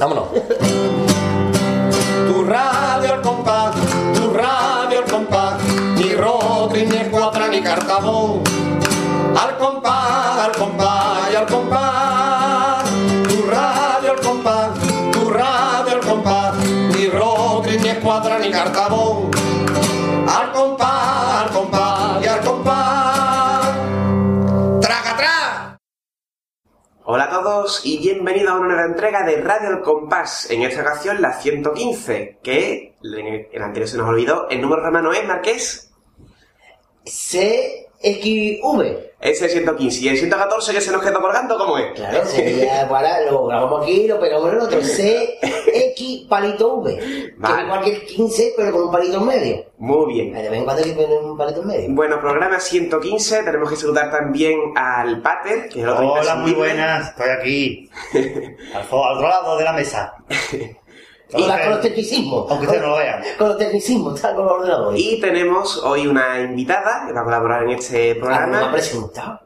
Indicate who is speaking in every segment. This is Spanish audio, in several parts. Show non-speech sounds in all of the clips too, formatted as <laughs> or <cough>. Speaker 1: Vámonos. tu radio al compás, tu radio al compás, ni Rodri, ni Escuadra, ni Cartabón. Al compás, al compás y al compás. Tu radio al compás, tu radio al compás, ni Rodri, ni Escuadra, ni Cartabón. Al compás, al compás y al compás. ¡Traca, atrás!
Speaker 2: Hola a todos y bienvenidos a una nueva entrega de Radio El Compás, en esta ocasión la 115, que en el- el anterior se nos olvidó, el número romano es Marqués,
Speaker 3: CXV.
Speaker 2: es el 115, y el 114 que se nos quedó colgando, ¿cómo es?
Speaker 3: Claro, sería para, lo grabamos aquí, lo pegamos en el otro. CX palito V. Que
Speaker 2: Vale.
Speaker 3: es igual que el 15, pero con un palito en medio.
Speaker 2: Muy bien.
Speaker 3: De vez en cuando hay que poner un palito en medio.
Speaker 2: Bueno, programa 115, tenemos que saludar también al Pater, que es el otro
Speaker 4: Hola, muy
Speaker 2: imprescindible.
Speaker 4: buenas, estoy
Speaker 2: <laughs>
Speaker 4: aquí. Al, fo- al otro lado de la mesa.
Speaker 3: Con, la- con los
Speaker 4: Aunque
Speaker 3: tecnicismos.
Speaker 4: ustedes no lo vean.
Speaker 3: Con los tecnicismos, está con los ordenadores.
Speaker 2: Y tenemos hoy una invitada que va a colaborar en este
Speaker 3: Ah, no me ha
Speaker 2: programa.
Speaker 3: presentado.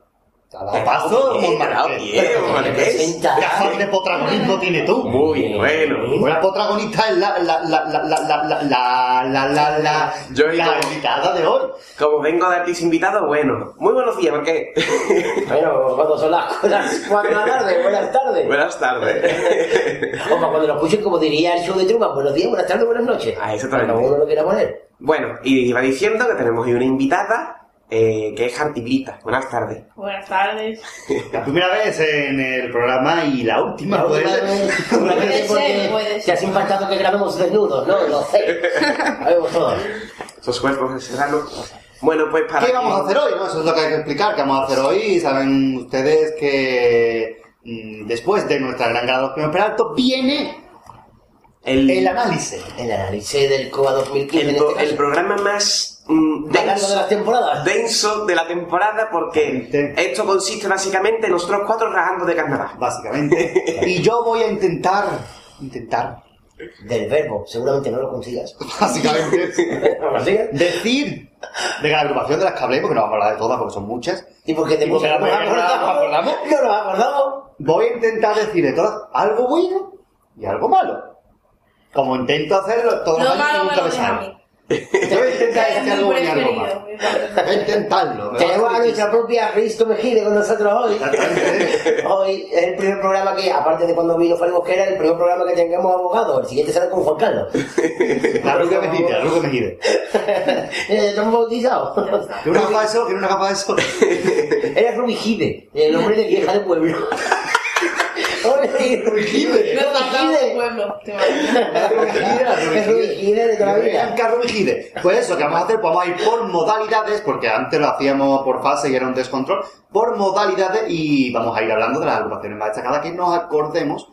Speaker 3: Está dado.
Speaker 4: Te paso.
Speaker 2: Bien,
Speaker 4: Marqués.
Speaker 2: bien,
Speaker 3: Pero que
Speaker 2: Marqués.
Speaker 3: me presenta.
Speaker 4: ¿Qué afán de protagonismo tiene tú?
Speaker 2: Muy bien, bueno.
Speaker 4: Una protagonista es la la la la la la la la la la la
Speaker 2: Yo y
Speaker 4: la
Speaker 2: como-
Speaker 4: invitada de hoy.
Speaker 2: Como vengo de artista invitado, bueno. Muy buenos días, Marqués.
Speaker 3: Bueno, cuando son las, las 4 de la tarde, buenas tardes.
Speaker 2: buenas <laughs> tardes.
Speaker 3: O para cuando lo escuchen, como diría el show de Truman, buenos días, buenas tardes, buenas noches.
Speaker 2: Ah, exactamente.
Speaker 3: Cuando uno lo quiera poner.
Speaker 2: Bueno, y iba diciendo que tenemos hoy una invitada eh, que es Jartibrita. Buenas tardes.
Speaker 5: Buenas tardes.
Speaker 4: La primera vez en el programa y la última
Speaker 1: <laughs>
Speaker 3: Puede
Speaker 4: vez.
Speaker 3: ser,
Speaker 5: ser, puede
Speaker 3: Te
Speaker 5: ser.
Speaker 3: has impactado que grabemos desnudos, ¿no? Lo sé. Sabemos todo.
Speaker 2: Esos cuerpos de serrano. Bueno, pues para.
Speaker 4: ¿Qué
Speaker 2: que-
Speaker 4: vamos a hacer hoy? no? Eso es lo que hay que explicar. ¿Qué vamos a hacer hoy? Saben ustedes que mm, después de nuestra gran grado Primo Peralto viene
Speaker 2: El,
Speaker 4: el
Speaker 2: el,
Speaker 4: análisis.
Speaker 3: El análisis del COA 2015 en
Speaker 2: pro-
Speaker 3: este
Speaker 2: el
Speaker 3: caso.
Speaker 2: programa más mm,
Speaker 3: A lo largo de
Speaker 2: denso,
Speaker 3: las temporadas.
Speaker 2: denso de la temporada porque
Speaker 4: Gente.
Speaker 2: esto consiste básicamente en nosotros cuatro rajando de carnaval.
Speaker 4: básicamente. Y yo voy a intentar, intentar, <laughs>
Speaker 3: Del verbo. Seguramente no lo consigas. <laughs>
Speaker 4: básicamente,
Speaker 3: ¿No lo consigues?
Speaker 4: decir de la agrupación de las que hablé, porque no vamos a hablar de todas, porque son muchas.
Speaker 3: Y porque te
Speaker 4: Y porque
Speaker 3: no nos
Speaker 4: la primera no nos
Speaker 3: acordamos.
Speaker 4: acordamos.
Speaker 3: <laughs> No nos acordamos.
Speaker 4: Voy a intentar decir de todas algo bueno y algo malo. Como intento hacerlo todos los
Speaker 5: Lo
Speaker 4: años y
Speaker 5: malo me
Speaker 4: nunca
Speaker 5: lo
Speaker 4: me
Speaker 5: deja a
Speaker 4: sale.
Speaker 5: mí.
Speaker 4: Voy a intentar
Speaker 5: Es mi
Speaker 4: decir algo bueno y algo
Speaker 5: preferido,
Speaker 4: malo.
Speaker 5: mi preferido.
Speaker 4: Voy a intentarlo. me va a ser
Speaker 3: Tenemos a
Speaker 4: difícil.
Speaker 3: nuestra propia Risto Mejide con nosotros hoy.
Speaker 4: Exactamente.
Speaker 3: Hoy es el primer programa que, aparte de cuando vino Fali Mosquera, el primer programa que tengamos abogado. El siguiente será con Juan Carlos. <laughs>
Speaker 4: La ruga mejide, la ruga mejide.
Speaker 3: Eh, Estamos bautizados.
Speaker 4: ¿Tiene una capa de eso? ¿Tiene una capa de <laughs> eso?
Speaker 3: Era Rubigide, el nombre de vieja
Speaker 2: <laughs>
Speaker 3: de pueblo. Hombre,
Speaker 4: Rubigide.
Speaker 5: Me he faltado un pueblo. te imaginas.
Speaker 4: La ruga mejide, la ruga
Speaker 3: Es Rubigide de toda la vida.
Speaker 4: Bianca Rubigide. Pues eso, que vamos a hacer, pues vamos a ir por modalidades, porque antes lo hacíamos por fase y era un descontrol, por modalidades y vamos a ir hablando de las agrupaciones más destacadas que nos acordemos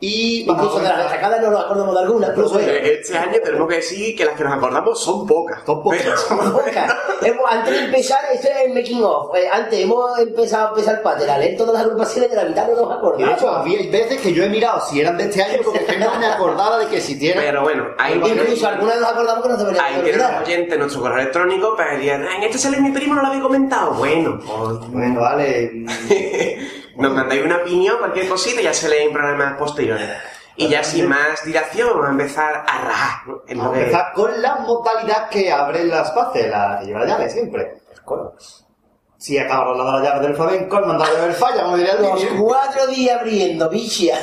Speaker 4: y vamos
Speaker 3: Incluso de las
Speaker 4: a
Speaker 3: destacadas no nos acordamos de algunas, pero bueno.
Speaker 2: Eh, Este año tenemos que decir que las que nos acordamos son pocas.
Speaker 4: Son pocas.
Speaker 3: Oca, hemos- Antes de empezar, esto es el making of. eh, Antes hemos empezado a empezar pater a leer todas las agrupaciones de la mitad no nos
Speaker 4: Y de hecho,
Speaker 3: acordamos.
Speaker 4: había veces que yo he mirado si eran de este año porque es que no me acordaba de que <laughs> existieran.
Speaker 2: Pero bueno, ahí
Speaker 3: Incluso algunas nos acordamos que nos
Speaker 2: Ahí
Speaker 3: deberíamos
Speaker 2: tienen los
Speaker 3: olvidar.
Speaker 2: oyentes nuestro correo electrónico para que digan, "Ah, en este sale mi primo, no lo había comentado. Bueno, pues,
Speaker 4: Bueno, vale. mm,
Speaker 2: Nos mandáis una opinión, cualquier cosita, y ya se lee en programas posteriores. Y ya sin más dilación, vamos a empezar a rajar. ¿no? Es lo
Speaker 4: Vamos a
Speaker 2: que-
Speaker 4: empezar con la modalidad que abre las paces, la que lleva la llave siempre. Si acaba de la llave del flamenco, el mandado del falla, como diría el
Speaker 3: Los
Speaker 4: niño.
Speaker 3: cuatro días abriendo, bicha.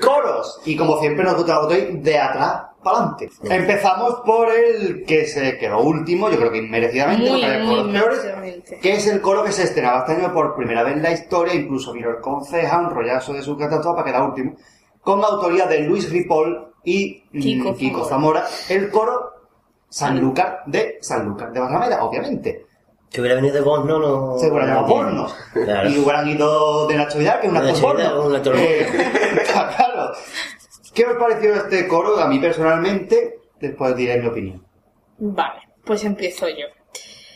Speaker 4: coros. Y como siempre nos gusta la botella de atrás para adelante. Empezamos por el que se quedó último, yo creo que
Speaker 5: Muy,
Speaker 4: inmerecidamente, porque había
Speaker 5: muy
Speaker 4: coros peores,
Speaker 5: merecidamente.
Speaker 4: que es el coro que se estrenaba este año por primera vez en la historia, incluso vino el conceja, un rollazo de su catatoa para quedar último, con la autoría de Luis Ripoll y mm,
Speaker 5: Kiko
Speaker 4: Kiko, Zamora, el coro Sanlúcar de Sanlúcar de Barrameda, obviamente.
Speaker 3: Si hubiera venido de vos, no, no.
Speaker 4: Se hubieran llamado pornos.
Speaker 3: Oh, Claro.
Speaker 4: Y hubieran ido de Nacho Vidal, que es un
Speaker 3: De
Speaker 4: actor
Speaker 3: Nacho Vidal,
Speaker 4: porno.
Speaker 3: un actor
Speaker 4: Eh, está <laughs> claro. ¿Qué os pareció este coro? A mí personalmente, después diré mi opinión.
Speaker 5: Vale, pues empiezo yo.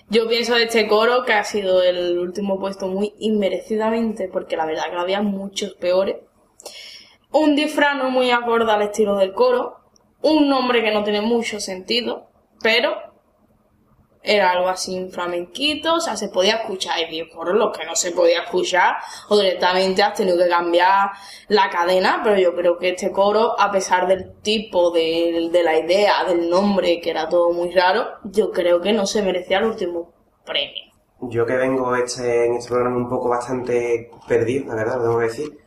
Speaker 5: Yo pienso de este coro que ha sido el último puesto muy inmerecidamente, porque la verdad que había muchos peores. Un disfraz no muy acorde al estilo del coro. Un nombre que no tiene mucho sentido, pero era algo así un flamenquito, o sea, se podía escuchar, y digo, por los que no se podía escuchar, o directamente has tenido que cambiar la cadena, pero yo creo que este coro, a pesar del tipo, del- de la idea, del nombre, que era todo muy raro, yo creo que no se merecía el último premio.
Speaker 2: Yo que vengo este, en este programa un poco bastante perdido, la verdad, lo tengo que decir.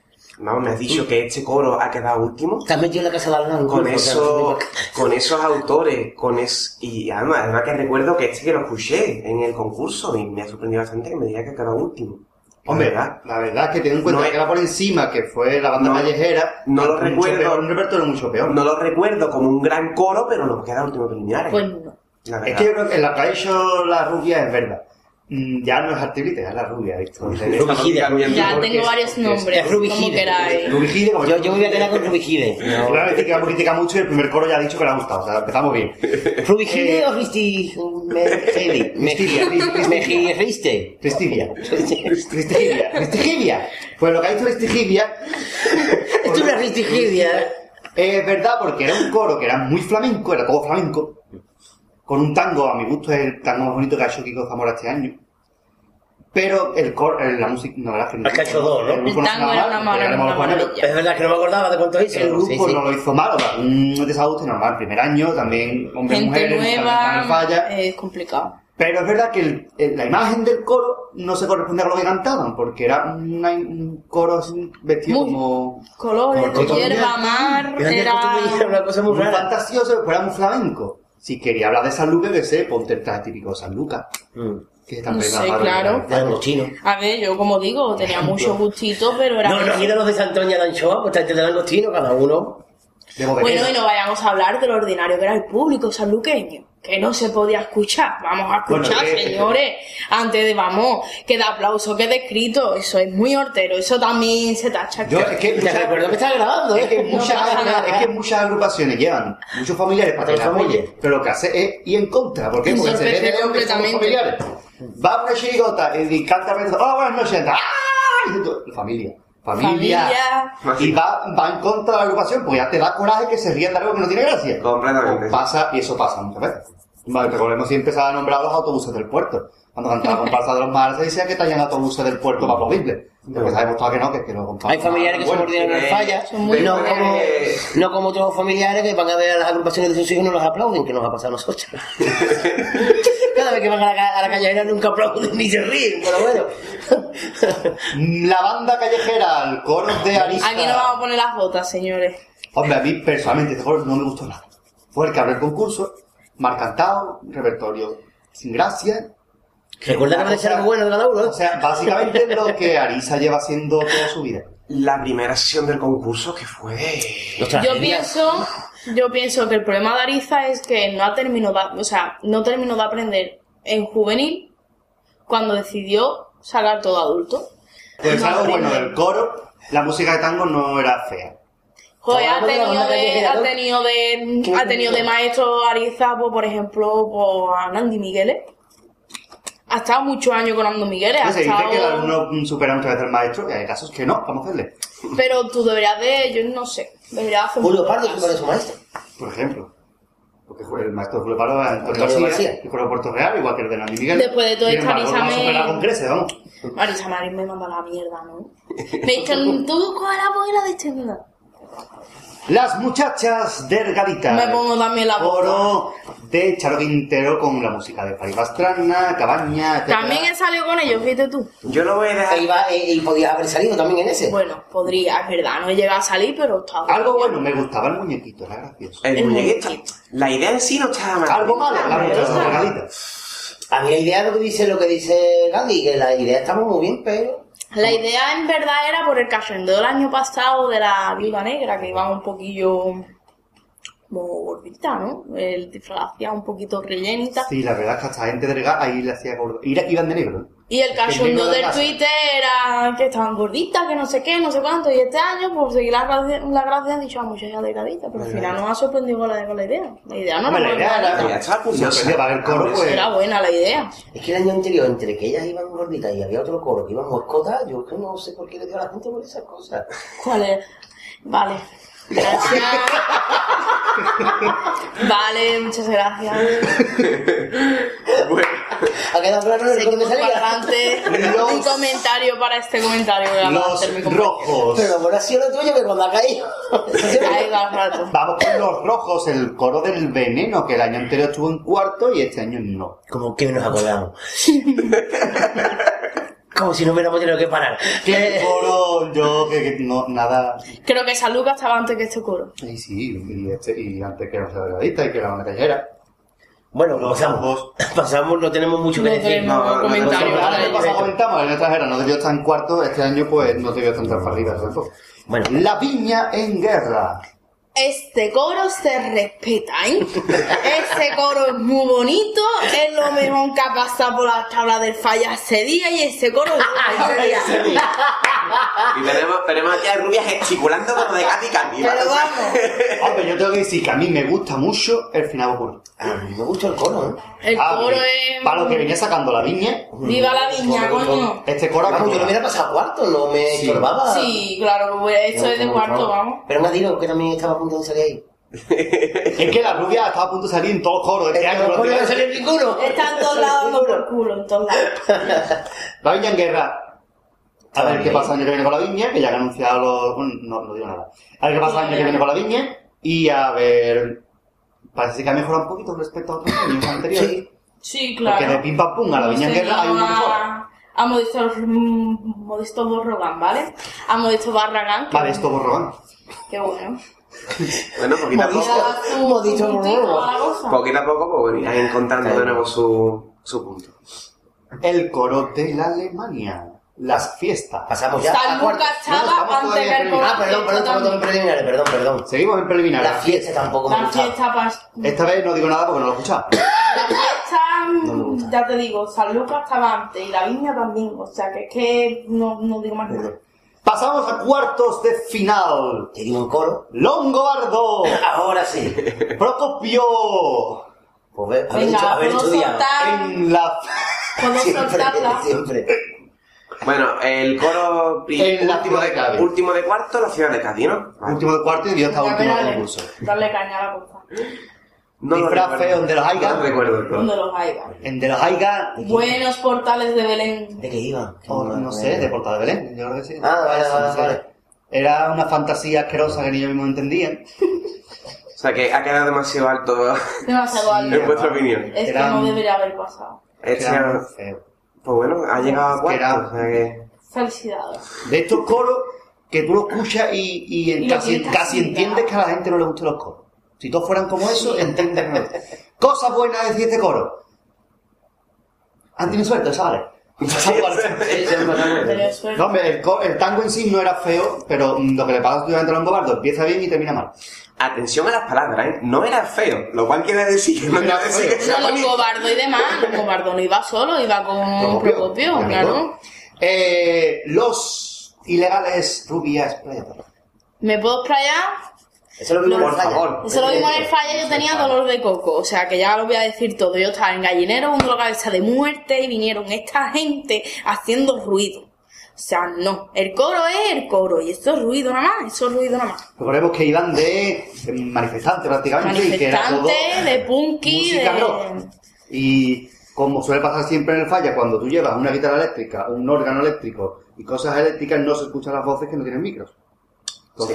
Speaker 2: Vamos, me has dicho que este coro ha quedado último.
Speaker 6: Te has metido en la casa de Alna
Speaker 2: Con, eso, con esos autores, con es, y además, además que recuerdo que este que lo escuché en el concurso y me ha sorprendido bastante que me diga que ha quedado último.
Speaker 4: Hombre,
Speaker 2: ¿verdad?
Speaker 4: la verdad es que teniendo en cuenta
Speaker 2: No
Speaker 4: que
Speaker 2: es-
Speaker 4: era por encima, que fue la banda
Speaker 2: No-
Speaker 4: callejera,
Speaker 2: no lo
Speaker 4: mucho
Speaker 2: recuerdo.
Speaker 4: peor, un repertorio mucho peor.
Speaker 2: No lo recuerdo como un gran coro, pero nos queda último preliminar.
Speaker 5: Pues no.
Speaker 2: la
Speaker 4: Es
Speaker 2: verdad.
Speaker 4: que yo creo que en la que ha hecho la rubia es verdad. Mm, Ya no es Artibrite, es la rubia, ¿viste?
Speaker 2: Estamos
Speaker 6: Rubigida,
Speaker 2: cambiando
Speaker 5: Ya
Speaker 4: porque
Speaker 5: tengo
Speaker 4: es-
Speaker 5: varios
Speaker 4: porque es-
Speaker 5: nombres,
Speaker 6: es
Speaker 5: como
Speaker 6: Rubigide.
Speaker 5: queráis.
Speaker 4: Rubigide, como-
Speaker 6: Yo, yo me voy a
Speaker 4: <laughs>
Speaker 6: quedar con Rubigide.
Speaker 4: Le voy a decir que vamos a criticar mucho y el primer coro ya ha dicho que le ha gustado, o sea, empezamos
Speaker 2: <laughs>
Speaker 4: bien.
Speaker 6: ¿Rubigide
Speaker 3: Eh,
Speaker 6: o Risti? Mejidi. Meji- Mejiriste.
Speaker 4: Prestigia. Prestigia. Prestigia. Pues lo que ha
Speaker 2: <laughs>
Speaker 4: dicho Prestigia
Speaker 6: Esto es una ristigidia.
Speaker 4: es verdad porque era un coro que era muy flamenco, era todo flamenco, con un tango, a mi gusto es el tango más bonito que ha hecho Kiko Zamora este año. Pero el coro, el- la música, no, la verdad es que
Speaker 3: Has hecho dos, ¿no?
Speaker 4: el grupo
Speaker 5: El
Speaker 4: sonaba
Speaker 5: tango era una
Speaker 4: mal,
Speaker 5: mala-
Speaker 4: éramos
Speaker 5: una
Speaker 4: los buenos.
Speaker 5: maravilla.
Speaker 3: Es verdad que no me acordaba de cuántos hizo.
Speaker 4: el
Speaker 3: Sí,
Speaker 4: grupo
Speaker 3: sí.
Speaker 4: no lo hizo mal, o sea, un desajuste normal, primer año, también hombre,
Speaker 5: Gente
Speaker 4: mujer,
Speaker 5: nueva, eh.
Speaker 4: falla.
Speaker 5: es complicado.
Speaker 4: Pero es verdad que el- el- la imagen del coro no se corresponde con lo que cantaban, porque era una- un coro así vestido
Speaker 5: Muy-
Speaker 4: como
Speaker 5: Colores,
Speaker 4: Por- por-
Speaker 5: hierba, mar,
Speaker 3: Fíjate que tú me dices <laughs>
Speaker 5: era...
Speaker 3: una cosa
Speaker 4: muy
Speaker 3: muy rara.
Speaker 4: fantasioso, pero era muy flamenco. Si quería hablar de San Lucas, que sé, ponte el traje típico de San Lucas,
Speaker 3: Mm.
Speaker 4: que es tan
Speaker 5: No
Speaker 4: pegado
Speaker 5: sé,
Speaker 4: a la
Speaker 5: claro.
Speaker 4: realidad.
Speaker 3: Ya, los chinos.
Speaker 5: A ver, yo como digo, tenía mucho gustito, pero era...
Speaker 3: No, los ídolos de Santoña de Anchoa, pues te dan los chinos cada uno.
Speaker 4: De Bovenera.
Speaker 5: Bueno, y no vayamos a hablar de lo ordinario que era el público sanluqueño, que no se podía escuchar. Vamos a escuchar,
Speaker 4: Bueno, eh,
Speaker 5: señores, antes de vamos, que de aplauso, que de escrito, eso es muy hortero, eso también se tacha.
Speaker 4: Yo, es que
Speaker 3: Te
Speaker 4: muchas-
Speaker 3: recuerdo que estás grabando,
Speaker 4: Es que,
Speaker 3: ¿eh?
Speaker 4: muchas, es que muchas agrupaciones llevan muchos familiares para que
Speaker 3: Muchos
Speaker 4: la apoyen,
Speaker 3: familiares.
Speaker 4: pero lo que hace es ir en contra. ¿Por qué? Porque se ve de
Speaker 5: Entorpecer
Speaker 4: dónde son los
Speaker 5: completamente.
Speaker 4: familiares. Va una chirigota y canta hola, buenas noches. ¡Ah! Y tú, Familia. Familia.
Speaker 5: Familia.
Speaker 4: Y va, va en contra de la agrupación, porque ya te da coraje que se rían de algo que no tiene gracia.
Speaker 2: Completamente.
Speaker 4: Pues pasa, y eso pasa muchas veces. Vale, recordemos siempre se ha nombrado los autobuses del puerto. Cuando cantaba la comparsa de los mares, se decía que traían autobuses del puerto para aplaudirle. Porque sabemos todos que no, que es que los comparsas.
Speaker 3: Hay familiares que se
Speaker 4: Bueno,
Speaker 3: mordieron las
Speaker 2: eh,
Speaker 3: fallas.
Speaker 5: son muy
Speaker 3: No
Speaker 2: buenos.
Speaker 3: como, no como otros familiares que van a ver a las agrupaciones de sus hijos y no los aplauden, que nos ha pasado a nosotros. <laughs> Cada vez que van a la, ca- a la callejera nunca aplauden ni se ríen, pero bueno.
Speaker 4: La banda callejera, el coro de Arista.
Speaker 5: Aquí no vamos a poner las botas, señores.
Speaker 4: Hombre, a mí personalmente este coro no me gustó nada. Fue el que abrió el concurso, mal cantado, repertorio sin gracia.
Speaker 3: Recuerda que no
Speaker 4: O sea,
Speaker 3: ser algo bueno de cada uno, ¿eh?
Speaker 4: O sea, básicamente lo que Arisa lleva haciendo toda su vida.
Speaker 2: La primera sesión del concurso que fue.
Speaker 3: Ostras,
Speaker 5: Yo
Speaker 3: genial.
Speaker 5: pienso, yo pienso que el problema de Ariza es que no ha terminado, de- o sea, no terminó de aprender en juvenil cuando decidió sacar todo adulto.
Speaker 4: Pues
Speaker 5: No,
Speaker 4: algo bueno
Speaker 5: primero.
Speaker 4: del coro, la música de tango no era fea.
Speaker 5: Joder, ha
Speaker 3: Hablamos de la
Speaker 5: tenido
Speaker 3: banda
Speaker 5: de,
Speaker 3: callejera,
Speaker 5: ha
Speaker 3: pues, ¿no?
Speaker 5: tenido de,
Speaker 3: ¿Qué
Speaker 5: ha tenido de
Speaker 3: música?
Speaker 5: maestro Ariza, pues, por ejemplo, pues, a Nandi Migueles. Ha estado muchos años con Nando Migueles, ha
Speaker 4: Se dice que el
Speaker 5: estado-
Speaker 4: alumno mm, supera muchas veces al maestro, que hay casos que no, vamos a hacerle.
Speaker 5: Pero tú deberías de, yo no sé, deberías hacer
Speaker 3: Julio
Speaker 5: un-
Speaker 3: Pardo supera a su maestro.
Speaker 4: Por ejemplo, porque fue el maestro Julio Paro era Antonio
Speaker 3: Antonio
Speaker 4: García,
Speaker 3: García.
Speaker 4: el coro de Puerto Real, igual que el de Nandi Miguel.
Speaker 5: Después de todo
Speaker 4: Sin
Speaker 5: esto,
Speaker 4: embargo,
Speaker 5: Arisa
Speaker 4: no
Speaker 5: me-
Speaker 4: supera con creces, vamos.
Speaker 5: Marisa Marín me manda la mierda,
Speaker 4: <laughs>
Speaker 5: ¿no? Me dicen, tú coge la boina de este mundo.
Speaker 4: Las muchachas delgaditas.
Speaker 5: Me pongo también la boina.
Speaker 4: Coro de Charo Quintero con la música de París Pastrana, Cabaña, etc.
Speaker 5: También he salido con ellos, viste tú.
Speaker 2: Yo lo voy a dejar.
Speaker 3: E iba- e- y podías haber salido también en ese.
Speaker 5: Bueno, podría, es verdad, no he llegado a salir, pero estaba.
Speaker 4: Algo bueno, me gustaba el muñequito, era gracioso.
Speaker 2: El
Speaker 5: El
Speaker 2: muñequito.
Speaker 5: muñequito.
Speaker 2: La idea en sí no estaba mal.
Speaker 4: Algo malo, las muchachas delgaditas.
Speaker 3: A mí la idea es lo que dice, lo que dice Gandhi, que la idea estaba muy bien, pero...
Speaker 5: La idea en verdad era por el cachondeo del año pasado de la viuda negra, que iba un poquillo como gordita, ¿no? El disfraz hacía un poquito rellenita.
Speaker 4: Sí, la verdad es que hasta gente delgada ahí le hacía gordo. Ira- Iban de negro. ¿no?
Speaker 5: Y el
Speaker 4: negro
Speaker 5: cachondeo
Speaker 4: de
Speaker 5: del
Speaker 4: casa.
Speaker 5: Twitter era que estaban gorditas, que no sé qué, no sé cuánto. Y este año, por seguir la gracia, la gracia han dicho a muchachas delgaditas, pero al final nos ha sorprendido con la, con la idea. La idea no
Speaker 4: Hombre, la idea
Speaker 5: buena.
Speaker 4: era-
Speaker 2: Ya está, pues,
Speaker 4: Se prendía para ver coro, pues.
Speaker 5: Era buena la idea.
Speaker 3: Es que el año anterior, entre que ellas iban gorditas y había otro coro que iban moscotas, yo que no sé por qué le dio a la gente por esas cosas.
Speaker 5: ¿Cuál es? Vale.
Speaker 4: <laughs>
Speaker 5: Gracias. vale, muchas gracias.
Speaker 2: Bueno,
Speaker 6: ha quedado claro el coro que
Speaker 5: Seguimos para
Speaker 6: salía.
Speaker 5: adelante.
Speaker 4: Los-
Speaker 5: Un comentario para este comentario que va a hacer mi
Speaker 4: Los
Speaker 5: compañero.
Speaker 4: rojos.
Speaker 6: Pero bueno, ha sido lo tuyo que cuando ha caído.
Speaker 5: Ahí va, rato.
Speaker 4: Vamos con los rojos, el coro del veneno, que el año anterior estuvo en cuarto y este año no.
Speaker 3: Como que nos acordamos. Como si no hubiéramos tenido que parar.
Speaker 4: El coro, yo que, que no, nada.
Speaker 5: Creo que San Lucas estaba antes que este coro.
Speaker 4: Y sí, y, este, y antes que los Sagraditas y que la banda callejera.
Speaker 3: Bueno,
Speaker 4: Los
Speaker 3: pasamos.
Speaker 4: rojos.
Speaker 3: Pasamos, no tenemos mucho que
Speaker 5: No
Speaker 3: decir.
Speaker 5: tenemos
Speaker 2: no, no,
Speaker 5: comentario
Speaker 4: Pero
Speaker 5: para
Speaker 4: ahora que
Speaker 5: ello.
Speaker 4: pasa comentamos, el año trasero no debió estar en cuarto, este año pues no debió estar tan arriba. tampoco.
Speaker 3: Bueno.
Speaker 4: La viña en guerra.
Speaker 5: Este coro se respeta, ¿eh? Este coro es muy bonito, es lo mejor que ha pasado por la tabla del falla ese día y ese coro es bueno ese día.
Speaker 2: Y tenemos, tenemos aquí a Rubia gesticulando como de Katy Candy. ¿vale?
Speaker 5: Pero
Speaker 2: O sea,
Speaker 5: vamos.
Speaker 4: Hombre, Ah, yo tengo que decir que a mí me gusta mucho el final oscuro.
Speaker 3: A mí me gusta el coro, ¿eh?
Speaker 5: El
Speaker 4: Ah,
Speaker 5: coro
Speaker 4: que-
Speaker 5: es.
Speaker 4: Para lo que venía sacando la viña,
Speaker 5: ¡Viva la viña, coño!
Speaker 4: este coro
Speaker 3: Vamos, yo lo
Speaker 4: acabó.
Speaker 3: hubiera pasado cuarto, no me
Speaker 4: Sí.
Speaker 3: estorbaba.
Speaker 5: Sí, claro, pues esto es de cuarto, vamos.
Speaker 3: Pero me ha dicho que también estaba a punto de salir ahí.
Speaker 4: Es que la rubia estaba a punto de salir en todos los coros de este año.
Speaker 3: no
Speaker 4: pero
Speaker 3: puede
Speaker 4: tío,
Speaker 3: salir ninguno.
Speaker 5: Está en todos lados, dando por culo, en todos lados.
Speaker 4: La viña en guerra. A ver
Speaker 3: Está
Speaker 4: qué
Speaker 3: bien.
Speaker 4: pasa el año que viene con la viña, que ya han anunciado los. bueno, No, no digo nada. A ver qué pasa el año que viene con la viña. Y a ver. Parece que ha mejorado un poquito respecto a otros
Speaker 3: <laughs>
Speaker 4: años anteriores.
Speaker 3: Sí.
Speaker 5: Sí,
Speaker 4: Porque de
Speaker 5: claro.
Speaker 4: pim pam pum a la viña en guerra hay una mejora.
Speaker 5: A, a Modesto, mm, Modesto Borrogán, ¿vale? A Modesto Barragán. que-
Speaker 4: Vale, esto borrón.
Speaker 5: Qué bueno.
Speaker 2: <laughs> Bueno, poquito a poco,
Speaker 5: Ya su-
Speaker 3: Modesto
Speaker 5: su puntito
Speaker 3: Borrogán.
Speaker 5: a la cosa.
Speaker 2: poquito a poco, pues bueno, irás encontrando de nuevo su, su punto.
Speaker 4: El coro de la Alemania. Las fiestas.
Speaker 3: Pasamos ya.
Speaker 5: San
Speaker 3: a cuarto.
Speaker 5: Lucas estaba
Speaker 4: estamos
Speaker 5: antes
Speaker 4: todavía
Speaker 5: que el
Speaker 4: en
Speaker 5: coro.
Speaker 4: preliminar.
Speaker 3: Ah, perdón, perdón, estamos todos en preliminares, perdón, perdón.
Speaker 4: Seguimos en preliminar.
Speaker 3: La fiesta tampoco me
Speaker 5: La
Speaker 3: gustaba.
Speaker 5: fiesta, pas-
Speaker 4: Esta vez no digo nada porque no lo he escuchado.
Speaker 5: la fiesta,
Speaker 4: me gusta.
Speaker 5: ya te digo, San Lucas estaba antes y la viña también. O sea que es que no, no digo más nada.
Speaker 4: Pasamos a cuartos de final.
Speaker 3: Te digo un coro. <laughs>
Speaker 4: Longobardo.
Speaker 3: Ahora
Speaker 4: <laughs>
Speaker 3: sí.
Speaker 4: Procopio.
Speaker 3: Pues ve, haber, hecho,
Speaker 5: Venga,
Speaker 3: haber
Speaker 5: puedo
Speaker 3: estudiado.
Speaker 5: soltar,
Speaker 4: En la,
Speaker 5: puedo soltarla.
Speaker 3: Siempre, siempre.
Speaker 2: Bueno, el coro pri-
Speaker 4: En la ciudad de Cádiz.
Speaker 2: último de cuarto, la ciudad de Cádiz, ¿no?
Speaker 4: último de cuarto y debió estar
Speaker 5: Ya
Speaker 4: último del
Speaker 5: verás,
Speaker 4: concurso.
Speaker 5: Dale caña a la cosa.
Speaker 2: No lo
Speaker 4: Disfraz
Speaker 2: recuerdo.
Speaker 4: feo, donde los haya.
Speaker 2: No recuerdo el
Speaker 5: Donde
Speaker 2: coro.
Speaker 5: los haya.
Speaker 4: En De los Haiga,
Speaker 5: Buenos portales de Belén.
Speaker 3: ¿De qué iba?
Speaker 4: o Oh, no sé, de Portada de Belén, yo creo que sí.
Speaker 3: Ah, vale, vale,
Speaker 4: No sé.
Speaker 3: vale.
Speaker 4: Era una fantasía asquerosa que ni yo mismo entendía.
Speaker 2: O sea que ha quedado demasiado alto <laughs>
Speaker 5: Demasiado alto.
Speaker 2: en vuestra opinión.
Speaker 5: Es que
Speaker 4: Eran-
Speaker 5: no debería haber pasado.
Speaker 2: Este,
Speaker 4: Era
Speaker 2: pues
Speaker 4: muy feo.
Speaker 2: bueno, ha llegado a
Speaker 4: Que era-
Speaker 2: cuarto. O sea que...
Speaker 5: Felicidades.
Speaker 4: De estos coros que tú lo escuchas y, y en
Speaker 5: Y lo
Speaker 4: casi,
Speaker 5: tienes
Speaker 4: casi
Speaker 5: así,
Speaker 4: entiendes
Speaker 5: ¿no?
Speaker 4: que a la gente no le gustan los coros. Si todos fueran como eso, entiendes que no. Cosas buenas decir este coro. Han tenido suerte, ¿sabes?
Speaker 5: Pero suerte.
Speaker 4: No, hombre, el, co- el tango en sí no era feo, pero mm, lo que le pasa durante Longobardo empieza bien y termina mal.
Speaker 2: Atención a las palabras, ¿eh? No era feo, lo cual quiere decir que no
Speaker 4: Era
Speaker 2: quiere decir
Speaker 4: feo.
Speaker 2: que sea
Speaker 5: Bueno,
Speaker 2: bonito.
Speaker 5: Longobardo y demás. Longobardo no iba solo, iba con
Speaker 4: Procopio,
Speaker 5: Procopio,
Speaker 4: mi amigo.
Speaker 5: claro.
Speaker 4: Eh, los ilegales rubias playa Torre.
Speaker 5: ¿Me puedo explayar?
Speaker 3: Eso lo vimos
Speaker 5: Por
Speaker 3: en el falla.
Speaker 2: favor.
Speaker 5: Eso lo vimos en el
Speaker 4: eh,
Speaker 5: falla, yo tenía dolor de coco, o sea que ya lo voy a decir todo. Yo estaba en gallinero, un dolor de cabeza de muerte y vinieron esta gente haciendo ruido. O sea, no, el coro es el coro y eso es ruido nada más, eso es ruido nada más.
Speaker 4: Recordemos que iban de de manifestantes prácticamente y que era todo
Speaker 5: Manifestante, de punky,
Speaker 4: música
Speaker 5: de...
Speaker 4: rock. Y como suele pasar siempre en el falla, cuando tú llevas una guitarra eléctrica, un órgano eléctrico y cosas eléctricas, no se escuchan las voces que no tienen micros.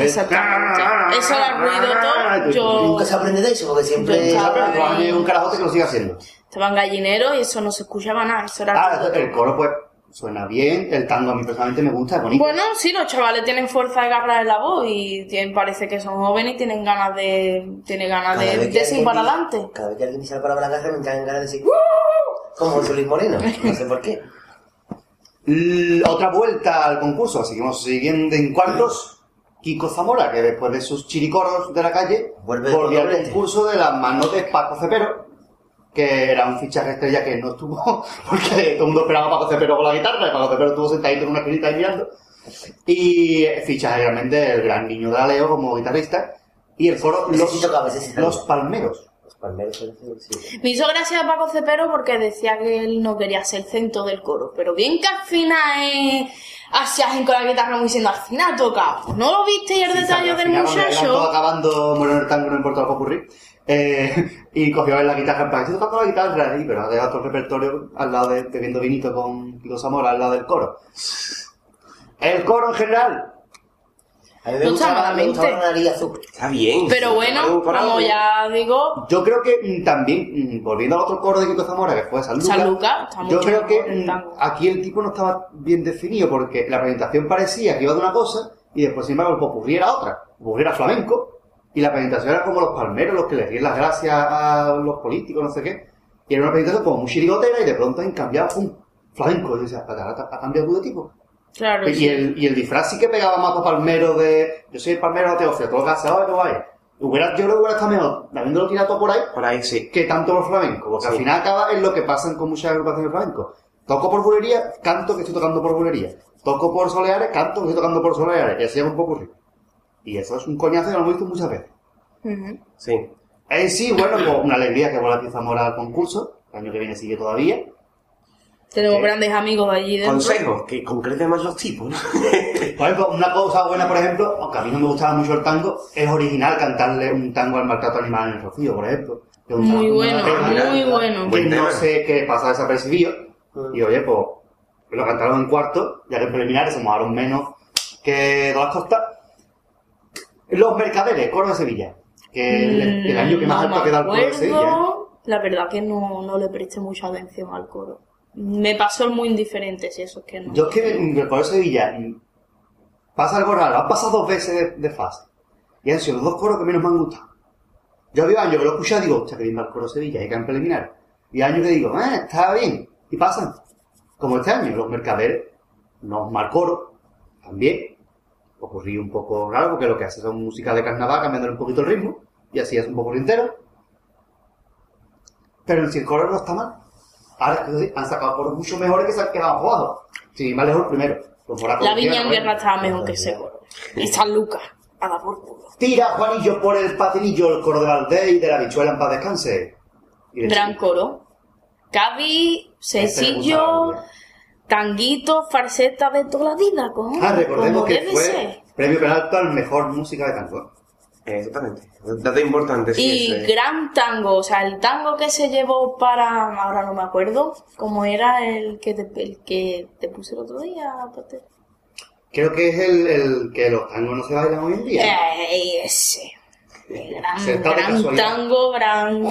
Speaker 5: Exactamente. Eso era el ruido todo. Yo
Speaker 3: Nunca se aprende de eso, porque siempre...
Speaker 5: Yo
Speaker 4: Ah,
Speaker 5: estaba-
Speaker 4: pero tú hazme un carajote que lo siga haciendo.
Speaker 5: estaba en gallinero y eso no se escuchaba nada, eso era
Speaker 4: Ah,
Speaker 5: ruido
Speaker 4: el
Speaker 5: todo.
Speaker 4: coro pues suena bien, el tango a mí personalmente me gusta, es bonito.
Speaker 5: Bueno, sí, los chavales tienen fuerza de garra en la voz y tienen- parece que son jóvenes y tienen ganas de, tienen ganas
Speaker 3: Cada
Speaker 5: de,
Speaker 3: vez que
Speaker 5: de seguir
Speaker 3: alguien
Speaker 5: para
Speaker 3: dice-
Speaker 5: adelante.
Speaker 3: Cada vez que alguien dice la palabra garra me caen ganas de decir... Como José Luis Moreno, no sé por qué.
Speaker 4: L- Otra vuelta al concurso, seguimos siguiendo en cuartos. Kiko Zamora, que después de sus chiricoros de la calle,
Speaker 3: Vuelve
Speaker 4: volvió
Speaker 3: con
Speaker 4: al
Speaker 3: doblete.
Speaker 4: concurso de las manos de Paco Cepero, que era un fichaje estrella que no estuvo, <laughs> porque todo el mundo esperaba a Paco Cepero con la guitarra, y Paco Cepero estuvo sentadito en una esquinita ahí mirando. Y fichaje realmente el gran niño de Aleo como guitarrista, y el coro
Speaker 3: Ese
Speaker 4: Los,
Speaker 3: sí tocaba, ese sí tocaba.
Speaker 4: los Palmeros.
Speaker 3: Los palmeros son los que sí.
Speaker 5: Me hizo gracia a Paco Cepero porque decía que él no quería ser centro del coro. Pero bien que al final eh, así hacen con la guitarra muy diciendo, al final tocamos. ¿No lo viste el detalle del
Speaker 4: Todo
Speaker 5: muchacho?
Speaker 4: acabando Moreno el tango, no importa lo que ocurrir. Eh, <laughs> y cogió la guitarra en plan, estoy tocando la guitarra, y pero ha dejado todo el repertorio al lado de, bebiendo vinito con los amores, al lado del coro. El coro en general.
Speaker 3: A mí me
Speaker 5: No
Speaker 3: gustaba, me
Speaker 5: malamente.
Speaker 3: gustaba la nariz azul.
Speaker 2: Está bien.
Speaker 5: Pero
Speaker 2: sí,
Speaker 5: bueno,
Speaker 2: por algo.
Speaker 5: como ya digo,
Speaker 4: Yo creo que mm, también, mm, volviendo al otro coro de Kiko Zamora, que fue San Lucas,
Speaker 5: San Lucas, está
Speaker 4: yo
Speaker 5: mucho
Speaker 4: creo
Speaker 5: mejor
Speaker 4: que
Speaker 5: el
Speaker 4: mm,
Speaker 5: tango.
Speaker 4: aquí el tipo no estaba bien definido porque la presentación parecía que iba de una cosa y después, sin embargo, pues, ocurriera otra, ocurriera flamenco y la presentación era como los palmeros, los que le dieron las gracias a los políticos, no sé qué, y era una presentación como muy chirigotera y de pronto han cambiado, ¡pum! flamenco, y yo decía, "Pero ahora ha cambiado tú de tipo.
Speaker 5: claro,
Speaker 4: Y el, y el disfraz sí que pegaba más para palmero de. Yo soy el palmero de Teocio, todo lo que hace ahora que vaya. Hubiera, yo creo que hubiera estado mejor habiéndolo tirado todo por ahí
Speaker 2: Por ahí sí.
Speaker 4: que tanto por flamenco, porque al
Speaker 2: Sí.
Speaker 4: final acaba en lo que pasan con muchas agrupaciones de flamenco. Toco por bulería, canto que estoy tocando por bulería. Toco por soleares, canto que estoy tocando por soleares. Y así es un poco rico. Y eso es un coñazo y lo hemos visto muchas veces.
Speaker 5: Ujú.
Speaker 2: Sí.
Speaker 4: En sí, bueno, pues una alegría que vuelva a Zamora al concurso. El año que viene sigue todavía.
Speaker 5: Tenemos
Speaker 4: Eh,
Speaker 5: grandes amigos de allí dentro.
Speaker 2: Consejos, que concreten más los tipos, ¿no?
Speaker 4: Por ejemplo, una cosa buena, por ejemplo, aunque a mí no me gustaba mucho el tango, es original cantarle un tango al maltrato animal en el rocío, por ejemplo. Que es un
Speaker 5: Muy
Speaker 4: tango
Speaker 5: bueno,
Speaker 4: una pena. ¿eh?
Speaker 5: muy bueno.
Speaker 4: que
Speaker 2: Buen
Speaker 4: no
Speaker 2: tema.
Speaker 4: sé qué pasa desapercibido. Y oye, pues lo cantaron en cuarto, ya que en preliminares se mojaron menos que de las costas. Los mercaderes, Coro de Sevilla, que el, el año que más
Speaker 5: Mm, no
Speaker 4: alto ha quedado el
Speaker 5: me
Speaker 4: Coro de Sevilla. ¿eh?
Speaker 5: acuerdo. La verdad que no, no le presté mucha atención al coro. Me pasó el muy indiferente, si eso es que no.
Speaker 4: Yo es que mm, el Coro de Sevilla mm, pasa algo raro, han pasado dos veces de, de fase. Y han sido los dos coros que menos me han gustado. Yo había años que lo he escuchado y digo, hostia, que bien va el Coro de Sevilla, y que en preliminares. Y años que digo, eh, está bien, y pasan. Como este año, los mercaderes, no mal coro, también. Ocurrió un poco raro porque lo que hace son música de carnaval, cambiándole un poquito el ritmo, y así es un poco entero. Pero en sí el coro no está mal. Ahora eso sí, han sacado coros mucho mejores que se han quedado jugados. Sí, más lejos el primero. Los Moratos
Speaker 5: la
Speaker 4: de
Speaker 5: Viña
Speaker 4: Tierra,
Speaker 5: en guerra
Speaker 4: bueno.
Speaker 5: estaba mejor que ese coro. Y San Lucas, a dar por culo.
Speaker 4: Tira Juanillo por el patinillo, el coro de Valdés y de la bichuela en paz descanse. Y de
Speaker 5: Gran
Speaker 4: Chile.
Speaker 5: coro. Cádiz,
Speaker 4: Este le gustaba,
Speaker 5: sencillo,
Speaker 4: ¿verdad?
Speaker 5: tanguito, farseta de toda la vida, cojones.
Speaker 4: Ah, recordemos
Speaker 5: como
Speaker 4: que
Speaker 5: debe ser.
Speaker 4: fue premio Peralta al mejor música de tango.
Speaker 2: Eh, Exactamente. Dato importante, sí.
Speaker 5: Y
Speaker 2: ese.
Speaker 5: gran tango, o sea, el tango que se llevó para, ahora no me acuerdo, como era el que te, el que te puse el otro día, aparte.
Speaker 4: Creo que es el, el que los tangos no se bailan hoy en día.
Speaker 5: Ey, ese. El gran,
Speaker 4: Se está de
Speaker 5: gran
Speaker 4: casualidad.
Speaker 5: tango, gran,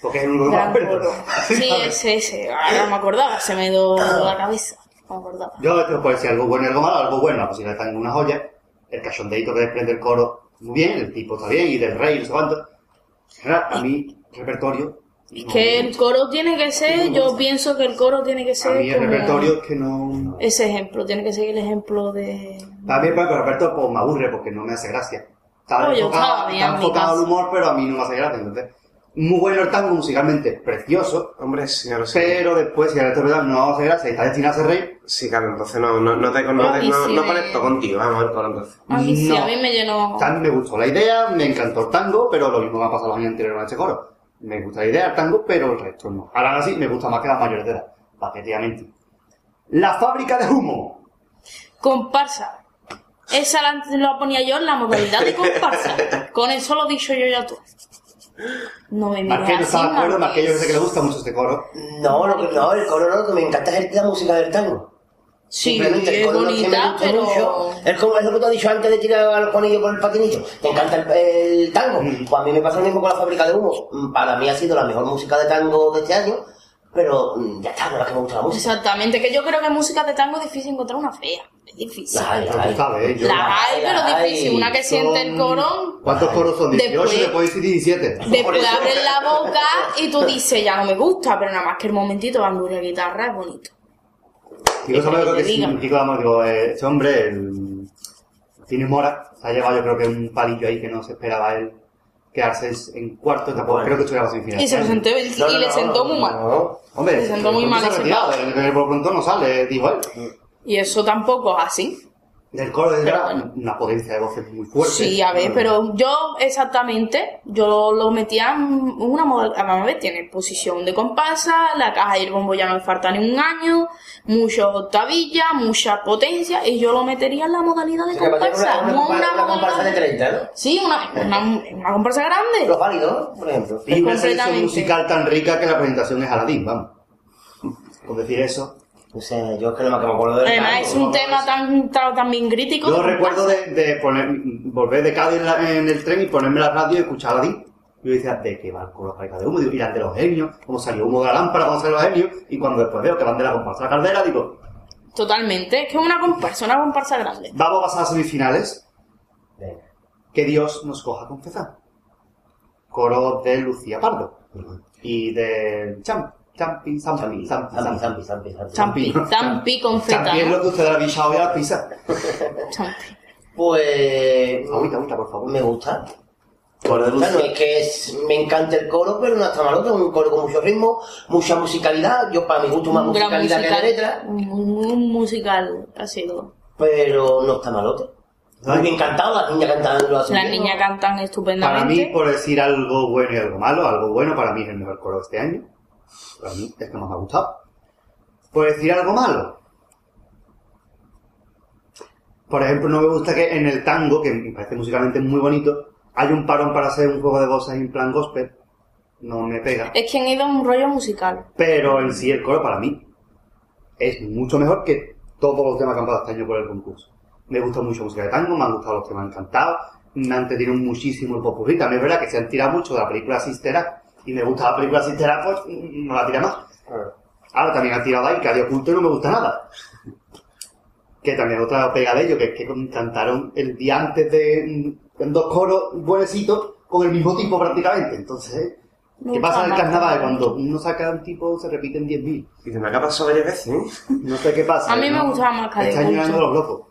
Speaker 4: Porque es el único que me
Speaker 5: gran
Speaker 4: acuerdo. <laughs>
Speaker 5: coro. Sí, ese, ese. Ahora no me acordaba, se me dio
Speaker 4: Ah.
Speaker 5: la cabeza. No me acordaba.
Speaker 4: Yo te puedo decir algo bueno y algo malo, algo bueno, pues si le están una joya, el cachondeito que desprende el coro, muy bien, el tipo está bien, y del rey, no sé cuánto. En general, A mí, repertorio.
Speaker 5: Es
Speaker 4: no
Speaker 5: que
Speaker 4: me
Speaker 5: el
Speaker 4: gusta.
Speaker 5: coro tiene que ser, yo pienso que el coro tiene que
Speaker 4: A
Speaker 5: ser
Speaker 4: mí el
Speaker 5: como
Speaker 4: repertorio es que no.
Speaker 5: ese ejemplo, tiene que seguir el ejemplo de...
Speaker 4: Para mí, el repertorio pues, me aburre porque no me hace gracia. Está
Speaker 5: No, yo
Speaker 4: enfocado,
Speaker 5: estaba bien,
Speaker 4: está
Speaker 5: mi
Speaker 4: enfocado al
Speaker 5: caso.
Speaker 4: humor, pero a mí no me hace gracia. Entonces, muy bueno el tango musicalmente, precioso,
Speaker 2: Hombre, sí, no lo sé.
Speaker 4: pero después, si la interpretación no me hace gracia y está destinado a ser rey,
Speaker 2: Sí, claro, entonces no, no, no, te, no,
Speaker 5: A
Speaker 2: te-
Speaker 5: mí
Speaker 2: no-
Speaker 5: sí
Speaker 2: no
Speaker 5: me-
Speaker 2: conecto contigo. Vamos a ver por entonces.
Speaker 5: A mí sí,
Speaker 4: Ah, No.
Speaker 5: a mí me llenó...
Speaker 4: Tan- me gustó la idea, me encantó el tango, pero lo mismo me ha pasado los años anteriores con este coro. Me gusta la idea del tango, pero el resto no. Ahora sí, me gusta más que las mayores de edad, paqueteamente. La fábrica de humo.
Speaker 5: Comparsa. Esa la, la ponía yo en la modalidad de
Speaker 4: <laughs>
Speaker 5: comparsa. Con eso lo he dicho yo ya tú. No me mires
Speaker 4: Marqués no
Speaker 5: así,
Speaker 4: está de acuerdo, Marqués yo
Speaker 5: Marqués.
Speaker 4: sé que le gusta mucho este coro.
Speaker 3: No, lo que, no, el coro no, lo que me encanta es la música del tango.
Speaker 5: Sí,
Speaker 3: Simplemente el
Speaker 5: es
Speaker 3: coro no es que me
Speaker 5: bonita,
Speaker 3: guste
Speaker 5: pero...
Speaker 3: mucho. Es como es lo que tú has dicho antes de tirar al conillo por el patinillo. Te encanta el, el tango. Pues a mí me pasa lo mismo con la fábrica de humos. Mm, Para mí ha sido la mejor música de tango de este año, pero mm, ya está, no es la que me gusta la música.
Speaker 5: Exactamente, que yo creo que música de tango es difícil encontrar una fea. Es difícil.
Speaker 3: Ay,
Speaker 4: Pero tú
Speaker 3: ay.
Speaker 4: sabes, ¿eh? yo-
Speaker 5: La hay, pero
Speaker 3: Ay,
Speaker 5: difícil. Una que siente el
Speaker 4: son-
Speaker 5: corón,
Speaker 4: ¿Cuántos coros son? 18,
Speaker 5: Después-
Speaker 4: después, decir 17.
Speaker 5: después abres la boca y tú dices, ya no me gusta, pero nada más que el momentito bandura y guitarra es bonito.
Speaker 4: Digo, ¿sabes lo que
Speaker 5: Diga.
Speaker 4: significa? Vamos, digo, eh, ese hombre, el Cine Mora, se ha llevado yo creo que un palillo ahí que no se esperaba él quedarse en cuarto, tampoco creo que estuviera la semifinal.
Speaker 5: Y se lo sentó, y
Speaker 3: No, no,
Speaker 5: le
Speaker 3: no,
Speaker 5: sentó
Speaker 3: no,
Speaker 5: muy mal.
Speaker 3: no.
Speaker 4: Hombre,
Speaker 5: Se sentó muy
Speaker 4: pronto
Speaker 5: mal
Speaker 4: se ha
Speaker 5: ese
Speaker 4: retirado, el- el- por pronto no sale, dijo él.
Speaker 5: Y eso tampoco es así.
Speaker 4: Del coro de
Speaker 5: Pero
Speaker 4: drag,
Speaker 5: bueno.
Speaker 4: una potencia de voces muy fuerte.
Speaker 5: Sí, a ver, pero yo exactamente, yo lo metía en una modalidad, vamos a ver, tiene posición de comparsa, la caja y el bombo ya no me falta ni un año, muchos octavillas, mucha potencia, y yo lo metería en la modalidad de
Speaker 3: Se le ponía
Speaker 5: comparsa,
Speaker 3: una,
Speaker 5: no
Speaker 3: una,
Speaker 5: una
Speaker 3: una comparsa de
Speaker 5: modalidad...
Speaker 3: 30, ¿no?
Speaker 5: Sí, una, una, una comparsa
Speaker 3: Los
Speaker 5: grande.
Speaker 3: válidos, por ejemplo.
Speaker 4: Y una selección
Speaker 5: completamente.
Speaker 4: musical tan rica que la presentación es Aladdin, vamos. Con decir eso.
Speaker 3: O sea, yo es que no me que me acuerdo de
Speaker 5: Además, es un tema tan, tan, tan bien crítico.
Speaker 4: Yo
Speaker 5: de
Speaker 4: recuerdo
Speaker 5: comparsa.
Speaker 4: de, de poner, volver de Cádiz en, la- en el tren y ponerme la radio y escuchar a Aladdin. Yo decía, ¿de qué va el coro de humo? Digo, irán de los genios, cómo salió humo de la lámpara, cómo salió los genios. Y cuando después veo que van de la comparsa a la caldera, digo,
Speaker 5: Totalmente, es que es una comparsa, una comparsa grande.
Speaker 4: vamos a pasar a semifinales,
Speaker 3: Venga.
Speaker 4: que Dios nos coja a confesar. Coro de Lucía Pardo y de Champ, Champi,
Speaker 3: Zampi,
Speaker 4: Zampi,
Speaker 3: zampi,
Speaker 4: Zampi, Zampi.
Speaker 3: zampi, zampi, zampi.
Speaker 5: Zampi, zampi con Z,
Speaker 4: Zampi es
Speaker 5: ¿no?
Speaker 4: lo que usted ha avisado ya a la pizza.
Speaker 5: Champi.
Speaker 3: Pues...
Speaker 4: Agüita, agüita, por favor.
Speaker 3: Me gusta.
Speaker 2: Coro de
Speaker 3: O sea, no
Speaker 2: Lucía.
Speaker 3: es que es- me encanta el coro, pero no está mal otro. Un coro con mucho ritmo, mucha musicalidad. Yo, para mi gusto, más
Speaker 5: Un gran
Speaker 3: musicalidad que la letra.
Speaker 5: un- un musical ha sido.
Speaker 3: Pero no está malote.
Speaker 4: No,
Speaker 3: me encantado las niñas cantando. las
Speaker 5: Las niñas cantan
Speaker 4: Para
Speaker 5: estupendamente.
Speaker 4: mí, por decir algo bueno y algo malo, algo bueno para mí es el mejor coro de este año. Para mí es que más me ha gustado. Por decir algo malo. Por ejemplo, no me gusta que en el tango, que me parece musicalmente muy bonito, hay un parón para hacer un juego de voces en plan gospel. No me pega.
Speaker 5: Es que han ido a un rollo musical.
Speaker 4: Pero en sí el coro para mí es mucho mejor que todos los temas que han pasado este año por el concurso. Me gusta mucho música de tango, me han gustado los temas encantados, me han tenido muchísimo el popurrí. También es verdad que se han tirado mucho de la película Sister Act, y me gusta la película Sister Act, pues mm, no la tira más. Ahora también han tirado ahí, que había oculto y no me gusta nada. Que también otra pega de ellos, que es que cantaron el día antes de mm, en dos coros buenecitos con el mismo tipo prácticamente. Entonces, ¿qué
Speaker 5: No
Speaker 4: pasa en el
Speaker 5: está mal.
Speaker 4: carnaval? Cuando uno saca a un tipo, se repiten 10.000.
Speaker 2: Y se me ha pasado varias veces, ¿eh?
Speaker 4: No sé qué pasa.
Speaker 5: A mí me
Speaker 4: ¿no?
Speaker 5: gustaba más Cádiz
Speaker 4: Están
Speaker 5: Culto.
Speaker 4: llorando los locos. <laughs>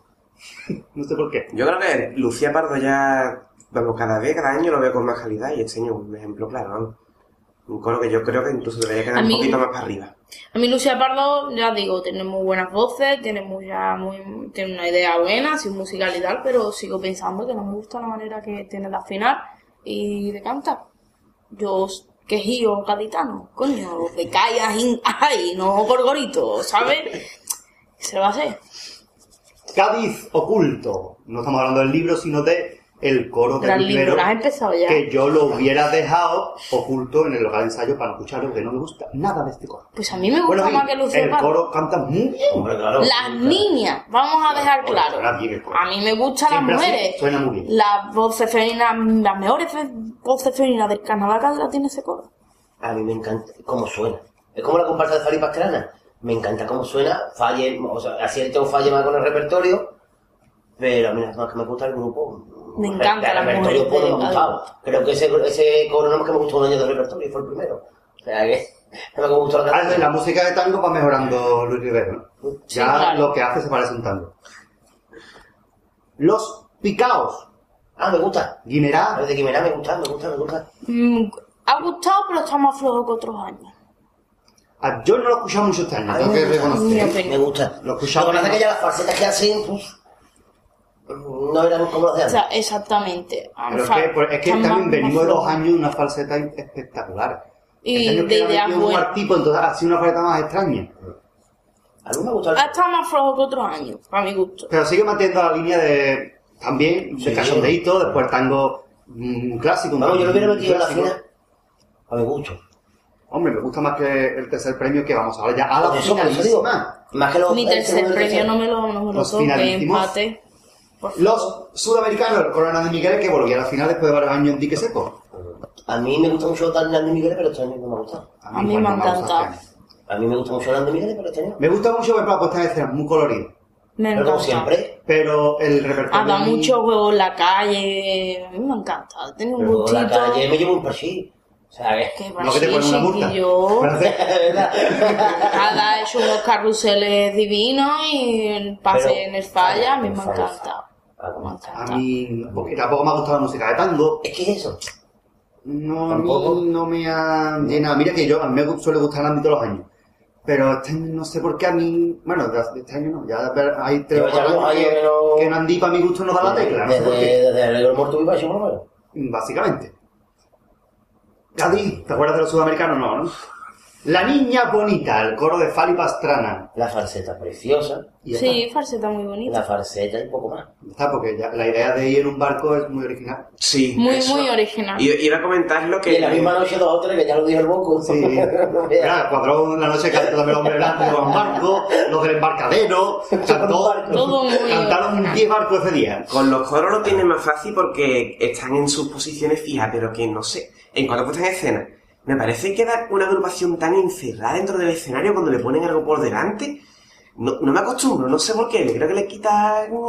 Speaker 4: No sé por qué.
Speaker 2: Yo creo que Lucía Pardo ya, vamos, cada vez, cada año lo veo con más calidad y este año es un ejemplo claro, vamos. Un coro que yo creo que incluso debería quedar
Speaker 5: A mí-
Speaker 2: un poquito más para arriba.
Speaker 5: A mí Lucía Pardo, ya digo, tiene muy buenas voces, tiene, muy, ya muy, tiene una idea buena, así un musical y tal, pero sigo pensando que no me gusta la manera que tiene de afinar y de cantar. Yo quejío gaditano, coño, que caigas ay, no gorgorito, ¿sabes? Se va a hacer.
Speaker 4: Cádiz oculto. No estamos hablando del libro, sino de el coro
Speaker 5: Gran
Speaker 4: cumplero,
Speaker 5: libro, has empezado ya.
Speaker 4: que yo lo hubiera dejado oculto en el local de ensayo para no escucharlo, porque no me gusta nada de este coro.
Speaker 5: Pues a mí me gusta
Speaker 4: Bueno,
Speaker 5: más que
Speaker 4: sí,
Speaker 5: Lucía
Speaker 4: el
Speaker 5: Pardo.
Speaker 4: coro canta muy bien.
Speaker 3: Hombre, claro.
Speaker 5: Las niñas, vamos a dejar
Speaker 4: Bueno,
Speaker 5: claro.
Speaker 4: suena bien el coro.
Speaker 5: A mí me gustan las
Speaker 4: Siempre así,
Speaker 5: mujeres.
Speaker 4: suena muy bien.
Speaker 5: Las voces femeninas, las mejores fe- voces femeninas del carnaval que la tiene ese coro.
Speaker 3: A mí me encanta cómo suena. Es como la comparsa de Fali Pastrana. Me encanta cómo suena, falle, o sea, acierte o falle más con el repertorio, pero a mí las más que me gusta el grupo.
Speaker 5: Me encanta
Speaker 3: El
Speaker 5: la
Speaker 3: repertorio
Speaker 5: mujer
Speaker 3: poco
Speaker 5: de
Speaker 3: me ha gustado. Creo que ese, ese coro no más que me gustó un año de repertorio y fue el primero. O sea que <laughs> no me gustó la
Speaker 4: Ahora, de
Speaker 3: canción.
Speaker 4: Ah, la música de tango va mejorando Luis Rivero. ¿no?
Speaker 5: Sí,
Speaker 4: ya
Speaker 5: claro.
Speaker 4: lo que hace se parece a un tango. Los picaos.
Speaker 3: Ah, me gusta.
Speaker 4: Guimerá.
Speaker 3: Los de Quimera me gusta, me gusta, me gusta.
Speaker 5: Mm, ha gustado, pero está más flojo que otros años.
Speaker 4: Ah, Yo no lo he escuchado mucho este año,
Speaker 3: A
Speaker 4: tengo
Speaker 3: mí
Speaker 4: que
Speaker 3: me gusta,
Speaker 4: reconocer.
Speaker 3: Me gusta.
Speaker 4: Lo
Speaker 3: Lo que
Speaker 4: escuchaba
Speaker 3: pasa es
Speaker 4: menos.
Speaker 3: que ya las facetas que hacen, pues, no eran como las de
Speaker 5: O
Speaker 3: antes.
Speaker 5: sea, exactamente. Ah,
Speaker 4: Pero
Speaker 5: o
Speaker 4: es
Speaker 5: sea,
Speaker 4: que, pues, es que
Speaker 5: están
Speaker 4: también
Speaker 5: más-
Speaker 4: venimos
Speaker 5: más
Speaker 4: de dos
Speaker 5: flojos.
Speaker 4: años de una falseta espectacular.
Speaker 5: Y
Speaker 4: Este año
Speaker 5: de
Speaker 4: que ha
Speaker 5: ideas
Speaker 4: metido un
Speaker 5: buenas.
Speaker 4: tipo, entonces ha sido una falseta más extraña.
Speaker 3: A mí me gusta. el-
Speaker 5: Ha estado más flojo que otros años, para mi gusto.
Speaker 4: Pero sigue manteniendo la línea de también de
Speaker 3: Sí.
Speaker 4: cachondeíto, después el tango mm, clásico. un
Speaker 3: Vamos, yo lo hubiera
Speaker 4: tango
Speaker 3: metido en la
Speaker 4: clásico.
Speaker 3: final. A mi gusto.
Speaker 4: Hombre, me gusta más que el tercer premio que vamos ahora ya a la
Speaker 3: Por eso, por eso digo,
Speaker 4: finalísima.
Speaker 3: Más que los,
Speaker 5: Mi
Speaker 3: el segundo
Speaker 5: tercer
Speaker 3: y el
Speaker 5: premio
Speaker 3: tercero.
Speaker 5: no me lo, no me lo
Speaker 4: Los
Speaker 5: toque,
Speaker 4: finalísimos.
Speaker 5: empate. Pues, Por favor.
Speaker 4: Los sudamericanos, el corona de Miguel, que volvió a la final después de varios años en dique seco.
Speaker 3: A mí me gusta mucho Dan de Miguel, pero este año no me ha gustado.
Speaker 5: A mí
Speaker 4: igual
Speaker 5: me ha
Speaker 4: no gusta
Speaker 5: encantado.
Speaker 4: este año.
Speaker 3: A mí me gusta mucho Dan de Miguel, pero este año no.
Speaker 4: Me gusta mucho ver la puesta en escena, muy colorido.
Speaker 5: Me
Speaker 3: Pero como
Speaker 5: encanta.
Speaker 3: siempre,
Speaker 4: Pero el repertorio...
Speaker 5: Ha dado
Speaker 4: a mí-
Speaker 5: mucho juego en la calle. A mí me encanta. Tiene un
Speaker 3: luego
Speaker 5: gustito.
Speaker 3: la calle me llevo un persil. O sea, que...
Speaker 5: Que
Speaker 4: No que te ponen una multa. <laughs>
Speaker 5: yo.
Speaker 4: Francés.
Speaker 5: Nada, he hecho unos carruseles divinos y el pase
Speaker 3: Pero-
Speaker 5: en el falla. A mí
Speaker 3: El
Speaker 5: me
Speaker 3: falla, el
Speaker 5: encanta.
Speaker 3: falla.
Speaker 5: Me
Speaker 4: A
Speaker 5: encanta.
Speaker 4: mí, porque tampoco me ha gustado la música de tango.
Speaker 3: Es que es eso.
Speaker 4: No, a
Speaker 3: Tampoco.
Speaker 4: mí no me ha llenado. Mira que yo, a mí me gu- suele gustar el ámbito de los años. Pero este año no sé por qué a mí. Bueno, de este año no, ya hay tres o
Speaker 3: Pero ya
Speaker 4: cuatro
Speaker 3: los
Speaker 4: años
Speaker 3: años
Speaker 4: que,
Speaker 3: que no-
Speaker 4: que Nandí para mi gusto no da la tecla, no sé por qué.
Speaker 3: Desde, desde el Rigor Mortis Viva, yo por lo menos.
Speaker 4: Básicamente. Cádiz, ¿te acuerdas de los sudamericanos? No, ¿no? La niña bonita, el coro de Fali Pastrana.
Speaker 3: La falseta preciosa,
Speaker 4: Y ya
Speaker 5: Sí, falseta muy bonita.
Speaker 3: la falseta y poco más.
Speaker 4: Está, Ya está, porque ya- la idea de ir en un barco es muy original.
Speaker 2: Sí.
Speaker 5: Muy,
Speaker 2: eso.
Speaker 5: muy original.
Speaker 2: Y iba a comentar lo que.
Speaker 3: Y en la misma noche dos o tres, que ya lo dijo el Boco. <laughs>
Speaker 4: Sí.
Speaker 3: No veas.
Speaker 4: Mira, cuadró la noche cantó también los hombres blancos, los barcos, los del embarcadero. Cantó,
Speaker 5: Todo muy
Speaker 4: cantaron 10 barcos ese día.
Speaker 2: Con los coros lo tiene más fácil porque están en sus posiciones fijas, pero que no sé. En cuanto puesta en escena, me parece que da una agrupación tan encerrada dentro del escenario cuando le ponen algo por delante. No, no me acostumbro, no sé por qué, le creo que le quita algo.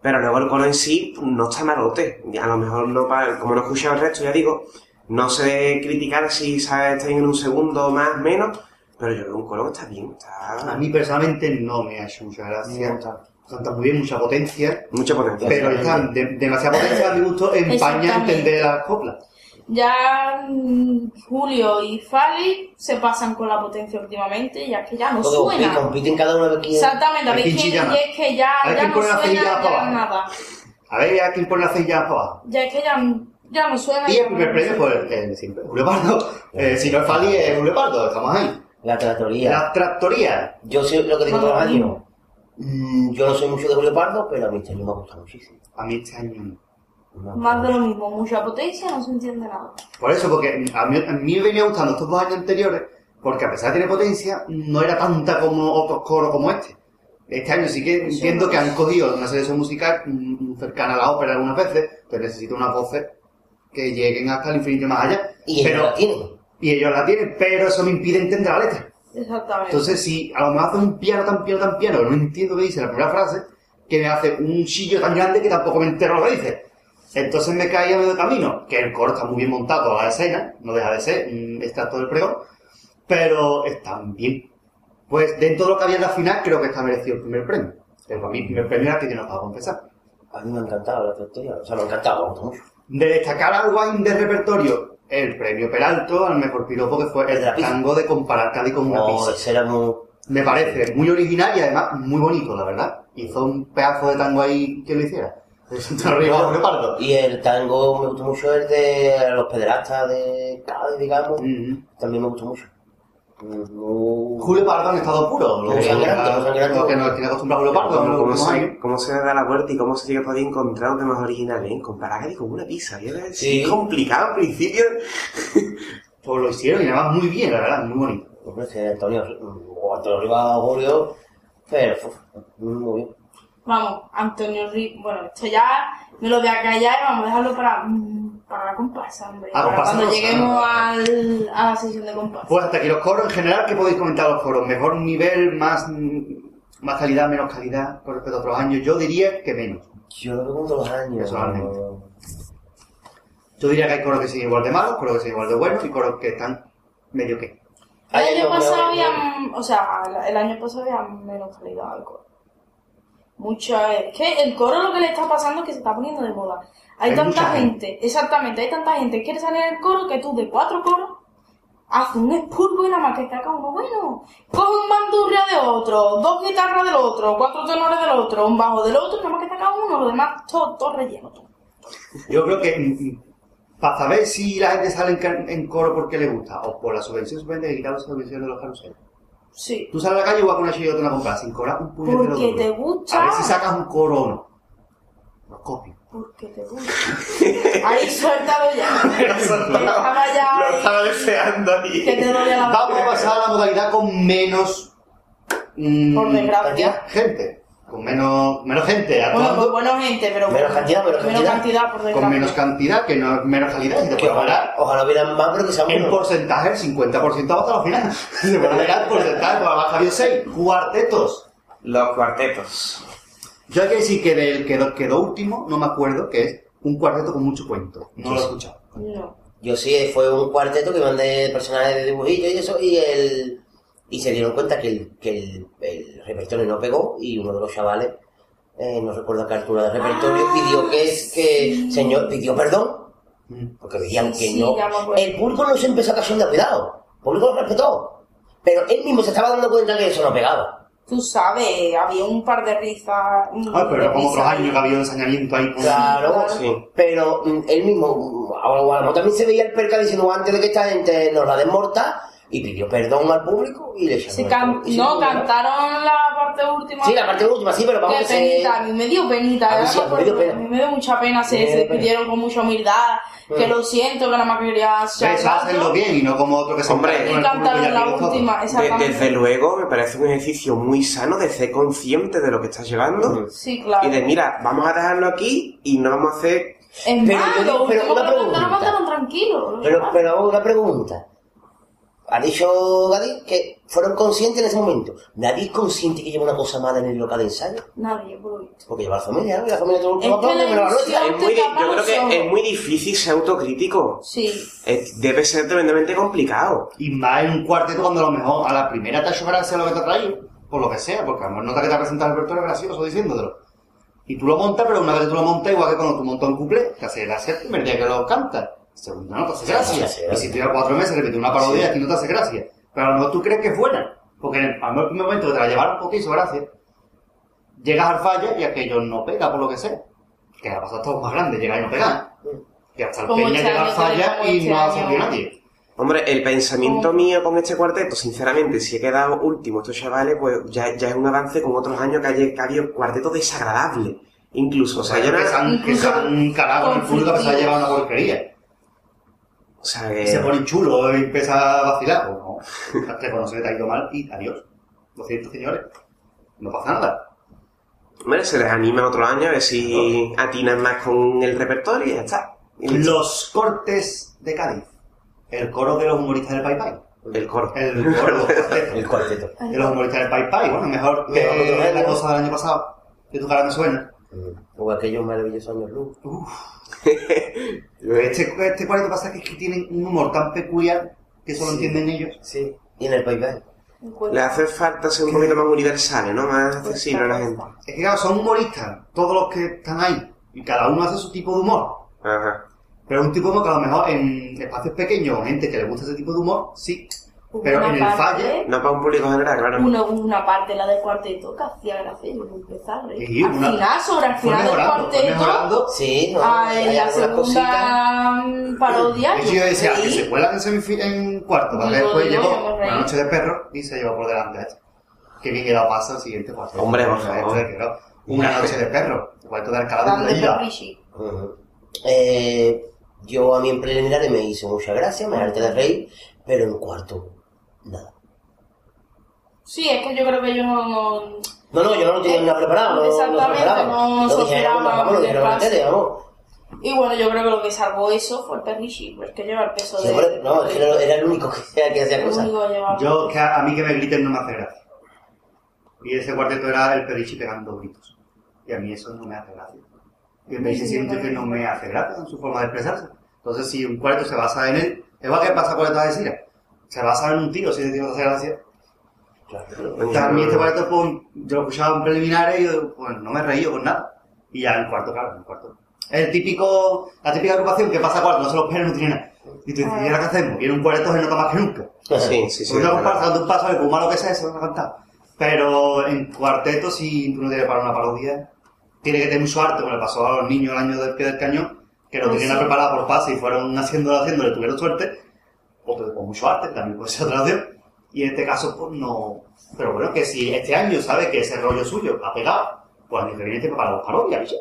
Speaker 2: Pero luego el coro en sí no está malote. A lo mejor no pa- como no he escuchado el resto, ya digo, no sé criticar si sabe, está en un segundo más, menos, pero yo veo un coro que está bien,
Speaker 4: A
Speaker 2: está
Speaker 4: mí personalmente no me ha hecho mucha gracia. Canta muy bien, mucha potencia.
Speaker 2: mucha potencia.
Speaker 4: Pero están de- demasiada potencia a mi gusto empaña
Speaker 5: Exactamente.
Speaker 4: entender las coplas.
Speaker 5: Ya mm, Julio y Fali se pasan con la potencia últimamente, ya que ya no
Speaker 3: Porque compi-
Speaker 5: suena.
Speaker 3: compiten cada uno de quién.
Speaker 5: Exactamente, a
Speaker 4: Hay
Speaker 5: ver,
Speaker 4: quien
Speaker 5: que-
Speaker 4: chilla
Speaker 5: y
Speaker 4: más.
Speaker 5: es que ya,
Speaker 4: Hay
Speaker 5: ya
Speaker 4: quien
Speaker 5: no
Speaker 4: pone la
Speaker 5: suena
Speaker 4: cerilla para
Speaker 5: ya
Speaker 4: abajo.
Speaker 5: nada.
Speaker 4: A ver, ¿a quién pone la silla para abajo?
Speaker 5: Ya es que ya, ya no suena.
Speaker 4: Y
Speaker 5: ya
Speaker 4: el primer
Speaker 5: no
Speaker 4: premio,
Speaker 5: suena.
Speaker 4: pues, el siempre, Julio Pardo. Eh, si no es Fali, es Julio Pardo, estamos ahí.
Speaker 3: La tratoría.
Speaker 4: Las tractorías.
Speaker 3: Yo sé lo que digo todos los
Speaker 5: Mamá
Speaker 3: años. Mm, Yo no soy mucho de Julio Pardo, pero a mí este año me ha gustado muchísimo.
Speaker 4: A mí este año no.
Speaker 3: Me ha
Speaker 5: Más
Speaker 3: gustado.
Speaker 5: de lo mismo, mucha potencia, no se entiende nada.
Speaker 4: Por eso, porque a mí, a mí me venía gustando estos dos años anteriores, porque a pesar de tener potencia, no era tanta como otros coros como este. Este año sí que entiendo que han cogido una selección musical mm, cercana a la ópera algunas veces, pero necesito unas voces que lleguen hasta el infinito y más allá.
Speaker 3: Y ellos
Speaker 4: pero,
Speaker 3: la tienen.
Speaker 4: y ellos la tienen, pero eso me impide entender la letra.
Speaker 5: Exactamente.
Speaker 4: Entonces, si a lo mejor hace un piano tan piano tan piano, que no entiendo qué dice la primera frase, que me hace un chillo tan grande que tampoco me entero lo que dice. Entonces me caía medio camino, que el coro está muy bien montado a la escena, no deja de ser un extracto del pregón, pero están bien. Pues dentro de lo que había en la final, creo que está merecido el primer premio. Pero para mí, el primer premio era el que yo no estaba a confesar.
Speaker 3: A mí me ha encantado la tratoría. O sea, me ha encantado, me ha gustado mucho.
Speaker 4: De destacar algo ahí del repertorio, el premio Peralto al mejor piropo que fue el
Speaker 3: De la pizza.
Speaker 4: tango de comparar Cádiz con una
Speaker 3: Oh,
Speaker 4: pizza.
Speaker 3: ese era muy...
Speaker 4: Me parece muy original y además muy bonito, la verdad. Hizo un pedazo de tango ahí que lo hiciera. Es un terrible leopardo.
Speaker 3: Y el tango me gustó mucho, el de los pederastas de Cádiz, digamos.
Speaker 4: Mhm.
Speaker 3: También me gustó mucho. Mm, muy-
Speaker 4: Julio Pardo en estado puro, lo
Speaker 3: Muy
Speaker 4: que,
Speaker 3: sangrante, muy sangrante.
Speaker 4: lo que nos tiene acostumbrado Julio Pardo en
Speaker 2: ¿Cómo,
Speaker 4: los
Speaker 2: cómo
Speaker 4: últimos
Speaker 2: se,
Speaker 4: años.
Speaker 2: cómo se da la vuelta y cómo se llega todavía a encontrar un tema más original, ¿eh? Comparar Cádiz con una pizza, ¿verdad? Es
Speaker 3: Sí.
Speaker 2: complicado al principio.
Speaker 4: Pues lo hicieron y además muy bien, la verdad, muy bonito.
Speaker 3: Hombre, es que Antonio, mm, o Antonio Rivas o Julio, pero uf, muy bien.
Speaker 5: Vamos, Antonio Ri... Bueno, esto ya me lo voy a callar y vamos a dejarlo para, mm, para la comparsa, hombre.
Speaker 4: Ah,
Speaker 5: para
Speaker 4: comparsa
Speaker 5: cuando
Speaker 4: rosa.
Speaker 5: lleguemos al, a la sesión de comparsa.
Speaker 4: Pues hasta aquí los coros, en general, ¿qué podéis comentar de los coros? ¿Mejor nivel, más, mm, más calidad, menos calidad con respecto a otros años? Yo diría que menos.
Speaker 3: Yo lo pregunto los años.
Speaker 4: Personalmente. Yo diría que hay coros que siguen igual de malos, coros que siguen igual de buenos y coros que están medio que.
Speaker 5: El
Speaker 3: Ay,
Speaker 5: año
Speaker 3: no,
Speaker 5: pasado
Speaker 3: no, no.
Speaker 5: había, mm, o sea, la- el año pasado había menos calidad al coro. Mucha es que el coro lo que le está pasando es que se está poniendo de moda. Hay,
Speaker 4: Hay
Speaker 5: tanta
Speaker 4: mucha
Speaker 5: gente, exactamente, hay tanta gente que quiere salir al coro que tú de cuatro coros haces un expurgo y nada más que saca uno bueno. Coge un bandurria de otro, dos guitarras del otro, cuatro tenores del otro, un bajo del otro, y nada más que saca uno, lo demás todo, todo relleno. todo.
Speaker 4: Yo creo que para saber si la gente sale en, ca- en coro porque le gusta o por la subvención, supongo que quitar la subvención de los carruseles.
Speaker 5: Sí.
Speaker 4: Tú sales a la calle y vas con una chillota a comprar sin cobrar un puñetero
Speaker 5: Porque
Speaker 4: duro.
Speaker 5: te gusta.
Speaker 4: A ver si sacas un coro o no. Lo copio.
Speaker 5: Porque te gusta. Ahí suéltalo ya. Que estaba ya ahí,
Speaker 4: deseando ahí.
Speaker 5: Que te duele la
Speaker 4: Vamos a
Speaker 5: boca.
Speaker 4: pasar a la modalidad con menos. mm,
Speaker 5: Por desgracia.
Speaker 4: Gente. Con menos, menos gente
Speaker 5: Bueno,
Speaker 4: actuando.
Speaker 5: pues bueno, gente, pero.
Speaker 3: Menos cantidad, menos cantidad.
Speaker 5: cantidad, por desgracia.
Speaker 4: con menos cantidad, que no es menos calidad. Y te
Speaker 3: Que
Speaker 4: puedes parar
Speaker 3: ojalá, ojalá hubieran más, pero que sea
Speaker 4: En
Speaker 3: uno.
Speaker 4: porcentaje, el 50% abajo hasta la final. Se van a llegar al porcentaje, por abajo había 6. Cuartetos.
Speaker 2: Los cuartetos.
Speaker 4: Yo hay que decir que del que do- quedó último, no me acuerdo, que es un cuarteto con mucho cuento. No lo he escuchado.
Speaker 5: No.
Speaker 3: Yo sí, fue un cuarteto que iban de personajes de dibujillos y eso, y el y se dieron cuenta que el, que el, el repertorio no pegó, y uno de los chavales, eh, no recuerdo qué altura del repertorio,
Speaker 5: Ah,
Speaker 3: pidió que, que señor, pidió perdón,
Speaker 4: Mm.
Speaker 3: Porque veían
Speaker 5: Sí,
Speaker 3: que no.
Speaker 5: ya me acuerdo.
Speaker 3: El público no se empezó a cachondear, cuidado. El público lo respetó. Pero él mismo se estaba dando cuenta que eso no pegaba.
Speaker 7: Tú sabes, había un par de risas.
Speaker 3: Ah,
Speaker 4: Ay, pero no
Speaker 7: de
Speaker 4: como otros
Speaker 7: risas.
Speaker 4: años que ha habido ensañamiento ahí. con-
Speaker 3: Claro,
Speaker 2: Sí.
Speaker 3: pero mm, él mismo, mm, a a lo mejor también se veía el percal diciendo antes de que esta gente nos la desmorta y pidió perdón al público y le echaron
Speaker 5: Se
Speaker 3: el
Speaker 5: can-
Speaker 3: público. Y se
Speaker 5: no,
Speaker 3: murió.
Speaker 5: cantaron la parte última.
Speaker 3: Sí, la parte última, sí, pero vamos
Speaker 5: Qué
Speaker 3: que se-
Speaker 5: penita, a mí me dio penita,
Speaker 3: A mí
Speaker 5: ya
Speaker 3: sí,
Speaker 5: me
Speaker 3: a mí me dio pena.
Speaker 5: acuerdo, a mí me dio mucha pena, se,
Speaker 3: Me dio
Speaker 5: se
Speaker 3: pena.
Speaker 5: despidieron con mucha humildad, que
Speaker 3: Mm.
Speaker 5: lo siento, que nada más quería
Speaker 4: Eso
Speaker 5: charlar,
Speaker 4: hacerlo
Speaker 5: ¿no?
Speaker 4: bien y no como otro que se
Speaker 2: Hombre.
Speaker 4: mete
Speaker 5: y
Speaker 4: con el culo y
Speaker 5: cantaron la
Speaker 4: arriba todo.
Speaker 5: última,
Speaker 2: De-
Speaker 5: exactamente.
Speaker 2: desde luego me parece un ejercicio muy sano de ser consciente de lo que estás llevando
Speaker 5: Sí, claro.
Speaker 2: y de mira, vamos a dejarlo aquí y no vamos a hacer...
Speaker 5: Es
Speaker 3: Pero
Speaker 5: malo,
Speaker 3: yo digo- pero
Speaker 5: último
Speaker 3: una
Speaker 5: que lo cantaron,
Speaker 3: pregunta.
Speaker 5: cantaron tranquilo. lo
Speaker 3: Pero,
Speaker 5: demás.
Speaker 3: pero una pregunta. Ha dicho Gadi que fueron conscientes en ese momento. ¿Nadie es consciente que lleva una cosa mala en el local de ensayo?
Speaker 5: Nadie, por lo visto.
Speaker 3: Porque lleva la familia, ¿no? Y la familia todo el
Speaker 5: Es que la
Speaker 3: pero la
Speaker 5: ilusión-
Speaker 2: Es muy di- yo creo
Speaker 5: Tapamos
Speaker 2: que
Speaker 5: ojos.
Speaker 2: es muy difícil ser autocrítico.
Speaker 5: Sí.
Speaker 2: Es- debe ser tremendamente complicado.
Speaker 4: Y más en un cuarteto cuando a lo mejor a la primera te ha hecho gracia lo que te ha traído, por lo que sea, porque a lo mejor nota que te ha presentado el repertorio gracioso diciéndotelo. Y tú lo montas, pero una vez que tú lo montas, igual que cuando tú montas un couple, te hace gracia el primer día que lo cantas. Segunda no te hace gracia.
Speaker 3: Sí, sí,
Speaker 4: Y
Speaker 3: sí.
Speaker 4: si te lleva cuatro meses repetir una parodia, a ti no te hace gracia. Pero a lo mejor tú crees que es buena, porque en el, a lo mejor el primer momento que te la llevaron porque hizo gracia, llegas al falla y aquello no pega, por lo que sea. Que ha pasado todo más grande, llega y no pega. Que hasta el
Speaker 5: Como
Speaker 4: peña
Speaker 5: este
Speaker 4: llega al
Speaker 5: año tenemos,
Speaker 4: falla y
Speaker 5: este
Speaker 4: no ha
Speaker 5: año.
Speaker 4: salido nadie.
Speaker 2: Hombre, el pensamiento
Speaker 5: Como-
Speaker 2: mío con este cuarteto, sinceramente, si he quedado último estos chavales, pues ya, ya es un avance con otros años que, haya- que ha habido cuarteto desagradable. Incluso, o
Speaker 4: O
Speaker 2: sea,
Speaker 4: sea,
Speaker 2: yo
Speaker 4: yo
Speaker 2: no-
Speaker 4: que se han, que se han calado en el público que se ha llevado una porquería.
Speaker 2: O sea, que-
Speaker 4: Y se ponen chulos y empieza a vacilar. Pues no, reconocer que te ha ido mal y adiós. Lo siento, señores. No pasa nada.
Speaker 2: hombre, se les anima otro año a ver si atinan más con el repertorio y ya está. Y listo.
Speaker 4: Los cortes de Cádiz. El coro de los humoristas del Pai Pai.
Speaker 2: El coro.
Speaker 4: El coro de los
Speaker 3: El
Speaker 4: cuartetos.
Speaker 3: cuarteto.
Speaker 5: <laughs>
Speaker 4: de los humoristas del Pai Pai. Bueno, mejor que la cosa del año pasado. Que tu cara me suena.
Speaker 3: O aquellos maravillosos años luz.
Speaker 4: Este, este cuarteto pasa que es que tienen un humor tan peculiar que solo
Speaker 3: Sí.
Speaker 4: entienden ellos.
Speaker 3: Sí. Y en el país ¿eh?
Speaker 2: Le hace falta ser un poquito más universales, ¿no? Más
Speaker 5: Pues
Speaker 2: accesible a la gente.
Speaker 4: Es que claro, son humoristas, todos los que están ahí, y cada uno hace su tipo de humor.
Speaker 2: Ajá.
Speaker 4: Pero es un tipo de humor que a lo mejor en espacios pequeños, con gente que le gusta ese tipo de humor, sí. Pero
Speaker 5: Una
Speaker 4: en el
Speaker 5: parte-
Speaker 4: falle,
Speaker 2: No para un público general, claro.
Speaker 5: Una, una parte, la del cuarteto, que hacía gracia, yo no empezaba a reír.
Speaker 4: Sí,
Speaker 5: al
Speaker 4: una-
Speaker 5: final, sobre al
Speaker 4: fue
Speaker 5: final del
Speaker 4: mejorando, fue
Speaker 5: cuarteto,
Speaker 4: mejorando.
Speaker 3: Sí, no.
Speaker 5: a- Ah, en
Speaker 3: hay
Speaker 5: la
Speaker 3: algunas cositas.
Speaker 5: segunda mm, parodia,
Speaker 4: Y yo decía,
Speaker 5: reí.
Speaker 4: que se cuelan en, semifi- en cuarto, ¿vale?
Speaker 5: Digo,
Speaker 4: Después
Speaker 5: digo,
Speaker 4: llegó
Speaker 5: yo me reí.
Speaker 4: una noche de perro y se llevó por delante a esto. Qué bien que la pasa el siguiente cuarto.
Speaker 2: Hombre, por
Speaker 4: Este,
Speaker 2: favor.
Speaker 4: que no. Una noche de perro, cuarto de Alcalá de
Speaker 5: Grande
Speaker 4: Guadaira.
Speaker 5: Perrichi.
Speaker 3: Ujú. Eh, yo a mí en preliminares me hizo mucha gracia, me harté de reír, pero en cuarto, nada.
Speaker 5: Sí, es que yo creo que ellos no, no-
Speaker 3: No, no, yo no lo tenía nada preparado. no-
Speaker 5: Exactamente,
Speaker 3: no,
Speaker 5: no
Speaker 3: lo dije,
Speaker 5: sospechaba,
Speaker 3: vamos, vamos, lo dijeron
Speaker 5: no
Speaker 3: en la tele, vamos.
Speaker 5: Y bueno, yo creo que lo que salvó eso fue el Perrichi, pues que lleva el peso
Speaker 3: Sí,
Speaker 5: de...
Speaker 3: bueno, no, es que era, era el único que, que hacía
Speaker 5: el
Speaker 3: cosas.
Speaker 5: único que llevaba.
Speaker 4: Yo, que a, a mí que me griten no me hace gracia. Y ese cuarteto era el Perichi pegando gritos. Y a mí eso no me hace gracia. Y el Perichi
Speaker 5: Sí,
Speaker 4: siento que
Speaker 5: también.
Speaker 4: no me hace gracia en su forma de expresarse. Entonces, si un cuarteto se basa en él, es igual que pasa cuarteto de Sira. Se basa en un tiro, si ese tiro te hace gracia. También este cuarteto, pues, yo lo escuchaba en preliminares y yo, pues, no me he reído con nada. Y ya en cuarto, claro, en cuarto. El típico, la típica agrupación que pasa cuarto, no se lo espera, no tiene nada. Y tú dices, ¿y ahora qué hacemos? Y en un cuarteto se nota más que nunca.
Speaker 2: Sí, sí, sí.
Speaker 4: Si una
Speaker 2: claro.
Speaker 4: comparsa dando un paso, como malo que sea, se van a cantar. Pero en cuarteto, si tú no tienes para una parodia, tiene que tener mucho arte, como le pasó a los niños el año del pie del cañón, que lo
Speaker 5: Pues
Speaker 4: tenían
Speaker 5: sí.
Speaker 4: preparado por pase y fueron haciéndolo, haciéndolo, y tuvieron suerte. O te- o mucho arte, que también puede ser otra opción. Y en este caso, pues no. Pero bueno, que si este año sabe que ese rollo suyo ha pegado, pues al año que viene te prepara dos parodias, ¿viste?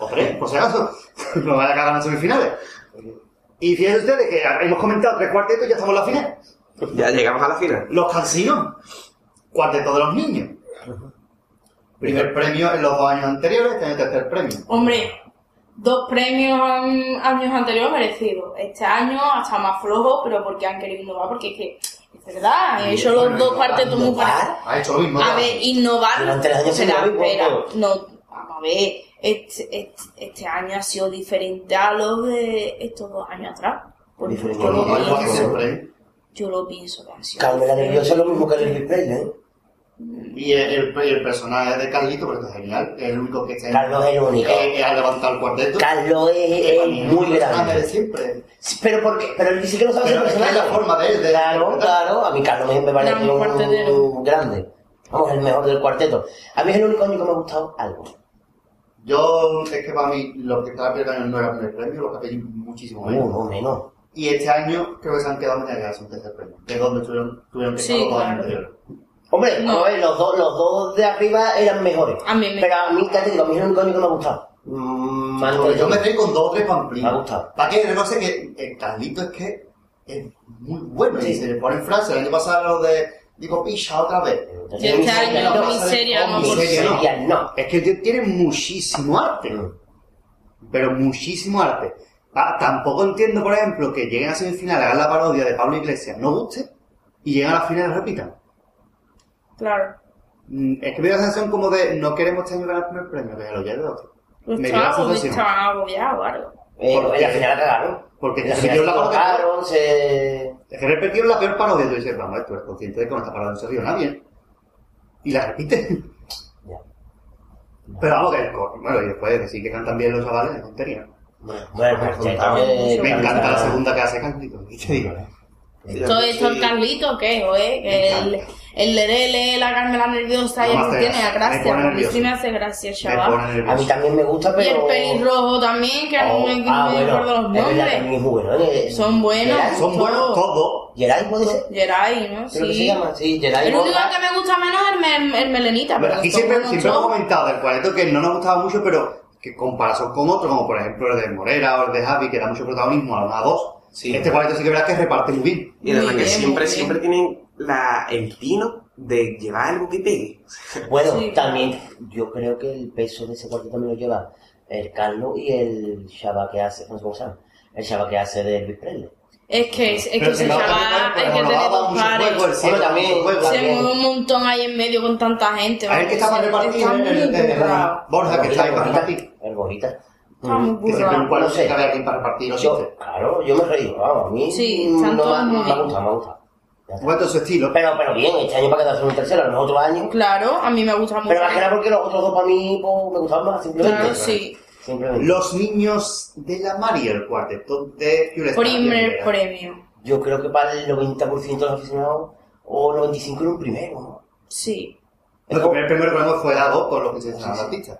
Speaker 4: O tres, por si acaso. <laughs> no vaya a cagar en las semifinales. Y fíjense ustedes que hemos comentado tres cuartetos y ya estamos en la final.
Speaker 2: Ya llegamos a la final.
Speaker 4: Los canciones. Cuarteto de los niños. Primer premio en los dos años anteriores, este año tercer premio.
Speaker 5: Hombre, dos premios an- años anteriores merecidos. Este año hasta más flojo, pero porque han querido innovar, porque es que, es verdad, han hecho los
Speaker 4: bueno,
Speaker 5: dos
Speaker 4: innovar,
Speaker 5: partes muy
Speaker 3: innovar.
Speaker 5: parecidas.
Speaker 4: Ah, Ha hecho lo mismo.
Speaker 5: A
Speaker 4: ¿no?
Speaker 5: ver, innovar.
Speaker 3: Durante el año se
Speaker 5: espera,
Speaker 3: innovó y
Speaker 5: espera,
Speaker 3: poco.
Speaker 5: no, vamos a ver. Este, este, este año ha sido diferente a los de estos dos años atrás. Porque
Speaker 3: Diferente.
Speaker 5: yo,
Speaker 4: Con
Speaker 5: lo
Speaker 4: los dos años
Speaker 5: pienso,
Speaker 4: anteriores.
Speaker 5: yo lo pienso que han sido.
Speaker 3: Carmen la nerviosa es
Speaker 5: diferentes.
Speaker 3: lo mismo que el Elvis Presley, ¿eh?
Speaker 4: Y el, el- el personaje de Carlito, porque esto es genial, es el único que está en-
Speaker 3: Carlos es el único.
Speaker 4: que- que ha levantado el cuarteto.
Speaker 3: Carlos es,
Speaker 4: Que
Speaker 3: es
Speaker 4: para mí es
Speaker 3: eh, muy
Speaker 4: el personaje de
Speaker 3: grande.
Speaker 4: siempre.
Speaker 3: Sí, Pero porque, pero él dice que no sabe
Speaker 4: Pero
Speaker 3: ser
Speaker 4: es que es
Speaker 3: personaje.
Speaker 4: la forma de él. de-
Speaker 3: Claro, claro. A mí Carlos me parece
Speaker 5: Gran cuartetero.
Speaker 3: un grande. Vamos, el mejor del cuarteto. A mí es el único año que me ha gustado algo.
Speaker 4: Yo, es que para mí, los que estaban peleando no eran el premio, los que pedí muchísimo menos.
Speaker 3: Uno menos.
Speaker 4: Y este año creo que se han quedado medallas un tercer premio, que es donde tuvieron, tuvieron que
Speaker 5: Sí,
Speaker 4: estar los dos
Speaker 5: claro.
Speaker 4: años de oro.
Speaker 3: Hombre, a
Speaker 5: No.
Speaker 3: ver, los, dos, los dos de arriba eran mejores.
Speaker 5: A mí me-
Speaker 3: Pero a mí, ya te digo, a mí es el único año que me ha gustado. Mm, antes
Speaker 4: Porque
Speaker 3: de-
Speaker 4: Yo me estoy con dos o tres con primo.
Speaker 3: Me ha gustado.
Speaker 4: ¿Para qué? No sé que el Carlito es que es muy bueno y
Speaker 3: Sí.
Speaker 4: se le pone en frase. El año pasado lo de, digo, picha otra vez.
Speaker 5: Yo este año
Speaker 4: no,
Speaker 5: no miseria,
Speaker 4: no,
Speaker 5: no por
Speaker 4: miseria,
Speaker 5: ser.
Speaker 4: no.
Speaker 3: Miseria, no.
Speaker 4: Es que tío tiene muchísimo arte.
Speaker 3: Mm.
Speaker 4: Pero muchísimo arte. Ah, tampoco entiendo, por ejemplo, que lleguen a semifinal, hagan la parodia de Pablo Iglesias, no guste, y lleguen a la final y repitan.
Speaker 5: Claro.
Speaker 4: Mm, Es que me da la sensación como de no queremos este año ganar el primer premio, que se lo lleve otro.
Speaker 5: Pues
Speaker 4: Me dio la
Speaker 5: estaba, pues
Speaker 4: sensación.
Speaker 5: estaban agobiados o algo.
Speaker 3: Eh,
Speaker 4: ¿Por
Speaker 3: en la
Speaker 4: qué?
Speaker 3: final la cagaron.
Speaker 4: Porque
Speaker 3: En la
Speaker 4: se
Speaker 3: final
Speaker 4: metió
Speaker 3: se
Speaker 4: la boca.
Speaker 3: tocaron, se...
Speaker 4: Es que repitieron la peor parodia de dices, vamos, tú eres consciente de que con esta parodia no se río nadie. Y la repite.
Speaker 3: Ya.
Speaker 4: Pero vamos, que el cor- Bueno, y después decir que cantan bien los chavales, es tontería.
Speaker 3: Bueno, pues,
Speaker 1: Me
Speaker 3: eh,
Speaker 4: Me encanta la
Speaker 3: Carlita-
Speaker 4: segunda que hace Carlito. ¿Qué te digo?
Speaker 5: Todo esto el Carlito, ¿qué? O, eh, que el, el Lerele, la Carmela nerviosa,
Speaker 4: No
Speaker 5: ya
Speaker 4: me
Speaker 5: no
Speaker 4: hace
Speaker 5: tiene
Speaker 4: gracia, me
Speaker 5: gracia.
Speaker 4: pone
Speaker 5: Porque sí
Speaker 4: nervioso.
Speaker 5: me hace gracia,
Speaker 4: Me pone
Speaker 5: chaval.
Speaker 3: A mí
Speaker 4: nervioso. Oh,
Speaker 3: también me gusta,
Speaker 5: Y el
Speaker 3: pero...
Speaker 5: pelirrojo también, que no me, no
Speaker 3: ah,
Speaker 5: me
Speaker 3: bueno,
Speaker 5: acuerdo los
Speaker 3: es verdad, también
Speaker 5: nombres.
Speaker 3: es muy bueno, eh.
Speaker 5: Son buenos.
Speaker 3: Geray-
Speaker 4: Son buenos todos.
Speaker 3: Geray, puede ser.
Speaker 5: Geray, ¿no?
Speaker 3: Creo que se
Speaker 5: Sí.
Speaker 3: llama, sí, Geray
Speaker 5: El único
Speaker 3: Borja.
Speaker 5: que me gusta menos es el, mel- el melenita.
Speaker 4: Bueno,
Speaker 5: pero
Speaker 4: aquí
Speaker 5: son
Speaker 4: siempre,
Speaker 5: buenos
Speaker 4: siempre hemos
Speaker 5: todos.
Speaker 4: comentado del cuarteto que no nos gustaba mucho, pero que en comparación con otros, como por ejemplo el de Morera o el de Javi, que da mucho protagonismo a los a dos,
Speaker 2: Sí.
Speaker 4: este cuarteto sí que verás que reparte muy bien.
Speaker 2: Y además
Speaker 5: Muy
Speaker 2: que
Speaker 5: bien,
Speaker 2: siempre,
Speaker 5: muy bien.
Speaker 2: siempre tienen la, el tino de llevar algo que pegue.
Speaker 3: Bueno,
Speaker 5: Sí.
Speaker 3: también yo creo que el peso de ese cuarteto también lo lleva el Carlos y el Shaba que hace, no sé cómo se llama, el Shaba que hace de Elvis Presley.
Speaker 5: Es que, es que
Speaker 4: Pero
Speaker 5: se
Speaker 4: si no,
Speaker 5: chaval, es
Speaker 4: también,
Speaker 5: que
Speaker 4: pero
Speaker 5: tiene
Speaker 4: nos daba
Speaker 5: dos
Speaker 4: mucho juego el
Speaker 5: pares.
Speaker 4: cielo,
Speaker 3: también,
Speaker 4: mucho juego.
Speaker 5: Se mueve un montón ahí en medio con tanta gente.
Speaker 4: A ver qué está
Speaker 5: vamos,
Speaker 4: más repartido el, el,
Speaker 5: Está
Speaker 4: el-
Speaker 5: muy
Speaker 4: el-
Speaker 5: currado.
Speaker 4: Borja, que está ahí para
Speaker 3: Gorita,
Speaker 4: repartir.
Speaker 3: El Mm, gorrita.
Speaker 5: Está muy
Speaker 4: Que siempre en
Speaker 5: currado.
Speaker 4: un cuarto
Speaker 3: No sé.
Speaker 4: sí que había alguien para repartir los
Speaker 3: Yo,
Speaker 4: chistes.
Speaker 3: claro, yo me he reído, vamos, a mí
Speaker 5: Sí,
Speaker 3: no
Speaker 5: están
Speaker 3: me,
Speaker 5: todos
Speaker 3: ha-
Speaker 5: muy
Speaker 3: me
Speaker 5: bien.
Speaker 3: ha gustado, me ha gustado. Ya está.
Speaker 4: Cuento su estilo.
Speaker 3: Pero, pero bien, este año va a quedarse en un tercero, los otros años.
Speaker 5: Claro, a mí me gusta mucho.
Speaker 3: Pero más que nada porque los otros dos para mí pues, me gustaban más, simplemente.
Speaker 5: Claro, sí.
Speaker 3: Simplemente.
Speaker 4: Los niños de la María, el cuarteto de Fioresta.
Speaker 5: Primer premio.
Speaker 3: Yo creo que para el 90% de los aficionados, o 95% era un primero, ¿no?
Speaker 5: Sí.
Speaker 4: Lo que primer premio que ganó fue dado por los que se llaman
Speaker 3: Sí, sí.
Speaker 4: artistas.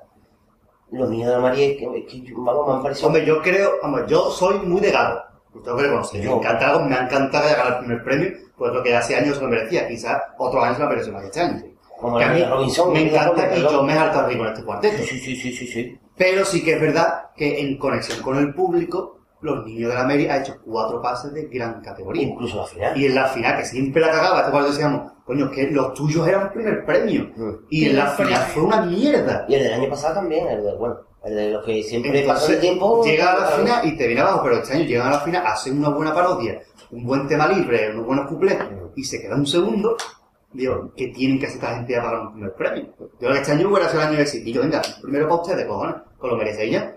Speaker 3: Los niños de la María, es que, es que yo- vamos, me han parecido...
Speaker 4: Hombre, yo creo, vamos, yo soy muy de Gabo. Lo tengo que reconocer. Me
Speaker 3: Yo.
Speaker 4: encanta Gabo, me ha encantado ganar el primer premio, pues lo que hace años se lo merecía. Quizás otros años se lo mereció más que este año.
Speaker 3: Como
Speaker 4: Que
Speaker 3: la
Speaker 4: a mí
Speaker 3: niña Robinson.
Speaker 4: me
Speaker 3: la niña
Speaker 4: encanta y
Speaker 3: Robinson,
Speaker 4: yo me he hartado de reír con este cuarteto.
Speaker 3: Sí, sí, sí, sí, sí, sí.
Speaker 4: Pero sí que es verdad que en conexión con el público, los niños de la Mary ha hecho cuatro pases de gran categoría.
Speaker 3: Incluso la final.
Speaker 4: Y en la final, que siempre la cagaba, este cuarto decíamos, coño, es que los tuyos eran primer premio.
Speaker 3: Mm.
Speaker 4: Y en la final fue una mierda.
Speaker 3: Y el del año pasado también, el de, bueno, el de los que siempre pasan
Speaker 4: Entonces,
Speaker 3: el tiempo...
Speaker 4: llega a la
Speaker 3: claro.
Speaker 4: final y te viene abajo, pero este año llegan a la final, hacen una buena parodia, un buen tema libre, unos buenos cuplés, y se queda un segundo. Digo, ¿qué tienen que hacer esta gente para ganar un primer premio? Yo creo que este año hubiera sido el año de decir, tío, venga, primero para ustedes, cojones, con lo merecéis ya.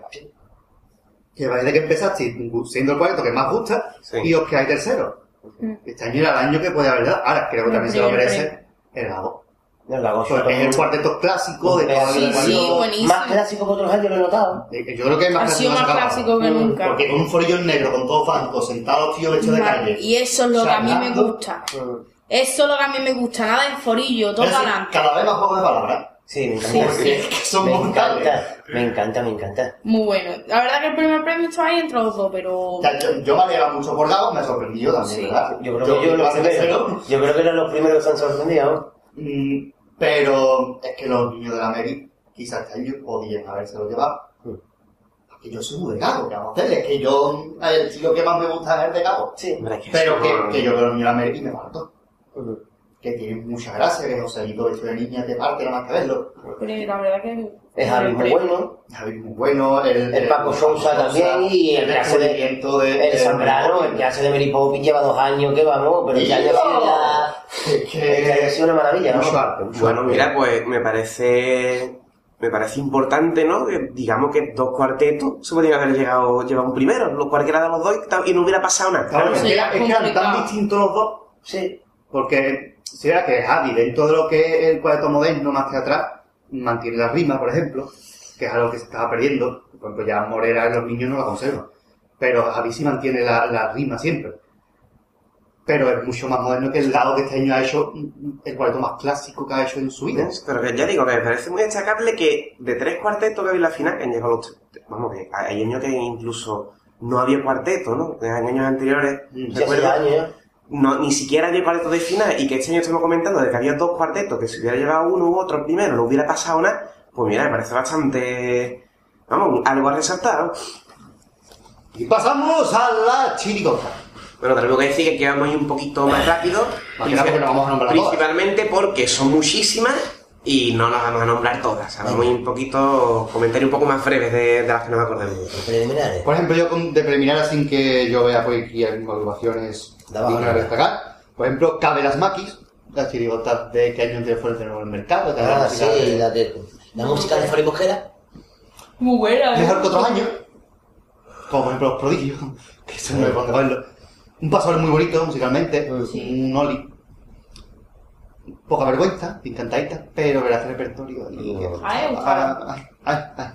Speaker 4: Que parece que empezasteis siendo el cuarto que más gusta
Speaker 2: Sí.
Speaker 4: y os quedáis tercero.
Speaker 5: Mm.
Speaker 4: Este año era el año que puede haber dado. Ahora creo que
Speaker 5: El
Speaker 4: también se lo
Speaker 5: primer
Speaker 4: merece el Gabo.
Speaker 3: No, la gozo,
Speaker 4: Porque es Pues, el cuarteto clásico de toda la
Speaker 5: Sí,
Speaker 4: vida.
Speaker 5: sí,
Speaker 4: Yo-
Speaker 5: buenísimo.
Speaker 3: Más clásico que otros años lo he notado.
Speaker 4: Eh, Yo creo que es más
Speaker 5: Ha
Speaker 4: clásico
Speaker 5: sido
Speaker 4: que
Speaker 5: más
Speaker 4: se acaba.
Speaker 5: clásico que nunca.
Speaker 4: Mm, Porque con un forillo en negro, con todo fanco, sentados tíos hechos de
Speaker 5: Vale,
Speaker 4: calle.
Speaker 5: Y eso es lo que a mí me
Speaker 4: charlando.
Speaker 5: gusta. Eso es lo que a mí me gusta. Nada de forillo, todo
Speaker 4: mm. Pero sí,
Speaker 5: adelante.
Speaker 4: Cada vez más juegos de palabras.
Speaker 3: Sí, me encanta.
Speaker 4: Porque es que son
Speaker 3: me
Speaker 4: brutales.
Speaker 3: encanta, me encanta, me encanta.
Speaker 5: Muy bueno. La verdad que el primer premio estaba ahí entre los dos, pero...
Speaker 4: O sea, yo, yo me alegraba mucho por Gabo, me sorprendió también,
Speaker 5: Sí.
Speaker 4: ¿verdad?
Speaker 3: Yo creo que yo
Speaker 4: iba
Speaker 3: los
Speaker 4: a ser tercero,
Speaker 3: primeros. Yo creo que eran los primeros que se han sorprendido. ¿no?
Speaker 4: mm, Pero es que los niños de la Mary, quizás este año podían habérselo llevado.
Speaker 3: Mm.
Speaker 4: Porque yo soy muy de Gabo, que vamos a hacer, es que yo, el chico que más me gusta es el de Gabo.
Speaker 3: Sí.
Speaker 2: Hombre, es que
Speaker 4: Pero
Speaker 2: eso
Speaker 4: que,
Speaker 2: no-
Speaker 4: que yo veo los niños de la Mary y me parto.
Speaker 3: Ujú.
Speaker 4: Que tienen mucha gracia, que no sé, y todo hecho de niña te parte nada más que verlo.
Speaker 5: Pero la verdad que...
Speaker 3: Es Javi muy bueno.
Speaker 4: Javi muy bueno, el,
Speaker 3: El Paco Sousa también y el que hace de-
Speaker 4: descubrimiento de,
Speaker 3: El
Speaker 4: eh,
Speaker 3: Zambrano, el que hace de Mary Poppins, lleva dos años que vamos, pero ya ha sido ya.
Speaker 4: Es
Speaker 3: ya Eh, ha
Speaker 4: que
Speaker 3: sido una maravilla,
Speaker 4: mucho
Speaker 3: ¿no?
Speaker 4: arte, mucho
Speaker 2: Bueno,
Speaker 4: arte.
Speaker 2: mira, pues me parece me parece importante, ¿no? Que digamos que dos cuartetos se podrían haber llegado llevado un primero, lo cualquiera de los dos y tal, y no hubiera pasado nada.
Speaker 4: Claro, es
Speaker 5: Sí,
Speaker 4: que era- es que eran
Speaker 5: complicado.
Speaker 4: tan distintos los dos.
Speaker 3: Sí.
Speaker 4: Porque si verá que Javi, dentro de lo que es el cuarteto moderno más que atrás, mantiene la rima, por ejemplo, que es algo que se estaba perdiendo. Por ejemplo, ya Morera en los niños no la conserva. Pero Javi sí mantiene la, la rima siempre. Pero es mucho más moderno que el lado que este año ha hecho, mm, el cuarteto más clásico que ha hecho en su vida.
Speaker 2: ¿eh? Pero que ya digo que me parece muy destacable que de tres cuartetos que había en la final, que han llegado los tres. Vamos, que hay años que incluso no había cuarteto, ¿no? En años anteriores,
Speaker 4: Mm,
Speaker 3: Ya hace
Speaker 2: recuerdo,
Speaker 3: años ya.
Speaker 2: no, ni siquiera había cuarteto de final y que este año estamos comentando de que había dos cuartetos, que si hubiera llegado uno u otro el primero, no hubiera pasado nada, pues mira, me parece bastante. Vamos, algo a resaltar. ¿no?
Speaker 4: Y pasamos a la chirigota.
Speaker 2: Bueno, tenemos que decir que vamos a ir un poquito más rápido.
Speaker 4: Más que nada porque no vamos a nombrar todas.
Speaker 2: principalmente porque son muchísimas y no las vamos a nombrar todas. Vamos a ir un poquito, comentario un poco más breves de, de las que no me acordemos.
Speaker 3: Preliminares.
Speaker 4: Por ejemplo, yo con- de preliminar, sin que yo vea por aquí algunas agrupaciones
Speaker 3: De abajo,
Speaker 4: dignas de
Speaker 3: ¿no?
Speaker 4: destacar. Por ejemplo, Cabe las Maquis, las chirigotas de que año anterior fueron de nuevo en el mercado. que eran
Speaker 3: Ah,
Speaker 4: las
Speaker 3: sí,
Speaker 4: chirigotas de-
Speaker 3: la, de- la música de Fari Mosquera.
Speaker 7: Muy buena,
Speaker 5: ¿eh?
Speaker 4: mejor que otros años, como por ejemplo Los Prodigios, <laughs> que eso no me pongo a verlo. Un pasador muy bonito musicalmente, pues,
Speaker 7: Sí.
Speaker 4: un Oli. Poca vergüenza, encantadita, pero verás el repertorio.
Speaker 3: Ah.
Speaker 4: y-
Speaker 7: Ay, ojalá.
Speaker 4: Ah, ah, ah.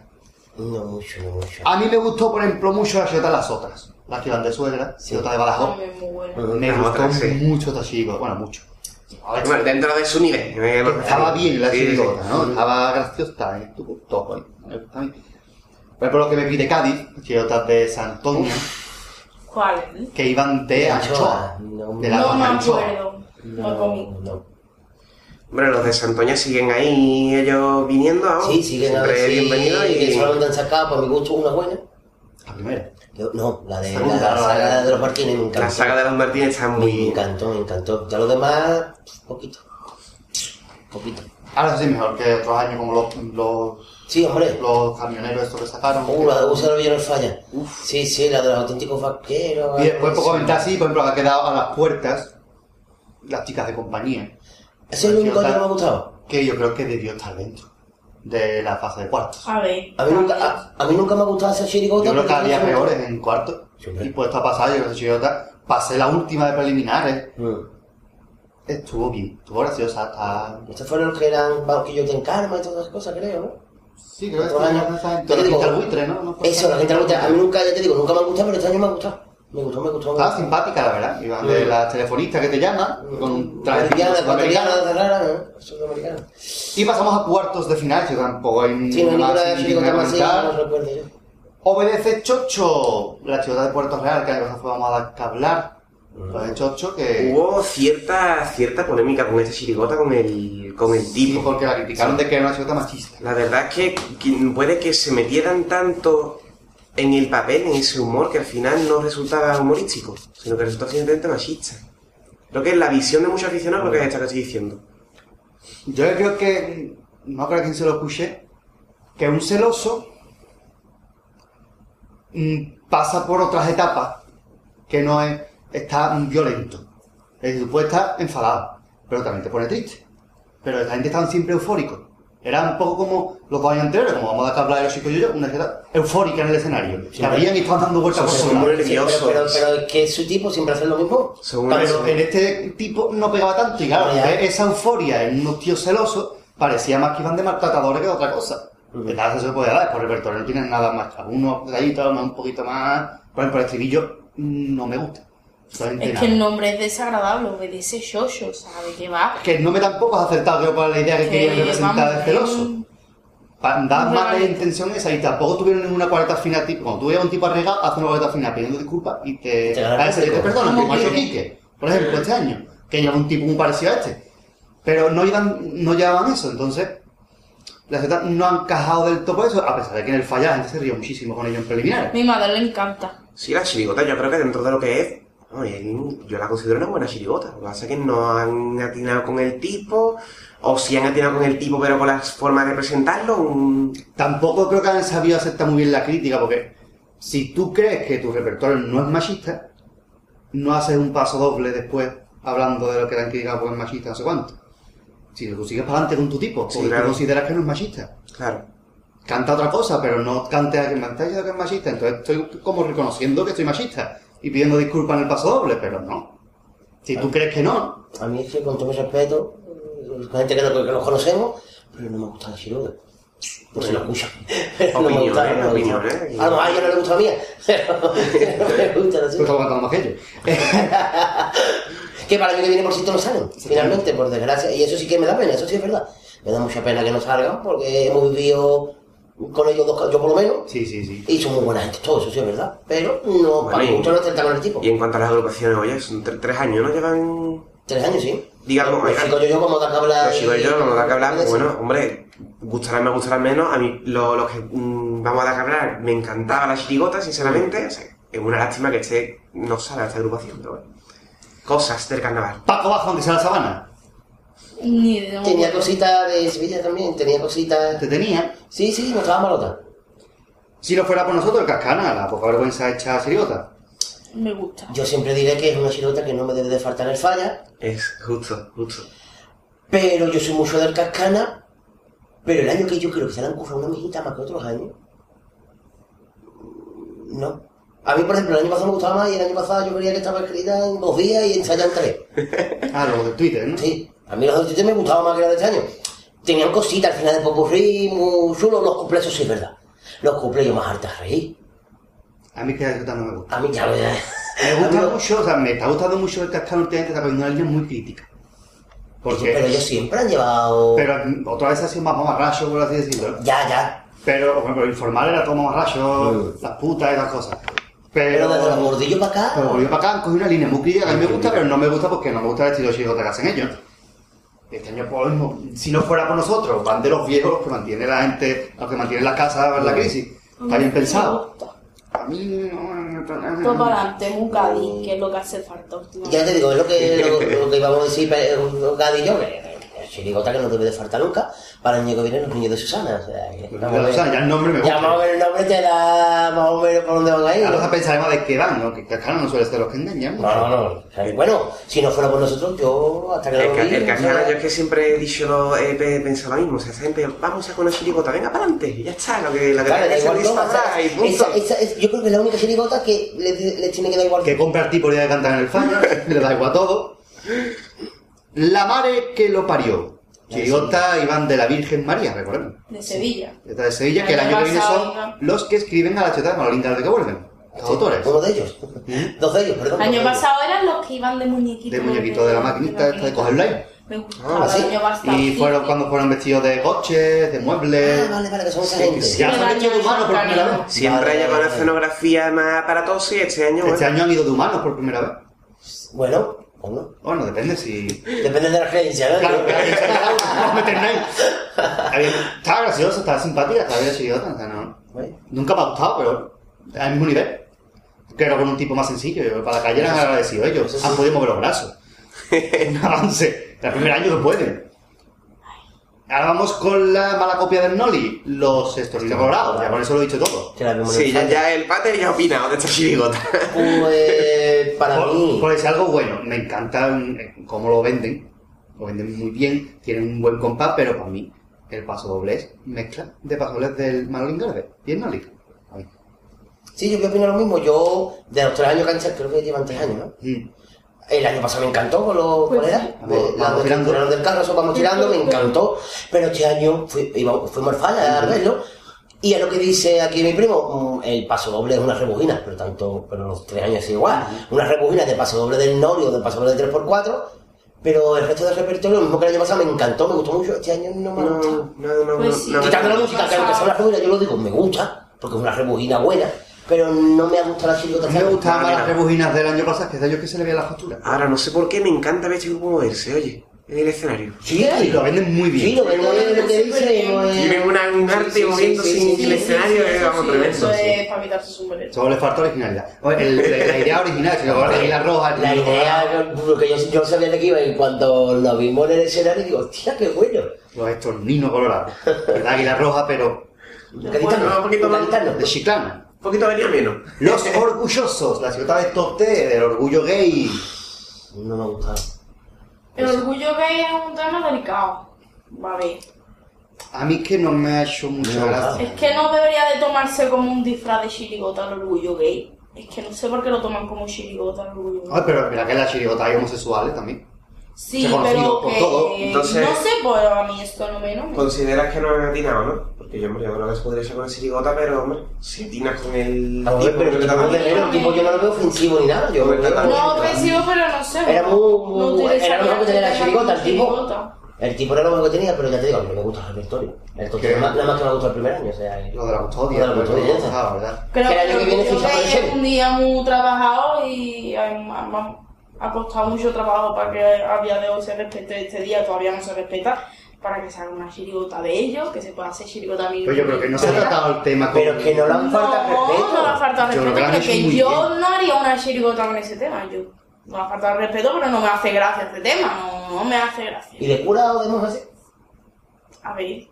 Speaker 3: No mucho, no mucho.
Speaker 4: A mí me gustó, por ejemplo, mucho la chota de las otras, las que van de suegra,
Speaker 3: Sí.
Speaker 4: chota de Badajoz.
Speaker 7: También muy buena.
Speaker 4: Me
Speaker 2: Las
Speaker 4: gustó
Speaker 2: otras, sí.
Speaker 4: mucho esta chirigota, bueno, mucho. A ver,
Speaker 2: Bueno, dentro de su nivel. eh, lo-
Speaker 4: estaba bien la
Speaker 2: Sí, sí, sí.
Speaker 4: chirigota, ¿no? Estaba graciosa, ¿eh? Estuvo todo ahí. Pero por lo que me pide Cádiz, chirigotas de San Antonio,
Speaker 7: ¿Cuál? es?
Speaker 4: que iban de anchoa.
Speaker 3: No,
Speaker 4: de la
Speaker 7: No me
Speaker 4: hoja anchoa.
Speaker 7: acuerdo. No, comí.
Speaker 3: no, no.
Speaker 2: Bueno, los de Santoña siguen ahí, ellos viniendo aún.
Speaker 3: Sí, siguen a
Speaker 2: Siempre
Speaker 3: ver si-
Speaker 2: bienvenidos
Speaker 3: que
Speaker 2: y.
Speaker 3: solamente han sacado, por mi gusto, una buena.
Speaker 4: La primera.
Speaker 3: Yo- no, la de
Speaker 4: Segunda,
Speaker 3: la,
Speaker 4: la-
Speaker 3: saga de los Martínez me encantó.
Speaker 2: La saga de los Martínez está
Speaker 3: Me
Speaker 2: muy.
Speaker 3: encantó, me encantó. Ya lo demás, poquito. Poquito.
Speaker 4: Ahora sí, mejor que otros años, como los, los,
Speaker 3: Sí, hombre.
Speaker 4: los camioneros estos que sacaron.
Speaker 3: Uh, la de Usa no el falla. Sí, sí, la de los auténticos vaqueros.
Speaker 4: Y después, por
Speaker 3: Sí.
Speaker 4: comentar así, por ejemplo, ha quedado a las puertas las chicas de compañía,
Speaker 3: Ese es el único que no me ha gustado.
Speaker 4: que yo creo que debió estar dentro de la fase de cuartos.
Speaker 7: A ver.
Speaker 3: A mí nunca, a, a mí nunca me ha gustado esa
Speaker 4: Yo
Speaker 3: chirigota.
Speaker 4: creo que
Speaker 3: porque
Speaker 4: había
Speaker 3: no sé-
Speaker 4: peores en cuartos.
Speaker 3: Sí, hombre.
Speaker 4: Y pues puesto a pasar, yo creo que Chirigota, pasé la última de preliminares.
Speaker 3: Mm.
Speaker 4: Estuvo bien, estuvo graciosa. Está...
Speaker 3: Estos fueron los que eran banquillos de encarma y todas esas cosas, creo, ¿no?
Speaker 4: Sí, creo que
Speaker 3: Otros años.
Speaker 4: está
Speaker 3: Yo te digo,
Speaker 4: el buitre, ¿no? ¿no? fue-
Speaker 3: Eso, la gente la gusta. A mí nunca, ya te digo, nunca me ha gustado, pero este año me ha gustado. Me gustó, me gustó. me
Speaker 4: Estaba
Speaker 3: gustó. Mm.
Speaker 4: simpática, la verdad. Iban de la telefonista que te llama, con un traje típico
Speaker 3: Colombiana,
Speaker 4: sudamericano.
Speaker 3: ecuatoriana, de rara, ¿no? Sudamericana.
Speaker 4: Y pasamos a cuartos de final, que tampoco hay
Speaker 3: Sí, no hay
Speaker 4: nada
Speaker 3: ninguna
Speaker 4: así
Speaker 3: chirigota
Speaker 4: que
Speaker 3: más, sí,
Speaker 4: comentar.
Speaker 3: no recuerdo yo.
Speaker 4: Obedece Chocho, la ciudad de Puerto Real, que la fue vamos a dar que hablar.
Speaker 3: Ah.
Speaker 4: Obedece Chocho,
Speaker 3: Uh.
Speaker 4: que...
Speaker 2: Hubo cierta, cierta polémica con esta chirigota, con el, con el
Speaker 4: Sí,
Speaker 2: tipo.
Speaker 4: porque la criticaron de que era una ciudad machista.
Speaker 2: La verdad es que quien- puede que se metieran tanto en el papel, en ese humor, que al final no resultaba humorístico, sino que resultó simplemente machista. Creo que es la visión de muchos aficionados lo que es esta que estoy diciendo.
Speaker 4: Yo creo que... No creo que se lo escuché. Que un celoso mm, pasa por otras etapas que no es... Está violento. Es decir, tú puedes estar enfadado, pero también te pone triste. Pero la gente estaba siempre eufórico. Era un poco como los dos años anteriores, como vamos a dar que hablar de los chicos y yo, una ciudad eufórica en el escenario. Que habrían estado dando vueltas por
Speaker 2: Sí,
Speaker 4: su
Speaker 2: sí,
Speaker 4: lado.
Speaker 2: muy nervioso.
Speaker 3: Sí, pero, pero- pero es que su tipo siempre hace lo mismo.
Speaker 2: Según eso.
Speaker 4: Pero en este tipo no pegaba tanto, y claro,
Speaker 3: Ya.
Speaker 4: ver esa euforia en unos tíos celosos parecía más que iban de maltratadores que otra cosa.
Speaker 3: Ujú.
Speaker 4: Que nada se puede dar, por el repertorio no tienen nada más. Algunos detallitos, más un poquito más. Por ejemplo, el estribillo mm, no me gusta. Absolutamente
Speaker 7: Es que el
Speaker 4: nada.
Speaker 7: nombre es desagradable, obedece Shosho, ¿sabe qué va?
Speaker 4: Que el nombre tampoco es acertado, creo, para la idea que querían representar de
Speaker 7: vamos,
Speaker 4: celoso. Pa- Da
Speaker 7: Un
Speaker 4: más de
Speaker 7: regalito.
Speaker 4: intención esa y tampoco tuvieron ninguna cuarta final. Tipo, cuando tú veas a un tipo arreglado, hace una cuarta final pidiendo disculpas y te.
Speaker 3: Te ganas
Speaker 4: a ese
Speaker 3: el
Speaker 4: que te
Speaker 3: coco.
Speaker 4: perdonan,
Speaker 7: Como
Speaker 4: como ha hecho
Speaker 7: quiere.
Speaker 4: Quique, por ejemplo, este año, que lleva un tipo muy parecido a este. Pero no, llevan, no llevaban eso, entonces. Las Z no han cajado del todo por eso, a pesar de que en el falla la gente se rió muchísimo con ellos en preliminares.
Speaker 7: Mi madre le encanta.
Speaker 2: Sí, la chirigota yo creo que dentro de lo que es, no, el- yo la considero una buena chirigota. Lo que pasa es que no han atinado con el tipo, o si han atinado con el tipo pero con las formas de presentarlo, un-
Speaker 4: Tampoco creo que han sabido aceptar muy bien la crítica, porque si tú crees que tu repertorio no es machista, no haces un paso doble después hablando de lo que te han criticado por machista, no sé cuánto. Si tú sigues para adelante con tu tipo,
Speaker 2: Sí,
Speaker 4: porque
Speaker 2: claro.
Speaker 4: tú consideras que no es machista.
Speaker 2: claro.
Speaker 4: Canta otra cosa, pero no cante a que me está diciendo que es machista. Entonces estoy como reconociendo que soy machista y pidiendo disculpas en el paso doble, pero no. Si tú crees que no,
Speaker 3: A mí es que, con todo mi respeto, la gente que, no- que nos conocemos, pero no me gusta la Shiroda. No se la escucha. <laughs> Pero no me gusta,
Speaker 2: Opiniones,
Speaker 3: no me gusta.
Speaker 2: opiniones.
Speaker 3: A lo mejor a ella no le gusta la mía, <laughs> pero no me gusta la
Speaker 4: tú estás
Speaker 3: suya.
Speaker 4: aguantando más que yo.
Speaker 3: Que para mí que viene por cierto no salen, finalmente, por desgracia. Y eso sí que me da pena, eso sí es verdad. Me da mucha pena que no salgan porque hemos vivido con ellos dos, yo por lo menos,
Speaker 4: Sí, sí, sí.
Speaker 3: y son muy buena gente, todo eso sí es verdad. Pero no,
Speaker 2: Bueno,
Speaker 3: para mí
Speaker 2: y-
Speaker 3: mucho no está con el tipo.
Speaker 2: Y en cuanto a las agrupaciones, oye, son tre- tres años, ¿no? Llevan.
Speaker 3: Tres años, sí.
Speaker 2: Digamos,
Speaker 3: Los
Speaker 2: oiga,
Speaker 3: chicos yo, yo como da que hablar.
Speaker 2: Los chicos
Speaker 3: y-
Speaker 2: y yo no da que hablar,
Speaker 3: Sí.
Speaker 2: bueno, hombre, gustará más, gustará menos. A mí, lo, lo que mm, vamos a dar que hablar, me encantaba la chirigota, sinceramente. O sea, es una lástima que esté, no salga esta agrupación, pero bueno. Cosas del carnaval.
Speaker 4: Paco Bajo, donde sea la sabana.
Speaker 5: Ni de
Speaker 3: Tenía cositas de Sevilla también, tenía cositas.
Speaker 4: Te tenía.
Speaker 3: Sí, sí, no estaba malota.
Speaker 4: Si no fuera por nosotros, el cascana, la poca vergüenza hecha seriota.
Speaker 5: Me gusta.
Speaker 3: Yo siempre diré que es una chirota que no me debe de faltar el falla,
Speaker 2: Es justo, justo.
Speaker 3: pero yo soy mucho del cascana. Pero el año que yo creo que se le han currado una mijita más que otros años. No. A mí, por ejemplo, el año pasado me gustaba más y el año pasado yo veía que estaba escrita en dos días y ensayada en tres.
Speaker 4: Ah, lo de Twitter, ¿no?
Speaker 3: Sí, a mí los dos chistes me gustaban más que los de este año. Tenían cositas al final de Popurrí, muy chulo. Los cumples, eso sí es verdad. Los cumples yo más hartas reí.
Speaker 4: A mí este resultado no me gusta.
Speaker 3: A mí ya lo
Speaker 4: Me
Speaker 3: Me
Speaker 4: gusta mucho, o sea, me está gustando mucho el cascana últimamente, está cogiendo una línea muy crítica. Porque,
Speaker 3: Pero ellos siempre han llevado.
Speaker 4: pero mm, otra vez ha sido más mamarracho, por así decirlo. ¿no?
Speaker 3: Ya, ya.
Speaker 4: Pero, por ejemplo, informal era todo mamarracho, las putas, esas cosas. Pero,
Speaker 3: Pero desde los gordillos para acá.
Speaker 4: pero volvió para acá, han cogido una línea muy crítica que a mí me gusta, pero no me gusta porque no me gusta el estilo chico que hacen ellos. Este año, por lo mismo, si no fuera por nosotros, van de los viejos los que mantiene la gente, los que mantienen las casas en la crisis. Está bien pensado. A mí no...
Speaker 7: Todo para adelante, un Cádiz, que es lo que hace falta últimamente.
Speaker 3: Ya te digo, es lo que, lo,
Speaker 4: <laughs>
Speaker 3: lo que íbamos a decir, pero Gadi y yo, que que chirigota que no debe de faltar nunca. Para el año que viene, los niños de Susana. O sea, que
Speaker 4: Los
Speaker 3: vamos
Speaker 4: niños de
Speaker 3: a ver.
Speaker 4: Susana, ya el nombre me
Speaker 3: Ya
Speaker 4: gusta.
Speaker 3: más o menos el nombre te da más o menos por dónde van a ir.
Speaker 4: Ahora se
Speaker 3: ¿no?
Speaker 4: pensar además de qué van, ¿no? Que Cascano no suele ser los que engañan.
Speaker 3: No, no, no. O sea, Bueno, si no fuera por nosotros, yo hasta que no
Speaker 2: El,
Speaker 3: lo
Speaker 2: ca-
Speaker 3: vi,
Speaker 2: el
Speaker 3: no
Speaker 2: cascana,
Speaker 3: sé.
Speaker 2: yo es que siempre he dicho, lo- he pe- pensado lo mismo. O sea, esa gente, vamos a con la chirigota, venga para adelante, y ya está. Lo que, la que
Speaker 3: Claro,
Speaker 2: tenga
Speaker 3: da
Speaker 2: que
Speaker 3: igual
Speaker 2: salir
Speaker 3: todo, o sea,
Speaker 2: saldrá y punto.
Speaker 3: esa- esa es- yo creo que es la única chirigota que les, les tiene que dar igual.
Speaker 4: que compra el tipo de cantar en el fallo, <laughs> le da igual a todo. La madre que lo parió. Chirigota Iván de la Virgen María, recordemos.
Speaker 7: De Sevilla.
Speaker 4: Esta de Sevilla, que el
Speaker 7: Año
Speaker 4: año que viene
Speaker 7: pasado,
Speaker 4: son
Speaker 7: ¿no?
Speaker 4: los que escriben a la chota de Manolín de que vuelven. Los autores.
Speaker 3: Uno de ellos.
Speaker 4: ¿Mm?
Speaker 3: Dos de ellos, perdón.
Speaker 7: Año
Speaker 3: dos de ellos.
Speaker 7: pasado eran los que iban de muñequito.
Speaker 4: De muñequito de la maquinita, esta de cogerlo ahí.
Speaker 7: Me gustaba
Speaker 3: Ah, ¿sí?
Speaker 7: el año pasado.
Speaker 4: Y
Speaker 7: sí.
Speaker 4: fueron cuando fueron vestidos de coches, de muebles.
Speaker 3: Ah, vale, vale, que son esa
Speaker 4: Sí,
Speaker 3: gente.
Speaker 4: sí, Ya se han vestido de humanos por primera vez.
Speaker 2: Siempre
Speaker 3: Vale,
Speaker 2: ha llevado
Speaker 3: vale,
Speaker 2: una
Speaker 3: vale.
Speaker 2: escenografía más aparatosa y este año,
Speaker 4: Este
Speaker 2: bueno,
Speaker 4: año han ido de humanos por primera vez.
Speaker 3: Bueno, o no.
Speaker 4: Bueno, depende si.
Speaker 3: Depende de la creencia, ¿no?
Speaker 4: Claro, pero ahí se ha quedado, no me terminéis. Está bien, Estaba gracioso, estaba simpática, estaba bien chillota, o sea, no.
Speaker 3: Bueno.
Speaker 4: Nunca me ha gustado, pero al mismo nivel. Que era con un tipo más sencillo, yo, para la calle eran agradecidos ellos. Han podido mover los brazos. Un avance. El primer año que pueden. Ahora vamos con la mala copia del Noli, los estos colorados, ya con eso lo he dicho todo.
Speaker 3: Que la memoria
Speaker 2: Sí, ya,
Speaker 3: falla.
Speaker 2: ya el pater ya ha opinado de esta chirigota.
Speaker 3: Pues, para mí...
Speaker 4: Por, por decir algo bueno, me encanta eh, cómo lo venden, lo venden muy bien, tienen un buen compás, pero para mí el paso doblez mezcla de paso doblez del Manolín Garde y el Noli. A mí.
Speaker 3: Sí, yo opino lo mismo. Yo, de los tres años que han hecho, creo que llevan tres años, ¿no?
Speaker 4: Mm.
Speaker 3: El año pasado me encantó con los...
Speaker 7: Pues
Speaker 3: ¿Cuál era?
Speaker 7: sí.
Speaker 4: Vamos-
Speaker 3: Eh, la
Speaker 4: vamos
Speaker 3: de-
Speaker 4: tirando.
Speaker 3: la del carro, eso vamos tirando, me encantó. Pero este año fui, iba, fuimos al falla al verlo. Y es lo que dice aquí mi primo, mm, el paso doble es una rebujina, pero tanto, pero los tres años es igual. Una rebujina de paso doble del novio, de paso doble del 3x4. Pero el resto del repertorio, lo mismo que el año pasado, me encantó, me gustó mucho. Este año no me ha
Speaker 2: No,
Speaker 3: gustado.
Speaker 2: no, no, no.
Speaker 7: Pues sí.
Speaker 2: no me-
Speaker 3: Quitando la música, que aunque sea una rebujina, yo lo digo, me gusta, porque es una rebujina buena, pero no me ha gustado la chirigota.
Speaker 4: A mí me gustaban más
Speaker 2: mira.
Speaker 4: las rebujinas del año pasado, que es de ellos que se le veía la factura.
Speaker 2: Ahora, no sé por qué me encanta ver este grupo moverse, oye, en el escenario.
Speaker 3: Ah, Sí,
Speaker 4: Y lo venden muy bien.
Speaker 3: Sí, lo venden bien, lo que dice. pues, no es-
Speaker 2: Tienen una- un arte
Speaker 3: Eh, sí, sí,
Speaker 2: moviéndose
Speaker 3: sí, sí,
Speaker 2: en el escenario, es vamos, tremendo.
Speaker 7: Eso es para quitarse su sombrero.
Speaker 4: Solo le falta originalidad. Oye, el- la,
Speaker 3: <laughs>
Speaker 4: la idea original, si lo guardas ahí la roja, el
Speaker 3: La
Speaker 4: color colorado,
Speaker 3: idea, lo que yo, yo sabía de que iba, y cuando lo vimos en el escenario, digo, hostia, qué bueno.
Speaker 4: los estorninos colorados. El águila roja, pero
Speaker 2: Bueno, un poquito más.
Speaker 3: Gaditano.
Speaker 4: de chiclana.
Speaker 2: Un poquito venía menos.
Speaker 3: <laughs>
Speaker 4: Los orgullosos, la ciudad de Toté, del orgullo gay.
Speaker 3: No me ha gustado.
Speaker 7: El orgullo gay es un tema delicado. Va a ver.
Speaker 4: A mí que no me ha hecho mucha
Speaker 3: No,
Speaker 4: gracia.
Speaker 7: Es que no debería de tomarse como un disfraz de chirigota el orgullo gay. Es que no sé por qué lo toman como chirigota el orgullo gay.
Speaker 4: Ay, pero mira que en la chirigota hay homosexuales también.
Speaker 7: Sí,
Speaker 4: Ah, se
Speaker 7: pero
Speaker 4: ha conocido por
Speaker 7: que...
Speaker 4: todo,
Speaker 2: entonces-
Speaker 7: No sé, pero a mí esto no me... No me...
Speaker 2: Consideras que no me he atinado, ¿no? Porque yo, hombre, yo creo que se podría ser con el sirigota, pero, hombre, si atinas con el
Speaker 3: A ver,
Speaker 2: tipo
Speaker 3: pero
Speaker 2: que
Speaker 3: el
Speaker 2: le
Speaker 3: tipo,
Speaker 2: da la-
Speaker 3: de- el tipo yo no lo veo ofensivo ni nada. Yo
Speaker 2: No,
Speaker 3: yo-
Speaker 2: no,
Speaker 7: No, ofensivo, pero no sé.
Speaker 3: Era muy-
Speaker 7: No
Speaker 3: muy- era lo
Speaker 7: utilizaría
Speaker 3: mejor que tenía la
Speaker 7: el
Speaker 3: chirigota, el tipo.
Speaker 7: chirigota.
Speaker 3: El tipo era lo único que tenía, pero ya te digo, a mí me gusta el repertorio. El repertorio
Speaker 4: ¿Qué?
Speaker 3: nada nada más que me gustó el primer año, o sea... que-
Speaker 4: Lo de la custodia,
Speaker 3: Lo de la custodia,
Speaker 4: pero-
Speaker 3: esa.
Speaker 4: ah, ¿verdad?
Speaker 7: Creo
Speaker 3: Que el
Speaker 7: que
Speaker 3: año que
Speaker 7: el
Speaker 3: viene
Speaker 7: orgullo
Speaker 3: ficha por
Speaker 7: gay
Speaker 3: el
Speaker 7: es
Speaker 3: serio.
Speaker 7: un día muy trabajado y han- han- han apostado mucho trabajo para que a día de hoy se respete este día, todavía no se respeta, para que salga una chirigota de ellos, que se pueda hacer chirigota mil.
Speaker 4: Pero Pues yo creo que no se ha tratado el tema con...
Speaker 3: Pero es que no le han falta respeto.
Speaker 7: No, no me falta
Speaker 4: Yo creo
Speaker 7: respeto,
Speaker 4: que lo han
Speaker 7: porque
Speaker 4: hecho muy
Speaker 7: yo
Speaker 4: bien.
Speaker 7: no haría una chirigota con ese tema. Yo no me ha faltado el respeto, pero no me hace gracia este tema, no, no me hace gracia.
Speaker 3: ¿Y de cura o de monja así?
Speaker 7: A ver,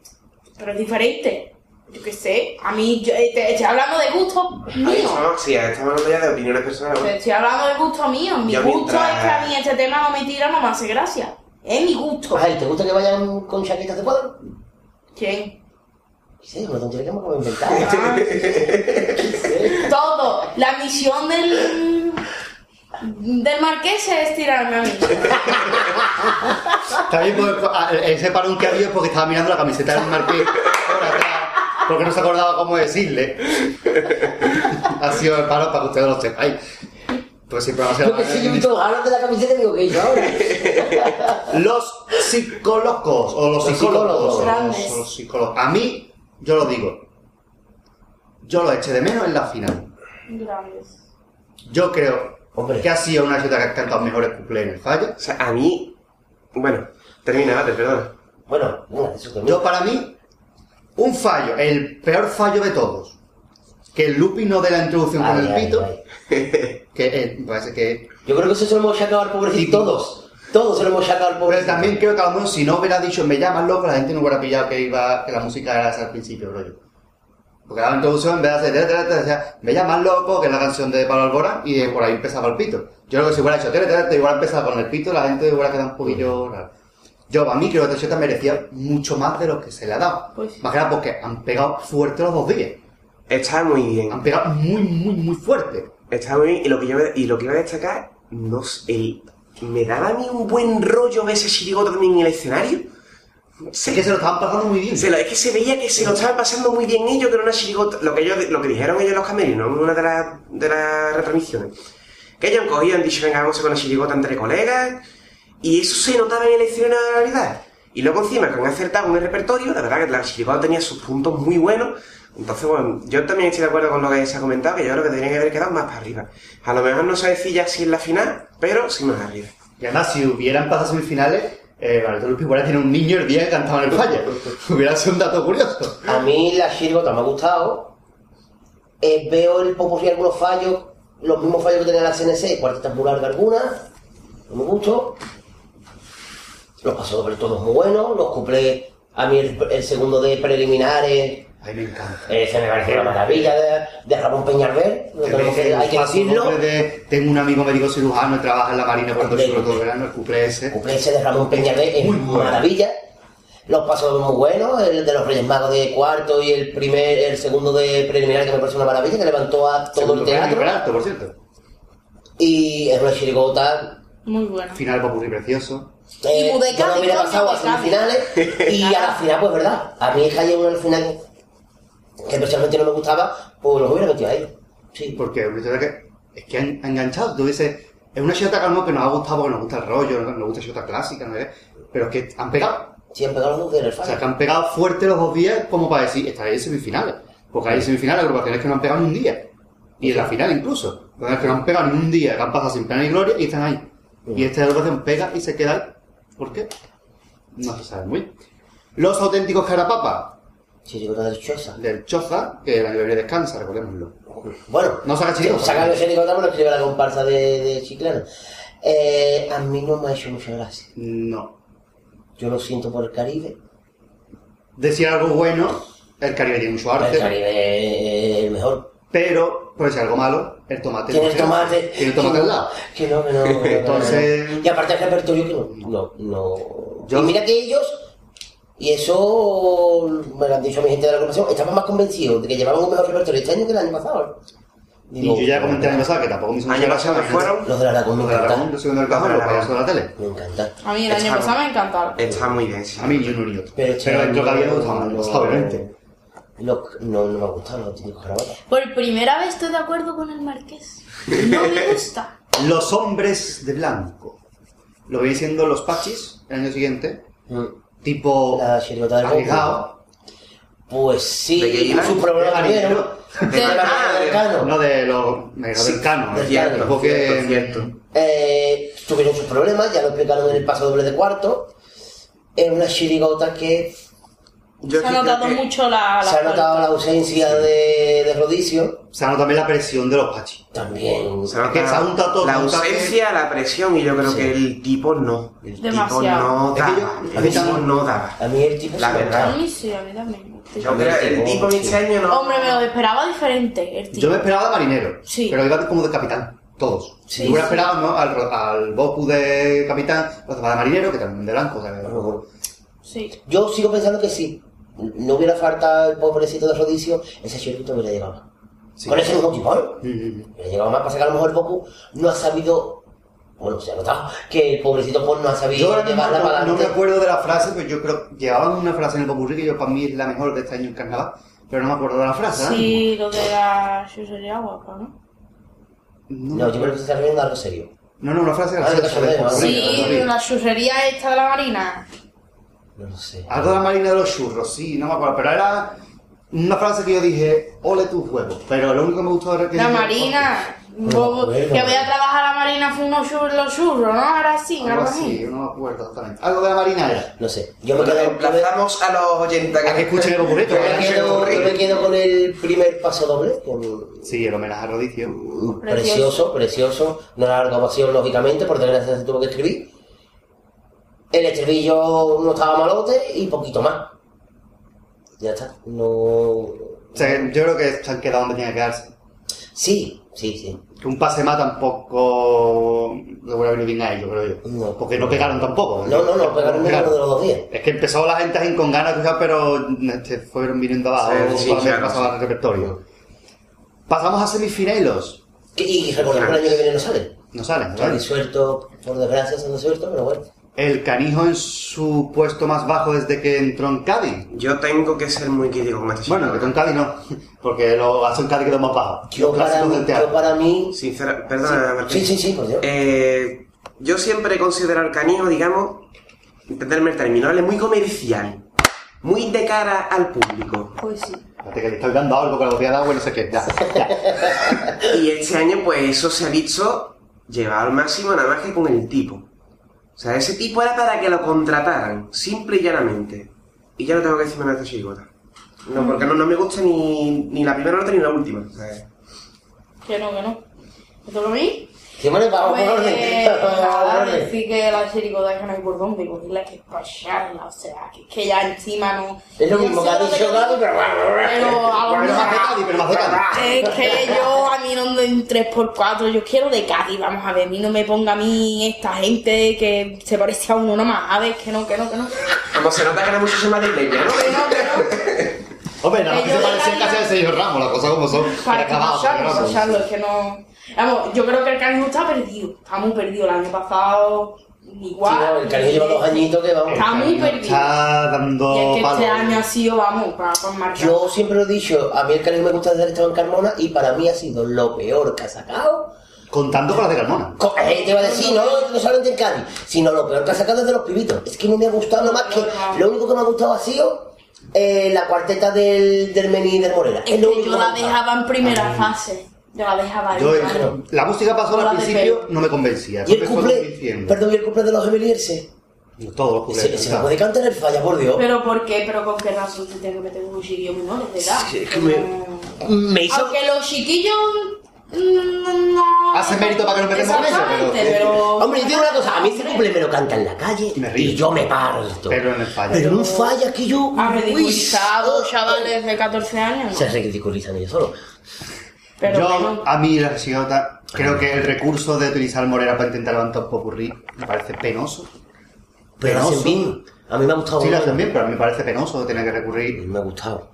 Speaker 7: pero es diferente. Yo qué sé, a mí, yo, eh, te- estoy hablando de gusto
Speaker 2: Ahí
Speaker 7: mío.
Speaker 2: estamos, sí, ahí estamos hablando ya de opiniones personales.
Speaker 7: Te
Speaker 2: ¿no?
Speaker 7: estoy hablando de gusto mío. Mi
Speaker 2: Yo
Speaker 7: gusto es
Speaker 2: mientras-
Speaker 7: que a mí este tema no me tira, no me hace gracia. Es mi gusto.
Speaker 3: Ángel, ¿te gusta que vayan con chaquetas de cuadro?
Speaker 7: ¿Quién?
Speaker 2: <laughs>
Speaker 3: Sí, una tontería que hemos como
Speaker 4: <laughs>
Speaker 3: inventado.
Speaker 7: Ah. Todo. La misión del. del marqués es tirarme a mí.
Speaker 4: También por- ah, ese parón que había es porque estaba mirando la camiseta del marqués por atrás, porque no se acordaba cómo decirle. Ha sido el parón para que ustedes lo sepáis. Pues siempre va a ser
Speaker 3: Yo pensé, yo he visto hablar de la camiseta y digo, ¿qué yo ahora?
Speaker 4: Los psicólogos o
Speaker 3: Los
Speaker 4: los, psicólogos.
Speaker 3: psicólogos.
Speaker 7: Grandes.
Speaker 4: o los psicólogos. A mí, yo lo digo. Yo lo eché de menos en la final.
Speaker 7: Grandes.
Speaker 4: Yo creo
Speaker 3: Hombre.
Speaker 4: que ha sido una ciudad que ha cantado mejores cuplés en el falla.
Speaker 2: O sea, a mí... Bueno, termina, date, perdona.
Speaker 3: Bueno, una de sus que
Speaker 4: Yo, para mí, un fallo, el peor fallo de todos. Que el Lupi no dé la introducción con el pito. Que eh, parece que.
Speaker 3: Yo creo que eso se lo hemos sacado al pobrecito.
Speaker 4: Típico.
Speaker 3: Todos. Todos se lo hemos sacado al
Speaker 4: Pero
Speaker 3: pobrecito.
Speaker 4: también creo que a lo mejor si no hubiera dicho me llamas loco, la gente no hubiera pillado que iba que la música era esa al principio, rollo. Porque la introducción en vez de hacer tere, tere, tere, decía, me llamas loco, que es la canción de Pablo Alborán, y de por ahí empezaba el pito. Yo creo que si hubiera hecho tere, tere, tere, igual empezaba con el pito, la gente hubiera quedado un poquillo rara. Yo, a mí creo que esta chota merecía mucho más de lo que se le ha dado.
Speaker 7: Pues sí.
Speaker 4: Más que nada porque han pegado fuerte los dos días.
Speaker 2: Está muy bien.
Speaker 4: Han pegado muy, muy, muy fuerte.
Speaker 2: Está muy bien. Y lo que, yo, y lo que iba a destacar, no sé, el, me daba a mí un buen rollo ver ese chirigota también en el escenario.
Speaker 4: Es que se lo estaban pasando muy bien.
Speaker 2: Se lo- es que se veía que se lo estaban pasando muy bien ellos, que era una chirigota. Lo que, ellos, lo que dijeron ellos en los camerinos, en una de las de las retransmisiones. Que ellos han cogido y han dicho, venga, vamos a hacer una chirigota entre colegas. Y eso se notaba en el escenario de la realidad. Y luego encima, que han acertado en el repertorio, la verdad que la chirigota tenía sus puntos muy buenos. Entonces, bueno, yo también estoy de acuerdo con lo que se ha comentado, que yo creo que tendría que haber quedado más para arriba. A lo mejor no se decía así en la final, pero sí más arriba.
Speaker 4: Y además, si hubieran pasado semifinales, eh, Valentón Lupi hubiera tenido un niño el día que cantaba en el falla. <laughs> hubiera sido un dato curioso.
Speaker 3: A mí la Shirgota me ha gustado. Eh, veo el Popurrí algunos fallos, los mismos fallos que tenía la CNC, cuartetas muy largas algunas, no me gustó. Los pasos sobre todos muy buenos, los cuplés. A mí el, el segundo de preliminares
Speaker 4: Ay, me encanta.
Speaker 3: eh, se me pareció una maravilla de, de Ramón Peñalver, no tenemos que- hay que
Speaker 4: Paso
Speaker 3: decirlo.
Speaker 4: doble de- tengo un amigo médico cirujano que trabaja en la Marina Puerto
Speaker 3: Hombre.
Speaker 4: Sur todo el verano, el cuplé
Speaker 3: El
Speaker 4: ese.
Speaker 3: cuplé ese de Ramón Peñalver es
Speaker 4: Muy bueno.
Speaker 3: maravilla. Los pasos muy buenos, el de los Reyes Magos de cuarto y el primer, el segundo de preliminar que me parece una maravilla, que levantó a todo
Speaker 4: Segundo
Speaker 3: el
Speaker 4: premio
Speaker 3: teatro.
Speaker 4: Peralta, por cierto.
Speaker 3: Y es una chirigota.
Speaker 7: Muy bueno.
Speaker 4: Final popurrí precioso.
Speaker 3: eh,
Speaker 7: Y Budeca,
Speaker 3: yo no hubiera
Speaker 7: coño,
Speaker 3: pasado a
Speaker 7: Budeca. <laughs>
Speaker 3: semifinales. Y a la final, pues verdad. A mí es que hay uno en el final que- que especialmente no me gustaba, pues los hubiera metido ahí. Sí.
Speaker 4: Porque es una historia que, es que han, han enganchado. Tú dices, es una chota que a lo mejor que nos ha gustado porque nos gusta el rollo, nos gusta la chota clásica, ¿no? pero es que han pegado.
Speaker 3: Sí, han pegado los dos del
Speaker 4: O sea,
Speaker 3: final.
Speaker 4: que han pegado fuerte los dos días como para decir, estaréis en semifinales. Porque hay semifinales, agrupaciones que no han pegado ni un día. Y en la final incluso. Agrupaciones que no han pegado ni un día, que han pasado sin pena ni gloria y están ahí. Y esta agrupación pega y se queda ahí. ¿Por qué? No se sabe muy. bien. Los auténticos carapapas
Speaker 3: Chirigota del Chosa.
Speaker 4: del Choza, que la librería descansa, recordémoslo.
Speaker 3: Bueno,
Speaker 4: No saca chirigota.
Speaker 3: Saca el chirigota, pero que lleva la comparsa de, de Chiclana. Eh, a mí no me ha hecho mucha gracia.
Speaker 4: No.
Speaker 3: Yo lo siento por el Caribe.
Speaker 4: Decir algo bueno, el Caribe tiene mucho
Speaker 3: El
Speaker 4: arte.
Speaker 3: Caribe es el mejor.
Speaker 4: Pero, por decir algo malo, el tomate.
Speaker 3: Tiene el tomate.
Speaker 4: Tiene el tomate
Speaker 3: que
Speaker 4: al
Speaker 3: no,
Speaker 4: lado.
Speaker 3: Que no, que
Speaker 4: <laughs>
Speaker 3: no. que no, que no.
Speaker 4: Entonces-
Speaker 3: Y aparte el repertorio que no. No, no.
Speaker 4: Yo-
Speaker 3: Y mira que ellos, y eso me lo han dicho mi gente de la agrupación, estaban más convencidos de que llevaban un mejor repertorio este año que el año pasado. ¿eh?
Speaker 4: Y yo ya comenté el año pasado que tampoco me hizo mucha
Speaker 2: Año
Speaker 4: gracia.
Speaker 2: pasado fueron.
Speaker 3: Los de la Aragón me
Speaker 4: Los de Aragón,
Speaker 3: encantan.
Speaker 4: los segundos del cajón, los payasos de la tele.
Speaker 3: Me encantan.
Speaker 5: A mí el año pasado me encantaron.
Speaker 2: Está muy bien, sí.
Speaker 4: A mí ni uno ni otro.
Speaker 3: Pero
Speaker 4: Pero,
Speaker 3: es que
Speaker 4: el que había me gustaba
Speaker 3: no-
Speaker 4: más, el pasado, obviamente.
Speaker 3: Los- no, no me gustan los típicos grabados.
Speaker 8: Por primera vez estoy de acuerdo con el marqués. No me gusta.
Speaker 4: Los hombres de blanco. Lo veis siendo los pachis el año siguiente. Tipo.
Speaker 3: La chirigota del
Speaker 4: arriesgado.
Speaker 3: Pues
Speaker 2: ¿De qué
Speaker 3: sí,
Speaker 2: iba?
Speaker 3: su problema
Speaker 4: De
Speaker 3: también, ¿no?
Speaker 4: Marinero.
Speaker 3: De
Speaker 2: Ah,
Speaker 3: Marinero
Speaker 2: de-
Speaker 3: Cano.
Speaker 4: No de los mexicanos.
Speaker 3: del Cano.
Speaker 4: ¿eh?
Speaker 2: Cierto,
Speaker 4: Tampoco que-
Speaker 2: cierto, cierto.
Speaker 3: Eh, tuvieron sus problemas, ya lo explicaron en el paso doble de cuarto. Es una chirigota que
Speaker 2: <laughs> Yo es
Speaker 5: Se ha
Speaker 2: que
Speaker 5: notado
Speaker 2: creo que-
Speaker 5: mucho la.
Speaker 3: se ha notado la ausencia de, de rodicio.
Speaker 4: Se nota también la presión de los pachis.
Speaker 3: También.
Speaker 2: se ha
Speaker 4: Es que
Speaker 2: notado
Speaker 4: se ha juntado todo,
Speaker 2: La
Speaker 4: se ha juntado
Speaker 2: ausencia, la presión, y yo creo
Speaker 3: Sí.
Speaker 2: que el tipo no. El tipo
Speaker 5: Demasiado.
Speaker 2: no
Speaker 4: Es que yo-
Speaker 2: daba.
Speaker 4: a
Speaker 2: El
Speaker 4: mí
Speaker 2: tipo
Speaker 4: también-
Speaker 2: no daba.
Speaker 3: A mí el tipo
Speaker 2: La
Speaker 3: se me
Speaker 2: verdad.
Speaker 3: encanta.
Speaker 5: A mí sí, a mí también.
Speaker 2: Yo creo que el tipo en este año no.
Speaker 8: Hombre, me lo esperaba diferente. El
Speaker 4: Yo
Speaker 8: tío.
Speaker 4: me esperaba marinero,
Speaker 8: Sí.
Speaker 4: pero iba como de capitán, todos.
Speaker 3: Sí,
Speaker 4: Me hubiera
Speaker 3: sí.
Speaker 4: esperado ¿no? al, al Boku de capitán, los demás de marinero, que también de blanco. o sea,
Speaker 5: Sí.
Speaker 3: Yo sigo pensando que sí. No hubiera falta el pobrecito de rodicio, ese chirigota hubiera llegado. más.
Speaker 4: Sí.
Speaker 3: Con ese mismo ¿eh? timón.
Speaker 4: Mm, mm.
Speaker 3: Hubiera llegado más, pasa que a lo mejor Goku no ha sabido. Bueno, se ha notado que el pobrecito Pon no ha
Speaker 4: Yo
Speaker 3: sabido
Speaker 4: ahora mismo
Speaker 3: llevarla para
Speaker 4: no, no me
Speaker 3: adelante.
Speaker 4: acuerdo de la frase, pero yo creo que llevaban una frase en el Popurrí que yo para mí es la mejor de este año en carnaval, pero no me acuerdo de la
Speaker 3: Ah,
Speaker 4: frase. ¿eh? ahora mismo.
Speaker 5: Sí, lo de la sería guapa, ¿no?
Speaker 4: No,
Speaker 3: No, yo creo que se está riendo de algo serio.
Speaker 4: no, no, una frase graciosa. ¿eh?
Speaker 3: Ah, de
Speaker 4: del
Speaker 3: Cachondeo,
Speaker 4: Popurrí,
Speaker 5: Sí,
Speaker 4: del Popurrí.
Speaker 5: la chuchería esta de la marina.
Speaker 3: No lo sé.
Speaker 4: Algo de la marina de los churros, sí, no me acuerdo, pero era una frase que yo dije, ole tus huevos, pero lo único que me gustó era que...
Speaker 5: La
Speaker 4: dije,
Speaker 5: marina.
Speaker 3: No me
Speaker 5: Bobo,
Speaker 3: acuerdo.
Speaker 5: que voy a trabajar a la marina fue unos churros, los churros, ¿no? Era así,
Speaker 4: Algo
Speaker 5: algo
Speaker 4: así,
Speaker 5: así.
Speaker 4: yo no me acuerdo exactamente. Algo de la marina era.
Speaker 3: No sé. Yo me quedo, yo me-
Speaker 2: Emplazamos a los 80
Speaker 4: A que escuchen el
Speaker 3: yo
Speaker 4: burrito.
Speaker 2: ¿eh?
Speaker 3: me quedo- yo me quedo con el primer paso doble. que me-
Speaker 4: Sí, el homenaje a Rodicio.
Speaker 3: Precioso, precioso. No era larga pasión, lógicamente, por desgracia se tuvo que escribir. El estribillo no estaba malote y poquito más. Ya está. No.
Speaker 4: O sea, yo creo que se han quedado donde tenía que quedarse.
Speaker 3: Sí, sí, sí.
Speaker 4: Que un pase más tampoco le hubiera venido bien a ellos, creo yo.
Speaker 3: No.
Speaker 4: Porque no pegaron tampoco.
Speaker 3: No, no, no, pegaron ninguno de los dos días.
Speaker 4: Es que empezó la gente así con ganas, escuchar, pero se fueron viniendo abajo
Speaker 2: Sí,
Speaker 4: cuando
Speaker 2: sí,
Speaker 4: pasaba
Speaker 2: claro, sí.
Speaker 4: el repertorio. Pasamos a semifinales.
Speaker 3: Que- Y recordemos que el año que viene no sale.
Speaker 4: No salen,
Speaker 3: Está
Speaker 4: ¿verdad?
Speaker 3: disuelto, por desgracia, se han disuelto, pero bueno.
Speaker 4: El canijo en su puesto más bajo desde que entró en Cádiz.
Speaker 2: Yo tengo que ser muy crítico con este
Speaker 4: Bueno, que entró en Cádiz no, <laughs> porque lo hace en Cádiz quedó más bajo.
Speaker 3: Yo
Speaker 4: Los
Speaker 3: para,
Speaker 4: clásicos
Speaker 3: mí,
Speaker 4: del teatro.
Speaker 3: yo para mí.
Speaker 2: ¿eh? Sincera, perdona, Martín.
Speaker 3: Sí, sí, sí, por Dios.
Speaker 2: Eh, yo siempre he considerado al canijo, digamos, entenderme el término, ¿vale? Muy comercial, muy de cara al público.
Speaker 8: Pues sí.
Speaker 4: Espérate que le estoy dando algo que lo voy a dar, bueno, no sé qué. Ya, ya.
Speaker 2: Y este año, pues eso se ha visto llevado al máximo nada más que con el tipo. O sea, ese tipo era para que lo contrataran, simple y llanamente. Y ya no tengo que decirme nada de esta chirigota. No, porque no, no me gusta ni, ni la primera nota ni la última. o sea, eh.
Speaker 5: Que no, que no. ¿Esto lo vi?
Speaker 3: Sí, bueno, vamos por orden. Vamos por
Speaker 5: Pues, Nada,
Speaker 3: orden.
Speaker 5: decir que la chirigota es que no hay por dónde cogerla, que es pacharla, o sea, que, que ya encima no...
Speaker 3: Es lo
Speaker 5: yo
Speaker 3: mismo que ha
Speaker 5: solo
Speaker 3: dicho
Speaker 5: tengo-
Speaker 3: Gaby, pero.
Speaker 5: Pero a lo
Speaker 4: Pero más de Cádiz, pero más de Cádiz.
Speaker 5: Es que yo a mí no ando en 3x4, yo quiero de Cádiz, vamos a ver, a mí no me ponga a mí esta gente que se parece a uno nomás, a ver, que no, que no, que no.
Speaker 2: Como se nota que era mucho más de leña, ¿no?
Speaker 5: Que no, que
Speaker 4: Hombre, nada más
Speaker 5: Que
Speaker 4: que se
Speaker 5: yo
Speaker 4: parecían
Speaker 5: diga-
Speaker 4: casi al señor Ramos, las cosas como son.
Speaker 5: no. Para que
Speaker 4: Acabado,
Speaker 5: pasarlo,
Speaker 4: Ramos.
Speaker 5: pasarlo, es que no. Vamos, yo creo que el canijo está perdido, está muy perdido, el año pasado igual.
Speaker 3: Sí, no, el cariño lleva dos añitos que vamos.
Speaker 5: Está muy perdido.
Speaker 4: Está dando
Speaker 5: Y
Speaker 3: Oh,
Speaker 5: es que
Speaker 4: palo.
Speaker 5: este año ha sido, vamos, para, para marcar.
Speaker 3: Yo siempre lo he dicho, a mí el cariño me gusta desde Esteban Carmona y para mí ha sido lo peor que ha sacado.
Speaker 4: Contando con las de Carmona.
Speaker 3: Co- eh, te iba a decir, no, no solamente el Cádiz, sino lo peor que ha sacado desde los pibitos. Es que no me ha gustado nada más que. Lo único que me ha gustado ha sido eh, la cuarteta del, del Mení y del Morera.
Speaker 5: Es
Speaker 3: Es
Speaker 5: que
Speaker 3: lo único que
Speaker 5: yo
Speaker 3: me ha
Speaker 5: la
Speaker 3: gustado.
Speaker 5: dejaba en
Speaker 3: Ah.
Speaker 5: primera fase. Yo la dejaba ahí.
Speaker 4: Yo,
Speaker 5: claro.
Speaker 4: la música pasó
Speaker 5: Hola,
Speaker 4: al principio,
Speaker 5: Pepe.
Speaker 4: no me convencía.
Speaker 3: Y el
Speaker 4: Después fue
Speaker 3: cumple,
Speaker 4: convenciendo.
Speaker 3: perdón, y el cumple de los Emelierse.
Speaker 4: Todos los cumples.
Speaker 3: Se, se me puede cantar el falla, por Dios.
Speaker 5: Pero ¿por qué? ¿Pero con qué razón se tiene que meter unos chiquillos menores de edad?
Speaker 3: Sí, es que me-
Speaker 5: No.
Speaker 3: Mm, Me hizo.
Speaker 5: Aunque los chiquillos... mm, No...
Speaker 4: Hacen mérito para que no metamos preso,
Speaker 5: Exactamente,
Speaker 4: pero-
Speaker 5: pero...
Speaker 3: Hombre, yo digo una cosa, a mí ese cumple me lo canta en la calle
Speaker 4: Me río.
Speaker 3: y yo me parto.
Speaker 4: Pero en el fallo.
Speaker 3: Pero no falla que yo.
Speaker 5: Ha
Speaker 3: Uy,
Speaker 5: Ah, ridiculizado
Speaker 3: oh,
Speaker 5: chavales de 14 años.
Speaker 3: oh.
Speaker 5: ¿no?
Speaker 3: Se ridiculizan ellos solos.
Speaker 5: Pero
Speaker 4: yo,
Speaker 5: bueno,
Speaker 4: a mí, la chigota, creo que el recurso de utilizar Morera para intentar levantar un popurrí me parece penoso.
Speaker 3: Pero lo hacen
Speaker 4: Penoso.
Speaker 3: bien. A mí me ha gustado.
Speaker 4: Sí, lo
Speaker 3: mucho.
Speaker 4: hacen bien, pero a mí me parece penoso tener que recurrir
Speaker 3: Me ha gustado.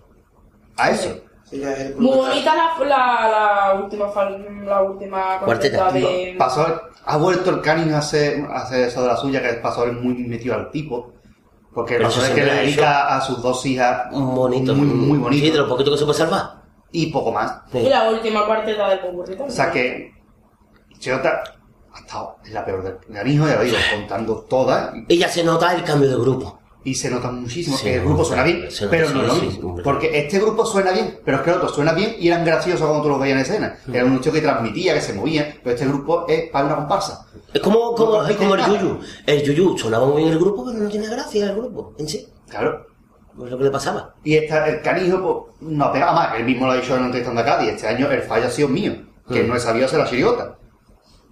Speaker 4: a eso.
Speaker 2: Ella es el
Speaker 5: Muy bonita la, la, la última, fal- la última
Speaker 3: Cuarteta.
Speaker 5: concierta de...
Speaker 4: Pasó, ha vuelto el Canning a hacer, a hacer eso de la suya, que es pasó es muy metido al tipo. Porque
Speaker 3: Pero
Speaker 4: el
Speaker 3: eso
Speaker 4: pasó es que le
Speaker 3: siempre ha
Speaker 4: dedica a sus dos hijas
Speaker 3: Un bonito.
Speaker 4: muy, muy bonito
Speaker 3: Sí, de lo poquito que se puede salvar.
Speaker 4: y poco más.
Speaker 3: Sí.
Speaker 5: Y la última cuarteta de Popurrí
Speaker 4: O sea que Chiota ha estado en la peor del organismo, ya lo digo, contando todas
Speaker 3: Y ya se nota el cambio de grupo.
Speaker 4: y se nota muchísimo
Speaker 3: Se
Speaker 4: que el
Speaker 3: nota,
Speaker 4: grupo suena bien,
Speaker 3: se nota,
Speaker 4: pero
Speaker 3: sí,
Speaker 4: no es lo
Speaker 3: sí,
Speaker 4: mismo.
Speaker 3: hombre.
Speaker 4: porque este grupo suena bien, pero es que el otro suena bien y eran graciosos cuando tú los veías en escena. Era
Speaker 3: Mm.
Speaker 4: un hecho que transmitía, que se movía, pero este grupo es para una comparsa.
Speaker 3: Es como, como,
Speaker 4: No,
Speaker 3: es como el
Speaker 4: nada.
Speaker 3: Yuyu. El Yuyu sonaba muy bien el grupo, pero no tenía gracia el grupo en sí.
Speaker 4: Claro.
Speaker 3: Pues lo que le pasaba.
Speaker 4: Y esta, el canijo pues, no pegaba más. Él mismo lo ha dicho en una entrevista en Dakar y este año el fallo ha sido mío, que
Speaker 3: Mm.
Speaker 4: no he sabido hacer la chirigota.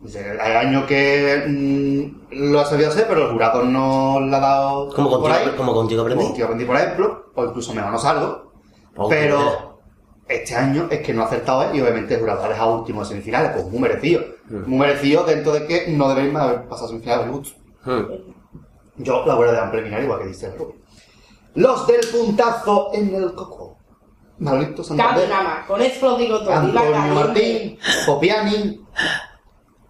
Speaker 4: Dice, Hay años que mm, lo ha sabido hacer, pero el jurado no la ha dado
Speaker 3: Como
Speaker 4: por
Speaker 3: contigo,
Speaker 4: ahí.
Speaker 3: como contigo aprendí.
Speaker 4: Como contigo aprendí, por ejemplo, o incluso mejor no salgo.
Speaker 3: Ojo, mira.
Speaker 4: pero este año es que no ha acertado él y obviamente el jurado ha dejado último en semifinales, pues muy merecido.
Speaker 3: Mm.
Speaker 4: Muy merecido dentro de que no deberían haber pasado semifinales de gusto.
Speaker 3: Hmm.
Speaker 4: Yo la voy a dejar preliminar igual que dice el Rubio. Los del puntazo en el coco. Manolito
Speaker 5: Cambio
Speaker 4: Santander,
Speaker 5: nada más, con esto lo digo todo. Y la
Speaker 4: Antonio
Speaker 5: caliente.
Speaker 4: Martín, Popiani.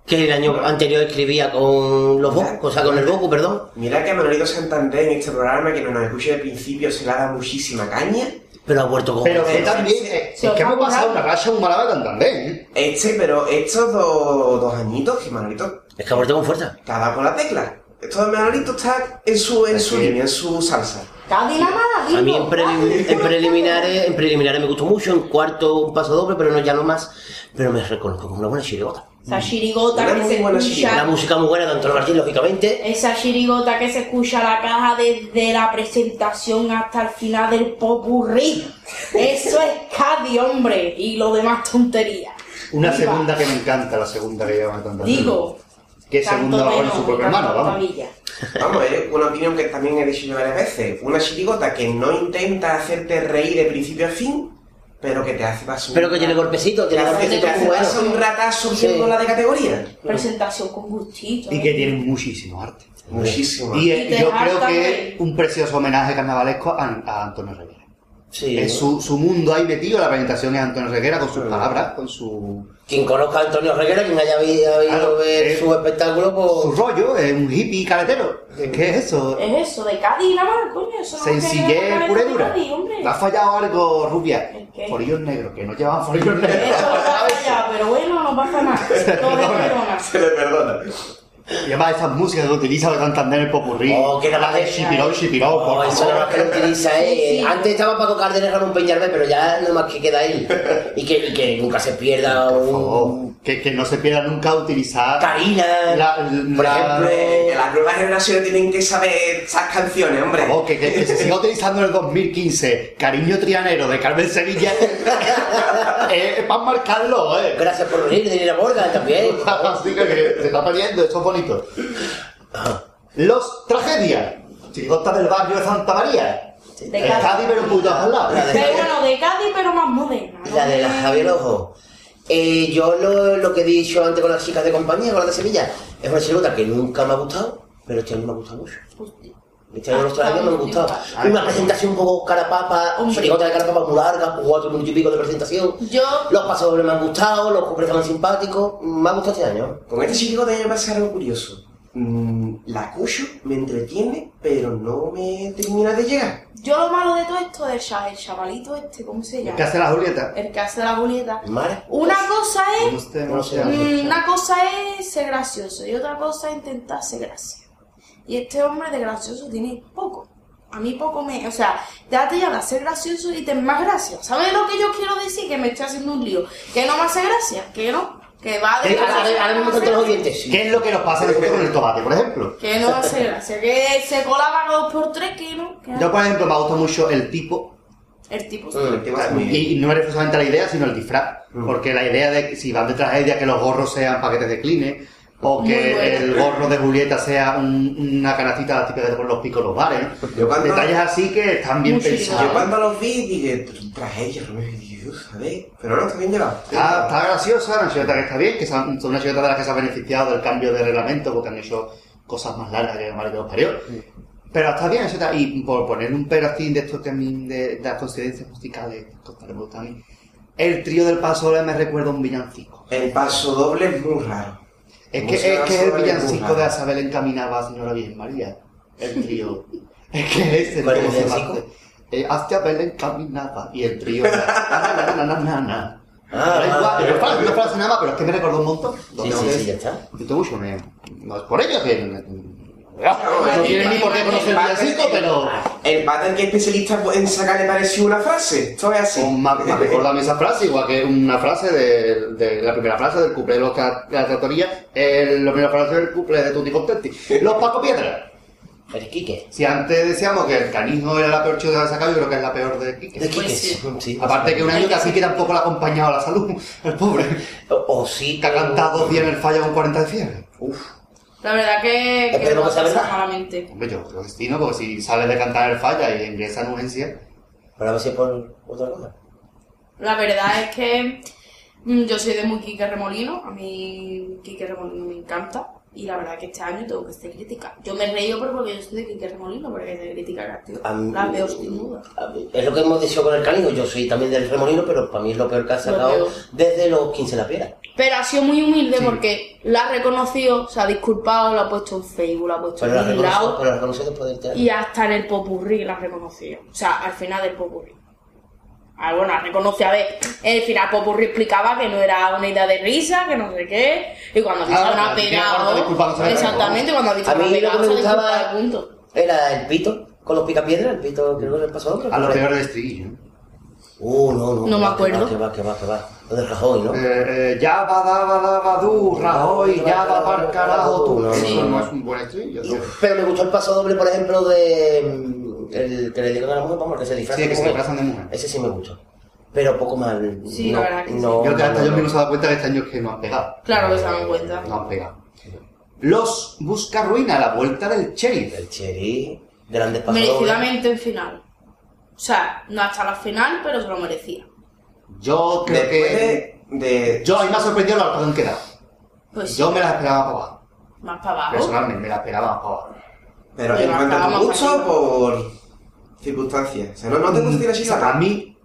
Speaker 3: Que el año anterior escribía con los Boku, o sea, con el Boku, perdón.
Speaker 2: Mira que a Manolito Santander en este programa, que no nos escucha de principio, se le da muchísima caña.
Speaker 3: Pero ha vuelto con.
Speaker 4: Pero que también, eh,
Speaker 5: Se
Speaker 4: es
Speaker 5: os
Speaker 4: que
Speaker 5: va
Speaker 4: hemos
Speaker 5: a
Speaker 4: pasado
Speaker 5: borrar.
Speaker 4: una racha un malabar Santander. ¿eh?
Speaker 2: Este, pero estos dos, dos añitos, que Manolito
Speaker 3: Es que ha vuelto con fuerza.
Speaker 2: está dado con la tecla. Esto de Manolito está en su, en su
Speaker 4: Sí.
Speaker 2: línea, en su salsa.
Speaker 5: Cádiz nada más,
Speaker 3: A mí
Speaker 5: dilo,
Speaker 3: en, prelim-
Speaker 5: Cádiz.
Speaker 3: en preliminares, en preliminares me gustó mucho, en cuarto un paso doble, pero no ya no más. Pero me reconozco como una buena chirigota.
Speaker 5: Esa chirigota
Speaker 2: Era
Speaker 5: que
Speaker 2: muy
Speaker 5: se
Speaker 2: buena
Speaker 5: escucha.
Speaker 3: Una música muy buena de Antonio Martín, lógicamente.
Speaker 5: Esa chirigota que se escucha a la caja desde la presentación hasta el final del popurrí. Eso es Cádiz, hombre. Y lo demás tontería.
Speaker 4: Una
Speaker 5: Viva.
Speaker 4: segunda que me encanta, la segunda que lleva Santander.
Speaker 5: Digo.
Speaker 4: Que segunda va a poner su propia mano, vamos.
Speaker 2: Vamos, es una opinión que también he dicho yo varias veces. Una chirigota que no intenta hacerte reír de principio a fin, pero que te hace pasar un-
Speaker 3: Pero que tiene golpecito,
Speaker 2: te
Speaker 3: tiene
Speaker 2: hace, te
Speaker 3: golpecito
Speaker 2: hace
Speaker 3: muy bueno.
Speaker 2: pasar un ratazo
Speaker 3: Sí.
Speaker 2: viendo la de categoría.
Speaker 5: Presentación con gustito. ¿eh?
Speaker 4: Y que tienen muchísimo arte.
Speaker 2: Muchísimo. <laughs>
Speaker 4: Y
Speaker 5: Y
Speaker 4: eh,
Speaker 5: te
Speaker 4: yo creo
Speaker 5: hartan
Speaker 4: que
Speaker 5: de-
Speaker 4: es un precioso homenaje carnavalesco a, a Antonio Reguera.
Speaker 3: Sí.
Speaker 4: Es su, su mundo ahí metido, la presentación es Antonio Reguera con sus palabras, con su
Speaker 3: Quien conozca a Antonio Reguera, quien haya vi- ha ido
Speaker 4: Claro,
Speaker 3: a ver
Speaker 4: eh,
Speaker 3: su espectáculo,
Speaker 4: su
Speaker 3: pues.
Speaker 4: rollo, es un hippie caretero. ¿Qué es eso?
Speaker 5: Es eso, de Cádiz nada más, coño. Eso no tiene
Speaker 4: Sencillez
Speaker 5: nada que ver
Speaker 4: pura y
Speaker 5: con
Speaker 4: dura.
Speaker 5: Cádiz, hombre.
Speaker 4: ¿Te ha fallado algo, rubia?
Speaker 5: ¿El qué?
Speaker 4: Forillos negros, que no llevaban forillos negros.
Speaker 5: Eso pasa ya, pero bueno, no pasa
Speaker 4: <laughs>
Speaker 5: nada. Todo de perdona.
Speaker 2: Se le perdona.
Speaker 4: Y además esas músicas que utiliza el Santander en el popurrí.
Speaker 3: Oh, qué
Speaker 4: la de
Speaker 3: maravilla,
Speaker 4: Shipirón, Shipirón, por
Speaker 3: Oh, eso
Speaker 4: favor.
Speaker 3: nada más que lo utiliza él.
Speaker 5: Sí, sí.
Speaker 3: Antes estaba Paco Cárdenas con un Peñalver, pero ya nada más que queda
Speaker 4: <laughs>
Speaker 3: él. Y que, y que nunca se pierda
Speaker 4: Por
Speaker 3: un.
Speaker 4: favor, Oh, que, que no se pierda nunca utilizar
Speaker 3: Karina.
Speaker 4: La-
Speaker 3: por
Speaker 4: la-
Speaker 3: ejemplo.
Speaker 2: Hombre, que las nuevas generaciones tienen que saber esas canciones, hombre.
Speaker 4: Oh, que, que- que se siga utilizando en el 2015 Cariño Trianero de
Speaker 3: <laughs>
Speaker 4: Carmen Sevilla <laughs> Eh, es para marcarlo, eh.
Speaker 3: Gracias por venir, Daniela Morgan también.
Speaker 4: <laughs> Así que, que se está perdiendo, esto es bonito. Los Tragedias, chirigotas del barrio de Santa María.
Speaker 5: De
Speaker 4: Está
Speaker 5: Cádiz.
Speaker 4: Cádiz, pero putas al lado.
Speaker 3: La
Speaker 5: Pero
Speaker 3: de,
Speaker 5: bueno, de Cádiz, pero más moderna. ¿no?
Speaker 3: la de la Javier Ojo. Eh, yo lo, lo que he dicho antes con las chicas de compañía, con las de Sevilla, es una chirigota que nunca me ha gustado, pero este año me ha gustado mucho. Este año los tres años me han gustado.
Speaker 4: Ah,
Speaker 3: Una presentación un poco carapapa,
Speaker 5: Hombre.
Speaker 3: chirigota de carapapa muy larga, cuatro minutos y pico de presentación.
Speaker 5: Yo,
Speaker 3: Los pasos dobles me han gustado, los cuples estaban simpáticos, me ha gustado este año.
Speaker 2: Con este chirigota ya me pasa algo curioso. Mm, la escucho, me entretiene, pero no me termina de llegar.
Speaker 5: yo lo malo de todo esto del cha- el chavalito este, ¿cómo se
Speaker 4: ¿Qué
Speaker 5: llama?
Speaker 4: hace la Julieta?
Speaker 5: El que hace la Julieta.
Speaker 3: Mare.
Speaker 5: Una cosa es,
Speaker 4: Usted
Speaker 3: No sé.
Speaker 5: mm, una cosa es ser gracioso y otra cosa es intentar ser gracioso. Y este hombre de gracioso tiene poco. A mí poco me, o sea, date ya de ser gracioso y ten más gracia. ¿Sabes lo que yo quiero decir? Que me estoy haciendo un lío. Que no me hace gracia, que no, que va de
Speaker 3: Eh, Ahora ahora mismo están todos los dientes.
Speaker 4: ¿Qué es lo que nos pasa a nosotros con el tomate, por ejemplo?
Speaker 5: Que no hace gracia, que se colaba dos por tres, que no. que no.
Speaker 4: Yo, por ejemplo, me gusta mucho el tipo,
Speaker 5: El tipo.
Speaker 3: Mm.
Speaker 2: Pues, Te vas muy bien.
Speaker 4: y no es solamente la idea, sino el disfraz. Porque la idea de que si van de tragedia, que los gorros sean paquetes de Kleenex, o
Speaker 5: Muy
Speaker 4: que
Speaker 5: buena.
Speaker 4: el gorro de Julieta sea un- una canastita típica de los picos los bares. ¿no?
Speaker 2: Yo cuando-
Speaker 4: Detalles así que están bien
Speaker 5: Muchísimo.
Speaker 2: Yo
Speaker 4: pensados.
Speaker 2: cuando los vi dije, tragedia, no me dije, "Uf, a ver, pero no, está bien llevado.
Speaker 4: Está, está graciosa, una chiveta que está bien, que son son una chiveta de las que se ha beneficiado del cambio de reglamento porque han hecho cosas más largas que Mario de los Parió. Pero está bien, chiveta. Y por poner un perastín de estos que a mí, de, de las coincidencias musicales, estas cosas que me gustan a mí, El trío del paso doble me recuerda a un villancico.
Speaker 2: El paso doble es muy raro.
Speaker 4: Es que,
Speaker 2: Música
Speaker 4: es que el
Speaker 2: sobre
Speaker 4: villancico de
Speaker 2: burla.
Speaker 4: Isabel encaminaba a Señora Virgen María. El trío. <laughs> es que es el
Speaker 3: ¿Cuál es el
Speaker 4: se
Speaker 3: villancico?
Speaker 4: hace. Eh, Hasta Abel encaminaba y
Speaker 3: <laughs>
Speaker 4: el trío. era, na, na, na, na, na, na.
Speaker 3: Ah,
Speaker 4: Era
Speaker 3: ah,
Speaker 4: igual,
Speaker 3: ah,
Speaker 4: pero
Speaker 3: ah,
Speaker 4: claro,
Speaker 3: ah.
Speaker 4: no frase nada, pero es que me recordó un montón. Lo
Speaker 3: Sí,
Speaker 4: tengo
Speaker 3: sí,
Speaker 4: que
Speaker 3: sí, ya
Speaker 4: decir.
Speaker 3: está.
Speaker 4: Y tú, mucho, me- no es por ello que. No tiene ni por qué conocer el
Speaker 2: Vale,
Speaker 4: villancico, pero.
Speaker 2: El pattern que es especialista en sacarle parecido una frase. Esto es así.
Speaker 4: O ma- me
Speaker 2: <laughs>
Speaker 4: recuerda a mí esa frase, igual que una frase de, de la primera frase del cuplé de los ca- de la tratoría, el- la primera frase del cuplé de Tutti Contenti. Los Paco Piedra.
Speaker 3: El Quique.
Speaker 4: Si antes decíamos que el canijo era la peor chica que ha sacado, yo creo que es la peor de Quique.
Speaker 3: De Quique,
Speaker 5: Pues
Speaker 3: sí.
Speaker 5: sí.
Speaker 3: sí.
Speaker 4: Aparte que un año casi que tampoco la ha acompañado a la salud, el pobre.
Speaker 3: O, o sí.
Speaker 4: Que ha cantado dos días en el falla con 40 de fiebre.
Speaker 5: La verdad que,
Speaker 3: Espero
Speaker 5: que
Speaker 3: que
Speaker 5: lo
Speaker 3: sea
Speaker 5: pasas
Speaker 3: verdad.
Speaker 5: malamente.
Speaker 4: Hombre, yo creo que sí, ¿no? Porque si sales de cantar en el falla y ingresa en urgencia,
Speaker 3: Pero a ver si es por otra cosa.
Speaker 5: La verdad es que mm, yo soy de muy Quique Remolino, a mí Quique Remolino me encanta y la verdad que este año tengo que ser crítica. Yo me he reído pero porque yo soy de Quique Remolino, porque de crítica era, tío,
Speaker 3: A mí-
Speaker 5: la peor sin duda.
Speaker 3: A mí- Es lo que hemos dicho con el canijo. Yo soy también del remolino, pero para mí es lo peor que ha
Speaker 5: Lo
Speaker 3: sacado
Speaker 5: peor.
Speaker 3: desde los 15 la piedra.
Speaker 5: Pero ha sido muy humilde porque la ha reconocido, se ha disculpado, la ha puesto en Facebook, la ha puesto
Speaker 3: Pero la
Speaker 5: en lado
Speaker 3: reconoció, pero la reconoció después del teatro.
Speaker 5: y hasta en el popurrí la ha reconocido. O sea, al final del popurrí. Ah, bueno, la reconoce, a ver, el final popurrí explicaba que no era una idea de risa, que no sé qué, y cuando ha dicho
Speaker 4: Ah,
Speaker 5: una
Speaker 4: que tiene cuarto de culpa, no se
Speaker 5: pegada,
Speaker 4: le
Speaker 5: exactamente, cuando ha dicho
Speaker 3: A
Speaker 5: una
Speaker 3: mí lo que
Speaker 5: pegada,
Speaker 3: me
Speaker 5: se ha
Speaker 3: gustaba-
Speaker 5: disculpado, punto.
Speaker 3: Era el pito con los picapiedras, el pito creo que le pasó a otro.
Speaker 4: a lo peor del estribillo.
Speaker 3: Uh, no, no.
Speaker 5: No me
Speaker 3: que va,
Speaker 5: acuerdo.
Speaker 3: Que va, que va, que va. que va. Lo del Rajoy, ¿no?
Speaker 4: Eh, eh, ya va, da, va, da, va, du, Rajoy, ya va, para carajo, tú.
Speaker 3: No,
Speaker 4: Eso
Speaker 3: no,
Speaker 4: no
Speaker 3: no.
Speaker 4: es un buen estribillo. tío.
Speaker 3: Pero me gustó el paso doble, por ejemplo, de. mm, El que le digan a la mujer, vamos, el que se disfraza.
Speaker 4: Sí, que se
Speaker 3: mujer.
Speaker 4: disfrazan de mujer.
Speaker 3: Ese sí me gustó. Pero poco más.
Speaker 5: Sí,
Speaker 3: no,
Speaker 5: la verdad que sí.
Speaker 3: no,
Speaker 4: Yo que hasta
Speaker 3: no,
Speaker 4: yo me
Speaker 3: no.
Speaker 4: he dado cuenta que este año es que no han pegado.
Speaker 5: Claro que se dan cuenta.
Speaker 4: No han pegado. Los busca ruina, la vuelta del sheriff.
Speaker 3: El Cheri, grandes pasos dobles.
Speaker 5: Merecidamente en final. O sea, no hasta la final, pero se lo merecía.
Speaker 4: Yo creo
Speaker 2: Después
Speaker 4: que.
Speaker 2: de, de-
Speaker 4: Yo a mí me ha sorprendido lo alto que han quedado.
Speaker 5: Pues
Speaker 4: Yo me la esperaba para abajo.
Speaker 5: más para abajo.
Speaker 4: Personalmente, me la esperaba para abajo.
Speaker 2: Pero
Speaker 5: Oye,
Speaker 2: en cuanto a tu
Speaker 5: acabamos
Speaker 2: gusto,
Speaker 5: aquí.
Speaker 2: por circunstancias. O sea, no, no te gusta la
Speaker 4: Mm, O sea,
Speaker 2: chica.
Speaker 4: para mí.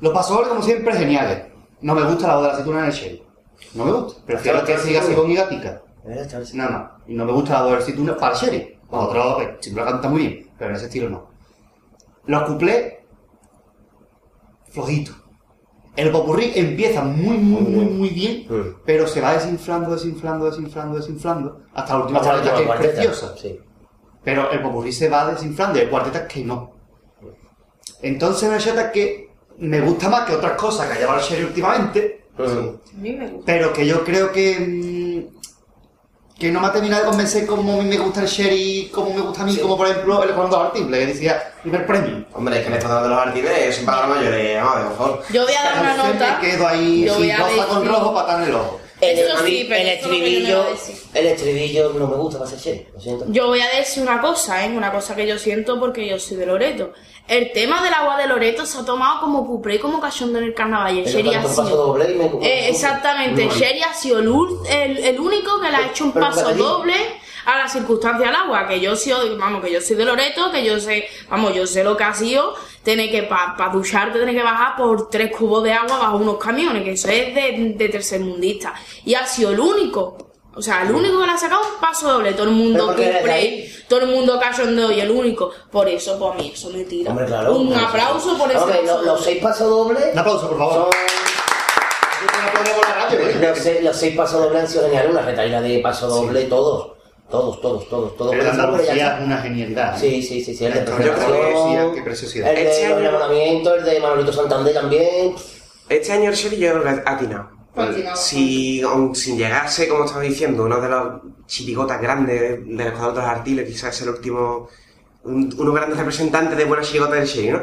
Speaker 4: Los pasadores, como siempre, geniales. No me gusta la voz de la aceituna en el sheriff. No me gusta. Prefiero
Speaker 2: Claro,
Speaker 4: que
Speaker 2: claro,
Speaker 4: siga así
Speaker 2: seguro.
Speaker 4: con mi gatica.
Speaker 3: Eh, está bien.
Speaker 4: Nada más. Y no me gusta la voz del aceituna para el sheriff. Para otro, eh, siempre la canta muy bien, pero en ese estilo no. Los cuplés, flojito. El popurrí empieza muy, muy, muy, muy bien,
Speaker 3: Mm.
Speaker 4: pero se va desinflando, desinflando, desinflando, desinflando, hasta la última
Speaker 3: Hasta la
Speaker 4: parte que
Speaker 3: última
Speaker 4: es
Speaker 3: cuarteta,
Speaker 4: preciosa.
Speaker 3: Sí.
Speaker 4: Pero el popurrí se va desinflando y hay cuartetas que no. Entonces me chata que me gusta más que otras cosas que ha llevado el Sherry últimamente,
Speaker 3: Mm.
Speaker 5: A mí me gusta.
Speaker 4: pero que yo creo que... mm, que no me ha terminado de convencer como a mí me gusta el Sherry, como me gusta a mí, como por ejemplo el Fernando Artible, que decía primer premio.
Speaker 2: Hombre, es que me está dando los artilleros, son palabras mayores. Vamos, a ver, por favor.
Speaker 5: Yo voy a dar una
Speaker 4: Entonces
Speaker 5: nota.
Speaker 4: me quedo ahí
Speaker 5: Yo voy
Speaker 4: sin
Speaker 5: a
Speaker 4: rosa con
Speaker 5: decir-
Speaker 4: rojo, patán en el ojo.
Speaker 3: El,
Speaker 5: Eso
Speaker 3: a mí,
Speaker 5: sí, pero
Speaker 3: el
Speaker 5: eso es lo que yo le
Speaker 3: estribillo,
Speaker 5: voy a decir.
Speaker 3: el estribillo no me gusta, va a ser Cheri, lo siento.
Speaker 5: Yo voy a decir una cosa, ¿eh? Una cosa que yo siento porque yo soy de Loreto. El tema del agua de Loreto se ha tomado como cuplé y como cachondo en el carnaval. Y el
Speaker 3: Pero
Speaker 5: Sherry ha
Speaker 3: tanto paso
Speaker 5: sido...
Speaker 3: doble y me-
Speaker 5: Eh, exactamente,
Speaker 3: Mm.
Speaker 5: Sherry ha sido el, ul- el- el único que le ha hecho un
Speaker 3: Pero
Speaker 5: paso
Speaker 3: Catalina-
Speaker 5: doble a la circunstancia del agua, que yo soy, vamos, que yo soy de Loreto, que yo sé, vamos, yo sé lo que ha sido, tener que para ducharte, tener que bajar por tres cubos de agua bajo unos camiones, que eso es de, de tercermundista. Y ha sido el único, o sea, el único que le ha sacado un paso doble, todo el mundo
Speaker 3: ¿Pero por qué eres de
Speaker 5: cumple,
Speaker 3: ahí?
Speaker 5: todo el mundo cachondeo y el único. Por eso, pues a mí eso me tira.
Speaker 3: Hombre, claro.
Speaker 5: un
Speaker 3: claro.
Speaker 5: aplauso por ese
Speaker 3: Hombre,
Speaker 5: paso
Speaker 3: lo- los
Speaker 5: doble.
Speaker 3: seis pasos dobles
Speaker 4: Un aplauso, por favor.
Speaker 3: son...
Speaker 4: Yo te lo pongo por la radio, ¿eh?
Speaker 3: Los seis, los seis pasos dobles han sido geniales, una retaíla de paso doble, todos. Todos, todos, todos, todos.
Speaker 4: Pero de
Speaker 3: buenísimo, pero ya
Speaker 4: Andalucía
Speaker 3: está.
Speaker 4: es una genialidad. ¿eh?
Speaker 3: Sí, sí, sí, sí, el de
Speaker 4: Yo creo que
Speaker 3: presentación,
Speaker 4: sí, qué preciosidad.
Speaker 3: El
Speaker 2: Este
Speaker 3: de
Speaker 2: año-
Speaker 3: enamoramiento, el de Manolito Santander también.
Speaker 2: Este año el Sherry yo creo que ha atinado.
Speaker 5: Atinado.
Speaker 2: Si, aun sin llegarse, como estaba diciendo, uno de los chirigotas grandes del Ecuador de los Artiles, quizás el último, un- uno grande representante de buena chirigota del Sherry, ¿no?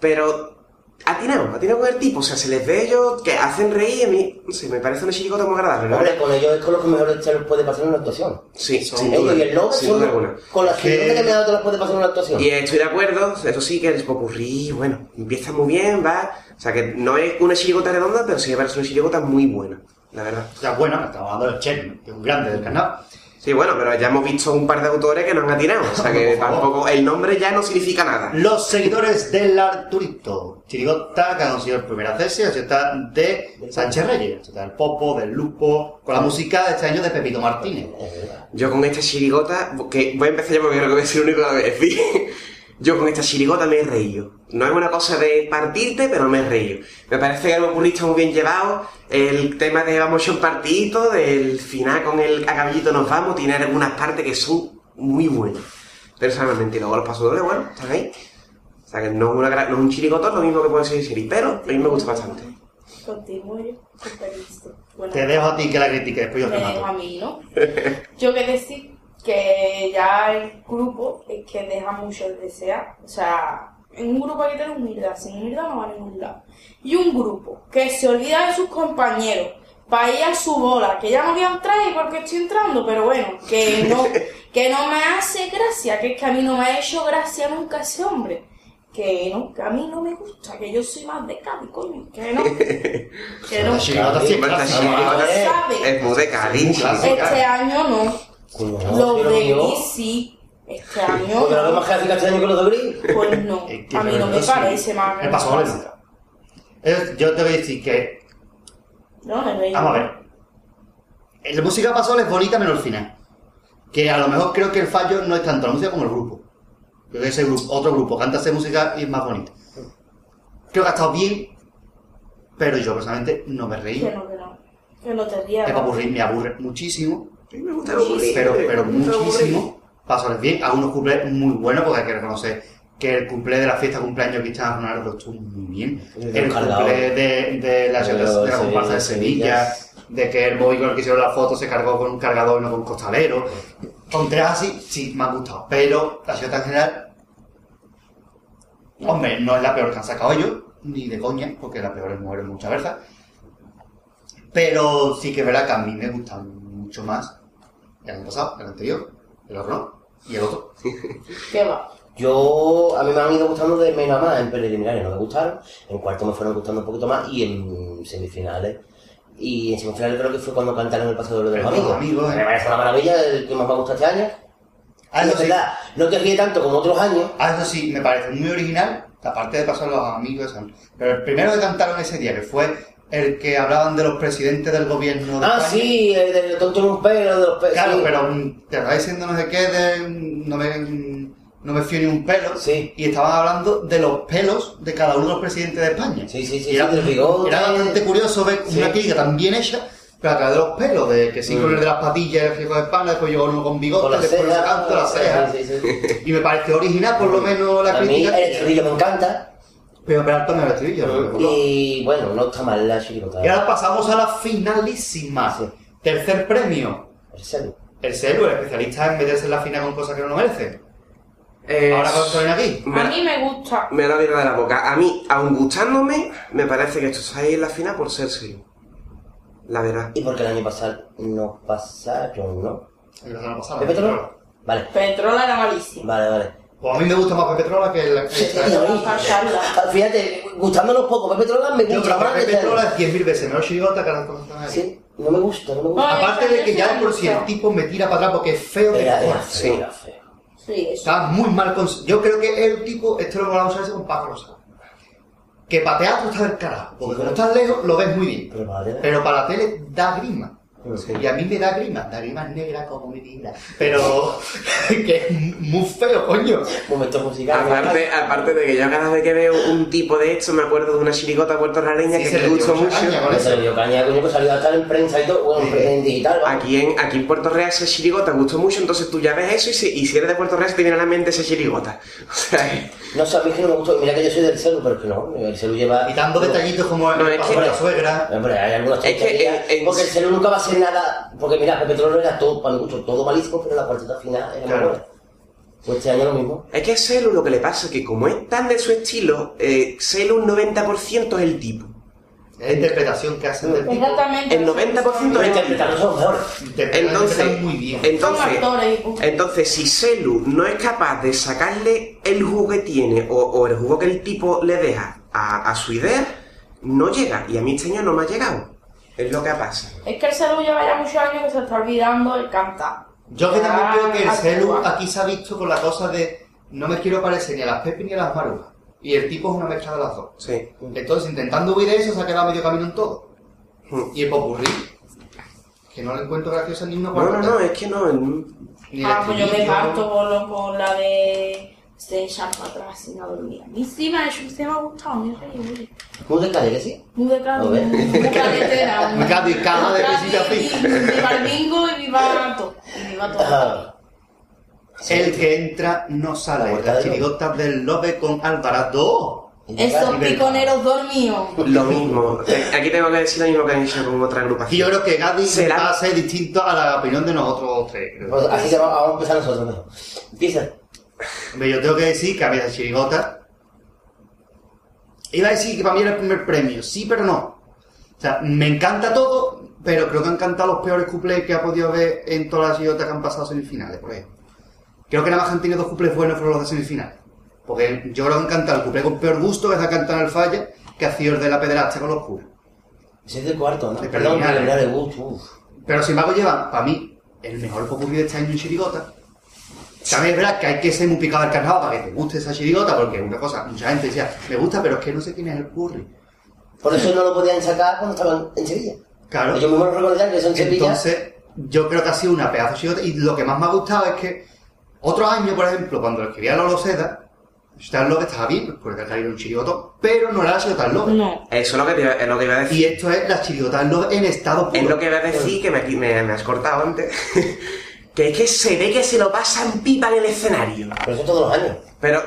Speaker 2: Pero ha atinado, ha atinado con el tipo, o sea, se les ve ellos que hacen reír y a mí, no sé, me parece una chirigota muy agradable, ¿no?
Speaker 3: Hombre, con ellos es con los que mejor se les puede pasar en una actuación.
Speaker 2: Sí,
Speaker 4: Son
Speaker 2: sin
Speaker 3: Ellos
Speaker 2: duda,
Speaker 3: y el lobo
Speaker 2: sin
Speaker 3: son
Speaker 2: duda alguna.
Speaker 3: con las
Speaker 4: Que-
Speaker 3: que... que me ha dado te las puede pasar en una actuación.
Speaker 2: Y estoy de acuerdo, eso sí, que el popurrí, bueno, empieza muy bien, va. O sea, que no es una chirigota redonda, pero sí me parece una chirigota muy buena, la verdad.
Speaker 4: O sea, bueno, estamos hablando del Chen, que es un grande del canal.
Speaker 2: Sí, bueno, pero ya hemos visto un par de autores que nos han atinado. O sea que tampoco. El nombre ya no significa nada.
Speaker 4: Los seguidores del Arturito. Chirigota que ha conseguido el primer acceso, la ciudad de Sánchez Reyes, la ciudad del Popo, del Lupo, con la música de este año de Pepito Martínez.
Speaker 2: Yo con esta chirigota, que voy a empezar yo porque creo que voy a ser el único que la voy a decir. <laughs> Yo con esta chirigota me he reído. No es una cosa de partirte, pero me he reído. Me parece que el popurrí está muy bien llevado. El tema de vamos a un partidito, del final con el a caballito nos vamos, tiene algunas partes que son muy buenas. Pero solamente luego los pasadores, bueno, están ahí. O sea que no es, una, gra- no es un chirigoto, lo mismo que puede ser Siri, pero a mí me gusta bastante.
Speaker 7: Continúo yo con permiso. Bueno,
Speaker 4: Te dejo a ti que la critiques, después yo
Speaker 7: me
Speaker 4: te
Speaker 7: dejo a
Speaker 4: mato.
Speaker 7: mí, ¿no? Yo que decir que ya el grupo es que deja mucho el desear. O sea, en un grupo hay que tener humildad. Sin humildad no va a ningún lado. Y un grupo que se olvida de sus compañeros para ir a su bola, que ya no voy a entrar y porque estoy entrando, pero bueno, que no, que no me hace gracia, que es que a mí no me ha hecho gracia nunca ese hombre. Que no, que a mí no me gusta, que yo soy más de Cádiz, coño, que no. Que no.
Speaker 4: La chirigota sí es
Speaker 2: Bueno, esta
Speaker 4: clásica.
Speaker 2: chirigota
Speaker 7: ¿Sabe?
Speaker 2: es muy de Cádiz.
Speaker 4: Sí, claro.
Speaker 7: Este año no. Los
Speaker 3: Pero
Speaker 7: de
Speaker 3: yo-
Speaker 7: gris sí. Este año
Speaker 3: Porque lo
Speaker 7: no.
Speaker 3: más que hace que hace año que los de gris.
Speaker 7: Pues no.
Speaker 4: <laughs> Es que
Speaker 7: A mí no me
Speaker 4: sí.
Speaker 7: parece más.
Speaker 4: Me pasó
Speaker 7: gracioso.
Speaker 4: Lorenzo. Es- Yo te voy a decir que.
Speaker 7: No, no, no.
Speaker 4: Vamos a ver. Eh, La música pasó es bonita menos el final. Que a lo mejor creo que el fallo no es tanto la música como el grupo. Creo que ese grupo, otro grupo canta esa música y es más bonita. Creo que ha estado bien, pero yo personalmente no me reí.
Speaker 7: Que no, que no. Que no te
Speaker 4: Es
Speaker 7: rías.
Speaker 4: para aburrir, me aburre muchísimo.
Speaker 2: A mí me gusta lo aburrido,
Speaker 4: pero, pero
Speaker 2: me gusta lo aburrido.
Speaker 4: muchísimo. Pasos bien, algunos cumple muy buenos, porque hay que reconocer que el cumple de la fiesta de cumpleaños de Cristiano Ronaldo estuvo muy bien.
Speaker 3: El
Speaker 4: El
Speaker 3: cargador.
Speaker 4: cumple de, de la,
Speaker 3: De
Speaker 4: de la
Speaker 3: los
Speaker 4: comparsa de Sevilla,
Speaker 3: Sevilla.
Speaker 4: de que el móvil con el que hicieron la foto se cargó con un cargador y no con un costalero. Tonteras así, sí, me han gustado. Pero la ciudad en general, hombre, no es la peor que han sacado ellos, ni de coña, porque la peor es mueren muchas veces. Pero sí que es verdad que a mí me gusta mucho más el año pasado, el anterior, el horno y el otro.
Speaker 7: ¿Qué va?
Speaker 3: Yo, a mí me han ido gustando de menos a más, en preliminares no me gustaron, en cuarto me fueron gustando un poquito más y en semifinales. Y en semifinales creo que fue cuando cantaron el pasador de los
Speaker 4: Pero
Speaker 3: amigos.
Speaker 4: los amigos, eh.
Speaker 3: Me parece una maravilla, el que más me ha gustado este año.
Speaker 4: Ah,
Speaker 3: Y
Speaker 4: eso
Speaker 3: es
Speaker 4: sí,
Speaker 3: verdad, no te ríe tanto como otros años.
Speaker 4: ah, eso sí, me parece muy original, aparte de pasar a los amigos. esa- Pero el primero que cantaron ese día, que fue el que hablaban de los presidentes del gobierno. de
Speaker 3: Ah,
Speaker 4: España.
Speaker 3: sí, el del tonto en un pelo, de los pelos.
Speaker 4: Claro,
Speaker 3: sí.
Speaker 4: pero mm, te estaba diciendo no sé qué de. mm, No me, mm, no me fío ni un pelo.
Speaker 3: Sí.
Speaker 4: Y estaban hablando de los pelos de cada uno de los presidentes de España.
Speaker 3: Sí, sí, sí,
Speaker 4: Y era,
Speaker 3: sí, del bigote.
Speaker 4: era bastante curioso ver
Speaker 3: Sí. Mm.
Speaker 4: una crítica tan bien hecha, pero a través de los pelos, de que sí, con el de las patillas, el que con espalda, después llegó uno con bigote,
Speaker 3: Con las
Speaker 4: después
Speaker 3: cejas.
Speaker 4: canto, las cejas.
Speaker 3: Sí, sí, sí. Mm.
Speaker 4: Y me pareció original, por lo menos, la
Speaker 3: A mí
Speaker 4: crítica.
Speaker 3: el estribillo me encanta.
Speaker 4: Pero me hartó en el estribillo. ¿no?
Speaker 3: Y bueno, no está mal la chiricota.
Speaker 4: Y ahora pasamos a la finalísima.
Speaker 3: Sí.
Speaker 4: Tercer premio.
Speaker 3: El serio.
Speaker 4: El celu, el especialista en meterse en la final con cosas que no merece.
Speaker 2: Eh,
Speaker 4: Ahora con Solena aquí.
Speaker 7: A mí me gusta.
Speaker 2: Me da la vida de la boca. A mí, aun gustándome, me parece que esto está ahí en la final por ser serio. La verdad.
Speaker 3: Y porque el año pasado no pasaron, ¿no?
Speaker 4: El verano pasado.
Speaker 3: ¿Pepe Toro? Vale,
Speaker 7: Petrola era malísimo.
Speaker 3: vale, vale.
Speaker 4: Pues a mí me gusta más Pepe Trola que la que
Speaker 3: Ay,
Speaker 4: la-
Speaker 3: Ah, Fíjate, gustándonos poco, Pepe Trola me
Speaker 4: Yo
Speaker 3: gusta
Speaker 4: creo
Speaker 3: más
Speaker 4: que
Speaker 3: que
Speaker 4: Pepe
Speaker 3: tal.
Speaker 4: Trola es 10.000 veces menos chigota que las cosas que no merece.
Speaker 3: Sí, no me gusta, no me gusta.
Speaker 7: Ah,
Speaker 4: Aparte de que ya de por si el
Speaker 7: Exacto.
Speaker 4: tipo me tira para atrás porque es feo de
Speaker 3: Era, era
Speaker 4: cojones.
Speaker 3: feo, era feo.
Speaker 7: Sí, eso.
Speaker 4: Está muy mal con... Yo creo que el tipo, esto lo vamos a hacer con Paco Rosa. Que para teatro está del carajo, porque como estás lejos lo ves muy bien.
Speaker 3: Pero madre
Speaker 4: Pero para la tele da
Speaker 2: Ah,
Speaker 4: grima.
Speaker 3: Sí.
Speaker 4: Y a mí me da grima, da grima negra como mi vida. Pero <laughs> que es muy feo, coño.
Speaker 3: Momentos musicales.
Speaker 2: Aparte, aparte de que yo cada vez que veo un tipo de esto me acuerdo de una chirigota puertorraleña
Speaker 4: Sí,
Speaker 2: que
Speaker 4: se
Speaker 2: me
Speaker 4: le dio
Speaker 2: gustó mucho.
Speaker 4: mucha caña con
Speaker 3: Pero se
Speaker 4: eso.
Speaker 3: le dio caña, coño, que salió a estar en prensa y todo, bueno,
Speaker 4: Sí.
Speaker 3: en digital, vamos.
Speaker 2: Aquí en, aquí en Puerto Real esa chirigota gustó mucho, entonces tú ya ves eso y si, y si eres de Puerto Real se te viene a la mente esa chirigota. <laughs> O sea, eh,
Speaker 3: No sé, a mí es que no me gustó. Mira que yo soy del celu, pero es que no, el celu lleva...
Speaker 4: Quitando detallitos como el
Speaker 2: No, es
Speaker 4: paso
Speaker 2: que-
Speaker 4: de la suegra.
Speaker 3: Hombre, hay algunos
Speaker 2: Es que, eh, eh,
Speaker 3: porque el celu nunca va a ser nada... Porque mira, Pepe Trola era todo, para mi gusto, todo malísimo, pero la cuarteta final era
Speaker 4: Claro.
Speaker 3: muy buena. Pues este año lo mismo.
Speaker 2: es que a Celu lo que le pasa es que como es tan de su estilo, eh, Celu un 90% es el tipo.
Speaker 4: Es la interpretación que hacen del tipo.
Speaker 7: Exactamente.
Speaker 2: El 90% es
Speaker 3: Pero
Speaker 2: el tipo.
Speaker 3: interpretarlos son mejores.
Speaker 4: Interpretan
Speaker 2: Entonces,
Speaker 4: muy bien.
Speaker 7: Son
Speaker 2: entonces,
Speaker 7: actores y punto.
Speaker 2: Entonces, si Celu no es capaz de sacarle el jugo que tiene o, o el jugo que el tipo le deja a, a su idea, no llega. Y a mí este año no me ha llegado. Es lo que pasa.
Speaker 7: Es que el celu lleva ya muchos años que se está olvidando el cantar.
Speaker 4: Yo que también
Speaker 7: Ah,
Speaker 4: creo que el
Speaker 7: actúa.
Speaker 4: celu aquí se ha visto con la cosa de no me quiero parecer ni a las Pepi ni a las Marujas. Y el tipo es una mezcla de las dos.
Speaker 2: Sí.
Speaker 4: Entonces, intentando huir de eso, se ha quedado medio camino en todo.
Speaker 2: Hmm.
Speaker 4: Y el popurrí, que no le encuentro graciosa ni una
Speaker 2: No, no,
Speaker 4: parte.
Speaker 2: no, es que no. mm,
Speaker 4: Ni el
Speaker 7: Ah, pues yo me
Speaker 4: estribillo.
Speaker 7: parto con, lo- con la de se echar para atrás sin a dormir. A mí sí me ha hecho, sí me ha gustado, me he reído, oye.
Speaker 3: ¿Un detalle que sí?
Speaker 7: Muy de
Speaker 3: A
Speaker 7: cabo,
Speaker 3: ver.
Speaker 7: muy
Speaker 4: <laughs>
Speaker 7: cadetera.
Speaker 4: Muy cadi- caja de
Speaker 7: Muy cadi-
Speaker 4: pesita
Speaker 7: y- Viva el bingo y viva todo. Y viva
Speaker 4: Ah.
Speaker 7: todo.
Speaker 3: Ajá.
Speaker 4: El que entra no
Speaker 3: La
Speaker 4: sale.
Speaker 3: vuelta
Speaker 4: Las
Speaker 3: de Lope.
Speaker 4: chirigotas del Lope con Alvarado.
Speaker 7: Esos
Speaker 4: nivel.
Speaker 7: piconeros dormidos.
Speaker 2: Lo mismo. Eh, Aquí tengo que decir lo mismo que han hecho con otra
Speaker 4: Y yo
Speaker 2: agrupación.
Speaker 4: creo que Gadi
Speaker 2: Será-
Speaker 4: va a ser distinto a la opinión de nosotros tres. creo.
Speaker 3: Pues así que va- vamos a empezar nosotros mejor. Empieza.
Speaker 4: Hombre, yo tengo que decir que a veces chirigota. Iba a decir que para mí era el primer premio, sí, pero no. O sea, me encanta todo, pero creo que han cantado los peores cuplés que ha podido ver en todas las chirigotas que han pasado a semifinales, por ejemplo. Creo que nada más han tenido dos cuplés buenos fueron los de semifinales. Porque yo creo que han cantado el cuplé con peor gusto que se ha cantado en el falla, que ha sido el de la pedrasta con los curas.
Speaker 3: Ese es del cuarto, ¿no?
Speaker 4: De
Speaker 3: Perdón,
Speaker 4: preliminares.
Speaker 3: preliminares, uf, uf.
Speaker 4: Pero sin embargo llevan, para mí, el mejor popurrí de este año en chirigota. También es verdad que hay que ser muy picado al carnaval para que te guste esa chirigota, porque es una cosa, mucha gente decía, me gusta, pero es que no sé quién es el curry.
Speaker 3: Por eso no lo podían sacar cuando estaban en Sevilla.
Speaker 4: Claro.
Speaker 3: Yo mismo lo recordaba que eso en Sevilla.
Speaker 4: Entonces, yo creo que ha sido una pedazo de chirigota. Y lo que más me ha gustado es que otro año, por ejemplo, cuando lo escribía Lolo Seda, Stan Love estaba bien, porque ha caído un chirigotón, pero no era la chirigota del Love.
Speaker 5: No.
Speaker 2: Eso es lo que, te- es lo que iba a decir.
Speaker 4: Y esto es la chirigota del Love en estado puro.
Speaker 2: Es lo que iba a decir, que me, me- me has cortado antes. <laughs> que es que se ve que se lo pasan pipa en el escenario.
Speaker 3: Pero eso todos los años.
Speaker 2: Pero,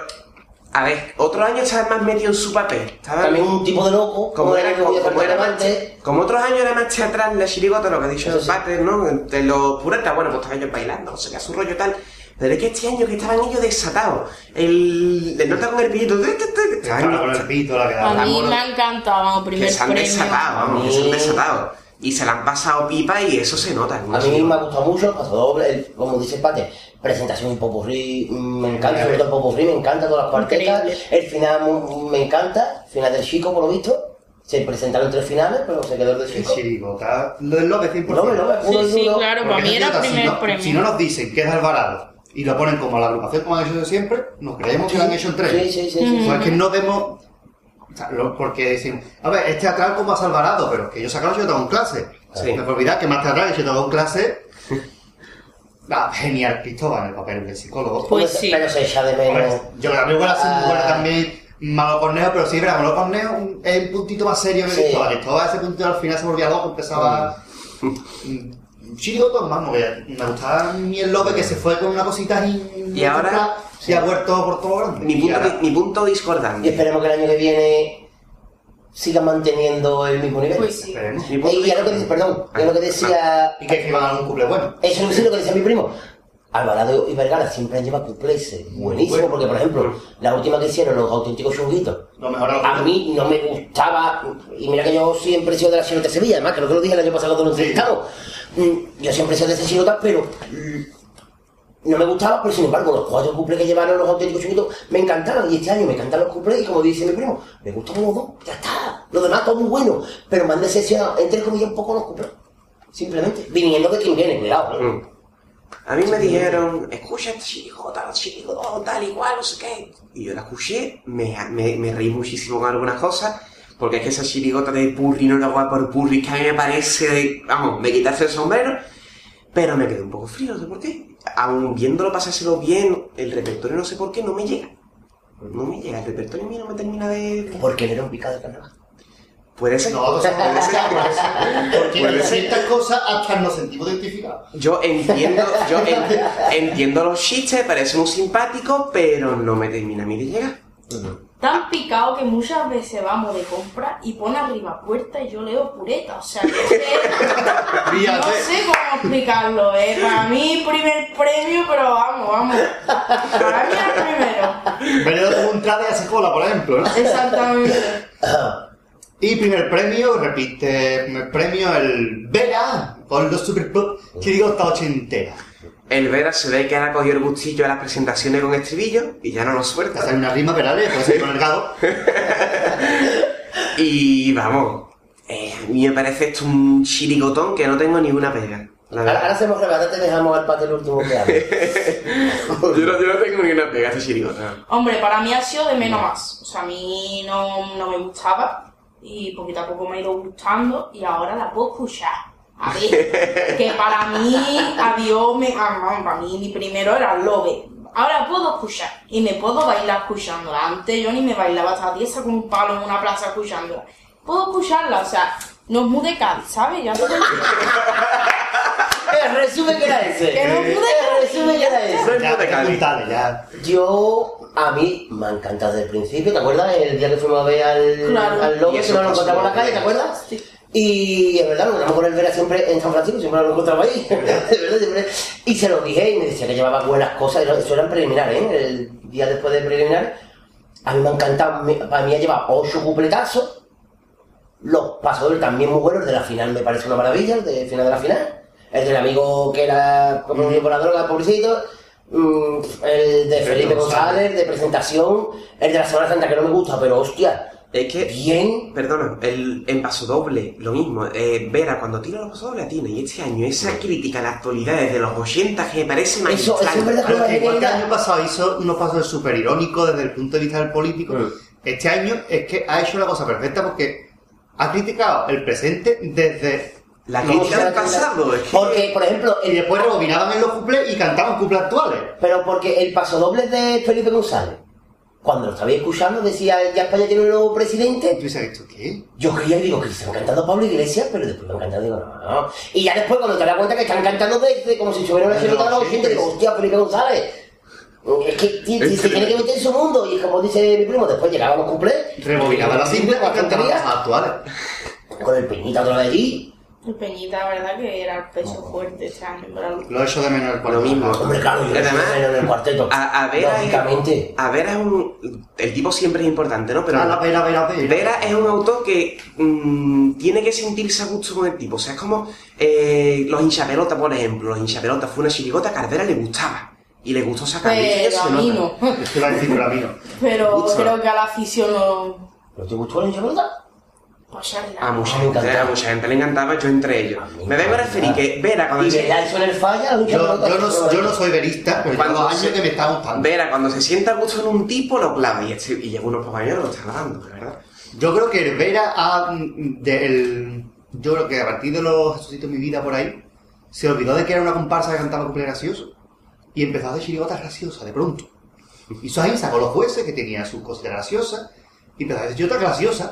Speaker 2: a ver, otro año estaba más metido en su papel. Estaba
Speaker 3: También un tipo de loco.
Speaker 2: como era, como, como era más-
Speaker 3: antes.
Speaker 2: como otros años era más teatral la chirigota, lo que ha dicho
Speaker 3: Eso
Speaker 2: el
Speaker 3: sí.
Speaker 2: pater, ¿no? De los puretas, bueno, pues estaban ellos bailando, no sé qué, a su rollo tal. Pero es que este año que estaban ellos desatados. El, el nota con el pillito. tu, tu, tu, que estaban-
Speaker 4: Estaba con el pito, la que daba.
Speaker 5: A mí
Speaker 2: amor.
Speaker 5: me ha encantado, vamos,
Speaker 2: que
Speaker 5: primer
Speaker 2: se han
Speaker 5: premio.
Speaker 2: desatado, vamos, que se han desatado. Y se la han pasado pipa y eso se nota.
Speaker 3: A mí me ha gustado mucho, paso doble, el- como dice Pate, presentación popurrí, mm, me encanta, sobre todo el popurrí, me encanta todas las cuartetas,
Speaker 5: Increíble.
Speaker 3: el final mm, me encanta, final del chico por lo visto, se presentaron tres finales, pero se quedó el del
Speaker 4: El
Speaker 3: chico.
Speaker 4: chirigota del Love 100%.
Speaker 3: No, no, no, uno
Speaker 5: Sí,
Speaker 3: y
Speaker 5: sí,
Speaker 3: uno.
Speaker 5: claro, para mí
Speaker 4: Porque no
Speaker 5: era
Speaker 4: trata,
Speaker 5: primer
Speaker 4: si no,
Speaker 5: premio.
Speaker 4: Si no nos dicen que es Alvarado y lo ponen como la agrupación como han hecho siempre, nos creemos que lo han hecho en tres.
Speaker 3: Sí, sí, sí, sí,
Speaker 4: O
Speaker 3: sí.
Speaker 4: sea, es que no vemos. o sea, lo- porque decimos, a ver, es teatral como es Alvarado, pero que yo sacaba yo en clase.
Speaker 2: Sí.
Speaker 4: Me puedo olvidar que más teatral yo en clase. <laughs> Ah, genial, Cristóbal, el papel del psicólogo.
Speaker 5: Pues sí.
Speaker 3: Pero se echa de
Speaker 4: Hombre,
Speaker 3: menos.
Speaker 4: Pues, yo también hubiera sido
Speaker 3: Ah.
Speaker 4: bueno también malo corneo, pero sí, era malo corneo un- es un puntito más serio que
Speaker 3: Sí.
Speaker 4: Cristóbal. Cristóbal ese puntito al final se volvía loco, empezaba. Mm, Chirigotón, vamos, que me gustaba ni el López que se fue con una cosita y.
Speaker 2: Y ahora-
Speaker 4: Se ha vuelto por todo grande.
Speaker 2: Mi
Speaker 4: Y
Speaker 2: punto,
Speaker 4: ahora-
Speaker 2: di- mi punto
Speaker 3: Y
Speaker 2: discordante.
Speaker 3: esperemos que el año que viene siga manteniendo el mismo nivel.
Speaker 7: Pues sí.
Speaker 4: Esperemos.
Speaker 2: Mi punto
Speaker 3: y ya lo
Speaker 2: discordante.
Speaker 3: que dice, perdón, ya lo que decía
Speaker 4: Ah, Y que escriban algún cumple bueno.
Speaker 3: Eso es lo que decía mi primo. Alvarado y Vergara siempre han llevado cuplés eh, buenísimo,
Speaker 4: Bueno.
Speaker 3: porque por ejemplo, la última que hicieron los auténticos chunguitos,
Speaker 4: Lo mejor
Speaker 3: a mí no me gustaba, y mira que yo siempre he sido de la chirota de Sevilla, además creo que lo dije el año pasado cuando lo entrevistamos, Mm, yo siempre he sido de esa chirota, pero mm, no me gustaba, pero sin embargo los cuatro cuplés que llevaron los auténticos chunguitos me encantaron, y este año me encantan los cuplés, y como dice mi primo, me gustan los dos, ya está, los demás todo muy bueno, pero me han decepcionado, entre comillas, un poco los cuplés, simplemente, viniendo de quien viene, cuidado. ¿eh?
Speaker 2: Mm. A mí me dijeron, escucha esta chirigota, chirigota, tal y cual, no sé qué. Y yo la escuché, me, me, me reí muchísimo con algunas cosas, porque es que esa chirigota de purri no la voy a por purri, que a mí me parece, de- vamos, me quitaste el sombrero, pero me quedé un poco frío, no sé por qué. Aún viéndolo pasárselo bien, el repertorio no sé por qué no me llega. No me llega, el repertorio a mí no me termina de...
Speaker 3: Porque no era un picado de carnaval.
Speaker 2: Puede ser.
Speaker 4: No, no
Speaker 2: <laughs>
Speaker 4: se puede ser, puede ser. Porque
Speaker 2: Puede
Speaker 4: en
Speaker 2: ser.
Speaker 4: ciertas cosas hasta nos sentimos identificados.
Speaker 2: Yo entiendo, yo en- entiendo los chistes, parece muy simpático, pero no me termina a mí de llegar.
Speaker 5: Mm.
Speaker 7: Tan picado que muchas veces vamos de compra y pone arriba puerta y yo leo pureta. O sea, no sé, no
Speaker 4: <laughs> Fíjate.
Speaker 7: sé cómo explicarlo, ¿eh? Para mí, primer premio, pero vamos, vamos. Para mí, el primero.
Speaker 4: Veneno de un traje hace cola, por ejemplo, ¿no?
Speaker 7: Exactamente.
Speaker 4: Y primer premio, repite, primer premio, el Vera con los Super Pop Chirigota ochentera.
Speaker 2: El Vera se ve que ahora cogió el gustillo a las presentaciones con estribillo y ya no lo
Speaker 4: Te
Speaker 2: suelta.
Speaker 4: hacen una rima, pero dale, puede ser con el gado.
Speaker 2: Y vamos, eh, a mí me parece esto un chirigotón que no tengo ni una pega. La
Speaker 3: Ahora, ahora
Speaker 2: verdad.
Speaker 3: hacemos rebate y dejamos al pate el último que hable.
Speaker 2: <laughs> Yo no, yo no tengo ni una pega a esta chirigota.
Speaker 5: Hombre, para mí ha sido de menos más. O sea, a mí no, no me gustaba y poquito a poco me ha ido gustando y ahora la puedo escuchar. A ver, que para mí, adiós, me, ah, no, para mí mi primero era Love. Ahora puedo escuchar y me puedo bailar escuchándola. Antes yo ni me bailaba hasta tiesa con un palo en una plaza escuchándola. Puedo escucharla, o sea, nos mude Cádiz, ¿sabes? Ya no
Speaker 3: El resumen que era
Speaker 5: Que
Speaker 3: ese.
Speaker 5: nos mude
Speaker 3: El
Speaker 5: Cádiz.
Speaker 3: resumen que era ese.
Speaker 2: Soy
Speaker 4: Ya,
Speaker 2: muy de Cádiz.
Speaker 4: dale, ya.
Speaker 3: Yo, a mí, me ha encantado desde el principio, ¿te acuerdas? El día que fuimos a ver al,
Speaker 5: Claro.
Speaker 3: al lobo,
Speaker 2: Y
Speaker 3: que
Speaker 2: eso
Speaker 3: nos lo
Speaker 2: pasó.
Speaker 3: encontramos en la calle, ¿te acuerdas? Y es verdad, nos encontramos con el Vera siempre en San Francisco, siempre nos lo encontramos ahí. <laughs> de verdad, siempre. Y se lo dije y me decía que llevaba buenas cosas, y no- eso eran preliminares, ¿eh? El día después de preliminares. A mí me ha encantado, me- para mí ha llevado ocho cupletazos. Los pasadores también muy buenos, el de la final me parece una maravilla, el de final de la final. El del amigo que era como por la droga, pobrecito. Mm, El de Felipe
Speaker 4: González.
Speaker 3: González, de presentación. El de la Semana Santa que no me gusta, pero hostia,
Speaker 2: Es que,
Speaker 3: bien.
Speaker 2: perdona, el, en paso doble, lo mismo. Eh, Vera, cuando tira los paso doble, atina. Y este año, esa crítica a la actualidad desde los 80 que me parece
Speaker 3: Eso- eso es verdad.
Speaker 4: Pero que igual que el año pasado hizo unos pasos súper irónicos desde el punto de vista del político, este año es que ha hecho la cosa perfecta porque ha criticado el presente desde
Speaker 2: La
Speaker 4: los
Speaker 2: crítica del
Speaker 4: 80.
Speaker 2: pasado. Es que,
Speaker 3: Porque, por ejemplo,
Speaker 4: Y
Speaker 3: el-
Speaker 4: después rebobinaban en los cumples y cantaban cumples actuales.
Speaker 3: pero porque el pasodoble de Felipe González, cuando lo estaba escuchando, decía, ya España tiene un nuevo
Speaker 4: Y
Speaker 3: presidente.
Speaker 4: tú dices, ¿esto qué?
Speaker 3: Yo creía y digo que se han cantado Pablo Iglesias, pero después me han cantado, digo, no, no. Y ya después, cuando te das cuenta que están cantando desde como si estuviera una
Speaker 4: Desde
Speaker 3: chilota de los
Speaker 4: los
Speaker 3: 80, digo,
Speaker 4: 80.
Speaker 3: hostia, Felipe González. Es que ti- ti- se tiene que meter en su mundo, y como dice mi primo, después llegaban los cumple,
Speaker 4: Rebobinaban las cintas y cantaban
Speaker 3: tonterías,
Speaker 4: cosas actuales.
Speaker 3: con el peñita otra vez allí.
Speaker 5: El Peñita, la verdad, que era el peso fuerte este año. pero lo-
Speaker 4: Lo he hecho de menos el cuarto.
Speaker 2: mismo.
Speaker 3: Hombre, claro, yo no
Speaker 2: Además,
Speaker 3: soy en el cuarteto.
Speaker 2: A, a Vera,
Speaker 3: Lógicamente.
Speaker 2: es, a Vera es un. El tipo siempre es importante, ¿no? Pero
Speaker 4: Ah, la vera, vera, vera.
Speaker 2: Vera es un autor que mm, tiene que sentirse a gusto con el tipo. O sea, es como eh, los hinchapelotas, por ejemplo. Los hinchapelotas fue una chirigota que a Vera le gustaba. Y le gustó sacar
Speaker 5: Pero a mí no.
Speaker 4: Es que lo han dicho, pero a mí no.
Speaker 5: Pero
Speaker 2: Mucho.
Speaker 5: creo que a la afición no.
Speaker 3: ¿No te gustó la hinchabrota?
Speaker 5: Pues ya la-
Speaker 2: A mucha
Speaker 3: Me
Speaker 2: gente, a
Speaker 3: encantaba.
Speaker 2: mucha gente le encantaba, yo entre ellos.
Speaker 3: A mí
Speaker 2: Me vengo a
Speaker 3: me
Speaker 2: referir
Speaker 3: encantaba.
Speaker 2: que Vera cuando
Speaker 3: Y
Speaker 2: se-
Speaker 3: me la hizo en el falla, la
Speaker 4: Yo,
Speaker 3: hinchabrota.
Speaker 4: yo no, yo no soy verista, pero llevo
Speaker 2: Cuando
Speaker 4: años
Speaker 2: se-
Speaker 4: que me está gustando.
Speaker 2: Vera, cuando se sienta a gusto en un tipo, lo clava. Y, este- y llega unos pocos años y lo está grabando, de verdad.
Speaker 4: Yo creo que Vera ha. mm, del- yo creo que a partir de los Jesucitos de mi vida por ahí, se olvidó de que era una comparsa que cantaba cumple gracioso. Y empezó a hacer chirigotas graciosas de pronto. Hizo ahí, sacó los jueces que tenían sus cosas graciosas. Y empezó a hacer chirigotas graciosas.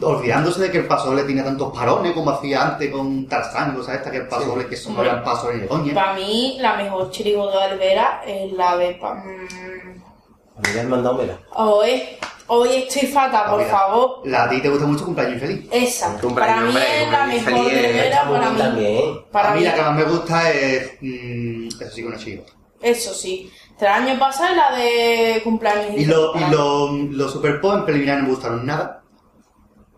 Speaker 4: Olvidándose de que el paso le tenía tantos parones como hacía antes con Tarzán, cosas estas que el paso que son no eran pasos de coña.
Speaker 5: Para mí, la mejor chirigota de Alvera es la de. pa- mm,
Speaker 3: Me la han mandado mela.
Speaker 5: Hoy, hoy estoy fata, por
Speaker 4: Ah, Mira,
Speaker 5: favor.
Speaker 4: La a ti te gusta mucho cumpleaños infeliz.
Speaker 5: Esa.
Speaker 2: Cumpleaños,
Speaker 5: Para mí
Speaker 2: hombre,
Speaker 5: es la
Speaker 2: cumpleaños
Speaker 5: mejor de
Speaker 2: feliz,
Speaker 5: Alvera,
Speaker 3: Está muy
Speaker 5: para
Speaker 3: bien
Speaker 5: mí.
Speaker 3: también. ¿eh?
Speaker 5: Para
Speaker 4: a mí,
Speaker 5: mí,
Speaker 4: la que más me gusta es. mm, eso sí, con una chirigota.
Speaker 5: eso sí. Tras año pasado es la de cumpleaños.
Speaker 4: Y lo, y lo, lo Super Pop en preliminar no me gustaron nada.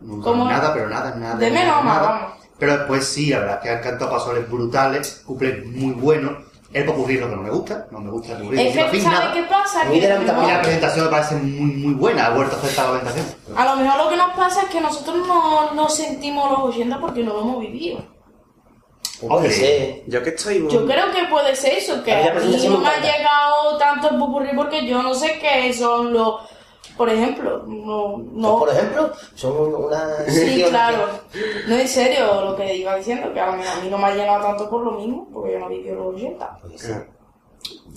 Speaker 4: No me gustaron
Speaker 5: ¿Cómo?
Speaker 4: Nada, pero nada, nada.
Speaker 5: De menos
Speaker 4: nada,
Speaker 5: a más,
Speaker 4: nada.
Speaker 5: vamos.
Speaker 4: Pero después sí, la verdad es que han cantado pasoles brutales, cuples muy buenos. El popurrí es lo que no me gusta, no me gusta el popurrí.
Speaker 5: Es
Speaker 4: no
Speaker 5: que,
Speaker 4: fin,
Speaker 5: ¿sabes
Speaker 4: nada.
Speaker 5: qué pasa?
Speaker 3: Mira
Speaker 5: Que
Speaker 3: la
Speaker 5: a lo
Speaker 3: mitad-
Speaker 4: Y la
Speaker 5: mejor-
Speaker 4: presentación me parece muy, muy buena. Ha vuelto a hacer esta presentación.
Speaker 5: a lo mejor lo que nos pasa es que nosotros no, no sentimos los 80 porque no lo hemos vivido.
Speaker 4: Hombre.
Speaker 3: Sí.
Speaker 2: Yo que estoy.
Speaker 5: Yo creo que puede ser eso, que
Speaker 3: A mí la
Speaker 5: a mí
Speaker 3: presentación
Speaker 5: no
Speaker 3: me
Speaker 5: me ha
Speaker 3: encanta.
Speaker 5: llegado tanto el pupurrí porque yo no sé qué son los. Por ejemplo, no.
Speaker 3: Pues,
Speaker 5: no
Speaker 3: por ejemplo, son un- una... <laughs>
Speaker 5: sí,
Speaker 3: una-
Speaker 5: claro. No, en serio, lo que iba diciendo, que a mí, a mí no me ha llenado tanto por lo mismo, porque yo no viví los 80.
Speaker 2: Ah.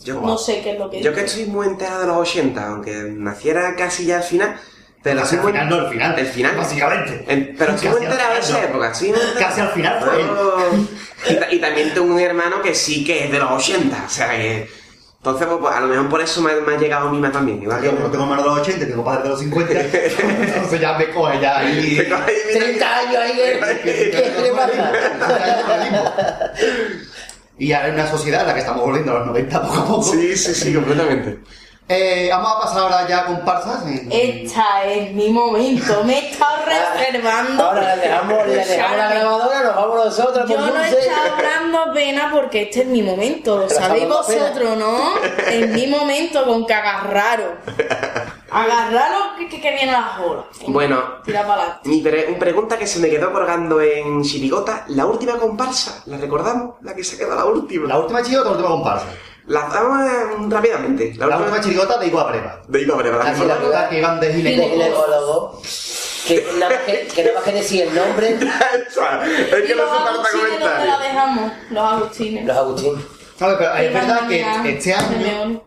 Speaker 2: Yo,
Speaker 5: No sé qué es lo que.
Speaker 2: Yo que estoy muy enterado de los 80, aunque naciera casi ya al final. Pero
Speaker 4: Casi
Speaker 2: estoy muy-
Speaker 4: al final, no al final.
Speaker 2: El final.
Speaker 4: Básicamente.
Speaker 2: En- pero estoy
Speaker 4: Casi
Speaker 2: muy
Speaker 4: al
Speaker 2: enterado de
Speaker 4: final,
Speaker 2: esa
Speaker 4: no.
Speaker 2: época. estoy muy enterado. Oh.
Speaker 4: Casi al final fue él.
Speaker 2: y, ta- y también tengo un hermano que sí que es de los 80. O sea que. Entonces, pues, pues, a lo mejor por eso me, ha- me ha llegado Mima también. Igual que.
Speaker 4: Yo no tengo mano de los 80, tengo padre de
Speaker 2: <laughs>
Speaker 4: los 50. Entonces ya me coge ya ahí.
Speaker 2: Te coge y mira-
Speaker 3: 30 años ahí, ¿eh?
Speaker 2: <laughs>
Speaker 3: ¿qué qué le pasa?
Speaker 4: Y ahora en una sociedad en la que estamos volviendo a los 90 poco a poco.
Speaker 2: Sí, sí, sí, completamente.
Speaker 4: Eh, vamos a pasar ahora ya a comparsas. en-
Speaker 5: Esta es mi momento, me he estado reservando.
Speaker 3: Ahora la dejamos, le dejamos la grabadora, nos vamos nosotros
Speaker 5: Pues Yo
Speaker 3: por
Speaker 5: no he
Speaker 2: eh.
Speaker 3: dulce.
Speaker 5: estado dando pena porque este es mi momento, lo
Speaker 3: Pero
Speaker 5: sabéis
Speaker 3: estamos dando
Speaker 5: vosotros, ¿no? Es mi momento con cagarraro.
Speaker 7: Agarralo que, que, que viene las olas.
Speaker 2: Bueno,
Speaker 7: Tira para adelante.
Speaker 2: mi pre- pregunta que se me quedó colgando en Chirigota, la última comparsa, ¿la recordamos? La que se quedó la última.
Speaker 4: La última chirigota, la última comparsa.
Speaker 2: La vamos a- rápidamente.
Speaker 4: La última chirigota de Iguabreva.
Speaker 2: De Iba Breva, la
Speaker 4: La
Speaker 2: recordamos.
Speaker 4: chirigota que iban de ginecólogo.
Speaker 3: ginecólogo. Que nada más que, que nada más que decir el nombre,
Speaker 2: Esa, es
Speaker 7: Y
Speaker 2: que no
Speaker 7: los
Speaker 2: se falta
Speaker 7: agustines no te la
Speaker 2: comentario.
Speaker 7: dejamos. Los agustines.
Speaker 3: los Agustín.
Speaker 4: ¿Sabes? Pero es
Speaker 7: Iban
Speaker 4: verdad
Speaker 7: María
Speaker 4: que este año.
Speaker 7: Simeone.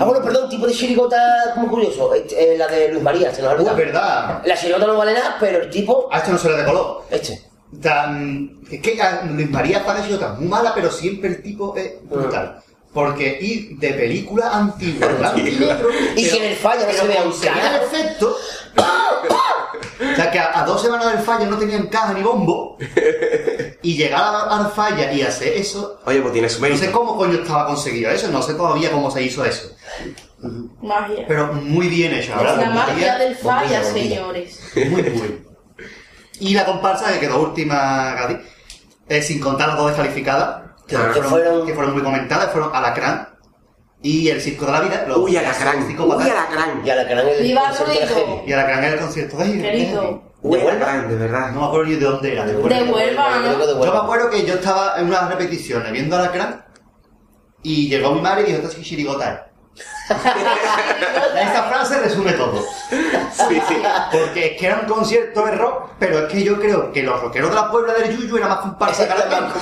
Speaker 3: Ah, bueno, perdón, tipo de chirigota como curioso. este, eh, la de Luis María, se nos ha
Speaker 4: Uh, es
Speaker 3: olvidado.
Speaker 4: verdad.
Speaker 3: La chirigota no vale nada, pero el tipo.
Speaker 4: A esto no se le decoló.
Speaker 3: Este.
Speaker 4: Tan, es que a Luis María Páez ha sido tan muy mala, pero siempre el tipo es brutal. Porque ir de película antigua, blanco y negro,
Speaker 3: Y que en el fallo no
Speaker 4: pero
Speaker 3: se vea un
Speaker 4: conseguir el
Speaker 3: carajo.
Speaker 4: efecto. o sea, que a, a dos semanas del fallo no tenían caja ni bombo. Y llegar a- al falla y hacer eso.
Speaker 2: Oye, pues tiene su
Speaker 4: No sé
Speaker 2: mérito.
Speaker 4: cómo coño estaba conseguido eso, no sé todavía cómo se hizo eso.
Speaker 5: Magia.
Speaker 4: Pero muy bien hecho, la verdad,
Speaker 5: la
Speaker 4: Luis
Speaker 5: magia
Speaker 4: María,
Speaker 5: del falla,
Speaker 4: bombilla, bombilla.
Speaker 5: señores.
Speaker 4: <laughs> Muy bueno. Y la comparsa que quedó última, Gadi, eh, sin contar las dos descalificadas, que,
Speaker 2: Ah.
Speaker 4: fueron, que fueron muy comentadas, fueron Alacrán y el Circo de la Vida. los
Speaker 2: Uy, Alacrán. Uy,
Speaker 4: psicópatas.
Speaker 2: Alacrán.
Speaker 3: Y a la canal
Speaker 7: Viva Ruido.
Speaker 4: Y Alacrán era el concierto de ellos.
Speaker 7: Querido.
Speaker 2: Uy,
Speaker 3: ¿De Huelva?
Speaker 2: Alacrán, de verdad.
Speaker 4: No me acuerdo ni de dónde era. de Huelva.
Speaker 7: De Huelva, ¿no?
Speaker 4: Yo me acuerdo que yo estaba en unas repeticiones viendo Alacrán y llegó mi madre y dijo, esta es chirigota. Esta frase resume todo.
Speaker 2: Sí, sí.
Speaker 4: Porque es que era un concierto de rock, pero es que yo creo que los rockeros de la Puebla del Yuyu era más comparsa que Alacrán.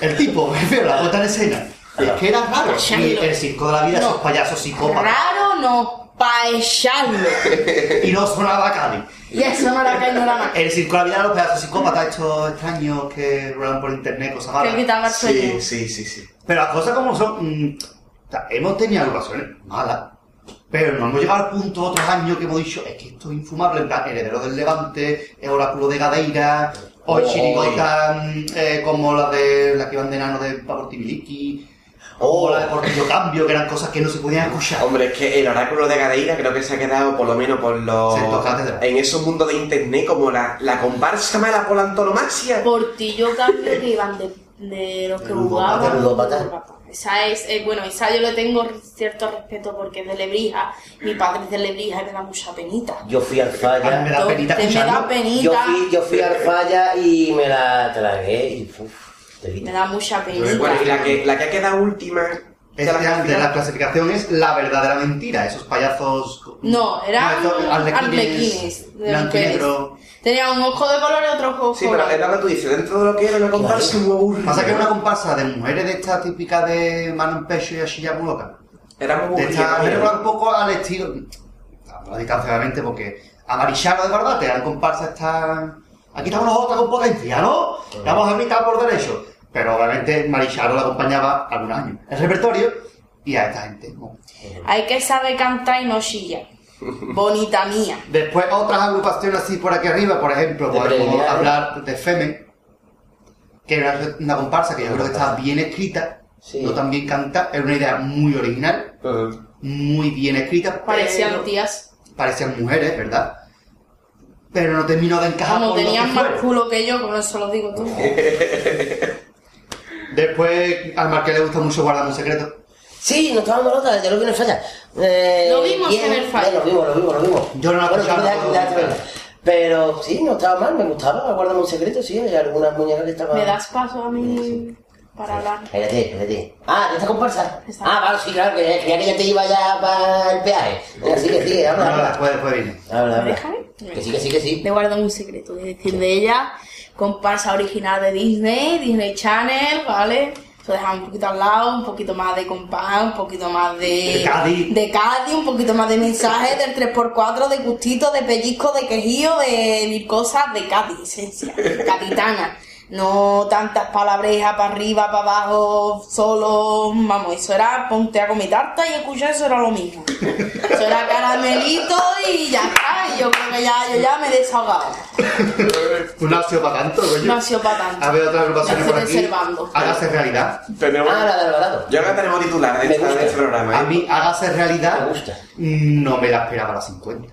Speaker 4: El tipo, <laughs> me refiero, la puesta en escena. Es que era raro.
Speaker 7: Pues
Speaker 4: Y el circo de la vida, esos payasos psicópatas.
Speaker 7: Raro no.
Speaker 4: <laughs>
Speaker 7: Paecharlo.
Speaker 4: Y no sonaba Cádiz.
Speaker 7: Y eso no la cae no la más.
Speaker 4: El circo de la vida eran los payasos psicópatas, estos extraños que ruedan por internet, cosas
Speaker 7: Que
Speaker 4: malas.
Speaker 7: quitaba el sueño.
Speaker 2: Sí, sí, sí, sí.
Speaker 4: Pero las cosas como son. mm, o sea, hemos tenido agrupaciones malas. Pero no hemos llegado al punto otros años que hemos dicho, es que esto es infumable, en plan, heredero del Levante, el oráculo de Gadeira, o
Speaker 3: Oy.
Speaker 4: chirigotas mm, eh, como la de la que iban de nano de Pablo Tibiliki, o
Speaker 3: Oh.
Speaker 4: la de Portillo Cambio, que eran cosas que no se podían
Speaker 2: <laughs>
Speaker 4: escuchar.
Speaker 2: Hombre, es que el oráculo de Gadeira creo que se ha quedado, por lo menos por los.
Speaker 4: Centro cátedra.
Speaker 2: En esos mundos de internet, como la, la comparsa mala por la antonomasia.
Speaker 5: Portillo
Speaker 4: <laughs>
Speaker 5: cambio que iban de, de los que
Speaker 4: Ludópata,
Speaker 5: jugaban.
Speaker 3: ludópata.
Speaker 5: Esa es, eh, bueno, esa yo le tengo cierto respeto porque es de Lebrija. Mi padre es de Lebrija y me da mucha penita.
Speaker 3: Yo fui al
Speaker 4: A mí me
Speaker 3: falla.
Speaker 4: da penita
Speaker 5: Entonces, me da
Speaker 4: escucharlo.
Speaker 5: penita.
Speaker 3: Yo fui, yo fui al falla y me la tragué y uff, te
Speaker 5: Me
Speaker 3: vi.
Speaker 5: da mucha
Speaker 2: Bueno, y
Speaker 5: penita.
Speaker 2: la que, la que ha quedado última. de
Speaker 4: Pues, Es de
Speaker 2: la
Speaker 4: la, Este de la clasificación es la verdadera mentira, esos payasos... Ah,
Speaker 5: No, eran
Speaker 4: esos
Speaker 5: arlequines, de
Speaker 4: blanco y
Speaker 5: mujeres.
Speaker 4: negro.
Speaker 5: Tenía un ojo de color y otro ojo
Speaker 2: Sí, pero es lo que tú dices, dentro de lo que era una comparsa, muy aburrida.
Speaker 4: Pasa que es una comparsa de mujeres de esta típica de mano en pecho y así ya muy loca.
Speaker 2: Era muy
Speaker 4: De esta,
Speaker 2: aburrida.
Speaker 4: era un poco al estilo... No digas obviamente porque amarillano de verdad, te dan comparsa esta... Aquí estamos nosotros con potencia, ¿no? Vamos a gritar por derecho. Pero obviamente Maricharo la acompañaba algunos años. El repertorio y a esta gente. no.
Speaker 5: Hay que saber cantar y
Speaker 2: <laughs>
Speaker 5: no chillar. Bonita mía.
Speaker 4: Después otras agrupaciones así por aquí arriba, por ejemplo,
Speaker 3: De
Speaker 4: podemos
Speaker 3: Prelidiario.
Speaker 4: hablar de Femen, que era una comparsa que yo creo que está bien escrita,
Speaker 3: Sí.
Speaker 4: no tan bien cantada, era una idea muy original, muy bien escrita.
Speaker 5: Parecían
Speaker 4: pero-
Speaker 5: tías.
Speaker 4: Parecían mujeres, ¿verdad? Pero no terminó de encajar
Speaker 5: Como
Speaker 4: con lo
Speaker 5: tenían
Speaker 4: que
Speaker 5: más
Speaker 4: fueron.
Speaker 5: culo que yo, con eso lo digo tú.
Speaker 4: Después, al marqués le gusta mucho guardar un secreto.
Speaker 3: Sí, nos estábamos nota, ya lo vi en el falla. Eh,
Speaker 5: Lo vimos
Speaker 3: bien,
Speaker 5: en el falla.
Speaker 3: Lo vimos, lo vimos, lo vimos.
Speaker 4: Yo no la
Speaker 3: bueno, tú me
Speaker 4: escuchaba,
Speaker 3: dejaste- me dejaste
Speaker 4: no.
Speaker 3: verla. Pero sí, no estaba mal, me gustaba. Guardame un secreto, sí, hay algunas muñecas que estaban.
Speaker 5: ¿Me das paso a mí para hablar?
Speaker 3: Espérate, espérate. Ah, ¿de esta comparsa? Ah, vale, sí, claro, que creía que ya te iba ya para el peaje. Venga, sigue, sigue,
Speaker 4: No, no,
Speaker 3: habla,
Speaker 4: después, después viene.
Speaker 3: habla. Habla,
Speaker 5: ¿Me
Speaker 3: habla.
Speaker 5: dejáis?
Speaker 3: Que sí, que sí, que sí.
Speaker 5: Le guardan un secreto, es decir, de ella, comparsa original de Disney, Disney Channel, ¿vale? Eso dejamos un poquito al lado, un poquito más de compás, un poquito más de...
Speaker 4: De Cádiz.
Speaker 5: Eh, De Cádiz, un poquito más de mensajes, del 3x4, de gustito, de pellizco, de quejío, de mil cosas de Cádiz, esencia, capitana. No tantas palabrejas para arriba, para abajo, solo, vamos, eso era ponte a comer tarta y escuchar, eso era lo mismo. Eso era caramelito y ya está, y yo creo que ya, yo ya me he desahogado.
Speaker 4: Tú no has sido para tanto, coño.
Speaker 5: No ha sido para tanto.
Speaker 4: A ver, otra agrupación
Speaker 5: Me estoy
Speaker 4: por aquí.
Speaker 5: reservando.
Speaker 4: Hágase realidad.
Speaker 2: Tenemos-
Speaker 3: Ah, la de Alvarado.
Speaker 2: Yo ahora tenemos titular de,
Speaker 3: Me
Speaker 2: esta- de
Speaker 3: gusta.
Speaker 2: este programa.
Speaker 4: A
Speaker 3: Ah,
Speaker 2: ¿eh?
Speaker 4: mí, hágase realidad.
Speaker 3: Me gusta.
Speaker 4: No me la esperaba a las 50.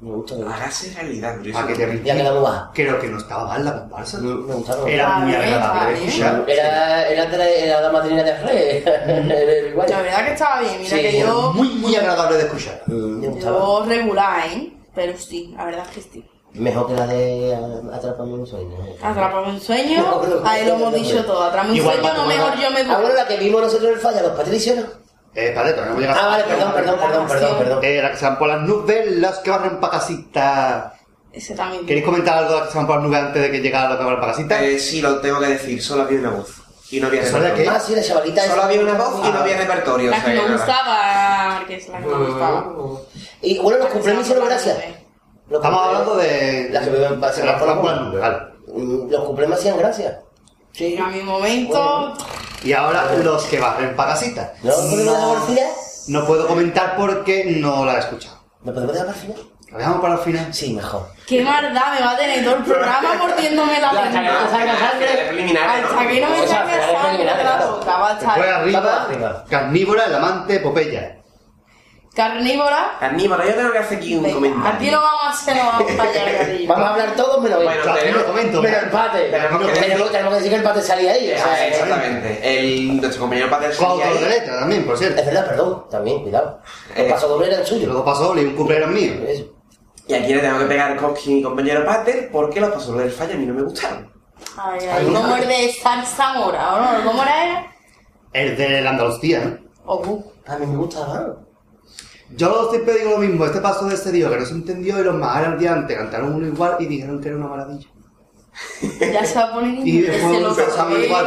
Speaker 3: Me gusta, me gusta.
Speaker 2: Hágase realidad, pero eso-
Speaker 4: ¿Para que te
Speaker 3: Ya
Speaker 4: mentir?
Speaker 3: queda muy baja.
Speaker 4: Creo que no estaba mal la comparsa.
Speaker 3: Me me gustaron.
Speaker 4: Era muy
Speaker 5: Vale,
Speaker 4: agradable de
Speaker 5: vale.
Speaker 4: escuchar.
Speaker 3: Era, era, de- era la madrina de <laughs> Rey. el guay.
Speaker 5: La verdad que estaba bien, mira
Speaker 3: Sí,
Speaker 5: que
Speaker 4: Era
Speaker 5: yo,
Speaker 4: Muy, muy agradable de escuchar.
Speaker 3: Me gustaba.
Speaker 5: yo regular, ¿eh? Pero sí, la verdad es que sí.
Speaker 3: Mejor que la de ah, Atrápame un sueño.
Speaker 5: Atrapame un sueño, ahí lo hemos dicho todo. Atrapame un
Speaker 4: Igual,
Speaker 5: sueño, no
Speaker 4: Paco,
Speaker 5: mejor
Speaker 4: bueno.
Speaker 5: yo me
Speaker 3: Ah, bueno,
Speaker 5: duermo.
Speaker 3: la que vimos nosotros en el falla, los patricios. ¿no?
Speaker 4: Eh, padre, todavía no hemos llegado
Speaker 3: Ah,
Speaker 4: a-
Speaker 3: vale, perdón, perdón, perdón, perdón, perdón.
Speaker 4: Eh, la que se van por las nubes, las que barren para casita.
Speaker 5: Ese también.
Speaker 4: ¿Queréis comentar algo de las que se van por las nubes antes de que llegara la que barren para casita?
Speaker 2: Eh, sí, lo tengo que decir, solo había una voz. Y no había
Speaker 4: ¿Solo
Speaker 2: repertorio.
Speaker 4: qué? Ah.
Speaker 3: Ah, sí, la chavalita
Speaker 2: Solo
Speaker 3: esa.
Speaker 2: había una voz y no había repertorio.
Speaker 1: La
Speaker 2: o sea
Speaker 1: que
Speaker 2: que
Speaker 1: me
Speaker 2: nada.
Speaker 1: gustaba, que es la que me gustaba.
Speaker 3: Y bueno, los cumpleaños hicieron gracias. Los
Speaker 4: Estamos
Speaker 3: cumpleaños-
Speaker 4: hablando de.
Speaker 3: Las que van para-
Speaker 4: se van por las nubes. Vale.
Speaker 3: Mm, Los cumpleaños hacían gracias.
Speaker 5: Sí, a mi momento,
Speaker 4: Y ahora los que barren para casita.
Speaker 3: ¿No podemos dejar para el final?
Speaker 4: No puedo comentar porque no la he escuchado.
Speaker 3: ¿No podemos dejar para el final?
Speaker 4: ¿La dejamos para el final?
Speaker 3: Sí, mejor.
Speaker 5: qué maldad me va a tener todo el programa mordiéndome la
Speaker 3: Ya,
Speaker 5: lengua.
Speaker 3: ya, ya, ya.
Speaker 2: Era preliminar, ¿no?
Speaker 5: Hasta que no me
Speaker 3: Pues ya,
Speaker 5: salga
Speaker 3: ya, ya,
Speaker 5: sangre
Speaker 3: ya, ya,
Speaker 5: de
Speaker 3: ya.
Speaker 5: la boca, va a
Speaker 4: Fue
Speaker 5: estar.
Speaker 3: Vamos
Speaker 4: arriba,
Speaker 3: arriba.
Speaker 4: Carnívora, el amante, Popeya.
Speaker 5: Carnívora,
Speaker 2: Carnívoro, yo tengo que hacer aquí un
Speaker 5: venga,
Speaker 2: comentario.
Speaker 5: aquí lo vamos a hacer, lo vamos a fallar de arriba.
Speaker 3: Vamos a hablar todos menos
Speaker 2: Bueno,
Speaker 4: Yo aquí
Speaker 2: tenemos-
Speaker 4: lo comento.
Speaker 3: menos empate.
Speaker 2: tenemos que
Speaker 3: Pero
Speaker 2: decir-
Speaker 3: tenemos que decir que el empate salía ahí. o
Speaker 2: Ah,
Speaker 3: sea,
Speaker 2: exactamente. El, nuestro compañero Pater
Speaker 4: Con
Speaker 2: Sevilla
Speaker 4: autor de
Speaker 2: ahí,
Speaker 4: letra también, por
Speaker 3: Es
Speaker 4: cierto.
Speaker 3: verdad, perdón, también, cuidado. El
Speaker 2: Eh.
Speaker 3: paso doble era el
Speaker 4: Y
Speaker 3: suyo.
Speaker 4: luego pasó y un cumple era mío.
Speaker 3: Eso.
Speaker 2: Y aquí le tengo que pegar cosquín a mi compañero Pater porque los pasos del fallo a mí no me gustaron.
Speaker 5: Ay, ay, ¿Cómo es de salsa mora? ¿o no? ¿Cómo era? él?
Speaker 4: El de la Andalucía, ¿no?
Speaker 5: Ojo.
Speaker 3: A mí me gustaba.
Speaker 4: Yo siempre digo lo mismo, este paso de este día que no se entendió y los más al día antes cantaron uno igual y dijeron que era una maravilla.
Speaker 5: Ya se va a poner
Speaker 4: Y después
Speaker 5: celoso,
Speaker 4: pensaban
Speaker 5: ¿eh?
Speaker 4: igual.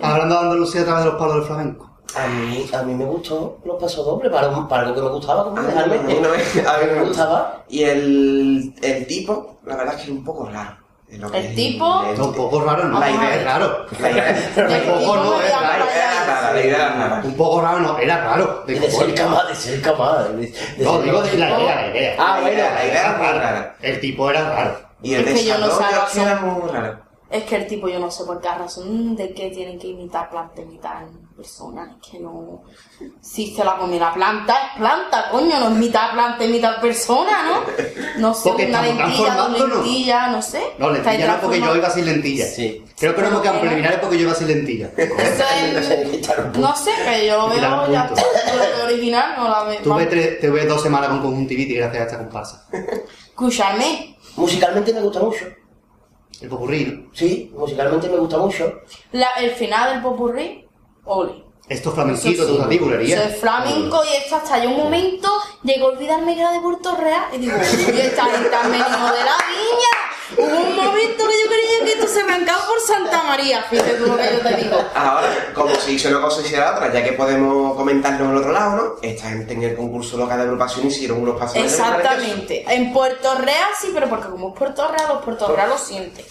Speaker 4: Hablando de Andalucía a través de los palos del flamenco.
Speaker 3: A mí, a mí me gustó los pasos dobles para, un- para algo que me gustaba, como
Speaker 2: A mí
Speaker 3: dejarme.
Speaker 2: Ah, no me- a mí no
Speaker 3: me
Speaker 2: me
Speaker 3: gustaba.
Speaker 2: Y el, el tipo, la verdad es que era un poco raro. Es lo que
Speaker 5: ¿El
Speaker 2: es
Speaker 5: tipo?
Speaker 2: el-
Speaker 4: Es un poco raro, ¿no?
Speaker 2: La idea.
Speaker 4: es raro.
Speaker 2: La idea
Speaker 5: Ya
Speaker 4: Un poco
Speaker 5: dijimos,
Speaker 4: <laughs> no, es
Speaker 5: ya
Speaker 4: raro.
Speaker 5: para allá.
Speaker 2: era rara, la idea era rara.
Speaker 4: Un poco raro, no, era raro.
Speaker 3: Y de
Speaker 4: Digo,
Speaker 3: cerca más, de cerca más. de- de cerca
Speaker 4: No, digo
Speaker 3: más.
Speaker 4: de la idea, la idea.
Speaker 3: Ah, bueno,
Speaker 2: la idea era muy rara.
Speaker 4: El tipo era raro.
Speaker 2: Y el
Speaker 5: Es que yo no
Speaker 2: desarrollo
Speaker 5: sabía
Speaker 2: es que era muy raro.
Speaker 5: Es que el tipo, yo no sé por qué razón de que tienen que imitar planta, imitar persona. Es que no. Si se la come la planta, es planta, coño, no es mitad planta, mitad persona, ¿no? No sé,
Speaker 4: Porque
Speaker 5: una
Speaker 4: estamos
Speaker 5: lentilla, dos
Speaker 4: transformándonos.
Speaker 5: lentillas, no sé.
Speaker 4: No, lentilla no, porque yo
Speaker 5: Estáis
Speaker 4: iba sin lentilla.
Speaker 3: Sí.
Speaker 4: Creo que no hemos quedado en preliminares porque yo iba sin lentilla. <laughs>
Speaker 5: transformando- Eso es- <laughs> No sé, que yo lo
Speaker 4: Y dar
Speaker 5: veo
Speaker 4: un
Speaker 5: ya
Speaker 4: punto.
Speaker 5: está, yo lo veo original, no la veo.
Speaker 4: Tuve, tres, tuve dos semanas con conjuntivitis gracias a esta comparsa.
Speaker 5: Escúchame,
Speaker 3: Musicalmente me gusta mucho.
Speaker 4: El popurrí, ¿no?
Speaker 3: Sí, musicalmente me gusta mucho.
Speaker 5: la- el final del popurrí, ole.
Speaker 4: Estos flamenquitos,
Speaker 5: Eso sí.
Speaker 4: tus
Speaker 5: Soy
Speaker 4: articulerías.
Speaker 5: flamenco y esto hasta yo un momento llegó a olvidarme que era de Puerto Real y digo, y esta gente han venido de la viña. Hubo un momento que yo creía que esto se arrancaba por Santa María, fíjate tú lo que yo te digo.
Speaker 2: Ahora, como se hizo una cosa y se hizo la otra, ya que podemos comentarlo en el otro lado, ¿no? Esta gente en el concurso local de agrupación hicieron unos pasos
Speaker 5: Exactamente. En Puerto Real sí, pero porque como es Puerto Real, los Puerto Real lo sienten.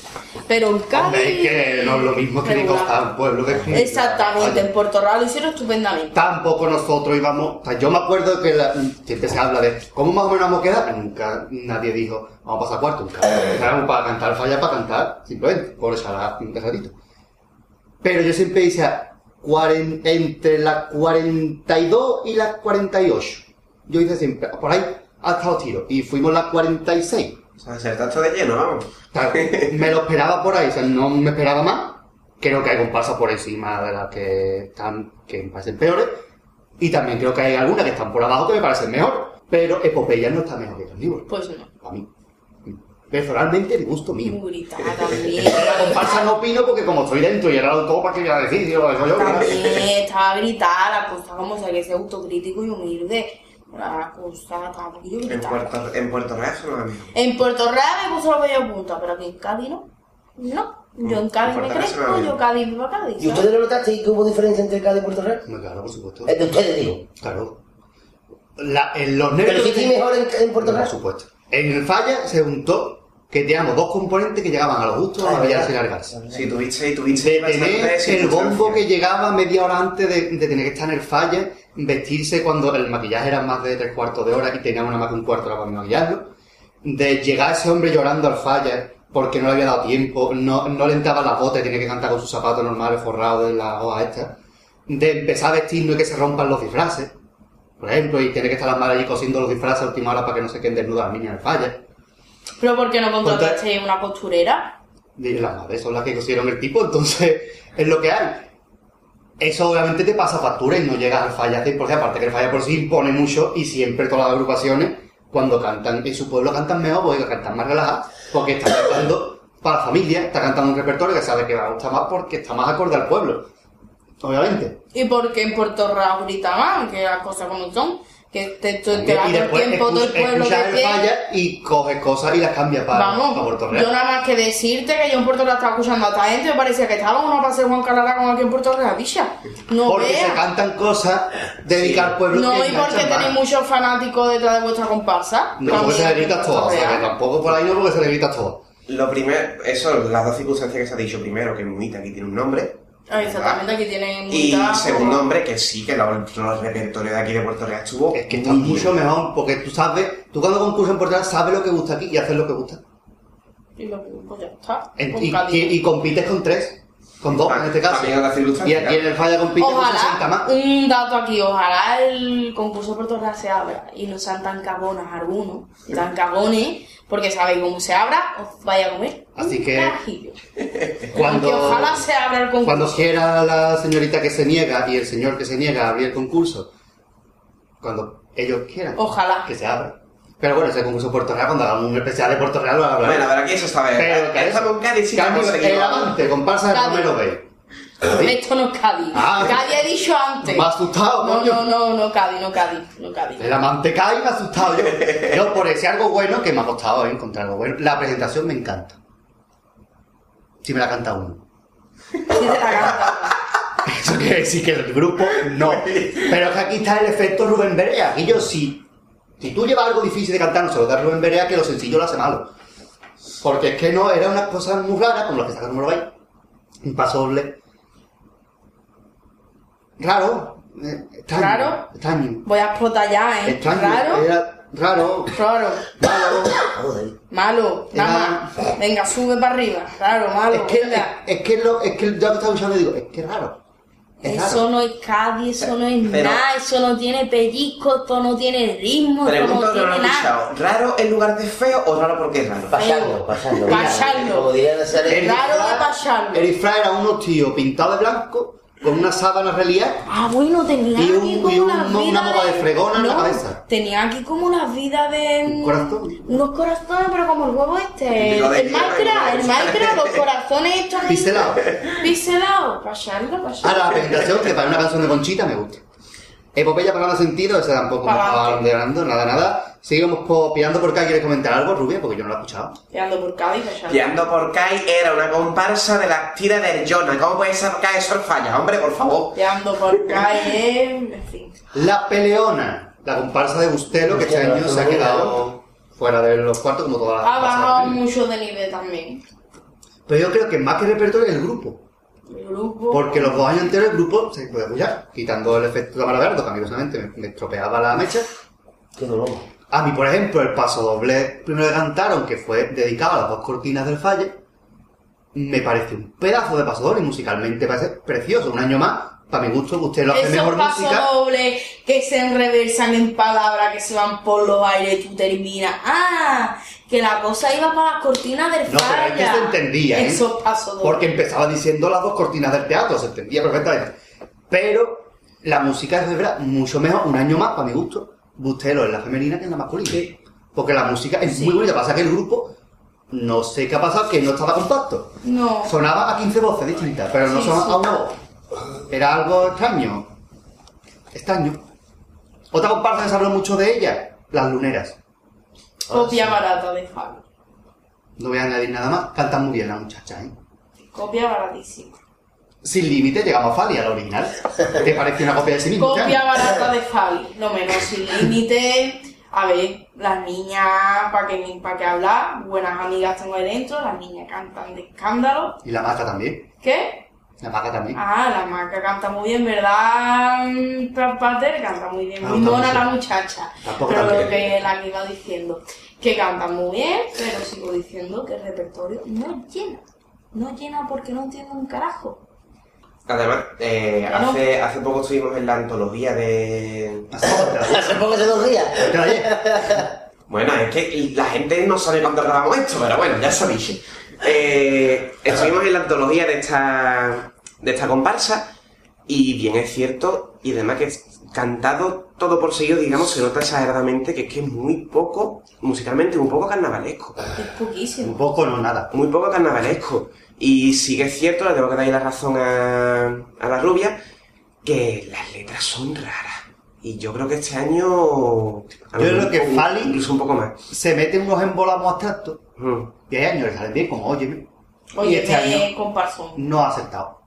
Speaker 5: Pero en Cádiz.
Speaker 4: Hombre, es que no es lo mismo que ah, ni
Speaker 5: regular.
Speaker 4: costaba un pueblo que
Speaker 5: Exactamente, en Puerto Real lo hicieron estupendamente.
Speaker 4: Tampoco nosotros íbamos. o sea, yo me acuerdo que la- siempre se habla de cómo más o menos hemos quedado. Nunca nadie dijo, vamos a pasar cuarto. Nunca. Éramos para cantar, fallar para cantar, simplemente, por echar a un ratito. Pero yo siempre decía, cuaren- entre la 42 y la 48. Yo hice siempre, por ahí hasta los tiros. Y fuimos la 46.
Speaker 2: O sea, acertaste de lleno, vamos.
Speaker 4: O sea, me lo esperaba por ahí, o sea, no me esperaba más. Creo que hay comparsas por encima de las que están, que me parecen peores. Y también creo que hay algunas que están por abajo que me parecen mejor. Pero Epopeya no está mejor que los libros,
Speaker 5: Pues no,
Speaker 4: para mí. Personalmente, el gusto mío.
Speaker 5: murita
Speaker 4: Es que
Speaker 5: también.
Speaker 4: la comparsa no opino porque como estoy dentro y era el todo para que voy a decir, yo, yo, yo,
Speaker 5: También estaba gritada, la cosa como sea que sea autocrítico y humilde. La cosa estaba un poquillo
Speaker 2: En
Speaker 5: gritada.
Speaker 2: Puerto, en Puerto Real son los amigos.
Speaker 5: En Puerto Real me puso los bellos puntos, pero aquí en Cádiz no. No, yo en Cádiz
Speaker 2: Mm, En
Speaker 5: me
Speaker 2: Puerto Real se
Speaker 5: crezco,
Speaker 2: ve
Speaker 5: yo
Speaker 2: bien.
Speaker 5: Cádiz vivo a Cádiz.
Speaker 3: ¿Y ustedes lo notaste que hubo diferencia entre Cádiz y Puerto Real?
Speaker 4: Hombre, Claro, por supuesto.
Speaker 3: Es de ustedes, digo.
Speaker 4: Claro. La- en los nervios...
Speaker 3: Pero sí estoy mejor en, en Puerto
Speaker 4: Por
Speaker 3: Real.
Speaker 4: supuesto. En el falla se juntó que teníamos dos componentes que llegaban a los gustos a bailarse y largarse.
Speaker 2: Sí, tuviste, tuviste
Speaker 4: de tener
Speaker 2: bastantes
Speaker 4: el bombo
Speaker 2: circunstancias.
Speaker 4: que llegaba media hora antes de, de tener que estar en el falla, vestirse cuando el maquillaje era más de tres cuartos de hora y tenía una más de un cuarto de hora para maquillarlo, de llegar ese hombre llorando al falla porque no le había dado tiempo, no, no le entraban las botas, tenía que cantar con sus zapatos normales forrados de la hoja esta, de empezar a vestirnos y que se rompan los disfraces. por ejemplo, y tiene que estar la madre allí cosiendo los disfraces a última hora para que no se queden desnudas las niñas en el falla.
Speaker 5: Pero ¿por qué no contrataste una costurera?
Speaker 4: Y las madres son las que cosieron el tipo, entonces <laughs> es lo que hay. Eso obviamente te pasa factura y no llegas al falla 100%, aparte que el falla por sí impone mucho y siempre todas las agrupaciones cuando cantan en su pueblo cantan mejor, porque cantan más relajadas, porque están cantando para la familia, está cantando un repertorio que sabe que va a gustar más porque está más acorde al pueblo. Obviamente.
Speaker 5: ¿Y por qué en Puerto Rico gritaban? Que las cosas como son. Que te, te, te da
Speaker 4: y
Speaker 5: todo el
Speaker 4: después
Speaker 5: tiempo todo el
Speaker 4: escucha-
Speaker 5: pueblo
Speaker 4: escuchas
Speaker 5: de
Speaker 4: el
Speaker 5: pie.
Speaker 4: falla y coges cosas y las cambias para, para
Speaker 5: Vamos,
Speaker 4: Puerto Real.
Speaker 5: yo nada más que decirte que yo en Puerto Real estaba escuchando a esta gente, me parecía que estaba en una paseo Juan Carrara como aquí en Puerto Real, bicha. No
Speaker 4: porque se
Speaker 5: veas.
Speaker 4: cantan cosas dedicar al pueblo
Speaker 5: No,
Speaker 4: que
Speaker 5: y porque
Speaker 4: enganchan más.
Speaker 5: tenéis muchos fanáticos detrás de vuestra comparsa.
Speaker 4: No, porque
Speaker 5: También
Speaker 4: se
Speaker 5: pues,
Speaker 4: le
Speaker 5: en
Speaker 4: gritas
Speaker 5: Puerto
Speaker 4: todo, o sea,
Speaker 5: Real.
Speaker 4: que tampoco por ahí no porque se le gritas todo.
Speaker 2: Lo primero, eso, las dos circunstancias que se ha dicho. Primero, que Mumita aquí tiene un nombre.
Speaker 5: Ah, Exactamente, aquí tienen
Speaker 2: Y
Speaker 5: mucha-
Speaker 2: segundo nombre, que sí, que la- el repertorio de aquí de Puerto Real estuvo.
Speaker 4: Es que está
Speaker 2: muy bien.
Speaker 4: mucho mejor, porque tú sabes, tú cuando concurso en Puerto Real sabes lo que gusta aquí y haces lo que gusta.
Speaker 5: Y lo que pues ya está.
Speaker 4: En-
Speaker 5: con
Speaker 4: y,
Speaker 5: Cádiz.
Speaker 4: y- y compites con tres, con dos en este caso.
Speaker 2: También otra
Speaker 4: Y
Speaker 2: circunstancia.
Speaker 4: aquí en el falla compites con 60
Speaker 5: Ojalá,
Speaker 4: más.
Speaker 5: un dato aquí, ojalá el concurso de Puerto Real se abra y no sean tan cagonas algunos, tan cagones, porque sabéis cómo se abra, os vaya a comer.
Speaker 4: Así
Speaker 5: un
Speaker 4: que-
Speaker 5: carajillo.
Speaker 4: Cuando,
Speaker 5: Aunque ojalá se abra el concurso.
Speaker 4: cuando quiera la señorita que se niega y el señor que se niega a abrir el concurso, cuando ellos quieran,
Speaker 5: Ojalá.
Speaker 4: que se abra. Pero bueno, ese concurso de Puerto Real, cuando hagamos un especial de Puerto Real, lo hablaremos.
Speaker 2: Bueno, la verdad que eso Eh, estaba
Speaker 4: Pero que
Speaker 2: Estaba con Cádiz sí que hemos
Speaker 4: Cádiz, el
Speaker 2: seguido.
Speaker 4: avante, comparsa de
Speaker 5: Cádiz.
Speaker 4: Romero Bey.
Speaker 5: Esto no es Cádiz.
Speaker 4: Ah.
Speaker 5: Cádiz he dicho antes.
Speaker 4: Me ha asustado,
Speaker 5: No,
Speaker 4: coño. Eh.
Speaker 5: no, no, no Cádiz, no Cádiz, no Cádiz.
Speaker 4: El amante cae y me ha asustado yo. Yo por ese algo bueno que me ha costado eh, encontrar algo bueno. La presentación me encanta. Si me la canta uno.
Speaker 5: Sí
Speaker 4: <laughs>
Speaker 5: te la canta.
Speaker 4: Eso quiere decir que el grupo no. Pero es que aquí está el efecto Rubén Berea. Y yo, si, si tú llevas algo difícil de cantar, no se lo da Rubén Berea, que lo sencillo lo hace malo. Porque es que no, era una cosa muy rara, como la que saca el Morobay. Un paso doble. Raro. eh, Extraño.
Speaker 5: Raro.
Speaker 4: Extraño.
Speaker 5: Voy a explotar ya, ¿eh?
Speaker 4: Extraño.
Speaker 5: Raro,
Speaker 4: Era raro.
Speaker 5: raro,
Speaker 4: Raro.
Speaker 5: malo, nada
Speaker 4: Era-
Speaker 5: más. Venga, sube para arriba. Raro, malo,
Speaker 4: Es que,
Speaker 5: venga.
Speaker 4: es, es que, lo, es que yo estaba escuchando y digo, es que raro. Es raro.
Speaker 5: Eso no es Cádiz, eso no es
Speaker 2: Pero-
Speaker 5: nada, eso no tiene pellizco, esto no tiene ritmo, esto no
Speaker 2: Pregunto que no
Speaker 5: tiene
Speaker 2: lo he
Speaker 5: nada.
Speaker 2: escuchado. ¿Raro en lugar de feo o raro porque es raro?
Speaker 3: Pasando, pasando. mira,
Speaker 5: Pasando.
Speaker 3: Como diría la serie.
Speaker 5: Eric- Raro de pasarlo.
Speaker 4: El disfraz era unos tíos pintados de blanco, con una sábana relieve.
Speaker 5: Ah, bueno, tenía
Speaker 4: Y un-
Speaker 5: aquí como
Speaker 4: y un-
Speaker 5: las
Speaker 4: una
Speaker 5: vidas
Speaker 4: boca de fregona en la
Speaker 5: No,
Speaker 4: cabeza.
Speaker 5: Tenía aquí como las vidas de...
Speaker 4: Un corazón.
Speaker 5: Unos corazones, pero como el huevo este.
Speaker 2: Lo
Speaker 5: El,
Speaker 2: de
Speaker 5: el
Speaker 2: hierro,
Speaker 5: Minecraft,
Speaker 2: ¿no?
Speaker 5: el Minecraft, los corazones estos... ahí.
Speaker 4: Piselado.
Speaker 5: Piselado. Pasarlo, pasarlo.
Speaker 4: Ahora, Ah, la presentación, que para una canción de Conchita me gusta. Epopeya para nada sentido, ese tampoco me
Speaker 5: Para
Speaker 4: estaba
Speaker 5: adelante.
Speaker 4: hablando, nada, nada. Seguimos copiando por acá, ¿quieres comentar algo, Rubia? Porque yo no lo he escuchado.
Speaker 5: Quedando por Cádiz, pasarlo.
Speaker 2: Piando por Kai era una comparsa de las tiras del Jonah. ¿Cómo puede ser Kai eso es falla? Hombre, por favor.
Speaker 5: Quedando
Speaker 4: <laughs>
Speaker 5: por calle, en fin.
Speaker 4: La Peleona, la comparsa de Bustelo, que este
Speaker 3: Bustelo,
Speaker 4: año se ha
Speaker 3: Bustelo.
Speaker 4: quedado fuera de los cuartos como todas las
Speaker 5: Ha
Speaker 4: pasadas
Speaker 5: bajado
Speaker 4: veces.
Speaker 5: mucho de nivel también.
Speaker 4: Pero yo creo que más que el repertorio es el grupo.
Speaker 5: El grupo...
Speaker 4: Porque los dos años anteriores el grupo se puede apoyar, quitando el efecto de Maraverdo, que a mí personalmente me, me estropeaba la mecha.
Speaker 3: Qué dolor.
Speaker 4: A mí, por ejemplo, el paso doble primero que cantaron, que fue dedicado a las dos cortinas del falle, me parece un pedazo de paso doble y musicalmente parece precioso. Un año más, para mi gusto, que usted lo hace
Speaker 5: Esos
Speaker 4: mejor
Speaker 5: pasos
Speaker 4: música.
Speaker 5: dobles que se enreversan en palabras que se van por los aires, tú terminas. ¡Ah! Que la cosa iba para las cortinas del
Speaker 4: No, pero es
Speaker 5: falla.
Speaker 4: que se entendía, ¿eh?
Speaker 5: Esos pasos dobles.
Speaker 4: Porque empezaba diciendo las dos cortinas del teatro, se entendía perfectamente. Pero la música es de verdad mucho mejor, un año más para mi gusto, Bustelo en la femenina que en la masculina. Porque la música es muy bonita, pasa que el grupo, no sé qué ha pasado, que no estaba compacto.
Speaker 5: No.
Speaker 4: Sonaba a 15 voces distintas, pero no
Speaker 5: Sí,
Speaker 4: sonaba
Speaker 5: sí.
Speaker 4: a una voz. Era algo extraño. Extraño. Otra comparsa que se habló mucho de ella, las luneras.
Speaker 5: Copia barata de Fabio.
Speaker 4: No voy a añadir nada más, cantan muy bien las muchachas, ¿eh?
Speaker 5: Copia baratísima.
Speaker 4: Sin límite llegamos a Falia, la original. Que parece una copia de sí mismo.
Speaker 5: Copia
Speaker 4: claro.
Speaker 5: barata de Fabi, lo menos sin límite. A ver, las niñas, para que, pa' que hablar, buenas amigas tengo ahí dentro, las niñas cantan de escándalo.
Speaker 4: Y la maca también.
Speaker 5: ¿Qué?
Speaker 4: La maca también.
Speaker 5: Ah, la maca canta muy bien, ¿verdad? Fran Pater canta muy bien,
Speaker 4: Ah,
Speaker 5: muy
Speaker 4: canta
Speaker 5: mona
Speaker 4: muy
Speaker 5: la
Speaker 4: bien.
Speaker 5: muchacha.
Speaker 4: Tampoco
Speaker 5: Pero
Speaker 4: canta
Speaker 5: lo que la que iba diciendo, que canta muy bien, pero sigo diciendo que el repertorio no llena. No llena porque no entiendo un carajo.
Speaker 2: Además, eh,
Speaker 7: no.
Speaker 2: hace, hace poco estuvimos en la antología de...
Speaker 4: Ah,
Speaker 3: Hace poco, hace dos días.
Speaker 2: Bueno, es que la gente no sabe cuándo grabamos esto, pero bueno, ya sabéis. Eh, estuvimos en la antología de esta, de esta comparsa y bien es cierto, y además que es cantado todo por seguido, digamos, se nota exageradamente que es que es muy poco, musicalmente, un poco carnavalesco.
Speaker 7: Es
Speaker 4: Un
Speaker 7: poquísimo.
Speaker 4: poco no nada.
Speaker 2: muy poco carnavalesco. Y sí que es cierto, le tengo que dar ahí la razón a, a la rubia, que las letras son raras. Y yo creo que este año... a lo
Speaker 4: Yo creo
Speaker 2: mejor
Speaker 4: que
Speaker 2: un-
Speaker 4: Fali-
Speaker 2: Incluso un poco más.
Speaker 4: Se meten unos embolamos abstractos
Speaker 2: Mm.
Speaker 4: y hay años que salen bien, como óyeme. y
Speaker 5: Oye,
Speaker 4: este año
Speaker 5: me comparso.
Speaker 4: no ha aceptado.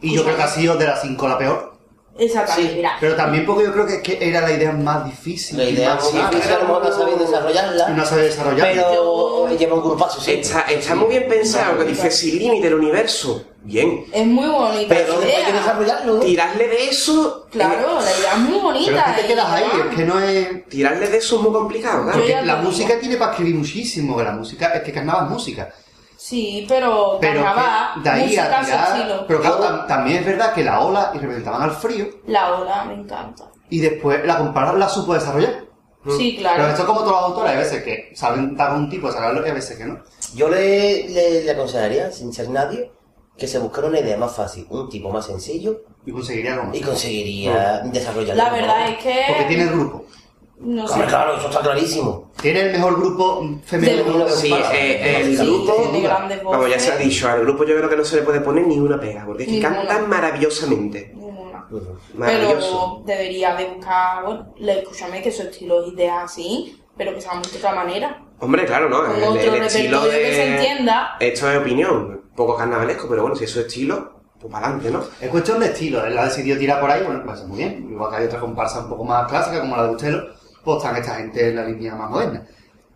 Speaker 4: Y yo creo que ha sido de las cinco la peor.
Speaker 5: Exactamente,
Speaker 3: Sí.
Speaker 5: mira.
Speaker 4: Pero también porque yo creo que, es que era la idea más difícil.
Speaker 3: La
Speaker 4: y
Speaker 3: idea
Speaker 4: más
Speaker 3: es que
Speaker 4: rara.
Speaker 3: a lo mejor no sabía desarrollarla,
Speaker 4: Y no se desarrollar.
Speaker 3: pero lleva un grupazo, sí.
Speaker 2: Está, está muy bien pensado, que dice sin límite el universo. Bien.
Speaker 5: Es muy bonita.
Speaker 3: Pero
Speaker 5: la
Speaker 3: hay que
Speaker 5: idea.
Speaker 3: desarrollarlo.
Speaker 2: Tirarle de eso.
Speaker 5: Claro, la idea es muy
Speaker 4: Eh, Pero es
Speaker 5: bonita.
Speaker 4: que te quedas ahí, es que no es.
Speaker 2: eh, tirarle de eso es muy complicado, claro.
Speaker 5: Yo ya
Speaker 4: Porque la
Speaker 5: te digo.
Speaker 4: música tiene para escribir muchísimo, que la música es que carnaval es música.
Speaker 5: Sí, pero
Speaker 4: Pero
Speaker 5: carnaval,
Speaker 4: que de ahí
Speaker 5: música,
Speaker 4: a
Speaker 5: su
Speaker 4: tirar.
Speaker 5: estilo.
Speaker 4: Pero claro, tam- también es verdad que la ola y representaban al frío
Speaker 5: La ola me encanta.
Speaker 4: y después la comparar la supo desarrollar.
Speaker 5: Sí,
Speaker 4: Mm. Pero
Speaker 5: claro.
Speaker 4: esto es como todas las autoras, hay veces que saben dar un tipo, saben lo que hay veces que no.
Speaker 3: Yo le, le, le aconsejaría, sin ser nadie, que se buscara una idea más fácil, un tipo más sencillo
Speaker 4: Y conseguiría algo más.
Speaker 3: y conseguiría desarrollarlo.
Speaker 5: La verdad es que.
Speaker 4: Porque tiene el grupo.
Speaker 5: No sé.
Speaker 3: Hombre, claro, eso está clarísimo.
Speaker 4: Tiene el mejor grupo femenino.
Speaker 3: Del-
Speaker 2: Sí, eh, el
Speaker 5: Sí,
Speaker 2: grupo.
Speaker 5: tiene grandes voces.
Speaker 2: Vamos, ya se ha dicho, al grupo yo creo que no se le puede poner ni una pega, porque es que
Speaker 5: ¿eh? Ninguna.
Speaker 2: cantan maravillosamente.
Speaker 5: Ninguna.
Speaker 2: Maravilloso.
Speaker 5: Pero debería de buscar, bueno, le- escúchame que su estilo es idea así, pero que sea muy de otra manera.
Speaker 2: Hombre, claro, no.
Speaker 5: Con
Speaker 2: El,
Speaker 5: otro
Speaker 2: el estilo
Speaker 5: repertorio
Speaker 2: de.
Speaker 5: que se entienda.
Speaker 2: Esto es opinión, poco carnavalesco, pero bueno, si es su estilo, pues para adelante, ¿no?
Speaker 4: Es cuestión de estilo, él ha decidido tirar por ahí, bueno, pues muy bien. Igual que hay otra comparsa un poco más clásica, como la de Bustelo, pues están esta gente en la línea más moderna.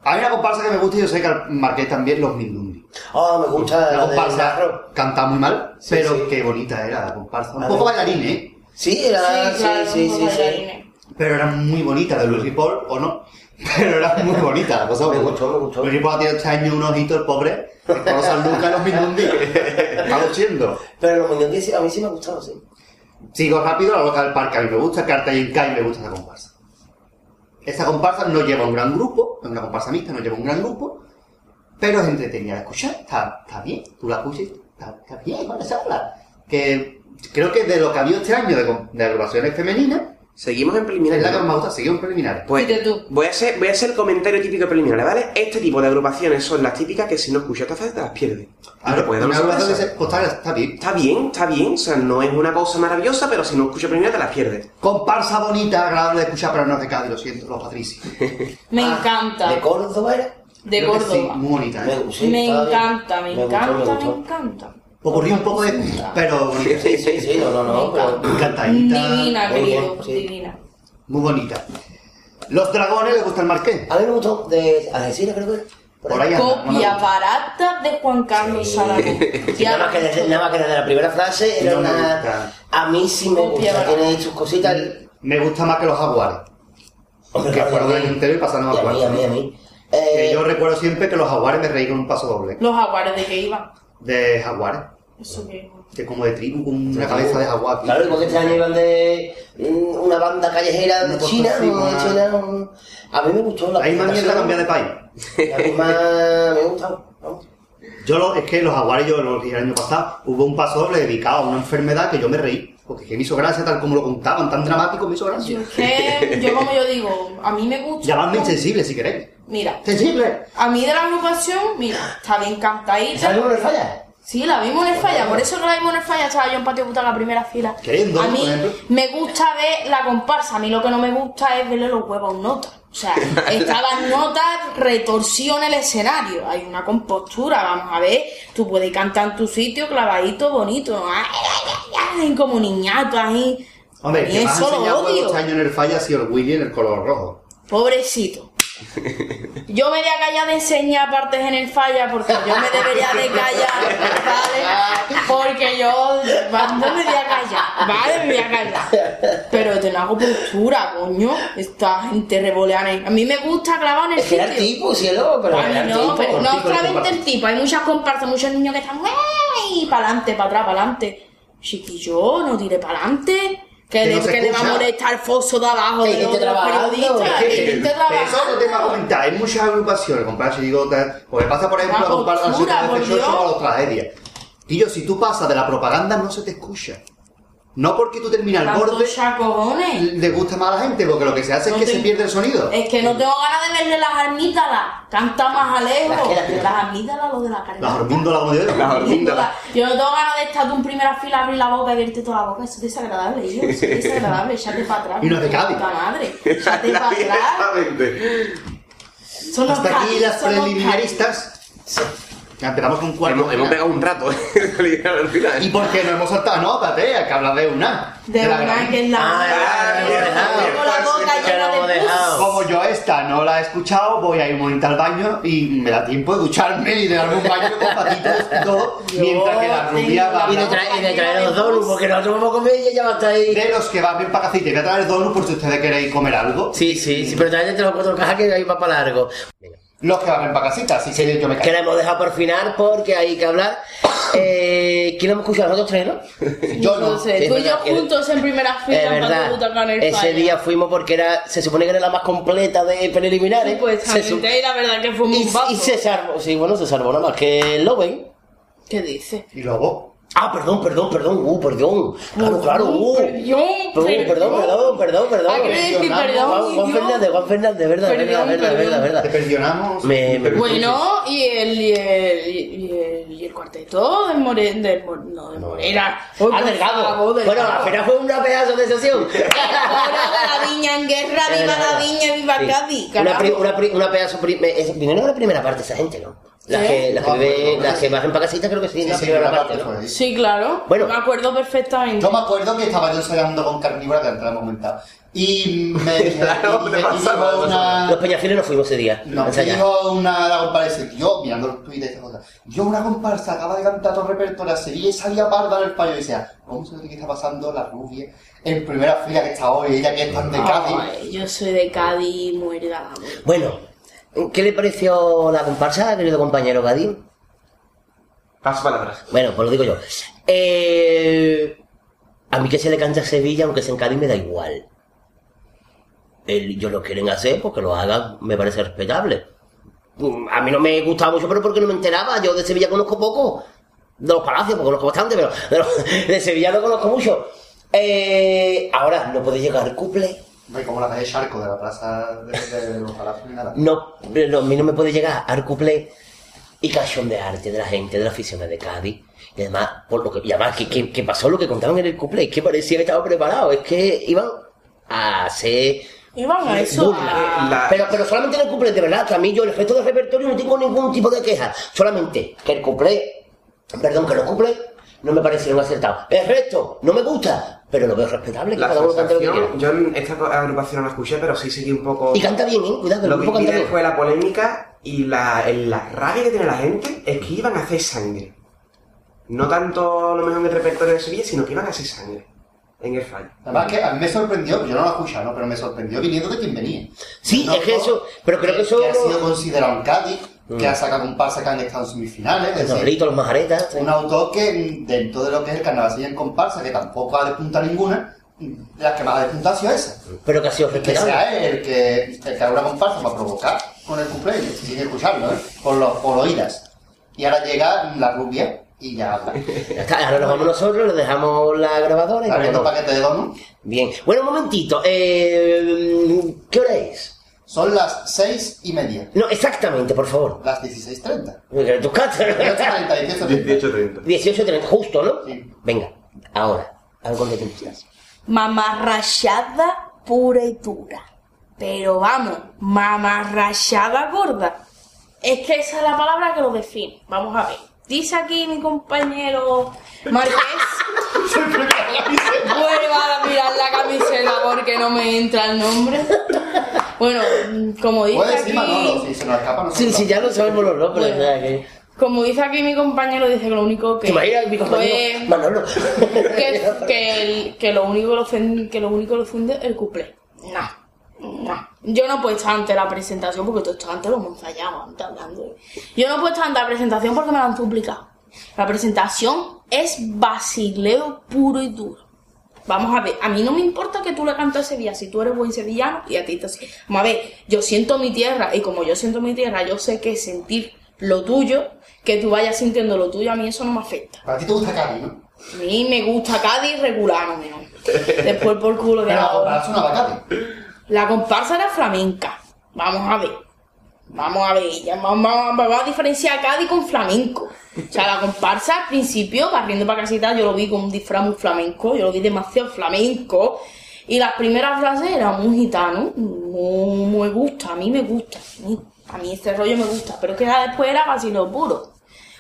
Speaker 4: Hay una comparsa que me gusta y yo sé que al Marqués también, los Mindundi.
Speaker 3: Ah, me gusta
Speaker 4: La
Speaker 3: la de Sarro.
Speaker 4: comparsa canta muy mal,
Speaker 3: Sí,
Speaker 4: pero
Speaker 3: sí.
Speaker 4: qué bonita era la comparsa. Un
Speaker 3: A
Speaker 4: poco
Speaker 3: ver.
Speaker 4: bailarín, ¿eh?
Speaker 3: Sí, era, sí,
Speaker 5: claro,
Speaker 3: sí, sí,
Speaker 5: los
Speaker 3: sí.
Speaker 5: bailarines.
Speaker 4: Pero era muy bonita de Luis Ripoll, o no. <laughs> Pero era muy bonita la cosa.
Speaker 3: Me gustó, me gustó.
Speaker 4: Luis Ripoll ha tenido este año un ojito, el pobre. El Coro San Lucas,
Speaker 3: <laughs>
Speaker 4: los Mindundi. Está luciendo.
Speaker 3: Pero los muñones sí- a mí sí me ha gustado, sí.
Speaker 4: Sigo rápido, la loca del parque a mí me gusta, Carta y Kai me gusta esa comparsa. Esta comparsa no lleva un gran grupo, es una comparsa mixta, no lleva un gran grupo, pero es entretenida de escuchar, está, está bien, tú la escuchas, y está, está bien, con esa ola. Que creo que de lo que ha habido este año de, com- de agrupaciones femeninas,
Speaker 2: Seguimos en
Speaker 4: es la que
Speaker 2: preliminares.
Speaker 4: más me gusta, seguimos preliminares.
Speaker 2: Pues
Speaker 5: Dite tú.
Speaker 2: Voy, a hacer, voy a hacer el comentario típico preliminar, ¿vale? Este tipo de agrupaciones son las típicas que si no escuchas esta frase te las pierdes. Y te puede dar una
Speaker 4: una agrupación
Speaker 2: sorpresa.
Speaker 4: dice, pues está, está bien.
Speaker 2: Está bien, está bien, o sea, no es una cosa maravillosa, pero si no escuchas preliminar te las pierdes.
Speaker 4: Comparsa bonita, agradable de escuchar, pero no es de Cádiz, lo siento, los Patricios.
Speaker 5: Me
Speaker 3: Ah,
Speaker 5: encanta.
Speaker 3: ¿De Córdoba era?
Speaker 5: De
Speaker 4: Creo que sí,
Speaker 5: Córdoba.
Speaker 4: muy bonita. ¿eh?
Speaker 3: Me, sí,
Speaker 5: me
Speaker 3: estaba bien.
Speaker 5: encanta, me,
Speaker 3: Me gustó,
Speaker 5: encanta,
Speaker 3: me
Speaker 5: me,
Speaker 3: gustó.
Speaker 5: encanta.
Speaker 4: Ocurrió un poco de... pero
Speaker 3: Sí, sí, sí, no, no, no, pero...
Speaker 4: encantadita.
Speaker 5: Divina,
Speaker 3: muy
Speaker 5: querido,
Speaker 3: bien, sí.
Speaker 5: divina.
Speaker 4: Muy bonita. Los dragones le gusta el marqués.
Speaker 3: A mí me gustó de Algeciras, creo que era.
Speaker 4: Por ahí anda. no me
Speaker 5: Copia
Speaker 4: gusta.
Speaker 5: barata de Juan Carlos
Speaker 3: Sí.
Speaker 5: Salamo.
Speaker 3: <laughs> Sí, nada, más que desde, nada más que desde la primera frase era
Speaker 4: No me gusta.
Speaker 3: una... A mí sí me gusta,
Speaker 5: Copia.
Speaker 3: tiene sus cositas...
Speaker 4: Me gusta más que los jaguares.
Speaker 3: Hombre,
Speaker 4: Que
Speaker 3: claro,
Speaker 4: fueron
Speaker 3: a
Speaker 4: del
Speaker 3: mí.
Speaker 4: entero y pasaron a
Speaker 3: Y a mí,
Speaker 4: cuarto.
Speaker 3: a mí, a mí.
Speaker 4: Que
Speaker 3: Eh,
Speaker 4: yo recuerdo siempre que los jaguares me reí con un paso doble.
Speaker 5: Los jaguares de que iban.
Speaker 4: De jaguares.
Speaker 5: Eso que
Speaker 4: Que como de tribu, con una cabeza de jaguar. aquí.
Speaker 3: Claro, porque este año iban de mm, una banda callejera
Speaker 4: Una
Speaker 3: de
Speaker 4: cosa
Speaker 3: China,
Speaker 4: así,
Speaker 3: ¿no? de
Speaker 4: una-
Speaker 3: China, un- A mí me gustó la
Speaker 4: La misma mierda
Speaker 3: presentación.
Speaker 4: cambia de país.
Speaker 3: La misma me gusta.
Speaker 5: <laughs>
Speaker 3: ¿no?
Speaker 4: Yo lo- es que los jaguares yo los vi el año pasado. Hubo un paso doble dedicado a una enfermedad que yo me reí. Porque es que me hizo gracia tal como lo contaban, tan dramático me hizo
Speaker 5: Yo
Speaker 4: gracia.
Speaker 5: es que, yo como yo digo, a mí me gusta.
Speaker 4: Llamadme insensible si queréis.
Speaker 5: Mira,
Speaker 4: ¡Sensible!
Speaker 5: a mí de la agrupación, mira, está bien cantadita.
Speaker 3: ¿Sabes cómo le falla?
Speaker 5: Sí, la vimos en el falla, por eso que la vimos en el falla, estaba yo en patio puta en la primera fila.
Speaker 4: Queriendo,
Speaker 5: a mí
Speaker 4: por ejemplo.
Speaker 5: me gusta ver la comparsa, a mí lo que no me gusta es verle los huevos a un nota. O
Speaker 4: <laughs>
Speaker 5: sea, estaban notas, retorsión el escenario, hay una compostura, vamos a ver, tú puedes cantar en tu sitio clavadito, bonito, ay, ay, ay, ay, como niñato ahí.
Speaker 4: Hombre, el
Speaker 5: Y
Speaker 4: que más ha
Speaker 5: eso lo
Speaker 4: enseñado huevos
Speaker 5: odio.
Speaker 4: este año en el falla ha sido el Willy en el color rojo.
Speaker 5: Pobrecito. Yo me voy a callar de enseñar partes en el falla porque yo me debería de callar, ¿vale? Porque yo no me voy a callar, ¿vale? Me voy a callar. Pero te no hago postura, coño. Esta gente revoleana. A mí me gusta clavar en el
Speaker 3: Es que era el
Speaker 5: sitio.
Speaker 3: tipo, cielo, pero
Speaker 5: A
Speaker 3: era
Speaker 5: mí
Speaker 3: el
Speaker 5: no,
Speaker 3: tipo.
Speaker 5: pero no
Speaker 4: tipo de
Speaker 5: solamente
Speaker 4: comparsa.
Speaker 5: el tipo. Hay muchas comparsas, muchos niños que están, ¡Para adelante, para atrás, para adelante! chiquillo, no tire para adelante, que,
Speaker 4: Que
Speaker 5: le,
Speaker 4: no se
Speaker 5: que le va a
Speaker 4: escucha.
Speaker 5: molestar el foso de abajo
Speaker 3: Que
Speaker 5: de
Speaker 3: esté
Speaker 5: los de los
Speaker 3: trabajando,
Speaker 5: periodistas.
Speaker 4: Es que
Speaker 7: que
Speaker 4: el-
Speaker 7: esté
Speaker 4: eso es otro tema a
Speaker 7: trabajando.
Speaker 4: comentar. Hay muchas agrupaciones, comprar chirigotas. Porque pasa, por ejemplo, a
Speaker 5: Una
Speaker 4: comprar al
Speaker 5: locura,
Speaker 4: Circo
Speaker 5: por
Speaker 4: del 18 o a
Speaker 5: Dios.
Speaker 4: los tragedias. Tío, si tú pasas de la propaganda, no se te escucha. No porque tú terminas al
Speaker 7: Tanto
Speaker 4: borde,
Speaker 7: chacojones.
Speaker 4: le gusta más a la gente, porque lo que se hace
Speaker 5: No
Speaker 4: es que se
Speaker 5: te-
Speaker 4: pierde el sonido.
Speaker 7: Es que no tengo ganas de verle las amígdalas. Canta más Alejo.
Speaker 3: Las que- las que-
Speaker 7: Las amígdalas, lo de la
Speaker 4: Las
Speaker 7: carga.
Speaker 4: hormíndolas, como yo digo.
Speaker 2: Las hormíndolas.
Speaker 7: Yo no tengo ganas de estar tú en primera fila, abrir la boca y verte toda la boca. Eso es desagradable, yo. Eso es desagradable. Échate para atrás.
Speaker 4: Y no es de Cádiz.
Speaker 7: Puta madre. Échate
Speaker 2: <laughs>
Speaker 7: para
Speaker 2: Nadie
Speaker 7: atrás.
Speaker 2: sabe de-
Speaker 7: Son los
Speaker 4: Hasta aquí
Speaker 7: Cádiz,
Speaker 4: las
Speaker 7: son los
Speaker 4: preliminaristas. Ya empezamos con cuatro.
Speaker 2: Hemos, hemos pegado un rato eh, <laughs> al final.
Speaker 4: ¿Y por qué no hemos saltado? No, espérate, hay que hablar de una.
Speaker 7: Cádiz. De
Speaker 4: la
Speaker 7: una
Speaker 4: gran-
Speaker 7: que es la
Speaker 3: Ah,
Speaker 2: ya lo hemos dejado.
Speaker 7: Tengo la boca
Speaker 3: Ya lo
Speaker 7: llena
Speaker 3: hemos
Speaker 7: de pus.
Speaker 3: dejado.
Speaker 4: Como yo esta no la he escuchado, voy a ir un momento al baño y me da tiempo de ducharme y de darme un baño con patitos y todo, mientras que la rubia va
Speaker 3: Y de,
Speaker 4: a
Speaker 3: traer, y de traer los donuts, porque nosotros vamos a comer y ella va a estar ahí.
Speaker 4: de los que va bien para cacete. Voy a traer donut por si ustedes queréis comer algo.
Speaker 3: Sí, sí, sí, pero también te los cuatro cajas que hay para largo.
Speaker 4: Los que van bien para casita, así que yo me
Speaker 3: Que
Speaker 4: callo.
Speaker 3: la hemos dejado por final porque hay que hablar. Eh, ¿Quién hemos escuchado? Nosotros tres,
Speaker 5: <laughs>
Speaker 3: ¿no?
Speaker 4: Yo no.
Speaker 5: Entonces,
Speaker 3: Es
Speaker 5: tú y yo
Speaker 3: verdad que-
Speaker 5: juntos en primera fila,
Speaker 3: Es verdad,
Speaker 5: dando butaca en el
Speaker 3: ese
Speaker 5: falla.
Speaker 3: día fuimos porque era, se supone que era la más completa de preliminares.
Speaker 7: Pues,
Speaker 3: se su-
Speaker 5: Supuestamente, y la verdad que fue
Speaker 3: y,
Speaker 5: un bazo.
Speaker 3: y se salvó, sí, bueno, se salvó nada más que Loven.
Speaker 5: ¿Qué dice?
Speaker 4: Y luego,
Speaker 3: Ah, perdón, perdón, perdón, uh, perdón. Claro, claro, uh.
Speaker 5: Perdón,
Speaker 3: Perdón, perdón, perdón, perdón, perdón.
Speaker 5: Hay que decir perdón,
Speaker 3: Juan, Juan
Speaker 5: Dios.
Speaker 3: Fernández, Juan Fernández, verdad,
Speaker 5: Perdón,
Speaker 3: verdad, verdad,
Speaker 5: perdón.
Speaker 3: verdad,
Speaker 4: te
Speaker 3: verdad.
Speaker 4: perdonamos.
Speaker 3: Me- me-
Speaker 5: Bueno, y el, y el, y el, y el cuarteto del Morena. Del, Mor- no, del Morena. Uy,
Speaker 3: Ah,
Speaker 5: por
Speaker 3: delgado.
Speaker 5: favor,
Speaker 3: Bueno, <laughs> al final fue una pedazo de sesión.
Speaker 5: <laughs> Ahora de la viña en guerra,
Speaker 3: Es
Speaker 5: viva
Speaker 3: verdad.
Speaker 5: la viña, viva
Speaker 3: Sí.
Speaker 5: Cádiz.
Speaker 3: Una, pri-
Speaker 5: carajo.
Speaker 3: una, pri- una pedazo. pri- me- es- primero la primera parte, esa gente, ¿no? Las
Speaker 5: ¿Eh?
Speaker 3: que, las que,
Speaker 4: No,
Speaker 3: viven-
Speaker 4: no, no,
Speaker 3: las
Speaker 4: no.
Speaker 3: que bajan para casita, creo que sí,
Speaker 4: Ah, Sí,
Speaker 3: la
Speaker 4: sí,
Speaker 3: primera
Speaker 4: la
Speaker 3: parte,
Speaker 4: parte
Speaker 3: ¿no?
Speaker 4: fue.
Speaker 5: Sí, claro.
Speaker 3: Bueno.
Speaker 5: me acuerdo perfectamente.
Speaker 4: Yo me acuerdo que estaba yo ensayando con carnívora, que antes lo hemos comentado. Y me,
Speaker 2: Claro, te
Speaker 4: y me- y
Speaker 2: pasa,
Speaker 4: dijo
Speaker 2: te pasa.
Speaker 4: una-
Speaker 3: Los Peñafiles no fuimos ese día.
Speaker 4: No,
Speaker 3: a
Speaker 4: me
Speaker 3: ensayar.
Speaker 4: dijo una la comparsa, yo mirando los tweets y estas cosas, yo una comparsa acaba de cantar todo el repertorio de Sevilla y salía parda del payo y decía, ¿cómo se ve que está pasando la rubia en primera fila que está hoy, ella que es
Speaker 3: Ah,
Speaker 4: tan de Cádiz?
Speaker 5: Ay, yo soy de Cádiz, muerda.
Speaker 3: Bueno, ¿qué le pareció la comparsa, querido compañero Gadín?
Speaker 2: Paso para atrás.
Speaker 3: Bueno, pues lo digo yo. Eh, a mí que se le cante a Sevilla, aunque sea en Cádiz, me da igual. El- ellos lo quieren hacer, porque lo hagan, me parece respetable. Mm, A mí no me gustaba mucho, pero porque no me enteraba. Yo de Sevilla conozco poco. De los palacios, porque conozco bastante, pero <laughs> de, los- de Sevilla no conozco mucho. Eh, ahora, no puede llegar Cuple.
Speaker 4: Ve como la calle Charco de la plaza de, de- de los palacios y nada.
Speaker 3: No, no, a mí no me puede llegar al cuplé y cachón de arte de la gente, de la afición de Cádiz. Y además, por lo que, y además que, que- que pasó lo que contaban en el cuplé, es que parecía que estaba preparado, es que iban a hacer...
Speaker 5: Iban a eso.
Speaker 3: Burla.
Speaker 5: a-
Speaker 2: La-
Speaker 3: Pero, pero solamente en el cuplé, de verdad, que a mí yo el resto del repertorio no tengo ningún tipo de queja, solamente que el cuplé, perdón, que los cuplés no me parecieron acertados. El resto no me gusta, pero lo veo respetable, que
Speaker 2: La
Speaker 3: cada uno cante lo que quiera.
Speaker 2: sensación, yo en esta agrupación no la escuché, pero sí seguí un poco.
Speaker 3: Y canta bien, ¿eh? Cuidado, que el
Speaker 2: Lo que
Speaker 3: grupo canta
Speaker 2: tiene
Speaker 3: bien.
Speaker 2: fue la polémica y la, el- la rabia que tiene la gente es que iban a hacer sangre. No tanto lo mejor en el repertorio de Sevilla, sino que iban a hacer sangre en el fallo.
Speaker 4: Además que a mí me sorprendió, yo no la escuchaba, ¿no? pero me sorprendió viniendo de quien venía.
Speaker 3: Sí,
Speaker 4: No,
Speaker 3: es que
Speaker 4: no,
Speaker 3: eso, pero creo que eso... Mm.
Speaker 4: ha sido considerado en Cádiz, que ha sacado comparsa que han estado en semifinales, es
Speaker 3: Los
Speaker 4: decir,
Speaker 3: gritos, los majaretas.
Speaker 4: Un autor que mm, dentro de lo que es el carnaval Sevilla en comparsa, que tampoco ha despuntado ninguna, mm, las que más ha despuntado ha sido esa.
Speaker 3: Pero que ha sido
Speaker 4: El que
Speaker 3: respetable.
Speaker 4: sea él el que, el que haga una comparsa para provocar con el cumpleaños, sin escucharlo, ¿eh? por, los, por oídas. Y ahora llega la rubia y ya <laughs> habla.
Speaker 3: Ya está, ahora nos vamos nosotros, le dejamos la grabadora y
Speaker 4: Abriendo
Speaker 3: vámonos.
Speaker 4: paquete de donuts.
Speaker 3: Bien. Bueno, un momentito. eh, ¿Qué hora es?
Speaker 4: Son las seis y media,
Speaker 3: No, exactamente, por favor.
Speaker 4: las 16.30.
Speaker 3: Tus cartas.
Speaker 4: 18.30, 18.30.
Speaker 3: 18.30, justo, ¿no?
Speaker 4: Sí.
Speaker 3: Venga, ahora. A ver cuánto tiempo estás.
Speaker 5: Mamarrachada pura y dura. Pero vamos, mamarrachada gorda. Es que esa es la palabra que lo define. Vamos a ver. Dice aquí mi compañero <laughs> Marqués. Vuelvo a mirar la camiseta porque no me entra el nombre. Bueno, como
Speaker 4: Puede
Speaker 5: dice
Speaker 4: decir Manolo, si
Speaker 5: aquí,
Speaker 4: se nos escapa, no
Speaker 3: Sí, sí, ya lo sabemos los nombres.
Speaker 5: Bueno.
Speaker 3: ¿verdad? Que-
Speaker 5: como dice aquí mi compañero, dice que lo único
Speaker 3: ¿Te
Speaker 5: que
Speaker 3: imaginas mi compañero?
Speaker 5: fue-
Speaker 3: Manolo. <laughs>
Speaker 5: que, que, el- que lo único que lo, ofende, que lo único que lo funde el cuplé. No, no. Yo no puedo estar ante la presentación porque todo esto antes lo hemos ensayado, antes hablando. Yo no puedo estar ante la presentación porque me la han publicado. La presentación es basileo puro y duro. Vamos a ver, a mí no me importa que tú le cantes a Sevilla si tú eres buen sevillano y a ti te... Vamos a ver, yo siento mi tierra y como yo siento mi tierra, yo sé que sentir lo tuyo, que tú vayas sintiendo lo tuyo, a mí eso no me afecta.
Speaker 3: Para ti te gusta Cádiz, ¿no?
Speaker 5: A mí me gusta Cádiz regular, no menos. Después por culo
Speaker 4: <laughs>
Speaker 5: que
Speaker 3: Pero
Speaker 5: la
Speaker 3: la
Speaker 5: otra.
Speaker 3: comparación a Cádiz.
Speaker 5: La comparsa era flamenca. Vamos a ver. Vamos a ver. ya vamos, vamos- vamos a diferenciar a Cádiz con flamenco. O sea, la comparsa al principio, barriendo para casita, yo lo vi con un disfraz muy flamenco. Yo lo vi demasiado flamenco. Y las primeras frases eran muy gitano. No me gusta, a mí me gusta. A mí, a mí este rollo me gusta. Pero que ya después era vacilo puro.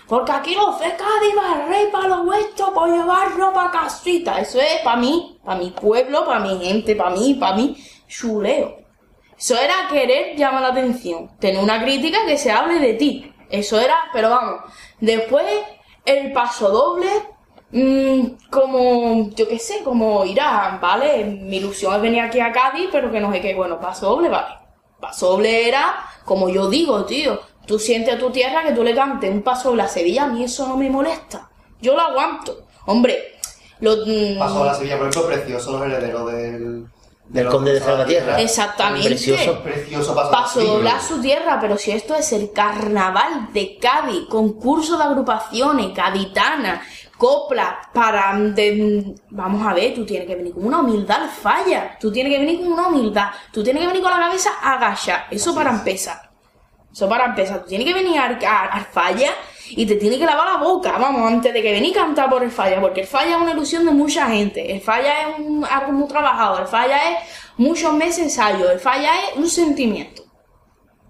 Speaker 5: Porque aquí lo fue Cádiz, barré para los vuestros, por llevar ropa casita. Eso es para mí, para mi pueblo, para mi gente, para mí, para mí, chuleo. Eso era querer llamar la atención, tener una crítica que se hable de ti. Eso era, pero vamos. Después, el paso doble, mm, como, yo qué sé, como Irán, ¿vale? Mi ilusión es venir aquí a Cádiz, pero que no sé qué, bueno, paso doble, vale. Paso doble era, como yo digo, tío, tú sientes a tu tierra que tú le cantes un paso doble a Sevilla, a mí eso no me molesta. Yo lo aguanto. Hombre, lo... mm,
Speaker 4: Pasó a la Sevilla, por ejemplo, precioso los herederos del.
Speaker 3: Del conde de Salvatierra.
Speaker 5: Exactamente.
Speaker 3: Precioso.
Speaker 4: Precioso paso.
Speaker 5: Paso
Speaker 4: Sí.
Speaker 5: doblar su tierra, pero si esto es el carnaval de Cádiz, concurso de agrupaciones, caditana, copla, para... de- vamos a ver, tú tienes que venir con una humildad al falla, tú tienes que venir con una humildad, tú tienes que venir con la cabeza agacha, eso para empezar. Eso para empezar, tú tienes que venir al, a- al falla y te tienes que lavar la boca, vamos, antes de que venir a cantar por el falla, porque el falla es una ilusión de mucha gente, el falla es un, algo muy trabajado, el falla es muchos meses de ensayo, el falla es un sentimiento,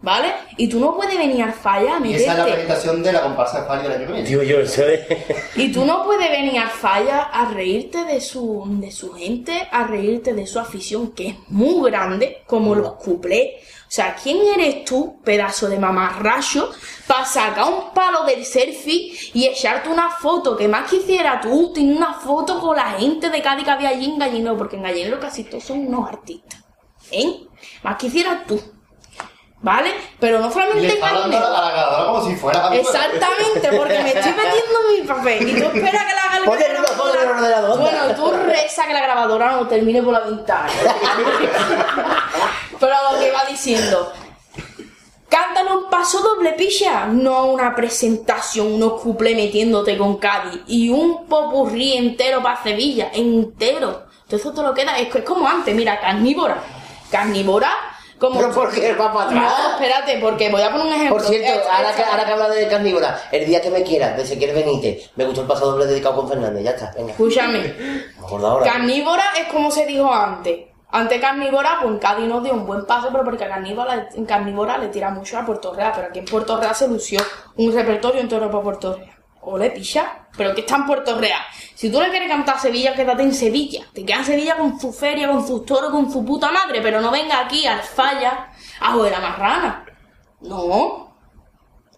Speaker 5: ¿vale? Y tú no puedes venir al falla a
Speaker 4: Y esa es la
Speaker 5: meterte,
Speaker 4: presentación de la comparsa de Fali del año que viene.
Speaker 3: Digo yo, eso
Speaker 5: <laughs>
Speaker 3: es.
Speaker 5: y tú no puedes venir al falla a reírte de su, de su gente, a reírte de su afición, que es muy grande, como los cuplés. O sea, ¿quién eres tú, pedazo de mamarracho, para sacar un palo del selfie y echarte una foto? Que más quisiera tú tener una foto con la gente de Cádiz que había allí en Gallinero, porque en Gallinero casi todos son unos artistas. ¿Eh? Más quisiera tú. ¿Vale? Pero no
Speaker 4: Y le
Speaker 5: solamente en
Speaker 4: está hablando a
Speaker 5: Gallinero.
Speaker 4: la, a la ganadora como si fuera para mí.
Speaker 5: Exactamente, porque me estoy metiendo en mi papel. Y tú espera que la,
Speaker 3: Ponle
Speaker 5: la
Speaker 3: ruido, ponle el
Speaker 5: grabadora.
Speaker 3: ordenador,
Speaker 5: Bueno,
Speaker 3: anda.
Speaker 5: tú reza que la grabadora no termine por
Speaker 3: <laughs>
Speaker 5: la ventana. Pero lo que va diciendo. Cántale un paso doble picha, no una presentación, unos cuplés metiéndote con Cádiz y un popurrí entero para Sevilla, entero. Entonces te lo queda, es, es como antes, mira, carnívora. Carnívora, como.
Speaker 3: Pero ¿por qué va para atrás?
Speaker 5: No, espérate, porque voy a poner un ejemplo.
Speaker 3: Por cierto,
Speaker 5: Eh,
Speaker 3: ahora que,
Speaker 5: eh,
Speaker 3: ahora que habla de carnívora, el día que me quieras, de si quieres venirte, me gustó el paso doble dedicado con Fernández, ya está, venga.
Speaker 5: Escúchame,
Speaker 3: Me acuerdo ahora.
Speaker 5: carnívora es como se dijo antes. Antes carnívora, pues en Cádiz nos dio un buen paso, pero porque a carnívora, en carnívora le tira mucho a Puerto Real, pero aquí en Puerto Real se lució un repertorio entero para Puerto Real. Ole, picha, pero que está en Puerto Real. Si tú le quieres cantar a Sevilla, quédate en Sevilla. Te quedas en Sevilla con su feria, con sus toros, con su puta madre, pero no venga aquí al falla a joder a marrana. No,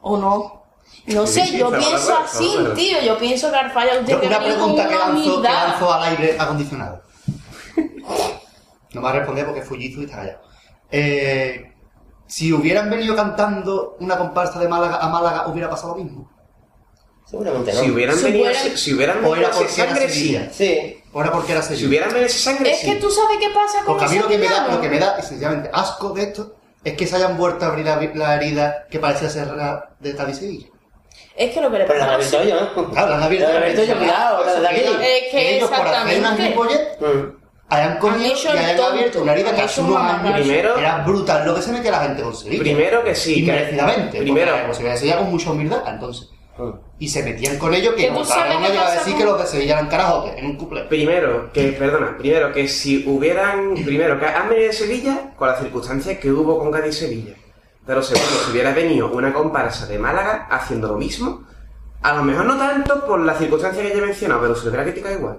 Speaker 5: o no. No
Speaker 2: Sí,
Speaker 5: sé,
Speaker 2: sí,
Speaker 5: yo
Speaker 2: estamos de
Speaker 5: pienso
Speaker 2: acuerdo,
Speaker 5: así,
Speaker 2: estamos de acuerdo.
Speaker 5: tío. Yo pienso que al falla usted
Speaker 4: Yo,
Speaker 5: tiene
Speaker 4: una
Speaker 5: que venir con
Speaker 4: pregunta que
Speaker 5: una
Speaker 4: lanzo, que
Speaker 5: humildad.
Speaker 4: lanzo al aire acondicionado. No me ha respondido porque Fujitsu y está callado. Eh, si hubieran venido cantando una comparsa de Málaga a Málaga, hubiera pasado lo mismo.
Speaker 3: Seguramente no.
Speaker 2: Si hubieran
Speaker 5: Si
Speaker 2: venido,
Speaker 5: fuera-
Speaker 2: si, si hubieran
Speaker 4: O
Speaker 2: venido
Speaker 4: era
Speaker 2: ese
Speaker 4: porque era
Speaker 2: sangre, sí.
Speaker 4: Sevilla.
Speaker 3: Sí.
Speaker 4: O era porque era Sevilla.
Speaker 2: Si hubieran venido ese sangre,
Speaker 5: Es
Speaker 2: sí.
Speaker 5: que tú sabes qué pasa con
Speaker 4: Porque a mí lo que, me da,
Speaker 5: los
Speaker 4: lo que me da, sencillamente, asco de esto es que se hayan vuelto a abrir la, la herida que parecía cerrar de Cádiz y Sevilla.
Speaker 5: Es que lo que le
Speaker 3: Pero la
Speaker 2: Ah,
Speaker 3: había
Speaker 5: pasa
Speaker 3: visto yo, ¿eh? ¿no?
Speaker 4: Claro, la han abierto.
Speaker 3: La han abierto yo, cuidado, la de aquí.
Speaker 5: Es que
Speaker 4: ellos por hacer una
Speaker 5: exactamente.
Speaker 4: gilipollez,
Speaker 2: Hmm.
Speaker 3: Mm.
Speaker 4: hayan
Speaker 5: Han
Speaker 4: cogido y
Speaker 5: hecho el
Speaker 4: hayan
Speaker 5: tonto,
Speaker 4: abierto una herida
Speaker 5: han
Speaker 4: que
Speaker 5: hecho
Speaker 4: hace
Speaker 5: un
Speaker 4: unos
Speaker 5: mamarracho.
Speaker 4: años
Speaker 2: Primero-
Speaker 4: era brutal lo que se metía la gente con Sevilla.
Speaker 2: Primero que sí.
Speaker 4: y
Speaker 2: que-
Speaker 4: merecidamente.
Speaker 2: Primero. Mm.
Speaker 4: Porque, pues, Sevilla se con mucha humildad, entonces. Y se metían con ellos que
Speaker 5: Que
Speaker 4: no
Speaker 5: tú sabes
Speaker 4: tardaron
Speaker 5: qué
Speaker 4: ellos a
Speaker 5: pasa
Speaker 4: decir
Speaker 5: con-
Speaker 4: que los de Sevilla eran carajotes en un cuplé.
Speaker 2: Primero, que, perdona, primero que si hubieran, primero que han venido de Sevilla con las circunstancias que hubo con Cádiz y Sevilla. Pero segundo, si hubiera venido una comparsa de Málaga haciendo lo mismo, a lo mejor no tanto por las circunstancias que ya he mencionado, pero se lo hubiera criticado igual.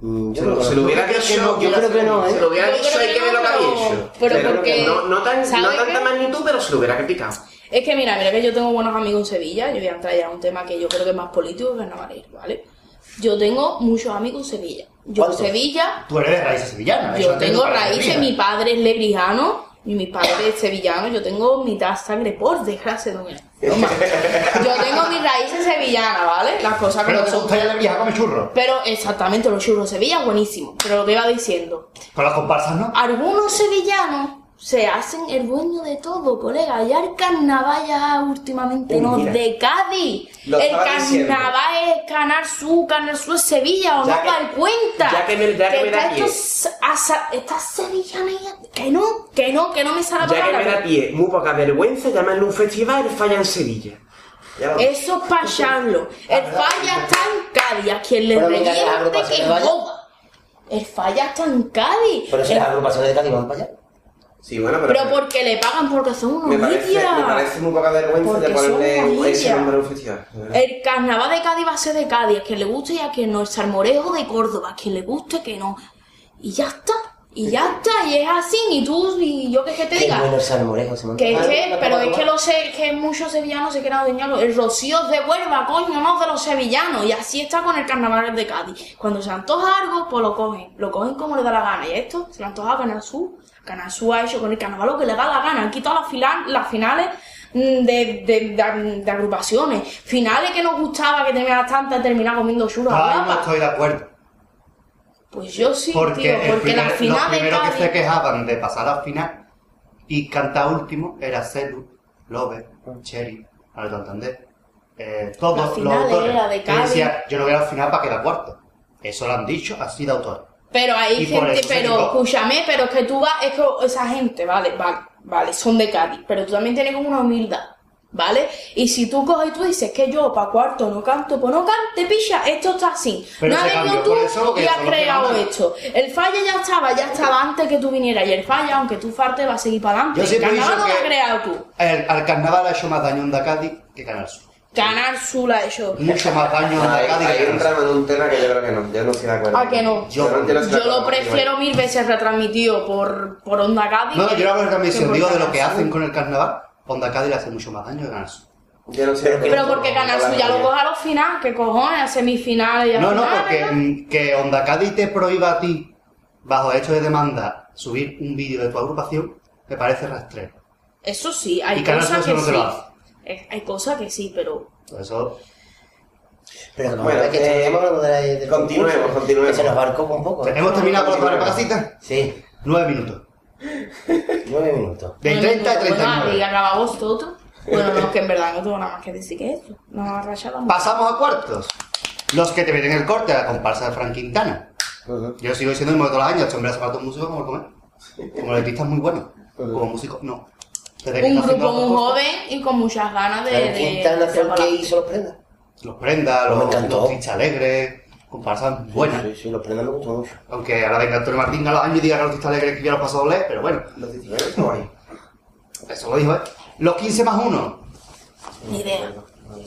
Speaker 3: Mm, Yo
Speaker 2: Se
Speaker 3: no
Speaker 2: lo,
Speaker 3: conozco.
Speaker 2: se lo hubiera
Speaker 4: Yo creo que
Speaker 2: dicho,
Speaker 4: no, yo
Speaker 3: creo que no, ¿eh?
Speaker 2: Se lo hubiera
Speaker 5: Yo
Speaker 2: dicho,
Speaker 5: creo
Speaker 2: hay
Speaker 5: que
Speaker 2: que ver lo que había
Speaker 5: no,
Speaker 2: hecho.
Speaker 5: pero
Speaker 2: Pero
Speaker 5: porque-
Speaker 2: no, no tan,
Speaker 5: ¿sabe
Speaker 2: no tanta
Speaker 5: qué?
Speaker 2: magnitud, pero se lo hubiera criticado.
Speaker 5: Es que mira, mira que yo tengo buenos amigos en Sevilla, yo voy a entrar ya a un tema que yo creo que es más político que carnavalero, ¿vale? Yo tengo muchos amigos en Sevilla. Yo en
Speaker 3: ¿Cuántos?
Speaker 5: Sevilla,
Speaker 4: Tú eres de raíces sevillanas. eso
Speaker 5: yo
Speaker 4: no
Speaker 5: tengo
Speaker 4: para
Speaker 5: raíces,
Speaker 4: decir.
Speaker 5: mi
Speaker 4: <laughs>
Speaker 5: padre es legrijano y mi padre es sevillano, yo tengo mitad sangre por desgracia de doña. Toma. Yo tengo mis raíces sevillanas, ¿vale? Las cosas
Speaker 4: Pero
Speaker 5: como
Speaker 4: te
Speaker 5: son.
Speaker 4: gusta ya la vieja come churros.
Speaker 5: Pero exactamente, los churros de Sevilla, buenísimo. Pero lo que iba diciendo,
Speaker 4: Con las comparsas,
Speaker 5: Ah,
Speaker 4: ¿no?
Speaker 5: algunos sevillanos se hacen el dueño de todo, colega. Y el carnaval ya últimamente
Speaker 2: Uy,
Speaker 5: no
Speaker 2: mira.
Speaker 5: de Cádiz.
Speaker 2: Lo
Speaker 5: el
Speaker 2: estaba diciendo.
Speaker 5: carnaval es Canal Sur, Canal Sur es Sevilla, o
Speaker 2: Ya
Speaker 5: no
Speaker 2: que-
Speaker 5: dar cuenta.
Speaker 2: ya que me- ya que me da
Speaker 5: está
Speaker 2: pie.
Speaker 5: estos asa- estas sevillanas ya- que no, que no, que no me sale la
Speaker 2: Ya que me
Speaker 5: palabra.
Speaker 2: da pie, muy poca vergüenza llamarle un festival Falla en Sevilla. Ya lo-
Speaker 5: Eso es para echarlo. El falla está en Cádiz. A quien le
Speaker 3: Pero venga, las
Speaker 5: reviente que
Speaker 3: agrupaciones vayan.
Speaker 5: joda. El falla está en Cádiz.
Speaker 3: Pero si
Speaker 5: El-
Speaker 3: las agrupaciones de Cádiz van para allá.
Speaker 2: Sí, bueno, pero.
Speaker 5: pero porque le pagan porque son unos
Speaker 2: me, parece,
Speaker 5: idiotas.
Speaker 2: me parece muy poca vergüenza de
Speaker 5: Porque son Eh,
Speaker 2: ponerle ese
Speaker 5: gillas.
Speaker 2: nombre a un festival. de verdad.
Speaker 5: El carnaval de Cádiz va a ser de Cádiz, a quien le guste y a quien no. El salmorejo de Córdoba, a quien le guste, que no. Y ya está. Y ya está. Y es así. Y tú, y yo que, que te
Speaker 3: Qué
Speaker 5: diga.
Speaker 3: bueno el salmorejo, se monta.
Speaker 5: Que es que,
Speaker 3: Ah,
Speaker 5: pero es que lo sé, que muchos sevillanos se quedan adueñados. El rocío es de Huelva, coño, no es de los sevillanos. Y así está con el carnaval de Cádiz. Cuando se antoja algo, pues lo cogen. Lo cogen como le da la gana. Y esto se le antoja a Canal Sur. Canal Sur ha hecho con el carnaval lo que le da la gana. Han quitado las, fila- las finales mm, de, de- de- de agrupaciones. Finales que nos gustaba, que tenías tanta, terminar comiendo churros.
Speaker 4: Ah, no
Speaker 5: guapa.
Speaker 4: estoy de acuerdo.
Speaker 5: Pues yo sí,
Speaker 4: Porque,
Speaker 5: tío,
Speaker 4: el
Speaker 5: porque
Speaker 4: primer-
Speaker 5: la
Speaker 4: los
Speaker 5: final de
Speaker 4: primeros que se
Speaker 5: Cádiz.
Speaker 4: quejaban de pasar a final y cantar último era Celu, Lobe, Cherry, Aldo Santander. eh, todos
Speaker 5: La
Speaker 4: los
Speaker 5: final
Speaker 4: autores.
Speaker 5: era de
Speaker 4: Y
Speaker 5: Cádiz.
Speaker 4: decía, yo no voy a la final para quedar cuarto. Eso lo han dicho así de autores.
Speaker 5: Pero hay
Speaker 4: Y por
Speaker 5: gente,
Speaker 4: eso se
Speaker 5: pero
Speaker 4: quitó.
Speaker 5: escúchame, pero es que tú vas, es que esa gente, vale, vale, vale, son de Cádiz, pero tú también tienes como una humildad, ¿vale? Y si tú coges y tú dices que yo para cuarto no canto, pues no cante, picha, esto está así.
Speaker 4: Pero
Speaker 5: no
Speaker 4: se
Speaker 5: has venido
Speaker 4: cambió
Speaker 5: tú
Speaker 4: por eso, porque
Speaker 5: y has
Speaker 4: son los que
Speaker 5: creado
Speaker 4: mandan.
Speaker 5: esto. El falla ya estaba, ya estaba antes que tú vinieras, y el falla, aunque tú farte, va a seguir para adelante.
Speaker 4: Yo
Speaker 5: El
Speaker 4: siempre he
Speaker 5: carnaval no
Speaker 4: dicho
Speaker 5: lo has
Speaker 4: que-
Speaker 5: creado tú.
Speaker 4: El, al carnaval ha hecho más daño Onda Cádiz que Canal Sur.
Speaker 5: Canal Sula ha hecho.
Speaker 4: Mucho más daño Onda
Speaker 1: Ahí,
Speaker 4: Cádiz que
Speaker 1: ahí
Speaker 4: Canal Sur.
Speaker 1: entramos en un tema que yo creo que no, yo no estoy de acuerdo.
Speaker 5: ¿A Ah, que no?
Speaker 1: Yo, no estoy de
Speaker 5: Yo
Speaker 1: acuerdo.
Speaker 5: lo prefiero mil veces retransmitido por, por Onda Cádiz.
Speaker 4: No, no,
Speaker 5: que-
Speaker 4: yo no hablo de transmisión,
Speaker 5: por
Speaker 4: digo de lo
Speaker 5: Canal
Speaker 4: que
Speaker 5: Sur.
Speaker 4: hacen con el carnaval. Onda Cádiz le hace mucho más daño que Canal Sur.
Speaker 1: Yo no estoy de acuerdo.
Speaker 5: Pero porque Canal Sur ya lo coge a los finales, que cojones, a semifinales y a
Speaker 4: No, no,
Speaker 5: finales,
Speaker 4: porque
Speaker 5: ¿no?
Speaker 4: mm, que Onda Cádiz te prohíba a ti, bajo hecho de demanda, subir un vídeo de tu agrupación, me parece rastrero.
Speaker 5: Eso sí, hay
Speaker 4: Y Canal
Speaker 5: cosas
Speaker 4: Sur
Speaker 5: que
Speaker 4: eso no te
Speaker 5: sí.
Speaker 4: lo hace.
Speaker 5: Eh, Hay cosas que sí, pero.
Speaker 4: Por eso,
Speaker 3: Pero no,
Speaker 1: Bueno,
Speaker 3: es que
Speaker 1: eh,
Speaker 3: estamos hablando de la- del
Speaker 1: continuemos,
Speaker 3: concurso,
Speaker 1: continuemos.
Speaker 3: Que se nos barcó un poco. ¿eh?
Speaker 4: hemos terminado con la semana pasita.
Speaker 3: Sí,
Speaker 4: Nueve minutos.
Speaker 3: nueve minutos. pues
Speaker 4: De 30 a
Speaker 5: Bueno, y
Speaker 4: 39.
Speaker 5: acaba agosto otro. Bueno, no, que en verdad no tengo nada más que decir que eso. No me rachado mucho.
Speaker 4: Pasamos a cuartos. Los que te meten el corte, la comparsa de Frank Quintana.
Speaker 1: Ujú.
Speaker 4: Yo sigo diciendo el mismo de todos los años, este hombre hace falta un músico como el comer. Como letrista es muy bueno. Como músico, no. Desde que
Speaker 5: Un
Speaker 4: está haciendo
Speaker 5: grupo
Speaker 4: las
Speaker 5: muy
Speaker 4: cosas,
Speaker 5: joven y con muchas ganas de.
Speaker 3: Pero
Speaker 5: de-
Speaker 3: Quintana
Speaker 5: de
Speaker 3: fue el
Speaker 5: eh, para-
Speaker 3: que hizo los prendas.
Speaker 4: Los prenda,
Speaker 3: Pues Me
Speaker 4: los,
Speaker 3: encantó.
Speaker 4: los tristes alegres, comparsas buenas.
Speaker 3: Sí, sí, sí, los prendas me gustó mucho.
Speaker 4: Aunque ahora venga Antonio Martín a los años y diga que los tristes alegres que ya los pasó a oler, pero bueno,
Speaker 1: Los 19 estamos ahí.
Speaker 4: eso lo dijo él. Los 15 más 1
Speaker 5: Ni idea.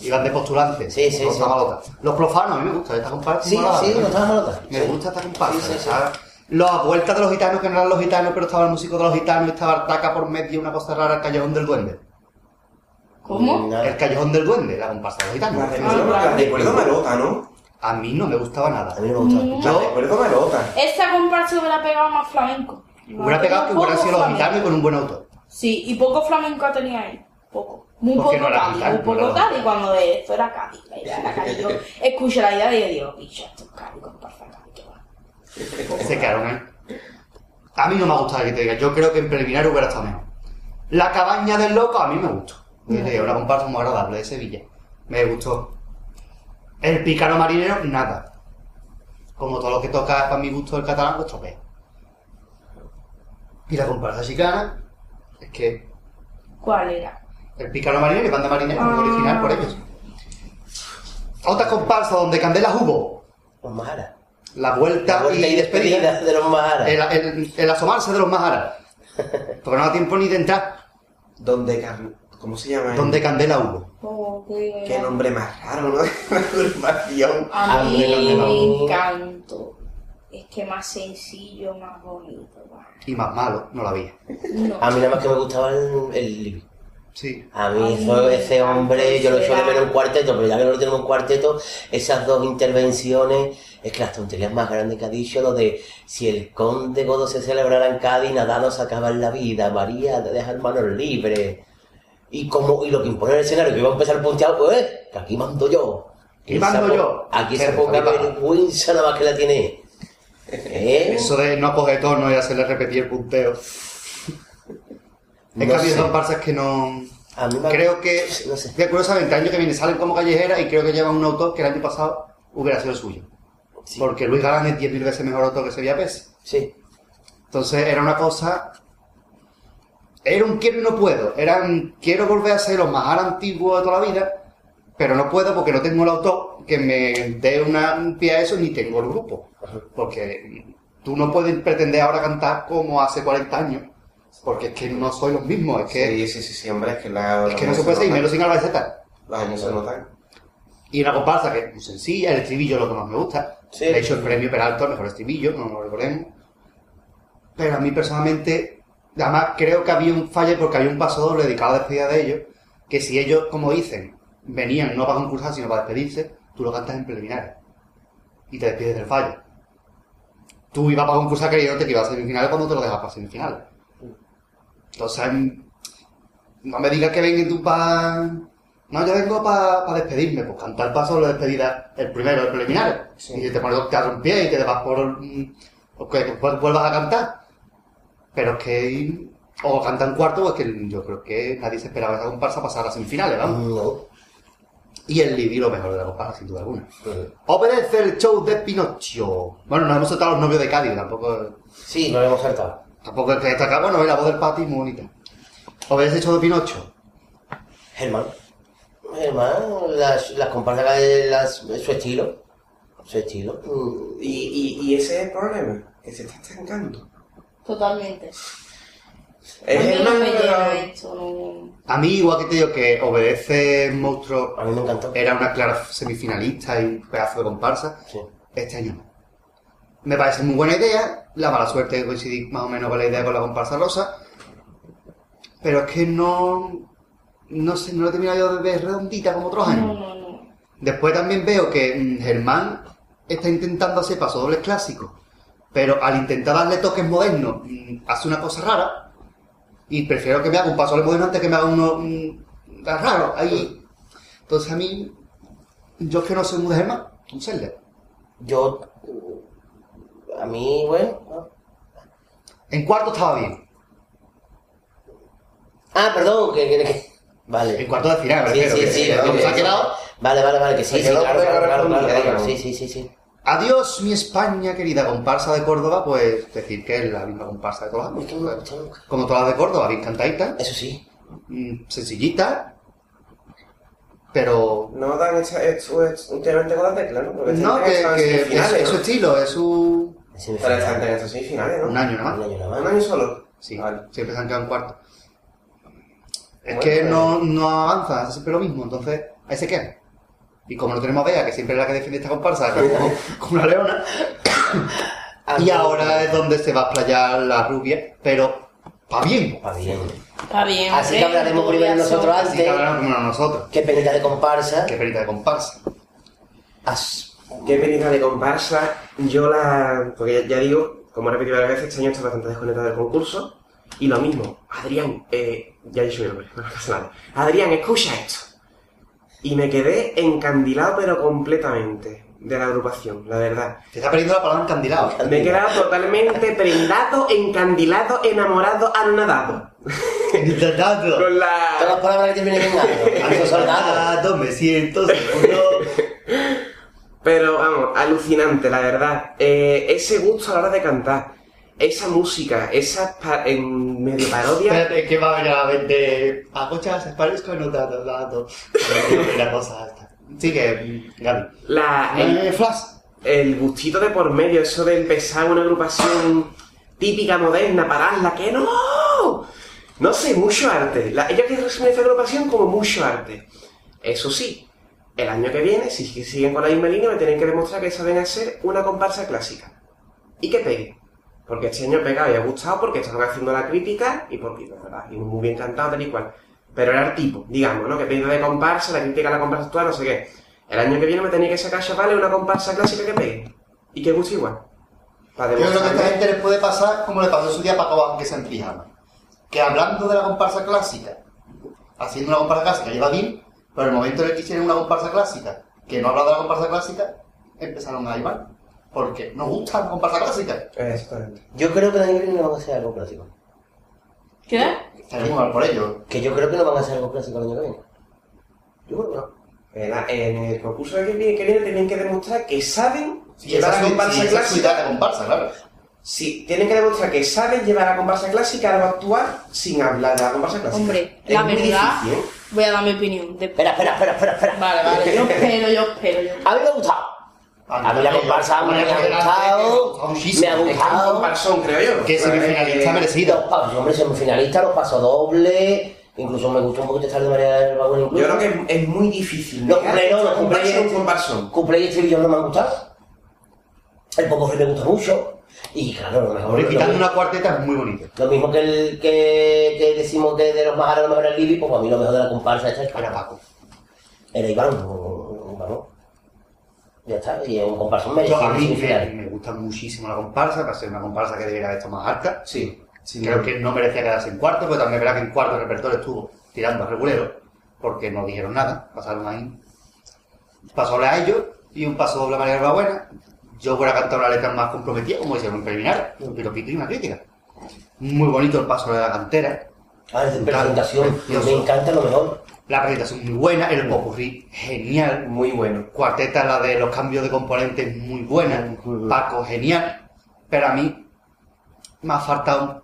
Speaker 4: iban de postulantes.
Speaker 3: Sí, sí,
Speaker 4: con
Speaker 3: sí.
Speaker 4: Zabalota. Los profanos, a mí me gusta esta comparsa.
Speaker 3: Sí,
Speaker 4: molaba,
Speaker 3: sí,
Speaker 4: ¿no?
Speaker 3: no estabas malota.
Speaker 4: Me gusta esta comparsa.
Speaker 3: Sí, sí, sí.
Speaker 4: ¿sabes? Las vueltas de los gitanos, que no eran los gitanos, pero estaba el músico de los gitanos, estaba Artaca por medio, una cosa rara, el callejón del duende.
Speaker 5: ¿Cómo?
Speaker 4: El callejón del duende, la comparsa de los
Speaker 1: Las de-
Speaker 4: gitanos.
Speaker 5: Ah,
Speaker 1: las de Cuerdo Marota, ¿no?
Speaker 4: A mí no me gustaba
Speaker 3: A
Speaker 4: nada.
Speaker 3: mí no me gustó.
Speaker 1: Las de Cuerdo Marota.
Speaker 5: Esta comparsa hubiera pegado más flamenco.
Speaker 4: Hubiera pegado que
Speaker 5: Poco
Speaker 4: hubieran sido los
Speaker 5: flamenco.
Speaker 4: gitanos y con un buen autor.
Speaker 5: Sí, y poco flamenco tenía él. Poco. Muy
Speaker 4: Porque
Speaker 5: poco
Speaker 4: no era
Speaker 5: Cádiz,
Speaker 4: Cádiz,
Speaker 5: muy
Speaker 4: no
Speaker 5: poco
Speaker 4: era
Speaker 5: Cádiz. Cuando esto era Cádiz, la idea era Cádiz. Yo escuché la idea y digo, bicho, esto es Cádiz, comparsa Cádiz, qué bueno.
Speaker 4: Se quedaron ahí. A mí no me ha gustado que te diga. Yo creo que en preliminar hubiera estado mejor. La cabaña del loco a mí me gustó. Es una comparsa muy agradable de Sevilla. Me gustó. El pícaro marinero, nada. Como todo lo que toca para mi gusto el catalán, pues tropea. Y la comparsa chicana, es que
Speaker 5: ¿Cuál era?
Speaker 4: el pícaro marinero y banda marinera,
Speaker 5: Ah.
Speaker 4: original por ellos. Otra comparsa donde Candela hubo.
Speaker 3: Los Mahara.
Speaker 4: La vuelta,
Speaker 3: La vuelta y despedida de los Mahara.
Speaker 4: el, el- el asomarse de los majaras. Porque no da tiempo ni de entrar.
Speaker 1: Donde Car- ¿Cómo se llama?
Speaker 4: Donde Candela hubo.
Speaker 5: Oh, qué
Speaker 1: Qué nombre más raro, ¿no? <laughs> La agrupación.
Speaker 5: A mí
Speaker 3: Ándale, ándale,
Speaker 5: me
Speaker 3: ándale.
Speaker 5: encantó. Es que más sencillo, más bonito. va.
Speaker 4: Y más malo, no la había.
Speaker 5: No.
Speaker 3: A mí nada más que me gustaba el, el Libby.
Speaker 4: Sí.
Speaker 3: A mí
Speaker 5: Ay,
Speaker 3: eso- ese hombre, yo lo echo de
Speaker 5: será.
Speaker 3: menos en cuarteto, pero ya que no lo tenemos en cuarteto, esas dos intervenciones, es que las tonterías más grandes que ha dicho, lo de si el conde Godo se celebrara en Cádiz, nada nos acaba en la vida, María, te deja hermanos libres. y como y lo que impone el escenario que iba a empezar punteado pues eh, que aquí mando yo
Speaker 4: Aquí mando
Speaker 3: Esa po-
Speaker 4: yo.
Speaker 3: aquí
Speaker 4: Pero,
Speaker 3: esa poca
Speaker 4: papá.
Speaker 3: vergüenza nada más que la tiene ¿Eh?
Speaker 4: Eso de no coger tono y hacerle repetir el punteo. En
Speaker 3: No
Speaker 4: cambio,
Speaker 3: sé.
Speaker 4: son parsas que no.
Speaker 3: A mí me-
Speaker 4: Creo que,
Speaker 3: No sé.
Speaker 4: de curiosamente, el año que viene salen como callejera y creo que llevan un autor que el año pasado hubiera sido el suyo.
Speaker 3: Sí.
Speaker 4: Porque Luis Galán es 10.000 veces mejor autor que Sevilla Pérez.
Speaker 3: sí
Speaker 4: Entonces era una cosa. Era un quiero y no puedo. Era un quiero volver a ser los más antiguos de toda la vida, pero no puedo porque no tengo el autor que me dé una, un pie a eso ni tengo el grupo. Porque tú no puedes pretender ahora cantar como hace 40 años, porque es que no soy los mismos. Es que,
Speaker 1: Sí, sí, sí, sí, hombre, es que la.
Speaker 4: es que no se puede seguir menos sin Albaceta.
Speaker 1: Los años se notan.
Speaker 4: Y una comparsa que es muy sencilla, el estribillo es lo que más me gusta.
Speaker 3: Sí.
Speaker 4: De hecho, el premio Peralta, mejor estribillo, no lo recordemos. Pero a mí personalmente, además creo que había un fallo porque había un paso doble dedicado a la despedida de ellos, que si ellos, como dicen, venían no para concursar sino para despedirse, tú lo cantas en preliminares. Y te despides del fallo. Tú ibas para concursar creyéndote que ibas a semifinales cuando te lo dejas para semifinales. Entonces, no me digas que venga tú para... No, yo vengo para despedirme, pues cantar el paso de la despedida, el primero, el preliminar. Y te pones te en pie y que te vas por. mm, O que después vuelvas a cantar. Pero es que. O cantan cuarto, o es que yo creo que nadie se esperaba esa comparsa pasar a las semifinales, vamos.
Speaker 3: no
Speaker 4: Y el Libby lo mejor de la comparsa, sin duda alguna. Obedece el show de Pinocho. Bueno, nos hemos soltado los novios de Cádiz, tampoco.
Speaker 3: sí no lo hemos saltado
Speaker 4: Tampoco es que destacar, bueno, la voz del pati muy bonita. Obedece el show de Pinocho.
Speaker 3: Germán Germán las las comparsas de las su estilo su estilo Mm,
Speaker 2: Y, y, y ese es el problema, que se está estancando.
Speaker 5: Totalmente.
Speaker 2: Es
Speaker 5: A mí
Speaker 2: el
Speaker 5: no me
Speaker 2: número-
Speaker 5: llena esto, no.
Speaker 4: A mí, igual que te digo que obedece monstruo
Speaker 3: a mí me encantó
Speaker 4: era una clara semifinalista y un pedazo de comparsa.
Speaker 3: Sí.
Speaker 4: Este año no. Me parece muy buena idea. La mala suerte de coincidir más o menos con la idea con la comparsa rosa. Pero es que no. No sé, no lo he terminado yo de ver redondita como otros años.
Speaker 5: No, no, no.
Speaker 4: Después también veo que mm, Germán está intentando hacer pasodobles clásicos, pero al intentar darle toques modernos, mm, hace una cosa rara. Y prefiero que me haga un pasodoble moderno antes que me haga uno mm, raro. Ahí. Entonces a mí, yo es que no soy muy de Germán, un Zelda.
Speaker 3: yo mm, a mí bueno no.
Speaker 4: En cuarto estaba bien,
Speaker 3: ah perdón que, que, que-
Speaker 4: en
Speaker 3: vale
Speaker 4: cuarto de final, me
Speaker 3: sí
Speaker 4: refiero,
Speaker 3: sí
Speaker 4: que-
Speaker 3: sí
Speaker 4: que
Speaker 3: no,
Speaker 4: nos
Speaker 3: que-
Speaker 4: ha quedado.
Speaker 3: vale vale vale que sí
Speaker 1: Se
Speaker 3: sí
Speaker 1: quedó
Speaker 3: claro
Speaker 1: fuera
Speaker 3: claro claro, claro,
Speaker 1: respondida,
Speaker 3: claro.
Speaker 1: digamos.
Speaker 3: sí sí sí sí
Speaker 4: Adiós, mi España, querida comparsa de Córdoba, pues decir que es la misma comparsa de todas las
Speaker 3: Es que no me ha
Speaker 4: demás.
Speaker 3: gustado nunca.
Speaker 4: Como todas las de Córdoba, bien cantadita.
Speaker 3: eso sí
Speaker 4: mm, sencillita, pero
Speaker 2: No dan esta- esto es eh, últimamente con la tecla, ¿no? Porque
Speaker 4: no
Speaker 2: esta
Speaker 4: que,
Speaker 2: tecla
Speaker 4: que
Speaker 2: está en
Speaker 4: es,
Speaker 2: semifinales,
Speaker 4: es su estilo, es su
Speaker 3: Ese me
Speaker 2: ¿no? Pero están
Speaker 3: fue-
Speaker 2: en estas semifinales,
Speaker 4: un
Speaker 2: ¿no?
Speaker 4: año nada
Speaker 3: un
Speaker 4: más.
Speaker 3: año nada
Speaker 2: Un
Speaker 3: más.
Speaker 2: año solo.
Speaker 4: Sí,
Speaker 2: Vale.
Speaker 4: siempre se han quedado en cuarto. Es
Speaker 2: Bueno, pues.
Speaker 4: que
Speaker 2: pero-
Speaker 4: no, no avanza, hace siempre lo mismo, entonces ahí se queda. Y como no tenemos a Bea, que siempre es la que defiende
Speaker 2: <laughs>
Speaker 4: esta comparsa, que es como, como una leona, y
Speaker 3: Ah,
Speaker 4: ahora es donde se va a explayar la rubia, pero va bien.
Speaker 3: Ah, bien.
Speaker 5: Está bien.
Speaker 3: Así que
Speaker 5: hombre,
Speaker 3: hablaremos primero
Speaker 5: noviazos.
Speaker 3: nosotros
Speaker 4: Así que
Speaker 3: antes.
Speaker 4: hablarán como nosotros.
Speaker 3: Qué penita de comparsa.
Speaker 4: Qué perita de comparsa.
Speaker 3: As-
Speaker 2: Qué penita de comparsa. Yo la. Porque ya, ya digo, como he repetido varias veces, este año está bastante desconectado del concurso. Y lo mismo, Adrián, eh, ya he dicho mi nombre, <laughs> no pasa nada. Adrián, escucha esto. Y me quedé encandilado, pero completamente, de la agrupación, la verdad.
Speaker 4: Se está perdiendo la
Speaker 2: <laughs>
Speaker 4: palabra encandilado.
Speaker 2: Me he quedado totalmente prendado, encandilado, enamorado, anonadado.
Speaker 4: Intentando.
Speaker 2: Con
Speaker 3: Todas las
Speaker 2: la.
Speaker 3: palabras que te vienen
Speaker 4: <laughs>
Speaker 3: vengando.
Speaker 4: Ah,
Speaker 3: Eso son nada.
Speaker 4: Soldado, me siento seguro.
Speaker 2: Pero vamos, alucinante, la verdad. Eh, ese gusto a la hora de cantar. Esa música, esas pa- en medio parodia.
Speaker 4: Espérate, que va a venir a vender agochas, parezco en otra dado. La cosa esta. Sigue, Gaby.
Speaker 2: La, el,
Speaker 4: Eh, Flash.
Speaker 2: el gustito de por medio, eso de empezar una agrupación típica, moderna, pararla, que no. No sé, mucho arte. La, ella que resume esta agrupación como mucho arte. Eso sí, el año que viene, si si siguen con la misma línea, me tienen que demostrar que saben hacer una comparsa clásica. Y que pegue. Porque este año pegado y ha gustado porque están haciendo la crítica y porque, la verdad, y muy bien cantado, tal y cual. Pero era el tipo, digamos, ¿no? Que pinta de comparsa, la crítica a la comparsa actual, no sé qué. El año que viene me tenía que sacar, chavales, una comparsa clásica que pegue. Y que guste igual. Para
Speaker 4: Yo creo que a esta
Speaker 2: demostrar.
Speaker 4: gente les puede pasar como le pasó en su día a Paco Vázquez en pijama. Que hablando de la comparsa clásica, haciendo una comparsa clásica lleva bien, pero en el momento en el que hicieron una comparsa clásica que no hablaba de la comparsa clásica, empezaron a llevar. Porque nos gusta la comparsa clásica.
Speaker 2: Exactamente.
Speaker 3: Yo creo que Daniel Green no van a hacer algo clásico.
Speaker 5: ¿Qué?
Speaker 4: Estaré muy mal por ello.
Speaker 3: Que yo creo que no van a hacer algo clásico el año que viene. Yo creo que no.
Speaker 2: Eh, En el concurso de que viene, que viene tenían que demostrar que saben
Speaker 4: Y
Speaker 2: llevar
Speaker 4: esa
Speaker 2: a
Speaker 4: es su-
Speaker 2: comparsa
Speaker 4: sí, esa es su
Speaker 2: clásica.
Speaker 4: idea de comparsa, claro.
Speaker 2: Sí, tienen que demostrar que saben llevar a comparsa clásica a la actual sin hablar de la comparsa clásica.
Speaker 5: Hombre,
Speaker 2: Es
Speaker 5: la
Speaker 2: muy
Speaker 5: verdad,
Speaker 2: difícil, ¿eh?
Speaker 5: voy a dar mi opinión. de-
Speaker 3: Espera, espera, espera, espera, espera.
Speaker 5: Vale, vale, yo espero, yo espero, yo espero.
Speaker 3: A mí me ha gustado. A mí la
Speaker 4: yo-
Speaker 3: comparsa me
Speaker 4: yo-
Speaker 3: ha
Speaker 4: yo-
Speaker 3: gustado. Me ha
Speaker 4: muchísimo.
Speaker 2: Es un
Speaker 3: gustado.
Speaker 2: comparsón, creo yo.
Speaker 4: Que semifinalista
Speaker 2: Eh,
Speaker 3: Los
Speaker 4: merecido.
Speaker 3: pasos, hombre, semifinalista, los pasos dobles. Incluso me gustó un poquito estar de María del Vagón incluso.
Speaker 2: Yo creo que es, es muy difícil.
Speaker 3: Los
Speaker 2: negar
Speaker 3: plenos, los
Speaker 2: un comparsón,
Speaker 3: cumpleaños.
Speaker 2: un comparsón.
Speaker 3: Cumple y estribillo no me han gustado. El poco me gusta mucho. Y claro, lo mejor.
Speaker 4: Hombre,
Speaker 3: lo-
Speaker 4: quitando una cuarteta es muy bonito.
Speaker 3: Lo mismo que, el, que, que decimos que de los más árabes, lo mejor el Libby, pues para mí lo mejor de la comparsa esta es
Speaker 4: Era Paco.
Speaker 3: Era Iván, un varón. Ya está, y es un comparsón
Speaker 4: Yo,
Speaker 3: merecido.
Speaker 4: a mí me,
Speaker 3: semifinal.
Speaker 4: me gusta muchísimo la comparsa, para ser una comparsa que debería haber estado más alta.
Speaker 2: Sí. sí,
Speaker 4: Creo
Speaker 2: no.
Speaker 4: que no merecía quedarse en cuarto, pero también es verdad que en cuarto el repertorio estuvo tirando a regulero, porque no dijeron nada, pasaron ahí. Pasó doble a ellos y un paso doble a María Buena. Yo fuera a cantar una letra más comprometida, como hicieron en preliminar, un piropito y una crítica. Muy bonito el paso de la cantera,
Speaker 3: Ah, es de presentación,
Speaker 4: Precioso.
Speaker 3: me encanta lo mejor.
Speaker 4: la presentación muy buena, el popurrí genial,
Speaker 2: Muy bueno.
Speaker 4: Cuarteta, la de los cambios de componentes, muy buena. Paco, genial. Pero a mí me ha faltado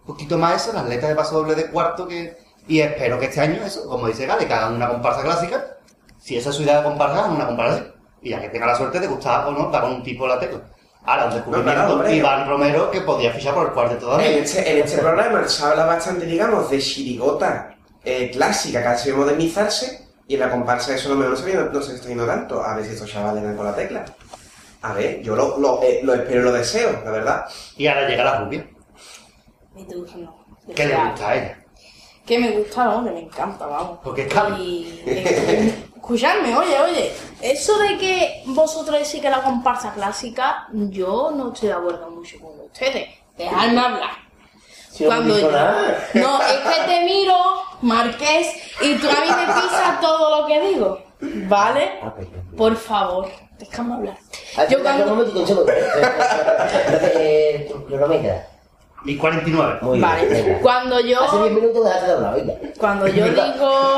Speaker 4: un poquito más eso, las letras de paso doble de cuarto que... Y espero que este año eso, como dice Gale, que hagan una comparsa clásica. Si esa es su idea de comparsa, hagan una comparsa así. Y ya que tenga la suerte de gustar o no, dar con un tipo la tecla. Ahora, un descubrimiento,
Speaker 2: claro, hombre.
Speaker 4: Iván Romero, que podía fichar por el cuarteto también.
Speaker 2: En este, en este programa se habla bastante, digamos, de chirigota eh, clásica, casi de modernizarse, y en la comparsa eso no me lo sabía, no, no se está viendo tanto. A ver si estos chavales dan con la tecla. A ver, yo lo, lo, eh, lo espero y lo deseo, la verdad.
Speaker 4: Y ahora llega la rubia,
Speaker 5: Me gusta, no.
Speaker 4: que le
Speaker 5: O sea,
Speaker 4: gusta a ella.
Speaker 5: Que me gusta, vamos, que me encanta, vamos.
Speaker 4: Porque es Cali.
Speaker 5: Y... eh, Escuchadme, oye, oye. Eso de que vosotros decís que la comparsa clásica, yo no estoy de acuerdo mucho con ustedes. Dejadme hablar.
Speaker 3: Si no me
Speaker 5: yo-
Speaker 3: dijo nada.
Speaker 5: <laughs> No, es que te miro, Marqués, y tú a mí te pisas todo lo que digo. ¿Vale?
Speaker 3: Ah, perdón.
Speaker 5: Por favor, déjame hablar.
Speaker 3: Ah, espera,
Speaker 5: Yo
Speaker 3: Un
Speaker 5: cuando...
Speaker 3: momentito, un segundo. Eh, <laughs> eh, no me queda.
Speaker 4: Y 49.
Speaker 3: Muy bien. Ah,
Speaker 5: Vale,
Speaker 3: venga.
Speaker 5: cuando yo...
Speaker 3: Hace 10 minutos dejaste de hablar, venga.
Speaker 5: Cuando yo
Speaker 3: ¿Verdad?
Speaker 5: digo.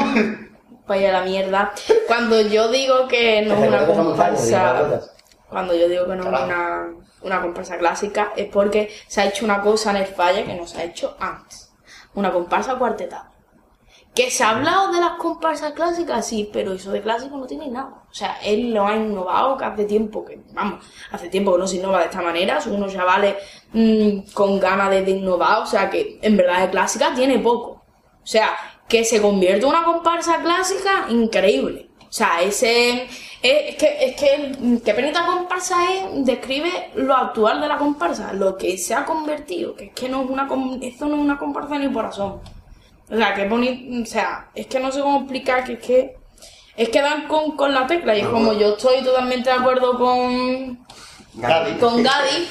Speaker 5: Vaya la mierda. Cuando yo digo que no es una
Speaker 3: Recuerda que somos fans, digo,
Speaker 5: comparsa.
Speaker 3: ¿verdad?
Speaker 5: Cuando yo digo que no es una, una comparsa clásica, es porque se ha hecho una cosa en el falla que no se ha hecho antes. Una comparsa cuartetada. Que se ha hablado de las comparsas clásicas, sí, pero eso de clásico no tiene nada. O sea, él lo ha innovado que hace tiempo que, vamos, hace tiempo que no se innova de esta manera. Son unos chavales mm, con ganas de, de innovar, o sea que en verdad de clásica tiene poco. O sea, que se convierte en una comparsa clásica, increíble. O sea, ese. eh, Es, es que, es que, mm, qué penita comparsa es, describe lo actual de la comparsa, lo que se ha convertido, que es que no es una, com- esto no es una comparsa ni por asomo. O sea, que bonito. O sea, es que no sé cómo explicar que es que. Es que dan con, con la tecla.
Speaker 4: Ah,
Speaker 5: Y como yo estoy totalmente de acuerdo con.
Speaker 4: Gaby
Speaker 5: Con Gadi,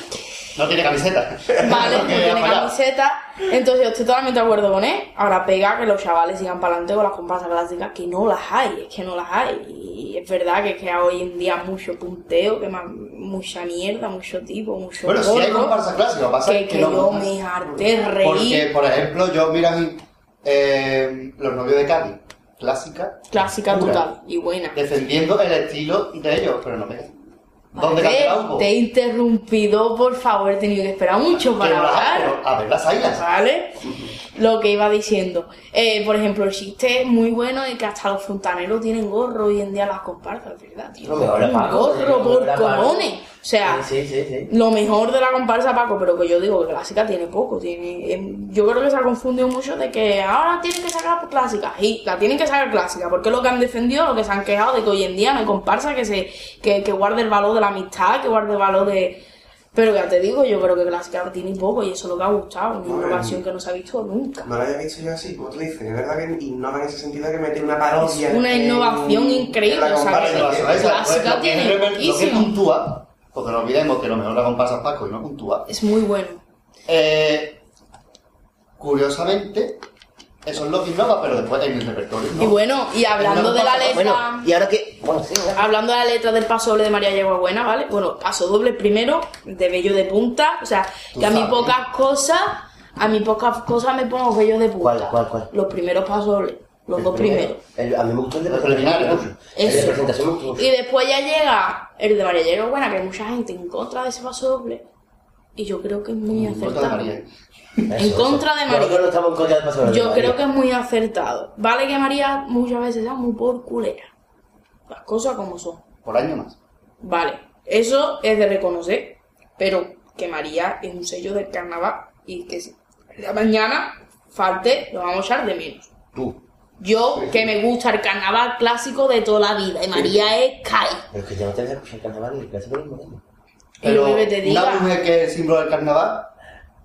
Speaker 4: no tiene camiseta. <laughs>
Speaker 5: ¿vale? pues No
Speaker 4: Porque ha
Speaker 5: tiene
Speaker 4: fallado.
Speaker 5: camiseta. Entonces yo estoy totalmente de acuerdo con él. Ahora pega que los chavales sigan para adelante con las comparsas clásicas, que no las hay, es que no las hay. Y es verdad que, es que hoy en día mucho punteo, que más, mucha mierda, mucho tipo, mucho.
Speaker 4: Bueno, si hay
Speaker 5: gordo,
Speaker 4: comparsa clásica, pasa
Speaker 5: que, que
Speaker 4: no-
Speaker 5: yo me harté de reír.
Speaker 4: Porque, por ejemplo, yo, mira, mi- eh, los novios de Cali, clásica,
Speaker 5: Clásica
Speaker 4: Pura.
Speaker 5: total y buena.
Speaker 4: defendiendo el estilo de ellos, pero no me ¿Dónde
Speaker 5: Vale,
Speaker 4: canta Hugo?
Speaker 5: Te he interrumpido, por favor, he tenido que esperar mucho para hablar.
Speaker 4: A ver, las águilas.
Speaker 5: ¿Vale? Lo que iba diciendo. Eh, por ejemplo, el chiste es muy bueno y que hasta los fontaneros tienen gorro hoy en día las comparsas, ¿verdad? tío?
Speaker 3: Lo mejor es
Speaker 5: Un
Speaker 3: Paco,
Speaker 5: gorro
Speaker 3: lo
Speaker 5: por
Speaker 3: mejor es Paco.
Speaker 5: cojones. O sea,
Speaker 3: Sí, sí, sí.
Speaker 5: lo mejor de la comparsa, Paco, pero que yo digo que clásica tiene poco. Tiene, em, yo creo que se ha confundido mucho de que ahora tienen que sacar clásica. Y la tienen que sacar clásica, porque es lo que han defendido, lo que se han quejado de que hoy en día no hay comparsa que, se, que, que guarde el valor de la amistad, que guarde el valor de... Pero ya te digo, yo creo que clásica tiene poco y eso es lo que ha gustado, una
Speaker 2: Bueno.
Speaker 5: innovación que no se ha visto nunca.
Speaker 2: No lo había visto yo así, como tú dices. Es verdad que innova en ese sentido que mete una parodia.
Speaker 5: Es una
Speaker 2: en-
Speaker 5: innovación
Speaker 2: en
Speaker 5: increíble,
Speaker 2: la
Speaker 5: o sea,
Speaker 2: comparsa.
Speaker 5: que-
Speaker 4: Las águilas,
Speaker 5: Clásica
Speaker 4: lo que
Speaker 5: tiene
Speaker 4: es rever- Lo que
Speaker 5: poquísimo.
Speaker 4: puntúa, porque no olvidemos que lo mejor la comparsa es Paco y no puntúa.
Speaker 5: Es muy bueno.
Speaker 4: Eh, curiosamente, Eso es lo que innova, pero después en el repertorio.
Speaker 5: Y bueno, y hablando de la letra.
Speaker 3: Bueno, y ahora que. Bueno, sí, ya.
Speaker 5: Hablando de la letra del paso doble de María Yeguabuena, ¿vale? Bueno, paso doble primero, de vello de punta. O sea, que a mí
Speaker 4: sabes.
Speaker 5: pocas cosas, a mí pocas cosas me pongo vello de punta.
Speaker 3: ¿Cuál, cuál, cuál?
Speaker 5: Los primeros pasos dobles, los
Speaker 3: El
Speaker 5: dos primeros.
Speaker 3: El- a mí me gustó el de
Speaker 4: Los
Speaker 3: presentación.
Speaker 4: preliminares.
Speaker 3: El de
Speaker 5: Eso.
Speaker 3: presentación me gustó.
Speaker 5: Y después ya llega el de María Yeguabuena, que hay mucha gente en contra de ese paso doble. Y yo creo que es muy
Speaker 4: En contra de
Speaker 5: acertado.
Speaker 4: María.
Speaker 3: Eso, eso.
Speaker 5: contra de María.
Speaker 3: Nosotros no estamos en contra del paso de
Speaker 5: Yo
Speaker 3: María.
Speaker 5: creo que es muy acertado. Vale que María muchas veces da muy por culera. Las cosas como son.
Speaker 4: Por año más.
Speaker 5: Vale, eso es de reconocer, pero que María es un sello del carnaval y que si la mañana falte, lo vamos a echar de menos.
Speaker 3: Tú.
Speaker 5: Yo, que me gusta el carnaval clásico de toda la vida, y María es Kai.
Speaker 3: Pero es que ya no te dejas escuchar el carnaval y el clásico es moderno.
Speaker 5: Y
Speaker 4: Pero
Speaker 5: lo que te diga.
Speaker 4: una mujer que es símbolo del carnaval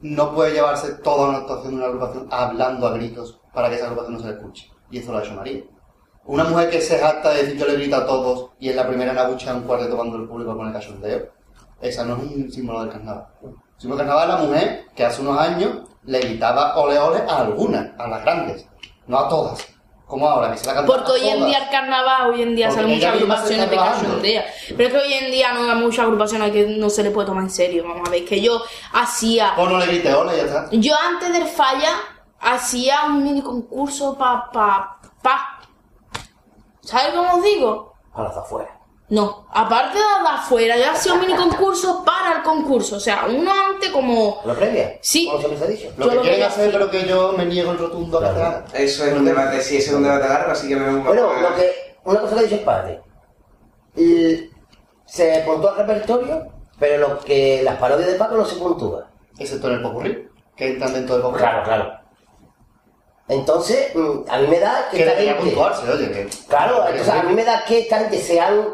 Speaker 4: no puede llevarse toda una actuación de una agrupación hablando a gritos para que esa agrupación no se le escuche. Y eso lo ha hecho María. Una mujer que se jacta de decir yo le grito a todos y es la primera en abuchear un cuarteto cuando el público pone cachondeo, esa no es un símbolo del carnaval. El símbolo del carnaval es la mujer que hace unos años le gritaba ole ole a algunas, a las grandes, no a todas. Como ahora, que se la canta
Speaker 5: Porque
Speaker 4: a
Speaker 5: hoy en
Speaker 4: todas.
Speaker 5: día el carnaval, hoy en día
Speaker 4: Porque
Speaker 5: salen muchas
Speaker 4: ella misma se
Speaker 5: agrupaciones
Speaker 4: está
Speaker 5: de
Speaker 4: trabajando.
Speaker 5: cachondea. Pero es que hoy en día no hay muchas agrupaciones que no se le puede tomar en serio. Vamos a ver, que yo hacía
Speaker 4: O no le grite ole y ya está.
Speaker 5: Yo antes del falla hacía un mini concurso pa pa pa. ¿Sabes cómo os digo?
Speaker 3: A las afuera.
Speaker 5: No, aparte de de afuera, yo hacía un mini concurso para el concurso. O sea, uno antes como.
Speaker 3: ¿Lo previa?
Speaker 5: Sí.
Speaker 3: ¿Cómo se les ha dicho?
Speaker 4: Lo
Speaker 5: Yo
Speaker 4: que
Speaker 5: lo
Speaker 4: quieren
Speaker 5: veo
Speaker 4: hacer,
Speaker 5: así.
Speaker 4: pero que yo me niego el rotundo a que
Speaker 3: Claro.
Speaker 4: se haga.
Speaker 2: Eso es un debate, sí, eso es un debate largo, así que me vengo
Speaker 3: Bueno, lo que, una cosa que ha dicho el padre. El- se puntúa el repertorio, pero lo que las parodias de Paco no se puntúa.
Speaker 4: excepto en el popurrí, que entran dentro del popurrí.
Speaker 3: claro. Entonces, mm, a mí me da que
Speaker 4: Que
Speaker 3: esta
Speaker 4: debería
Speaker 3: gente...
Speaker 4: puntuarse, oye, que...
Speaker 3: Claro,
Speaker 4: que-
Speaker 3: entonces a mí me da que esta gente se han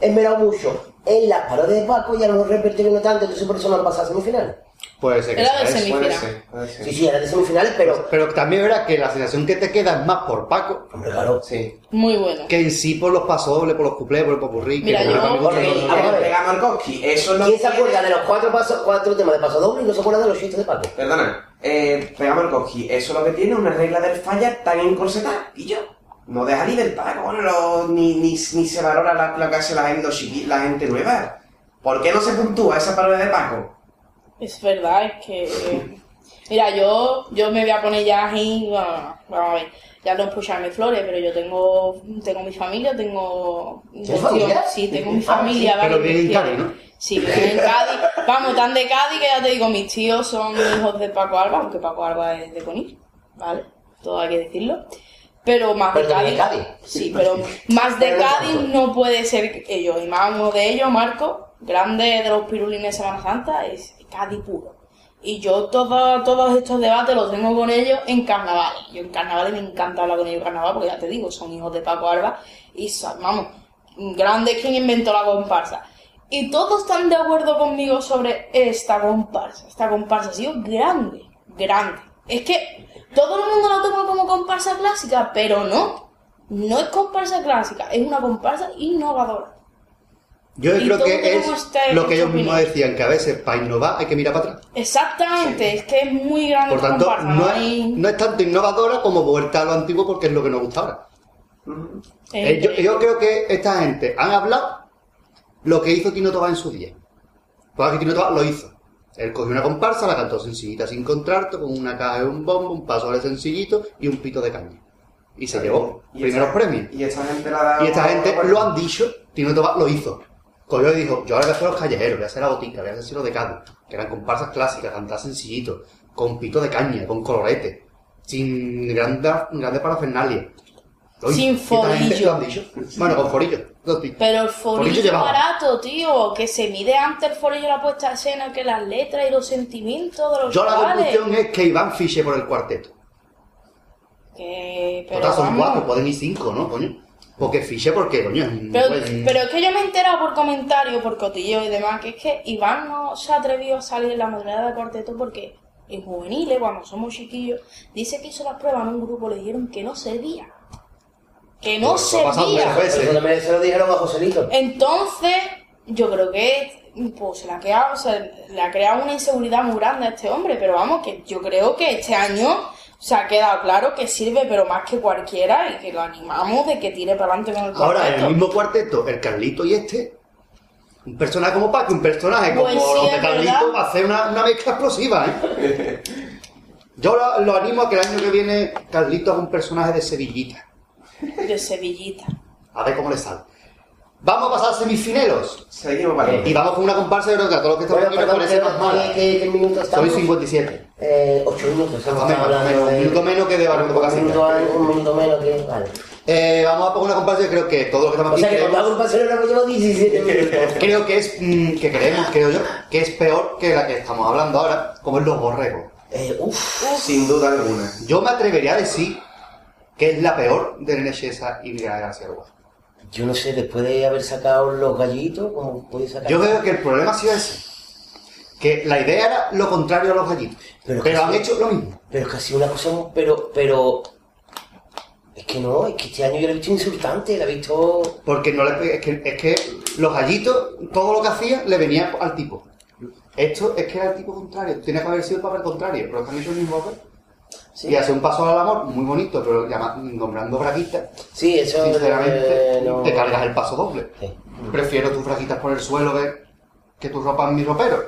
Speaker 3: esmerado mucho en las parodias de Paco y a los repertorios no tanto, entonces por eso no han pasado a semifinales.
Speaker 4: Puede ser que
Speaker 5: Era
Speaker 4: sea
Speaker 5: de
Speaker 4: eso.
Speaker 5: semi-
Speaker 2: Puede
Speaker 5: Mira.
Speaker 2: ser, puede ser.
Speaker 3: Sí, sí, eran de semifinales, pero...
Speaker 4: Pero también verás que la sensación que te queda es más por Paco
Speaker 3: Hombre, claro.
Speaker 2: Sí.
Speaker 5: Muy bueno.
Speaker 4: que en sí por los pasodobles, por los cuplés, por el popurrí.
Speaker 5: Mira,
Speaker 4: que
Speaker 5: yo-
Speaker 4: también
Speaker 3: porque-
Speaker 4: gusta todo.
Speaker 3: a ver,
Speaker 2: Ahora pegamos al Koski, eso es lo
Speaker 3: ¿Quién se
Speaker 2: que-
Speaker 3: acuerda de los cuatro, pasos, cuatro temas de paso doble y no se acuerda de los chistes de Paco?
Speaker 2: Perdona, eh, pegamos al Koski, eso es lo que tiene una regla del falla tan encorsetada, y yo. No deja libertad, bueno, lo- ni, ni, ni se valora la- lo que hace la gente, los chiqui- la gente nueva. ¿Por qué no se puntúa esa parodia de Paco?
Speaker 5: Es verdad, es que. Mira, yo, yo me voy a poner ya ahí. Bueno, no, vamos a ver. Ya no es pucharme flores, pero yo tengo, tengo mi familia, tengo.
Speaker 3: ¿Tienes familia?
Speaker 5: Sí, tengo mi
Speaker 3: Ah, sí,
Speaker 5: familia.
Speaker 4: pero
Speaker 5: vale,
Speaker 4: vive en
Speaker 5: cuestión.
Speaker 4: Cádiz, ¿no?
Speaker 5: Sí, vive en Cádiz. Vamos, tan de Cádiz que ya te digo, mis tíos son hijos de Paco Alba, aunque Paco Alba es de Conil, ¿vale? Todo hay que decirlo. Pero más
Speaker 3: Pero
Speaker 5: de
Speaker 3: también
Speaker 5: Cádiz.
Speaker 3: de Cádiz.
Speaker 5: Sí, pero más de
Speaker 3: Pero no
Speaker 5: Cádiz
Speaker 3: tanto.
Speaker 5: no puede ser que ellos. Y más uno de ellos, Marco, grande de los pirulines de Semana Santa, es Cádiz puro. Y yo todo- todos estos debates los tengo con ellos en carnavales. Yo en carnavales me encanta hablar con ellos en carnaval, porque ya te digo, son hijos de Paco Alba y son, vamos, grande es quien inventó la comparsa. Y todos están de acuerdo conmigo sobre esta comparsa. Esta comparsa ha sido grande, grande. Es que todo el mundo la toma como comparsa clásica, pero no. No es comparsa clásica, es una comparsa innovadora.
Speaker 4: Yo
Speaker 5: Y
Speaker 4: creo
Speaker 5: todo
Speaker 4: que
Speaker 5: tenemos
Speaker 4: es
Speaker 5: esta-
Speaker 4: lo que ellos
Speaker 5: esta
Speaker 4: mismos
Speaker 5: opinión.
Speaker 4: decían, que a veces para innovar hay que mirar para atrás.
Speaker 5: Exactamente, es que es muy grande
Speaker 4: Por
Speaker 5: esta
Speaker 4: tanto,
Speaker 5: comparsa.
Speaker 4: no es,
Speaker 5: hay-
Speaker 4: no es tanto innovadora como vuelta a lo antiguo porque es lo que nos gusta ahora.
Speaker 5: es
Speaker 4: Eh, yo, yo creo que esta gente han hablado lo que hizo Tino Toba en su día. Pues que Tino Toba lo hizo. Él cogió una comparsa, la cantó sencillita sin contrato, con una caja de un bombo, un paso de sencillito y un pito de caña. Y se llevó
Speaker 2: Y
Speaker 4: primeros
Speaker 2: esta-
Speaker 4: premios.
Speaker 2: Y esta gente la da.
Speaker 4: Y esta gente
Speaker 2: bueno,
Speaker 4: lo han dicho, Tino Toba lo hizo. Cogió y dijo, yo ahora voy a hacer los callejeros, voy a hacer la botica, voy a hacer los de Cádiz, que eran comparsas clásicas, cantar sencillito, con pito de caña, con colorete, sin grandes grande parafernalia. Lo hizo.
Speaker 5: Sin
Speaker 4: Y esta gente
Speaker 5: forillo.
Speaker 4: lo han dicho. Bueno, con forillo. dos tipos.
Speaker 5: Pero el
Speaker 4: Forillo
Speaker 5: forillo es
Speaker 4: llevaba.
Speaker 5: barato, tío, que se mide antes el forillo de la puesta a escena que las letras y los sentimientos de los
Speaker 4: Yo la
Speaker 5: chavales.
Speaker 4: conclusión es que Iván fiche por el cuarteto.
Speaker 5: Que, pero,
Speaker 4: Otras son
Speaker 5: vamos.
Speaker 4: cuatro, pueden ir cinco, ¿no, coño? Porque fiche porque, coño, es un
Speaker 5: Pero,
Speaker 4: buen-
Speaker 5: pero es que yo me he enterado por comentarios, por cotilleo y demás, que es que Iván no se ha atrevido a salir en la mayoría de cuarteto porque en juveniles, cuando somos chiquillos, dice que hizo las pruebas en un grupo, le dijeron que no servía. Que no
Speaker 4: Pues, eso ha pasado
Speaker 5: servía.
Speaker 4: muchas veces.
Speaker 3: Pero cuando me- se lo dijeron a Joselito.
Speaker 5: Entonces, yo creo que pues, se, le ha creado, se le ha creado una inseguridad muy grande a este hombre, pero vamos, que yo creo que este año se ha quedado claro que sirve, pero más que cualquiera, y que lo animamos de que tire para adelante con el
Speaker 4: Ahora, en
Speaker 5: cuarteto.
Speaker 4: el mismo cuarteto, el Carlito y este, un personaje como Paco, un personaje como
Speaker 5: Pues sí,
Speaker 4: los de
Speaker 5: es
Speaker 4: Carlito,
Speaker 5: verdad.
Speaker 4: va a hacer una, una mezcla explosiva, ¿eh?
Speaker 5: <laughs>
Speaker 4: Yo lo, lo animo a que el año que viene Carlito haga un personaje de Sevillita.
Speaker 5: De Sevillita.
Speaker 4: A ver cómo le sale. Vamos a pasar a semifineros.
Speaker 2: Seguimos para
Speaker 4: Y vamos con una comparsa, yo creo que a todos los que estamos
Speaker 3: Bueno,
Speaker 4: aquí nos
Speaker 3: perdón,
Speaker 4: parece
Speaker 3: que,
Speaker 4: más mala.
Speaker 3: que, que, que minuto
Speaker 4: Soy
Speaker 3: estamos.
Speaker 4: 57.
Speaker 3: Eh, ocho minutos. estamos
Speaker 4: Menos,
Speaker 3: hablando
Speaker 4: menos, un
Speaker 3: de-
Speaker 4: minuto menos que de Barrio de
Speaker 3: Un
Speaker 4: Bocasita.
Speaker 3: minuto, an- un minuto menos que... Vale.
Speaker 4: Eh, vamos a poner una comparsa, yo creo que todos los que
Speaker 3: O
Speaker 4: estamos aquí
Speaker 3: sea que
Speaker 4: creemos-
Speaker 3: con la agrupación ahora me llevo
Speaker 4: <laughs>
Speaker 3: 17 minutos.
Speaker 4: Creo que es, mm, que creemos, creo yo, que es peor que la que estamos hablando ahora, como es los borregos.
Speaker 3: Eh, uf.
Speaker 2: Sin duda alguna.
Speaker 4: Yo me atrevería a decir que es la peor de René Chesa y Miguel García Lorca.
Speaker 3: Yo no sé, después de haber sacado los gallitos, ¿cómo puede sacar?
Speaker 4: Yo creo que el problema ha sido ese. Que la idea era lo contrario a los gallitos.
Speaker 3: Pero
Speaker 4: Pero,
Speaker 3: que
Speaker 4: han
Speaker 3: sí.
Speaker 4: hecho lo mismo.
Speaker 3: Pero es que ha sido una cosa, pero, pero... Es que no, es que este año yo la he visto insultante, la he visto...
Speaker 4: Porque no le pe- es, que, es que los gallitos, todo lo que hacía, le venía al tipo. Esto es que era el tipo contrario. Tiene que haber sido el papel contrario. Pero es que han hecho el mismo papel.
Speaker 3: Sí.
Speaker 4: Y hace un paso al amor muy bonito, pero llama- nombrando braguitas.
Speaker 3: Sí, eso...
Speaker 4: Sinceramente,
Speaker 3: eh, no.
Speaker 4: te cargas el paso doble.
Speaker 3: Sí.
Speaker 4: Prefiero tus braguitas por el suelo ver que tu ropa en mi ropero.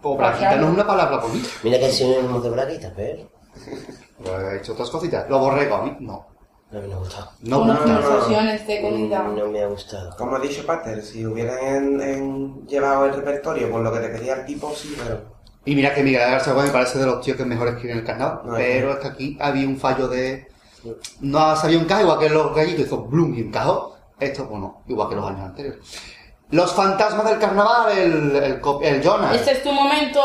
Speaker 4: Pues braguita no es una palabra bonita.
Speaker 3: Mira que sinónimos de braquitas, pero...
Speaker 4: Pero he hecho otras cositas. Lo borrego a mí. No.
Speaker 3: No me ha gustado.
Speaker 4: No, Mm.
Speaker 5: Unas
Speaker 4: gusta.
Speaker 5: conversaciones de comida.
Speaker 3: No me ha gustado.
Speaker 2: Como ha dicho Pater, si hubieran en- en llevado el repertorio con lo que te pedía el tipo, sí, pero.
Speaker 4: Y mira que Miguel García Gómez me parece de los tíos que mejor escriben el carnaval.
Speaker 2: No,
Speaker 4: pero es que aquí había un fallo de. No sabía encajar, igual que los gallitos hizo Bloom y encajó. Esto, bueno, igual que los años anteriores. Los fantasmas del carnaval, el, el, co- el Jonas.
Speaker 5: Este es tu momento.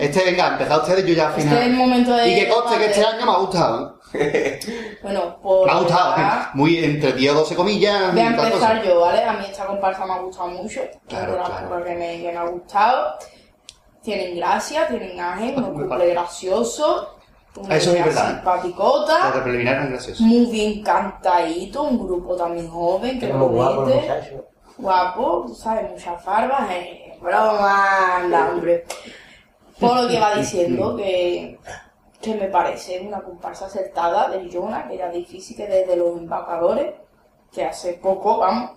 Speaker 4: Este, venga, empezad ustedes, yo ya al
Speaker 5: Este
Speaker 4: final.
Speaker 5: es el momento de-
Speaker 4: Y que conste que este año me ha gustado. ¿eh?
Speaker 5: Bueno, por.
Speaker 4: Me ha gustado.
Speaker 5: ¿verdad?
Speaker 4: Muy entre 10 o 12 comillas.
Speaker 5: Voy a
Speaker 4: tantas
Speaker 5: empezar
Speaker 4: cosas.
Speaker 5: yo, ¿vale? A mí esta comparsa me ha gustado mucho.
Speaker 4: Claro,
Speaker 5: Es una
Speaker 4: claro.
Speaker 5: comparsa que me, que me ha gustado. Tienen gracia, tienen ángel,
Speaker 4: <laughs>
Speaker 5: un couple gracioso. Una
Speaker 4: Eso es
Speaker 5: idea
Speaker 4: verdad. Las de
Speaker 5: simpaticota.
Speaker 4: preliminar eran graciosas.
Speaker 5: Muy bien cantadito, un grupo también joven que
Speaker 3: Es muy guapo los
Speaker 5: promete.
Speaker 3: muchachos.
Speaker 5: Guapo, tú sabes, muchas farbas, eh, broma, anda, hombre. Por lo que va diciendo, que, que me parece una comparsa acertada del Jonah, que era difícil, que desde los embacadores, que hace poco, vamos,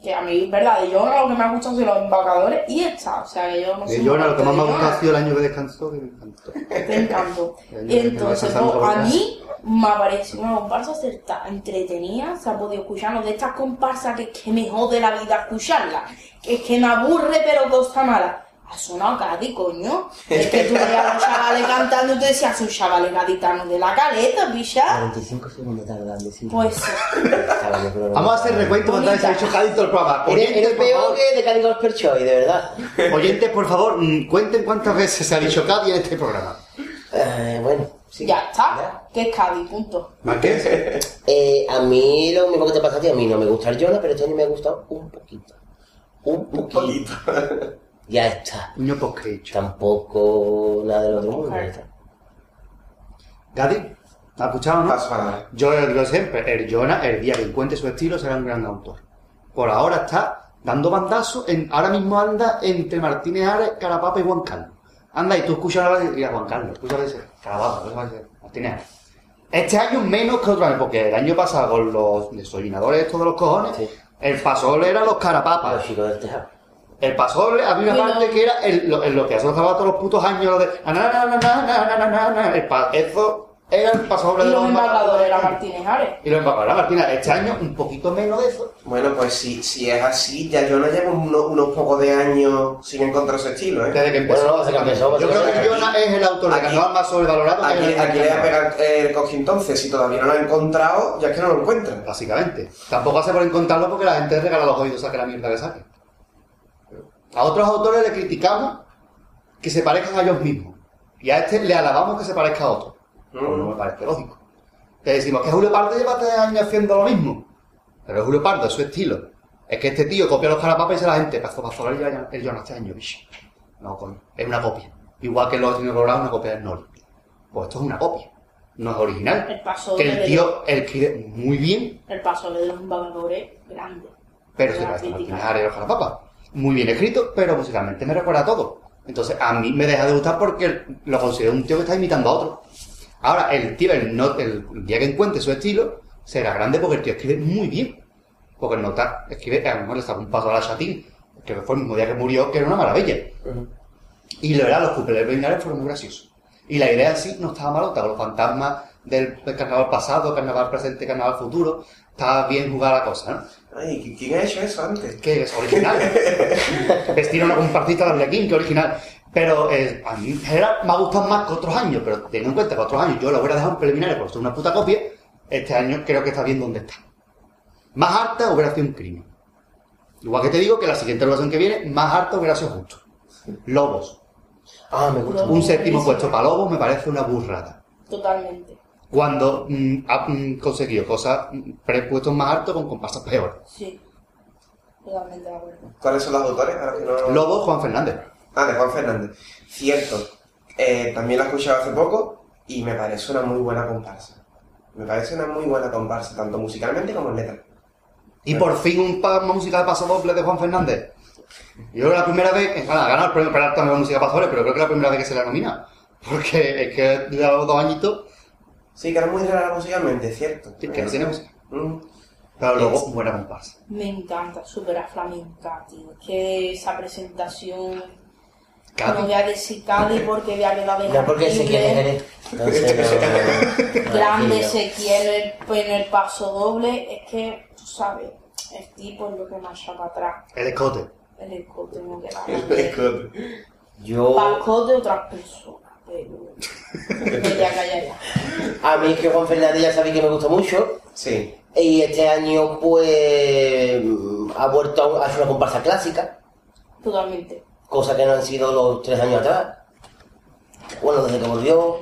Speaker 5: que a mí, verdad, de Jonah lo que me ha gustado son los embacadores y esta, o sea, que yo no
Speaker 4: Eh,
Speaker 5: soy
Speaker 4: yo, ahora, lo que
Speaker 5: parte
Speaker 4: más me ha
Speaker 5: de
Speaker 4: gustado ha
Speaker 5: Jonah,
Speaker 4: sido el año que descansó, que me encantó.
Speaker 5: Te encanto.
Speaker 4: El año
Speaker 5: Y
Speaker 4: que
Speaker 5: entonces,
Speaker 4: descansamos
Speaker 5: pues,
Speaker 4: con
Speaker 5: a
Speaker 4: los
Speaker 5: mí me parece una comparsa acertada, entretenida, se ha podido escuchar, no de estas comparsas que es que me jode la vida escucharla, que es que me aburre pero cosa mala. Ha sonado Cádiz, coño. Es que tú veías a los chavales cantando y te decías, son chavales gaditanos de la caleta, picha.
Speaker 3: 45 segundos tardando. sí.
Speaker 5: Ah. Pues sí.
Speaker 3: Está bien, pero no-
Speaker 4: Vamos a hacer recuento cuántas veces ha hecho Cádiz todo el programa.
Speaker 3: Eres,
Speaker 4: Oyentes,
Speaker 3: eres
Speaker 4: por
Speaker 3: peor
Speaker 4: favor,
Speaker 3: que de Cali Golper Choy, de verdad.
Speaker 4: oyentes, por favor, mm, cuenten cuántas veces se ha dicho Cádiz en este programa.
Speaker 3: Eh, bueno, sí.
Speaker 5: ya está, que es Cádiz, punto.
Speaker 4: Marqués.
Speaker 3: Eh, a mí lo mismo que te pasa a ti, a mí no me gusta el Jonah, pero este año me ha gustado un poquito. Un poquito. Ya está.
Speaker 4: Niño pues, posquecho.
Speaker 3: Tampoco nada del otro mundo. ya está.
Speaker 4: Cádiz, ¿la has escuchado, no?
Speaker 2: Paso palabra.
Speaker 4: Yo lo digo siempre, el Jonah, el día que encuentre su estilo, será un gran autor. Por ahora está dando bandazos, en- ahora mismo anda entre Martínez Ares, Carapapa y Juan Carlos. Anda, y tú escuchas la y a Juan Carlos, escuchas a veces, Carapapa, escuchas a veces, Martínez Ares. Este año menos que otro año, porque el año pasado con los desolinadores estos de los cojones,
Speaker 3: Sí.
Speaker 4: el pasol era los
Speaker 3: Ah, Los
Speaker 4: carapapas.
Speaker 3: chicos del tejado.
Speaker 4: El pasol había una
Speaker 5: Bueno.
Speaker 4: parte que era el, lo, el- lo que hacían los zapatos los putos años, lo de... "Na, na, na, na, na, na, na, na, na". El pa- eso era el pasol
Speaker 5: Y
Speaker 4: de
Speaker 5: los embajadores era
Speaker 4: embajadores.
Speaker 5: Martínez Ares.
Speaker 4: Y lo embargará Martina este año un poquito menos de eso.
Speaker 2: Bueno, pues si, si es así, ya yo no llevo uno- unos pocos de años sin encontrar su estilo, ¿eh?
Speaker 4: Desde que empezó.
Speaker 3: Bueno, no, desde que empezó,
Speaker 4: Yo
Speaker 3: desde
Speaker 4: creo
Speaker 3: que
Speaker 4: que
Speaker 3: empezó.
Speaker 4: Jonah es el autor de
Speaker 2: pues, Aquí-
Speaker 4: Carnaval más sobrevalorado. que
Speaker 2: Aquí,
Speaker 4: es el
Speaker 2: aquí le voy a
Speaker 4: Carnaval.
Speaker 2: pegar el cojín entonces, si todavía no lo he encontrado, ya es que no lo encuentran.
Speaker 4: Básicamente. Tampoco hace por encontrarlo porque la gente regala los oídos a que la mierda que saque. A otros autores le criticamos que se parezcan a ellos mismos. Y a este le alabamos que se parezca a otro. Pues No me parece lógico. Te decimos que Julio Pardo lleva tres años haciendo lo mismo. Pero Julio Pardo es su estilo. Es que este tío copia los carapapas y dice a la gente, paso paso ahora lleva el Jonas este año, bicho. No, coño. Es una copia. Igual que el otro tiene colorado es una copia del Noli. Pues esto es una copia. No es original.
Speaker 5: El paso
Speaker 4: que
Speaker 5: de-
Speaker 4: el tío, el que muy bien,
Speaker 5: El paso de los embajadores, grande.
Speaker 4: pero se
Speaker 5: Una
Speaker 4: parece a
Speaker 5: crítica.
Speaker 4: Martínez Ares y los Jalapapas. Muy bien escrito, pero musicalmente me recuerda a todo. Entonces, a mí me deja de gustar porque lo considero un tío que está imitando a otro. Ahora, el tío, el, no- el día que encuentre su estilo, será grande porque el tío escribe muy bien. Porque el notar escribe, a lo mejor le está un paso a la chatín, que fue el mismo día que murió, que era una maravilla. Y lo verdad, los cumpleaños vecinales fueron muy graciosos. Y la idea en sí no estaba malota, con los fantasmas del carnaval pasado, carnaval presente, carnaval futuro, estaba bien jugada la cosa, ¿no?
Speaker 2: Ay, ¿qui- ¿quién ha hecho eso antes?
Speaker 4: que es original. Vestir a una comparsita de Arlequín, que original. Pero eh, a mí en general me ha gustado más que otros años, pero teniendo en cuenta que otros años yo lo hubiera dejado en preliminares porque es una puta copia, este año creo que está bien donde está. Más harta hubiera sido un crimen. Igual que te digo que la siguiente relación que viene, más harta hubiera sido justo. Lobos.
Speaker 3: Ah, me gusta.
Speaker 4: Un séptimo puesto para Lobos me parece una burrada
Speaker 7: Totalmente.
Speaker 4: cuando mm, ha mm, conseguido cosas, mm, prepuestos más altos con comparsas peores.
Speaker 7: Sí. Totalmente de acuerdo.
Speaker 2: ¿Cuáles son los autores? Ahora que no...
Speaker 4: Lobo, Juan Fernández.
Speaker 2: Ah, de Juan Fernández. Cierto. Eh, también la he escuchado hace poco y me parece una muy buena comparsa. Me parece una muy buena comparsa, tanto musicalmente como en letra.
Speaker 4: Y por fin un pa- una música de paso doble de Juan Fernández. Yo la primera vez, eh, bueno, ha ganado el premio Peralta de música de paso doble, pero creo que es la primera vez que se la nomina. Porque es que llevaba dos añitos
Speaker 2: Sí, que era muy rara musicalmente, cierto.
Speaker 4: que no tiene música.
Speaker 2: Mm.
Speaker 4: Pero Lobo, buena comparsa.
Speaker 5: Me encanta, súper aflamenca, tío. Es que esa presentación. No voy
Speaker 4: Cádiz.
Speaker 5: a decir Cádiz porque voy a quedar de
Speaker 3: No porque se quiere Jerez. <laughs> Entonces, no, no,
Speaker 5: Grande
Speaker 3: no.
Speaker 5: se quiere en el, en el paso doble. Es que, tú sabes, el tipo es lo que más para atrás.
Speaker 4: El escote.
Speaker 5: El escote no queda.
Speaker 3: Yo,
Speaker 5: Paco de otras personas, pero. Me voy a callar ya.
Speaker 3: a mí es que Juan Fernández ya sabéis que me gusta mucho.
Speaker 2: Sí.
Speaker 3: Y este año, pues, ha vuelto a un- a hacer una comparsa clásica,
Speaker 5: Totalmente.
Speaker 3: cosa que no han sido los tres años atrás. Bueno, desde que volvió.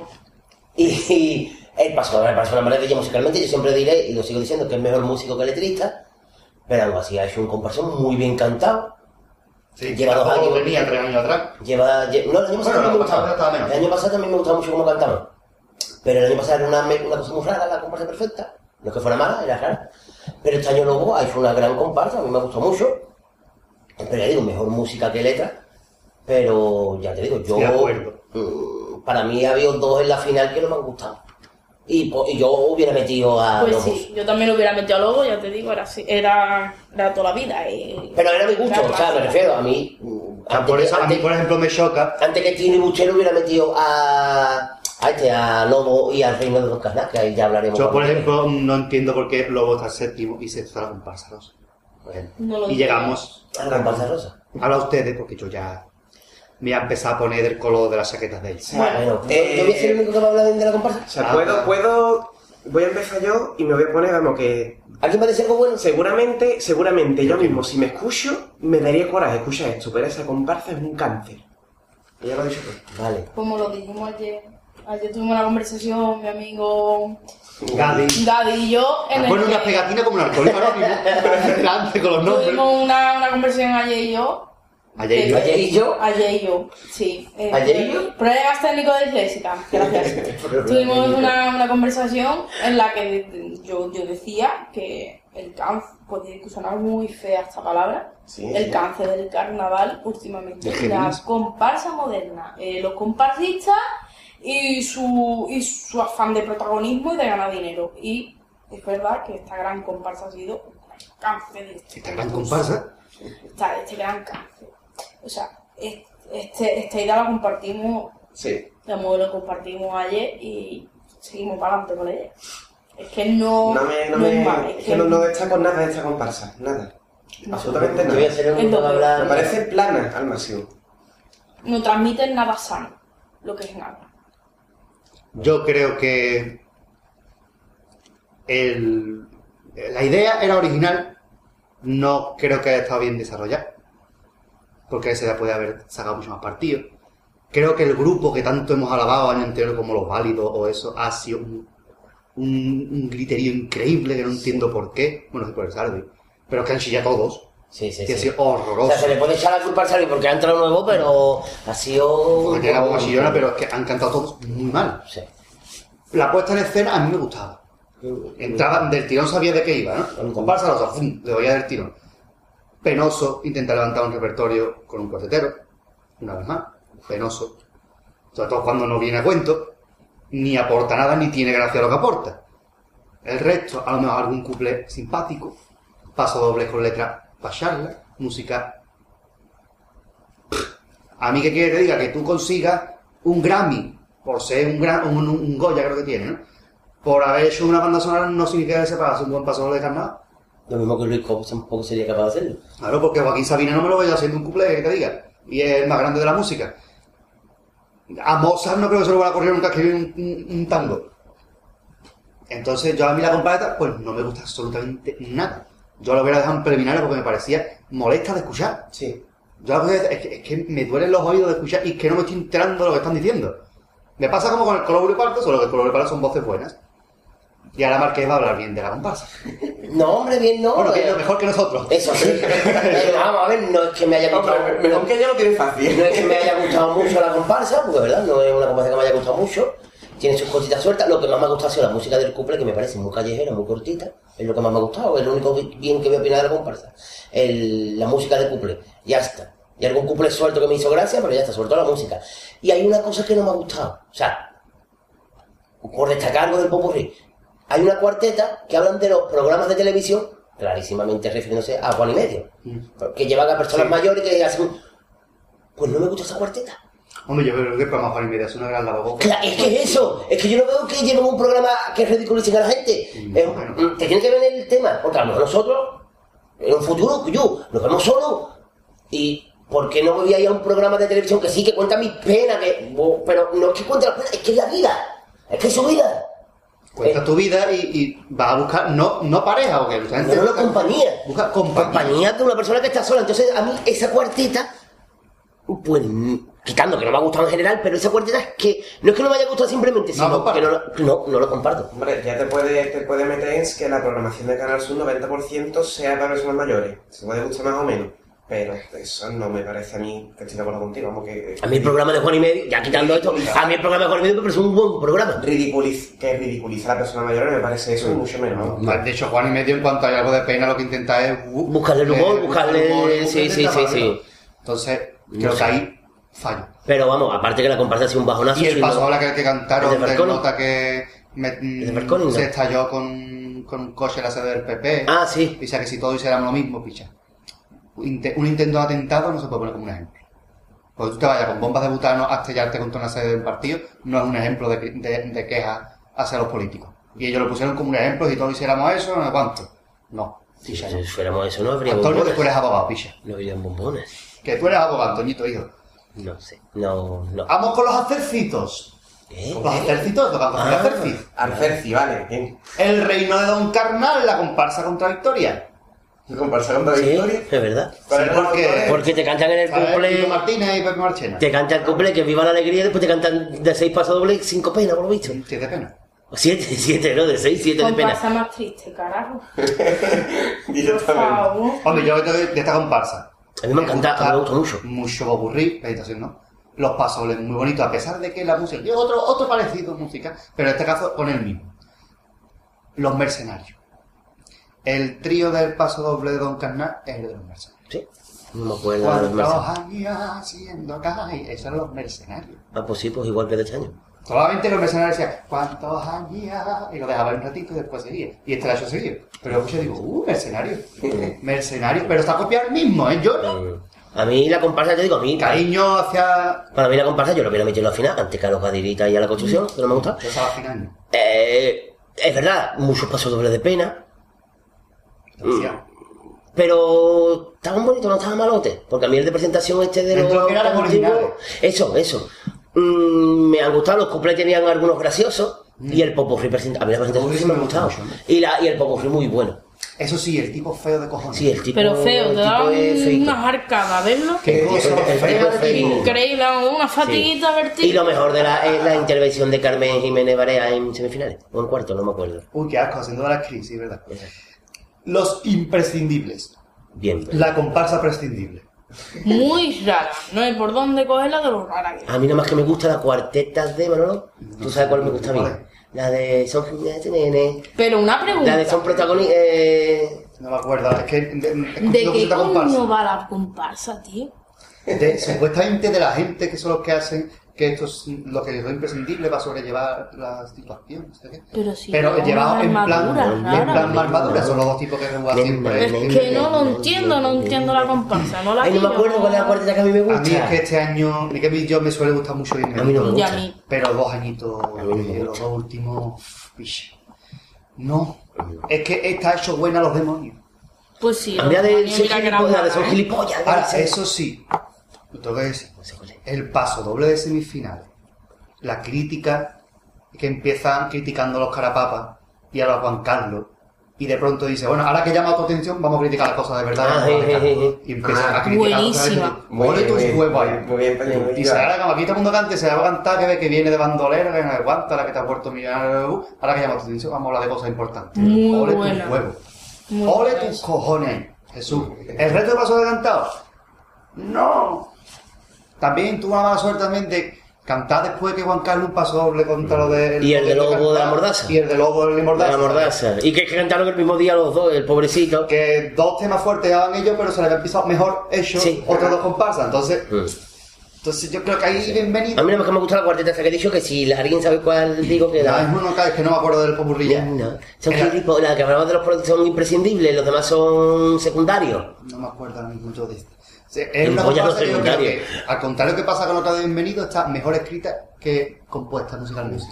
Speaker 3: Y, y el paso doble me parece una maravilla musicalmente. Yo siempre diré, y lo sigo diciendo, que es mejor músico que letrista. Pero algo así, ha hecho un comparsón muy bien cantado.
Speaker 4: Sí,
Speaker 3: Lleva dos
Speaker 4: tampoco
Speaker 3: años.
Speaker 4: tenía tres años atrás.
Speaker 3: Lleva, lle- no, el año pasado también
Speaker 4: Bueno,
Speaker 3: me
Speaker 4: el pasado
Speaker 3: gustaba.
Speaker 4: estaba menos.
Speaker 3: El año pasado también me gustaba mucho cómo cantaban. Pero el año pasado era una, me- una cosa muy rara, la comparsa perfecta. No es que fuera mala, era rara. Pero este año Lobo ha hecho una gran comparsa, a mí me gustó mucho. Pero ya digo, mejor música que letra. Pero ya te digo, yo.
Speaker 4: De acuerdo.
Speaker 3: Mm, Para mí ha habido dos en la final que no me han gustado. Y, po- y yo hubiera metido a
Speaker 5: Pues
Speaker 3: Lobos.
Speaker 5: sí, yo también lo hubiera metido a Lobo, ya te digo, era así, era, era toda la vida. eh.
Speaker 3: Pero era mi gusto,
Speaker 5: Era
Speaker 3: o sea, me
Speaker 5: clásica.
Speaker 3: refiero a mí. mm,
Speaker 4: O sea,
Speaker 3: antes
Speaker 4: por
Speaker 3: que-
Speaker 4: eso a mí,
Speaker 3: antes-
Speaker 4: por ejemplo, me choca.
Speaker 3: Antes que Tino y Buchero hubiera metido a, a este, a Lobo y al Reino de los Casnas, que ahí ya hablaremos.
Speaker 4: Yo, por
Speaker 3: cuando llegue.
Speaker 4: ejemplo, no entiendo por qué Lobo está séptimo y sexto está la comparsa. dos. Por ejemplo.
Speaker 5: No lo
Speaker 4: Y
Speaker 5: digo.
Speaker 4: llegamos
Speaker 3: A la comparsa rosa.
Speaker 4: Habla ustedes porque yo ya me voy a empezar a poner el color de las chaquetas de ellos.
Speaker 3: Bueno, ¿yo-
Speaker 2: eh,
Speaker 3: ¿yo voy a ser el único que va a hablar bien de la comparsa?
Speaker 2: O sea,
Speaker 4: Ah.
Speaker 2: puedo, puedo... Voy a empezar yo y me voy a poner, vamos, que...
Speaker 3: ¿Alguien va a decir algo bueno?
Speaker 2: Seguramente, seguramente yo mismo, si me escucho, me daría coraje. Escucha esto, pero esa comparsa es un cáncer. Y Ya lo he dicho todo.
Speaker 3: Vale.
Speaker 5: Como lo dijimos ayer, ayer tuvimos una conversación, mi amigo
Speaker 4: Cádiz.
Speaker 5: Daddy y yo, en el
Speaker 4: Ponen
Speaker 5: que
Speaker 4: unas pegatinas como un alcohólico ahora mismo.
Speaker 3: <laughs>
Speaker 4: Delante con los nombres.
Speaker 5: tuvimos una, una conversación ayer y yo.
Speaker 4: Ayer y yo.
Speaker 3: Ayer y yo.
Speaker 5: Ayer y yo, sí. Eh,
Speaker 3: ¿Ayer y yo?
Speaker 5: Problemas técnicos de disléxica, gracias. Tuvimos una, una conversación en la que yo, yo decía que el cáncer, podía que sonar muy fea esta palabra,
Speaker 2: Sí,
Speaker 5: el
Speaker 2: sí.
Speaker 5: cáncer del carnaval últimamente,
Speaker 4: De
Speaker 5: la
Speaker 4: Géminis.
Speaker 5: comparsa moderna, eh, los comparsistas y su, y su afán de protagonismo y de ganar dinero. Y es verdad que esta gran comparsa ha sido un gran cáncer. de este
Speaker 4: Esta gran
Speaker 5: concurso
Speaker 4: comparsa.
Speaker 5: está este gran cáncer. O sea, es- este, esta idea la compartimos,
Speaker 2: Sí.
Speaker 5: la modelo la compartimos ayer y seguimos para adelante con ella. Es que no.
Speaker 2: No me, no
Speaker 5: es
Speaker 2: me,
Speaker 5: Oh, mal, eh.
Speaker 2: es que no, no destaco nada de esta comparsa, nada. Absolutamente
Speaker 3: Yo voy a
Speaker 2: nada.
Speaker 3: ser el único que va a
Speaker 2: Me
Speaker 3: hablar.
Speaker 2: parece plana al
Speaker 3: <laughs>
Speaker 2: máximo.
Speaker 5: no transmiten nada sano, lo que es nada.
Speaker 4: Yo creo que el- la idea era original. No creo que haya estado bien desarrollada. Porque se la puede haber sacado mucho más partido. Creo que el grupo que tanto hemos alabado año anterior como los válidos o eso ha sido un, un, un griterío increíble que no entiendo por qué. Bueno, se puede saber, pero es que han chillado todos.
Speaker 3: Sí, sí,
Speaker 4: que ha
Speaker 3: sí.
Speaker 4: sido
Speaker 3: O
Speaker 4: horroroso.
Speaker 3: sea, se le puede echar la culpa al Salvi porque ha entrado nuevo, pero ha sido...
Speaker 4: Porque era poca chillona, pero es que han cantado todos muy mal.
Speaker 3: Sí.
Speaker 4: La puesta en escena a mí me gustaba. Entraban del tirón, sabía de qué iba, ¿no? Con comparsa, los dos, ¡fum! le oía del tirón. Penoso, intenta levantar un repertorio con un cuartetero, una vez más, penoso. Sobre todo cuando no viene a cuento. ni aporta nada, ni tiene gracia lo que aporta. El resto, a lo mejor algún couple simpático, paso doble con letra para charla, música. A mí que quiere que te diga que tú consigas un Grammy, por ser un, gran, un, un Goya creo que tiene, ¿no? Por haber hecho una banda sonora no significa que sepas un buen paso doble de carnaval.
Speaker 3: Lo mismo que Luis Cox tampoco sería capaz de hacerlo.
Speaker 4: Claro, porque Joaquín Sabina no me lo veo haciendo un couple que te diga. Y es el más grande de la música. A Mozart no creo que se lo vaya a correr nunca escribir un, un- un tango. Entonces yo a mí la compareta, pues no me gusta absolutamente nada. Yo la hubiera dejado en preliminares porque me parecía molesta de escuchar.
Speaker 3: Sí.
Speaker 4: Yo a veces, es que, es que me duelen los oídos de escuchar y es que no me estoy enterando de lo que están diciendo. Me pasa como con el color parto, solo que el color parto son voces buenas. Y ahora Marqués va a hablar bien de la comparsa.
Speaker 3: No, hombre, bien no.
Speaker 4: Bueno, que
Speaker 3: eh,
Speaker 4: es lo mejor que nosotros.
Speaker 3: Eso sí.
Speaker 4: <laughs>
Speaker 3: Eh, Vamos a ver, no es que me haya
Speaker 2: Hombre,
Speaker 3: gustado.
Speaker 2: me- mejor que ella lo tiene
Speaker 3: No
Speaker 2: fácil.
Speaker 3: es que me haya gustado mucho la comparsa, porque verdad, no es una comparsa que me haya gustado mucho. Tiene sus cositas sueltas. Lo que más me ha gustado ha sido la música del couple, que me parece muy callejera, muy cortita. Es lo que más me ha gustado. Es lo único bi- bien que voy a opinar de la comparsa. El- la música del couple. Ya está. Y algún couple suelto que me hizo gracia, pero ya está, sobre todo la música. Y hay una cosa que no me ha gustado. O sea, por destacar algo del popurrí, hay una cuarteta que hablan de los programas de televisión, clarísimamente refiriéndose a Juan y Medio, que llevan a personas mayores que hacen... Pues no me gusta esa cuarteta.
Speaker 4: Hombre, yo creo que para Juan y Media es una gran lavabo.
Speaker 3: Claro, es que es eso. Es que yo no veo que lleven un programa que ridiculicen a la gente.
Speaker 4: Mm,
Speaker 3: Eh,
Speaker 4: bueno.
Speaker 3: mm, te tiene que ver el tema. Porque a lo mejor nosotros, en un futuro, yo, nos vemos solos. ¿Y por qué no voy a ir a un programa de televisión que sí, que cuenta mis penas? Que, bo- pero no es que cuente las penas, es que es la vida. Es que es su vida.
Speaker 4: Cuenta
Speaker 3: Eh.
Speaker 4: tu vida y, y vas a buscar, no, no pareja, porque mucha gente
Speaker 3: No, no,
Speaker 4: busca-
Speaker 3: compañía.
Speaker 4: Busca compañía.
Speaker 3: compañía de una persona que está sola. Entonces, a mí esa cuarteta, pues, mm, quitando que no me ha gustado en general, pero esa cuarteta es que, no es que no me haya gustado simplemente, sino
Speaker 4: comparto.
Speaker 3: que no, lo- no, no lo comparto.
Speaker 2: Hombre, ya te puede, te puede meter en que la programación de Canal Sur 90% sea para personas mayores. Se puede gustar más o menos. Pero eso no me parece a mí que estoy de acuerdo contigo. Vamos que.
Speaker 3: A mí el programa de Juan y Medio, ya quitando esto, a mí el programa de Juan y Medio me parece un buen programa.
Speaker 2: ridiculiz- que ridiculizar a la persona mayor me parece eso mucho menos. vamos.
Speaker 4: De hecho, Juan y Medio, en cuanto hay algo de pena, lo que intenta es bu-
Speaker 3: Buscarle el humor, buscarle-
Speaker 4: el humor,
Speaker 3: sí,
Speaker 4: buscarle
Speaker 3: sí,
Speaker 4: la
Speaker 3: sí,
Speaker 4: palabra.
Speaker 3: sí.
Speaker 4: Entonces, creo
Speaker 3: No
Speaker 4: que
Speaker 3: sé.
Speaker 4: ahí fallo.
Speaker 3: Pero vamos, aparte que la comparsa ha sido un bajonazo.
Speaker 4: Y el
Speaker 3: sino-
Speaker 4: paso a la que, que
Speaker 3: ¿El
Speaker 4: cantaron
Speaker 3: de
Speaker 4: de
Speaker 3: Falcone?
Speaker 4: nota que me-
Speaker 3: de Falcone, no?
Speaker 4: se estalló con, con un coche la sede del PP.
Speaker 3: Ah, sí.
Speaker 4: Picha, que si todos hiciéramos lo mismo, picha. Un inte- un intento de atentado no se puede poner como un ejemplo. Porque tú te vayas con bombas de butano a estrellarte contra una sede de un partido, no es un ejemplo de, cri- de- de queja hacia los políticos. Y ellos lo pusieron como un ejemplo, si todos hiciéramos eso, no sé cuánto. No.
Speaker 3: Si ya fuéramos eso, no habría
Speaker 4: Antonio, que
Speaker 3: bombones.
Speaker 4: tú eres abogado, picha.
Speaker 3: No habría bombones.
Speaker 4: Que tú eres abogado, Antoñito, hijo.
Speaker 3: No sé. No, no.
Speaker 4: Vamos con los acercitos.
Speaker 3: ¿Eh?
Speaker 4: Los acercitos, tocando
Speaker 3: Ah.
Speaker 4: los acercitos.
Speaker 2: Arcerci, vale, bien. <laughs>
Speaker 4: El reino de Don Carnal, la comparsa contra Victoria.
Speaker 2: Comparsa contra
Speaker 3: Sí,
Speaker 2: Victoria.
Speaker 3: es verdad.
Speaker 2: ¿Cuál era
Speaker 4: Sí,
Speaker 2: la
Speaker 4: porque-
Speaker 2: autora?
Speaker 3: Porque te cantan en el eh?
Speaker 4: A ver, Pino
Speaker 3: cumple,
Speaker 4: Martínez y Pepe Marchena.
Speaker 3: te cantan el cumple, que viva la alegría, y después te cantan de seis pasos dobles y cinco penas, por lo visto.
Speaker 4: Sí, de pena.
Speaker 3: O siete, <laughs> siete, no, de seis, siete de
Speaker 7: Comparsa
Speaker 3: penas.
Speaker 7: más triste, carajo. Por
Speaker 2: Directamente.
Speaker 7: favor.
Speaker 4: Hombre, yo de, de esta comparsa.
Speaker 3: A mí me encanta, a mí me gusta mucho.
Speaker 4: Mucho boburrí, meditación, ¿no? Los pasos muy bonitos, a pesar de que la música. Yo otro, otro parecido música, pero en este caso con el mismo. Los mercenarios. El trío del paso doble de Don Carnal es el de los mercenarios.
Speaker 3: Sí. No me acuerdo. de los
Speaker 4: ¿Cuántos
Speaker 3: meses.
Speaker 4: años haciendo calle? Esos son los mercenarios.
Speaker 3: Ah, pues sí, pues igual que de este año.
Speaker 4: Solamente los mercenarios decían, ¿cuántos años? Y lo dejaba un ratito y después seguía. Y este la yo seguía. Pero yo escuché y digo, uh,
Speaker 3: <laughs>
Speaker 4: mercenario. mercenario, pero está copiado el mismo, ¿eh? Yo no.
Speaker 3: Eh, A mí la comparsa, te digo, a mí, para,
Speaker 4: Cariño hacia.
Speaker 3: para mí la comparsa yo lo hubiera metido al final, antes que a los gadiritas y a la construcción, que no me gusta.
Speaker 4: Yo estaba final, ¿no?
Speaker 3: Eh, es verdad, muchos pasos dobles de pena, Mm.
Speaker 4: Demasiado.
Speaker 3: pero estaban bonitos, no estaban malotes, porque a mí el de presentación este de
Speaker 4: Dentro
Speaker 3: los...
Speaker 4: que eran los
Speaker 3: antiguos-
Speaker 4: originales.
Speaker 3: Eso, eso. Mm, me han gustado, los cumples tenían algunos graciosos, y el popurrí presenta... A mí la presentación
Speaker 4: Mm. popurrí
Speaker 3: sí me ha
Speaker 4: me gusta
Speaker 3: gustado.
Speaker 4: mucho, ¿no?
Speaker 3: Y, la, y el popurrí muy bueno.
Speaker 4: Eso sí, el tipo feo de cojones.
Speaker 3: Sí, el tipo...
Speaker 5: Pero
Speaker 3: el
Speaker 5: feo, te
Speaker 3: tipo
Speaker 5: daba
Speaker 3: es feito.
Speaker 5: unas arcadas, ¿verlo?
Speaker 4: Qué cosa
Speaker 3: El tipo
Speaker 4: fea de
Speaker 3: feo.
Speaker 4: tipo.
Speaker 5: Increíble, vamos, una fatiguita
Speaker 3: Sí.
Speaker 5: vertical.
Speaker 3: Y lo mejor de la, es la intervención de Carmen Jiménez Barea en semifinales, o en cuarto, no me acuerdo.
Speaker 4: Uy, qué asco, haciendo de la crisis, ¿verdad?
Speaker 3: Pues
Speaker 4: Los imprescindibles.
Speaker 3: Bien. pero-
Speaker 4: La comparsa prescindible.
Speaker 5: Muy rara. No hay por dónde cogerla de lo rara que es.
Speaker 3: A mí nada más que me gusta la cuarteta de Manolo. ¿Tú sabes cuál me gusta a mí?
Speaker 4: ¿Cuál
Speaker 3: La de son nene,
Speaker 5: Pero una
Speaker 3: la
Speaker 5: pregunta.
Speaker 3: de son protagonistas. Eh,
Speaker 4: No me acuerdo, es que. ¿De,
Speaker 5: ¿De qué
Speaker 4: comparsa.
Speaker 5: coño va la comparsa, tío?
Speaker 4: de- supuestamente de la gente que son los que hacen que esto es lo que es lo imprescindible para sobrellevar la situación. no sé qué.
Speaker 5: Pero sí.
Speaker 4: Pero llevados en plan,
Speaker 5: armadura
Speaker 4: en
Speaker 5: rara.
Speaker 4: plan armadura, son los dos tipos que juegan siempre.
Speaker 5: Es que no lo entiendo, no entiendo la comparsa. No la
Speaker 3: Ay, no me
Speaker 5: pillo,
Speaker 3: acuerdo cuál es la cuarteta que a mí me
Speaker 4: A mí es
Speaker 3: gusta.
Speaker 4: que este año, ni que vi yo me suele gustar mucho bien.
Speaker 3: A mí no me
Speaker 5: Y a
Speaker 3: gusta.
Speaker 5: mí.
Speaker 4: Pero dos añitos,
Speaker 3: A mí no me
Speaker 4: eh, los
Speaker 3: gusta.
Speaker 4: dos últimos. pish. No, es que está hecho buena los demonios.
Speaker 5: Pues sí.
Speaker 3: A mí la de
Speaker 5: mira
Speaker 3: ser
Speaker 5: que era mala,
Speaker 3: gilipollas, son
Speaker 5: ¿eh?
Speaker 3: gilipollas.
Speaker 4: Ahora,
Speaker 3: gracias.
Speaker 4: Ah, eso sí, lo tengo que decir. El paso doble de semifinales. La crítica que empiezan criticando a los carapapas y a los Juan Carlos. Y de pronto dice, bueno, ahora que llama tu atención, vamos a criticar las cosas de verdad.
Speaker 3: Ah,
Speaker 4: que nos
Speaker 3: je, je, je,
Speaker 4: afectan". Y empiezan
Speaker 3: Ah,
Speaker 4: a criticar. cosas de
Speaker 5: buenísima.
Speaker 4: verdad. Pone tus huevos pues, ahí.
Speaker 1: Muy bien,
Speaker 2: pues,
Speaker 1: Pelín, muy
Speaker 4: Y se
Speaker 1: bien.
Speaker 4: ahora como aquí todo el mundo cante, se va a cantar que ve que viene de bandolero, que no aguanta, ahora que te has vuelto a mirar, uh, ahora que llamas tu atención, vamos a hablar de cosas importantes.
Speaker 5: Muy
Speaker 4: Ole
Speaker 5: buena.
Speaker 4: tus huevos.
Speaker 5: Muy
Speaker 4: Ole
Speaker 5: buena
Speaker 4: tus
Speaker 5: esa.
Speaker 4: cojones, Jesús. ¿El resto de paso de cantado? No. También tuvo la mala suerte también de cantar después que Juan Carlos un paso doble contra lo de...
Speaker 3: Y el de Lobo de la Mordaza.
Speaker 4: Y el de Lobo de la
Speaker 3: De
Speaker 4: Mordaza.
Speaker 3: la mordaza. Y que, que cantaron el mismo día los dos, el pobrecito.
Speaker 4: Que dos temas fuertes daban ellos, pero se le habían pisado mejor ellos,
Speaker 3: Sí.
Speaker 4: otros dos comparsas. Entonces,
Speaker 3: Mm.
Speaker 4: entonces yo creo que ahí bienvenido.
Speaker 3: A mí nada más que me gusta la cuarteta esa que he dicho, que si alguien sabe cuál digo que
Speaker 4: No, es
Speaker 3: da.
Speaker 4: uno que- es que no me acuerdo del popurrilla.
Speaker 3: No, son
Speaker 4: Era-
Speaker 3: gilipollas, las que hablamos de los productos son imprescindibles, los demás son secundarios.
Speaker 4: No me acuerdo ahora mismo yo de este. O sea, es
Speaker 3: El
Speaker 4: una
Speaker 3: Goya
Speaker 4: cosa
Speaker 3: no
Speaker 4: que yo creo
Speaker 3: secundario.
Speaker 4: que, al contrario que pasa con otra de Bienvenido, está mejor escrita que compuesta musicalmente.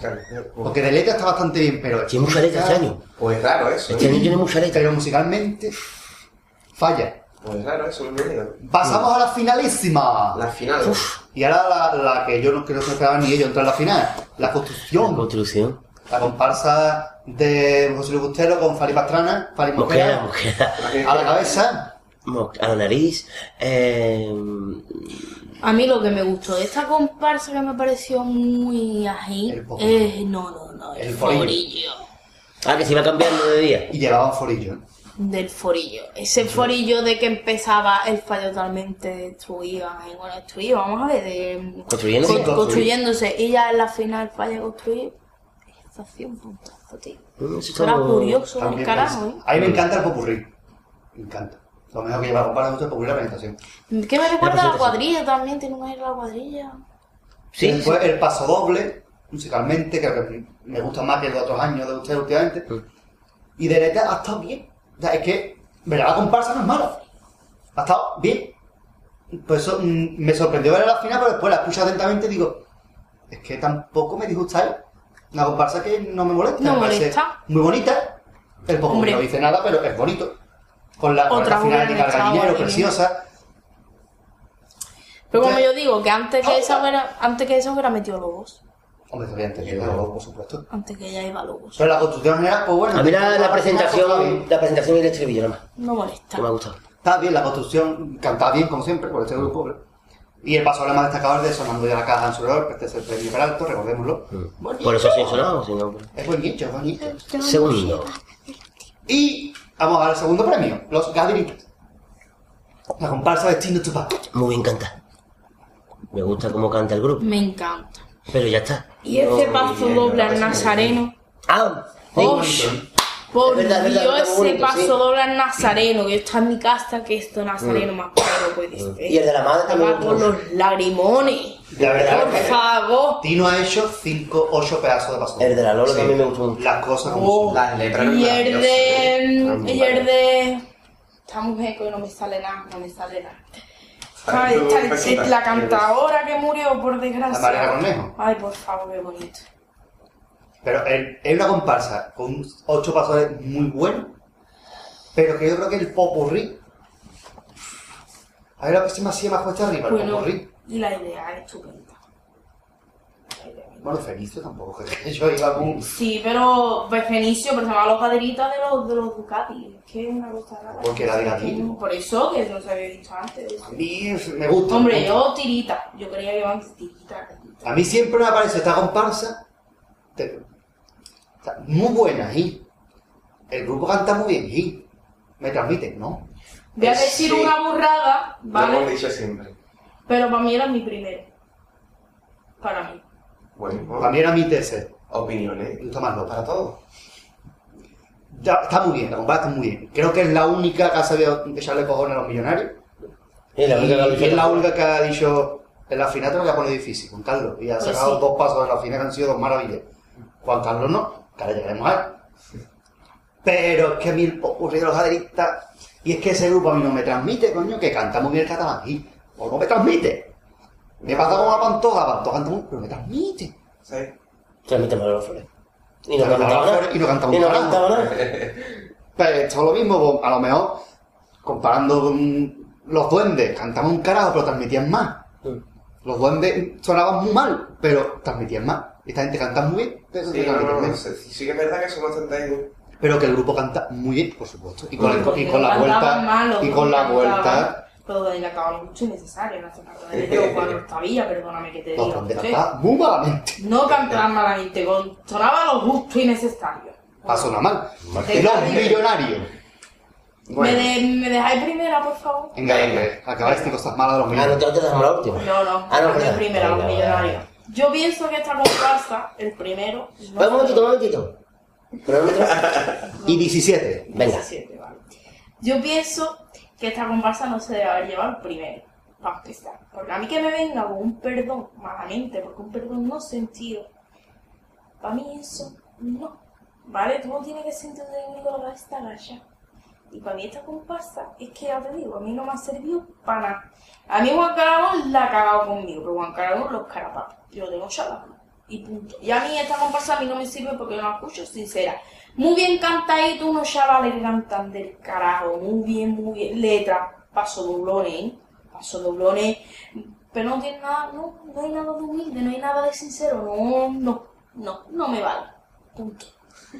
Speaker 4: Porque de letra está bastante bien, pero...
Speaker 3: Tiene mucha letra este año.
Speaker 1: Pues es raro eso.
Speaker 3: Este
Speaker 1: ¿eh?
Speaker 3: año tiene mucha letra.
Speaker 4: Pero musicalmente falla.
Speaker 1: Pues es raro eso, bienvenido.
Speaker 3: Mm.
Speaker 4: Pasamos a la finalísima.
Speaker 1: La final.
Speaker 4: Y ahora la, la que yo no creo que no esperaba ni ellos entrar a la final. La
Speaker 3: La
Speaker 4: construcción.
Speaker 3: construcción.
Speaker 4: La comparsa de José Luis Bustelo con Fali Pastrana, Fali
Speaker 3: Mosquera,
Speaker 4: Mosquera,
Speaker 3: mosquera.
Speaker 4: a la cabeza.
Speaker 3: Mo- A la nariz. Eh,
Speaker 5: A mí lo que me gustó de esta comparsa que me pareció muy ají
Speaker 4: El poco.
Speaker 5: es. No, no, no, el,
Speaker 4: El forillo.
Speaker 5: forillo.
Speaker 3: ah, que se iba cambiando de día.
Speaker 4: Y llevaban forillo.
Speaker 5: Del forillo. Ese forillo de que empezaba el fallo totalmente destruido. ay, bueno, destruido, vamos a ver. de-
Speaker 3: Construyendo.
Speaker 5: con-
Speaker 4: Sí, construido.
Speaker 5: construyéndose. Y ya en la final falla construir. Estación un puntazo, tío.
Speaker 3: Mm, eso está
Speaker 5: Era
Speaker 3: muy-
Speaker 5: curioso del
Speaker 4: También
Speaker 5: carajo, ¿eh?
Speaker 4: es- A mí me encanta el popurrí. Me encanta. Lo mejor que lleva comparsa es el popurrí la presentación.
Speaker 5: ¿eh? Que me recuerda a la
Speaker 3: presentación.
Speaker 5: cuadrilla también, tiene un aire a la cuadrilla.
Speaker 3: Sí, sí.
Speaker 4: Después el paso doble, musicalmente, creo que me gusta más que los otros años de ustedes últimamente.
Speaker 3: Mm.
Speaker 4: Y de letra ha estado bien. O sea, es que, verá, la comparsa no es mala. Ha estado bien. Por eso mm, me sorprendió ver la final, pero después la escucho atentamente y digo, es que tampoco me disgusta él. Una comparsa que no me molesta.
Speaker 5: No
Speaker 4: me parece
Speaker 5: molesta.
Speaker 4: Muy bonita. El popurrí
Speaker 5: Hombre.
Speaker 4: no dice nada, pero es bonito. Con la, con
Speaker 5: Otra
Speaker 4: esta final de
Speaker 5: hubiera
Speaker 4: carga
Speaker 5: estado
Speaker 4: dinero,
Speaker 5: ahí.
Speaker 4: preciosa.
Speaker 5: Pero como
Speaker 4: Ya. Ah.
Speaker 5: yo digo, que antes que esa hubiera, antes que esa hubiera metido lobos.
Speaker 4: Hombre, todavía antes de Lobo, por supuesto.
Speaker 5: Antes que ella iba a lobos.
Speaker 4: Pero la construcción general, pues bueno.
Speaker 3: A mí la,
Speaker 4: está-
Speaker 3: la
Speaker 4: está pues, bien.
Speaker 3: presentación, la presentación y el estribillo nada más,
Speaker 5: No molesta.
Speaker 3: que me ha gustado.
Speaker 4: Está bien, la construcción cantaba bien, como siempre, por este grupo. ¿verdad? Y el paso ahora más destacado es de Sonando ya la caja en su error, este es el premio Peralto, recordémoslo. Buen
Speaker 3: Mm. Por
Speaker 4: guicho.
Speaker 3: eso sí sonado, si no.
Speaker 4: Es buen guicho, es buen guicho.
Speaker 3: Segundo.
Speaker 4: Y vamos al segundo premio, los gadiritos. La comparsa Destino Tupac.
Speaker 3: Muy bien canta. Me gusta cómo canta el grupo.
Speaker 5: Me encanta.
Speaker 3: Pero ya está.
Speaker 5: Y ese paso doble al nazareno.
Speaker 3: Ah, sí.
Speaker 5: ¡Oh! Por
Speaker 3: Es verdad, es verdad,
Speaker 5: Dios,
Speaker 3: está muy
Speaker 5: ese
Speaker 3: bonito, sí.
Speaker 5: paso doble al nazareno. Que yo estaba en mi casa, que esto nazareno más caro puede ser.
Speaker 3: Mm. Y el de la madre también.
Speaker 5: eh, Estaba con los lagrimones.
Speaker 4: La verdad
Speaker 5: Por
Speaker 4: es que
Speaker 5: favor.
Speaker 4: Tino ha hecho 5 8 pedazos de paso.
Speaker 3: El de la Lola también me gustó mucho.
Speaker 4: Las cosas como
Speaker 5: Oh.
Speaker 4: son.
Speaker 1: Las letras eran
Speaker 5: Y el
Speaker 1: maravillosas,
Speaker 5: de.
Speaker 1: ¿eh?
Speaker 5: Y el de. Esta mujer que no me sale nada, no me sale nada.
Speaker 1: Ay,
Speaker 5: Ay,
Speaker 1: tú,
Speaker 5: esta-
Speaker 1: Paquita,
Speaker 5: la
Speaker 1: ¿qué
Speaker 5: cantadora que murió, por
Speaker 4: La
Speaker 5: desgracia.
Speaker 4: María Cornejo.
Speaker 5: Ay, por favor, qué bonito.
Speaker 4: Pero es es una comparsa con ocho pasos muy buenos, pero que yo creo que el popurrí. A ver lo que se me hacía más cuesta arriba, el
Speaker 5: Bueno,
Speaker 4: popurrí.
Speaker 5: la idea es estupenda.
Speaker 4: Bueno, Felicio tampoco, <laughs> que yo iba con.
Speaker 5: Sí, pero pues Fenicio, pero se llamaban los padritas de los, de los Ducati. Es que es una cosa rara. Mm,
Speaker 4: Porque era de gatito.
Speaker 5: Por eso que no se había visto antes.
Speaker 4: A mí me gusta.
Speaker 5: Hombre,
Speaker 4: me gusta.
Speaker 5: yo tirita. Yo creía que iban tirita.
Speaker 4: A mí siempre me aparece esta comparsa te- o sea, muy buena, y El grupo canta muy bien, y Me transmiten, ¿no?
Speaker 5: Voy a
Speaker 4: Eh,
Speaker 1: Pues
Speaker 5: decir
Speaker 1: sí.
Speaker 5: una burrada,
Speaker 1: Lo hemos
Speaker 5: ¿vale?
Speaker 1: dicho siempre.
Speaker 5: Pero para mí era mi primero. Para mí.
Speaker 1: Bueno,
Speaker 4: También era mi TC. Me
Speaker 1: opiniones.
Speaker 4: gusta más Lola.
Speaker 1: Para todos.
Speaker 4: Ya, está muy bien, la comparsa está muy bien. Creo que es la única que ha sabido echarle cojones a los millonarios.
Speaker 3: Y la única que lo
Speaker 4: Y- y es
Speaker 3: hizo-
Speaker 4: la única que ha dicho, en la final te lo voy a poner difícil, Juan Carlos. Y ha
Speaker 5: Pues
Speaker 4: sacado
Speaker 5: sí.
Speaker 4: dos pasos en la final que han sido dos maravillas. Juan Carlos no, que ahora llegaremos a él. Pero es que a mí el popurrí de los aderistas, y es que ese grupo a mí no me transmite, coño, que canta muy bien el catalán. Y, o no me transmite. Me pasa como a Pantoja, Pantoja canta muy, pero me transmite.
Speaker 2: ¿sabes?
Speaker 3: Trámite Manolo Flores. Y no
Speaker 4: Pero
Speaker 3: cantaba
Speaker 4: Manolo
Speaker 3: nada.
Speaker 4: Flores- y no cantaba
Speaker 3: Y
Speaker 4: un
Speaker 3: no
Speaker 4: carajo.
Speaker 3: cantaba nada.
Speaker 4: Pero es todo lo mismo, pues, a lo mejor, comparando con los duendes, cantaban un carajo, pero transmitían más.
Speaker 5: Mm.
Speaker 4: Los duendes sonaban muy mal, pero transmitían más. Esta gente canta muy bien, pero
Speaker 2: Sí,
Speaker 4: sí,
Speaker 2: no,
Speaker 4: transmiten
Speaker 2: no, no,
Speaker 4: menos.
Speaker 2: sí, sí que es verdad que son bastante...
Speaker 4: Pero que el grupo canta muy bien, por supuesto. Y con, el-
Speaker 5: Porque
Speaker 4: y con la
Speaker 5: no
Speaker 4: vuelta.
Speaker 5: Pues, cantaban mal, los
Speaker 4: y con la
Speaker 5: dos cantaban.
Speaker 4: vuelta. Eh,
Speaker 5: Pero de ahí la acababa mucho innecesario, no hace falta de yo cuando estaba, perdóname que te
Speaker 4: Los
Speaker 5: diga.
Speaker 4: duendes
Speaker 5: ¿sí?
Speaker 4: cantaban muy malamente.
Speaker 5: No cantaban malamente, con- sonaba lo justo y necesario.
Speaker 4: Pasó una mal.
Speaker 5: Sí,
Speaker 4: Y los
Speaker 5: sí.
Speaker 4: millonarios.
Speaker 5: ¿Me,
Speaker 2: Bueno.
Speaker 5: de- ¿Me dejáis primera, por favor?
Speaker 4: Venga, este venga, acabáis de cosas malas de los
Speaker 3: Ah, no
Speaker 4: millonarios.
Speaker 3: te lo dejamos la última.
Speaker 5: No, no,
Speaker 3: Ah, no,
Speaker 5: dame
Speaker 3: verdad.
Speaker 5: primera, los
Speaker 3: Venga,
Speaker 5: millonarios.
Speaker 3: venga.
Speaker 5: Yo pienso que esta comparsa, el primero.
Speaker 3: Vale, Pues, un momentito, un momentito. Cronómetro.
Speaker 4: Y 17.
Speaker 3: Venga.
Speaker 5: 17, vale. Yo pienso que esta comparsa no se debe haber llevado el primero, para empezar. Porque a mí que me venga con un perdón malamente, porque un perdón no sentido, para mí eso no. ¿Vale? Tú no tienes que sentir un dolor a esta gacha. Y para mí esta comparsa es que ya te digo, a mí no me ha servido para nada. A mí Juan Carabón la ha cagado conmigo, pero Juan Carabón los carapapos. Yo tengo chala. Y punto. Y a mí esta comparsa a mí no me sirve porque yo no la escucho sincera. Muy bien cantadito, unos chavales que cantan del carajo. Muy bien, muy bien. Letras, paso doblones, ¿eh? Paso doblones. Pero no tiene nada, no, no hay nada de humilde, no hay nada de sincero. No, no, no, no me vale. Punto.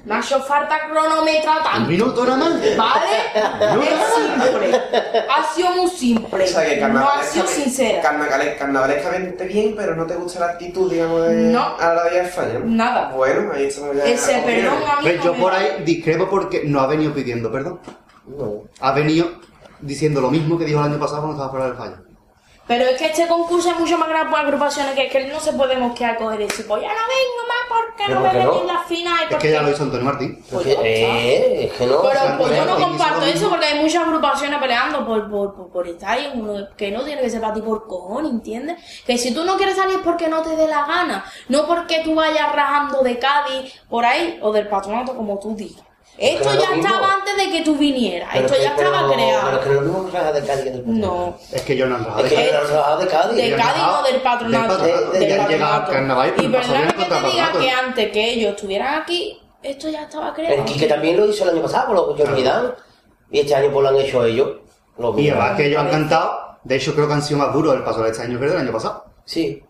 Speaker 5: Me ha hecho falta cronometra
Speaker 4: Un
Speaker 5: tanto.
Speaker 4: minuto nada más.
Speaker 5: ¿Vale?
Speaker 4: No,
Speaker 5: es simple. Ha sido muy simple.
Speaker 2: O sea, que
Speaker 5: no ha sido
Speaker 2: carnavalescamente-
Speaker 5: sincera.
Speaker 2: carnavale- Carnavalescamente bien, pero no te gusta la actitud, digamos, de...
Speaker 5: No.
Speaker 2: A la vida del fallo.
Speaker 5: Nada.
Speaker 2: Bueno, ahí estamos ya...
Speaker 5: Ese perdón a mí
Speaker 4: Pues
Speaker 5: no
Speaker 4: yo
Speaker 5: me
Speaker 4: por
Speaker 5: vale.
Speaker 4: ahí discrepo porque no ha venido pidiendo perdón.
Speaker 3: No.
Speaker 4: Ha venido diciendo lo mismo que dijo el año pasado cuando estaba fuera del fallo.
Speaker 5: Pero es que este concurso es mucho más grande por agrupaciones que, que no se podemos quedar con el decir, pues ya no vengo más porque
Speaker 3: Pero
Speaker 5: no
Speaker 3: ¿por
Speaker 5: me
Speaker 3: qué
Speaker 5: metí en
Speaker 3: no?
Speaker 5: la final.
Speaker 4: Es que ya lo hizo Antonio Martín.
Speaker 5: Pues
Speaker 3: Es
Speaker 5: ya
Speaker 3: que-
Speaker 5: está.
Speaker 3: eh, es que no. o sea,
Speaker 5: Pero pues yo no
Speaker 4: Exactamente,
Speaker 5: comparto
Speaker 4: y eso
Speaker 5: eso
Speaker 4: no-
Speaker 5: porque hay muchas agrupaciones peleando por, por, por, por estar ahí, uno que no tiene que ser para ti por cojón, ¿entiendes? Que si tú no quieres salir es porque no te dé la gana, no porque tú vayas rajando de Cádiz por ahí o del patronato como tú digas. Esto
Speaker 3: Pero
Speaker 5: ya
Speaker 3: lo mismo.
Speaker 5: estaba antes de que tú vinieras,
Speaker 3: pero
Speaker 5: esto
Speaker 3: que-
Speaker 5: ya estaba
Speaker 3: pero- Pero es
Speaker 5: creado.
Speaker 3: que no lo mismo que trabaja de Cádiz que del Patrimonio.
Speaker 5: No,
Speaker 4: Es que yo no han rajado.
Speaker 3: Es que
Speaker 5: Eh,
Speaker 3: no lo trabaja de Cádiz.
Speaker 5: de Cádiz no del patronato.
Speaker 4: Del patronato.
Speaker 3: De- de-
Speaker 5: del
Speaker 4: Ya llega
Speaker 5: patronato.
Speaker 4: carnaval, pero
Speaker 5: y
Speaker 4: el paso
Speaker 5: verdad
Speaker 4: viene
Speaker 5: que
Speaker 4: contra
Speaker 5: te diga
Speaker 4: patronato.
Speaker 5: que antes que ellos estuvieran aquí, esto ya estaba creado.
Speaker 3: El Quique también lo hizo el año pasado, por lo que yo olvidaba. Y este año pues lo han hecho ellos. Lo
Speaker 4: Y
Speaker 3: mismo.
Speaker 4: además que ellos han cantado, de hecho creo que han sido más duros el paso de este año que el del año pasado.
Speaker 3: Sí.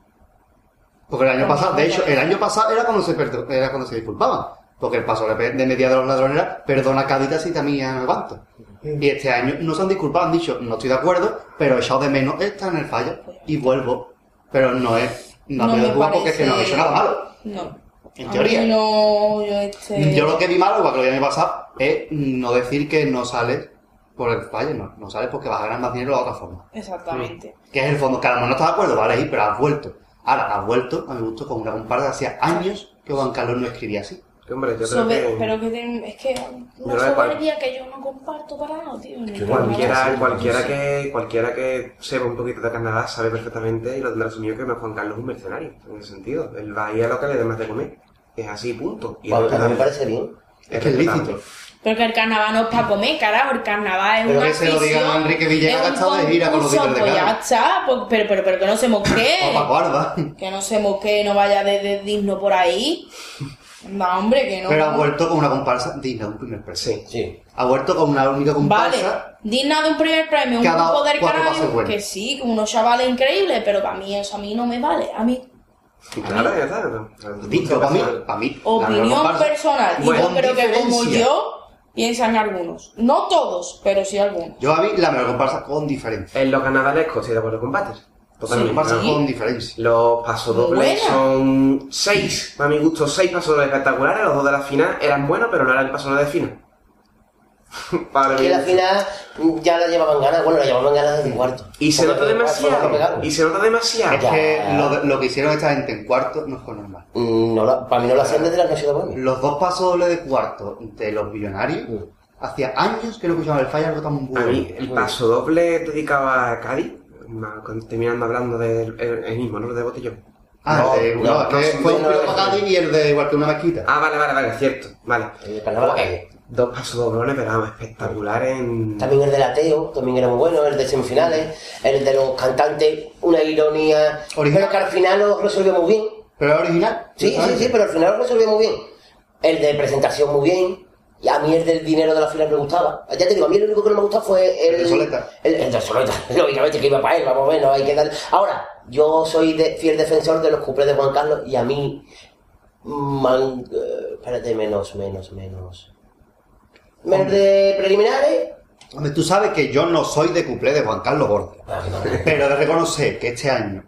Speaker 4: Porque el año pasado, de hecho, el año pasado era cuando se, perdo- era cuando se disculpaban. Porque el paso de pe- de media de los ladrones era, perdona Cadita si también en el banco. Y este año no se han disculpado, han dicho, no estoy de acuerdo, pero he echado de menos, está en el fallo y vuelvo. Pero no es, no,
Speaker 5: No
Speaker 4: me
Speaker 5: me
Speaker 4: disculpa porque es que no han
Speaker 5: parece-
Speaker 4: hecho nada malo.
Speaker 5: No.
Speaker 4: En
Speaker 5: A
Speaker 4: teoría.
Speaker 5: mí No, yo este.
Speaker 4: Yo lo que vi malo, igual que lo vi en WhatsApp, es no decir que no sales por el fallo, no, no sales porque vas a ganar más dinero de otra forma.
Speaker 5: Exactamente.
Speaker 4: Que es el fondo, que a lo mejor no estás de acuerdo, vale, sí, pero has vuelto. Ahora, has vuelto, a mi gusto, con una comparsa que hacía años que Juan Carlos no escribía así.
Speaker 2: Que, hombre, yo creo
Speaker 5: Sobe-
Speaker 2: que...
Speaker 5: pero que ten- es que
Speaker 2: Me
Speaker 5: una
Speaker 2: da igual.
Speaker 5: soberbia que yo no comparto para nada, tío. ni para nada.
Speaker 2: Cualquiera, cualquiera, que, cualquiera que sepa un poquito de carnaval sabe perfectamente y lo tendrá asumido que no es Juan Carlos es un mercenario, en ese sentido. Él va a ir a lo que le dé más de comer. Es así, punto. Y
Speaker 3: Bueno, a mí
Speaker 2: respetable.
Speaker 3: me parece bien.
Speaker 4: Es que es
Speaker 2: respetable.
Speaker 4: lícito.
Speaker 5: Pero que el carnaval no es para comer, carajo, el carnaval es
Speaker 4: Pero
Speaker 5: una
Speaker 4: que se lo digan a
Speaker 5: afición,
Speaker 4: Enrique Villegas,
Speaker 5: es
Speaker 4: que
Speaker 5: un
Speaker 4: ha estado de gira con los
Speaker 5: concurso,
Speaker 4: Beatles de
Speaker 5: pues ya
Speaker 4: Cádiz.
Speaker 5: está, pues, pero, pero, pero que no se mosquee.
Speaker 4: <laughs> O
Speaker 5: <laughs>
Speaker 4: Paco Arba.
Speaker 5: Que no se mosquee, no vaya de, de digno por ahí. No, hombre, que no.
Speaker 4: Pero ha vuelto con una comparsa digna de un primer precio.
Speaker 2: Sí.
Speaker 3: Sí.
Speaker 4: Ha vuelto con una única
Speaker 5: Vale,
Speaker 4: comparsa.
Speaker 5: digna de un primer premio, un
Speaker 4: Que ha dado
Speaker 5: grupo del
Speaker 4: cuatro
Speaker 5: carajo,
Speaker 4: pases buenos.
Speaker 5: que sí, con unos chavales increíbles, pero para mí eso a mí no me vale, a mí.
Speaker 2: Y claro, ya está. no, no.
Speaker 4: Digno para mí, para mí. la mejor
Speaker 5: Opinión
Speaker 4: comparsa.
Speaker 5: personal, y
Speaker 4: Bueno,
Speaker 5: yo creo que como
Speaker 4: diferencia.
Speaker 5: yo, piensan algunos. No todos, pero sí algunos.
Speaker 4: Yo a mí la mejor comparsa con diferencia.
Speaker 2: En los carnavalescos estoy de acuerdo con Butter.
Speaker 4: La
Speaker 2: Totalmente.
Speaker 4: comparsa
Speaker 2: vamos.
Speaker 4: con diferencia.
Speaker 2: Los pasodobles
Speaker 5: Buena.
Speaker 2: son seis, a mi gusto, seis pasodobles espectaculares. Los dos de la final eran buenos, pero no eran el pasodoble de final. <laughs> Para
Speaker 3: Y
Speaker 2: mí.
Speaker 3: la final ya la llevaban ganas. Bueno, la llevaban ganas desde el cuarto.
Speaker 2: Y se
Speaker 3: Porque
Speaker 2: nota
Speaker 3: el cuarto no la
Speaker 2: demasiado.
Speaker 3: pegaron.
Speaker 2: Y se nota demasiado.
Speaker 4: Es que
Speaker 3: Ya.
Speaker 4: lo, de- lo que hicieron esta gente en cuarto no fue normal.
Speaker 3: Mm, No, para mí no la hacían desde la noche de Bohemia.
Speaker 4: Los dos pasos dobles de cuarto de los millonarios Hacía años que no escuchaba el falla algo tan
Speaker 2: Mm. A
Speaker 4: bueno.
Speaker 2: mí, el paso doble dedicado a Cádiz, ma- con- terminando hablando del el, el mismo, ¿no? De botellón.
Speaker 4: Ah,
Speaker 3: No,
Speaker 4: el de,
Speaker 3: no,
Speaker 4: no,
Speaker 3: no,
Speaker 4: es que
Speaker 3: no,
Speaker 4: fue
Speaker 3: no,
Speaker 4: un
Speaker 3: no,
Speaker 4: club
Speaker 3: no,
Speaker 4: Cádiz y el de igual que una mezquita.
Speaker 2: Ah, vale, vale, vale, cierto. Vale.
Speaker 3: El Eh, carnaval de la calle.
Speaker 2: Dos pasos dobles, pero vamos, espectacular en.
Speaker 3: También el del ateo, también era muy bueno, el de semifinales, el de los cantantes, una ironía.
Speaker 4: Original.
Speaker 3: Pero que al final lo resolvió muy bien.
Speaker 4: Pero era original.
Speaker 3: Sí, sí, sí, pero al final lo resolvió muy bien. El de presentación muy bien. Y a mí el del dinero de la final me gustaba. Ya te digo, a mí el único que no me gustaba fue el...
Speaker 4: El de Soleta.
Speaker 3: El, el de Soleta. <laughs> Lógicamente que iba para él, vamos a ver, no hay que dar... Ahora, yo soy de- fiel defensor de los cuplés de Juan Carlos y a mí... man- eh, espérate, menos, menos, menos... Menos de preliminares...
Speaker 4: Hombre, tú sabes que yo no soy de cuplé de Juan Carlos Borges.
Speaker 3: Ah,
Speaker 4: Pero he de reconocer que este año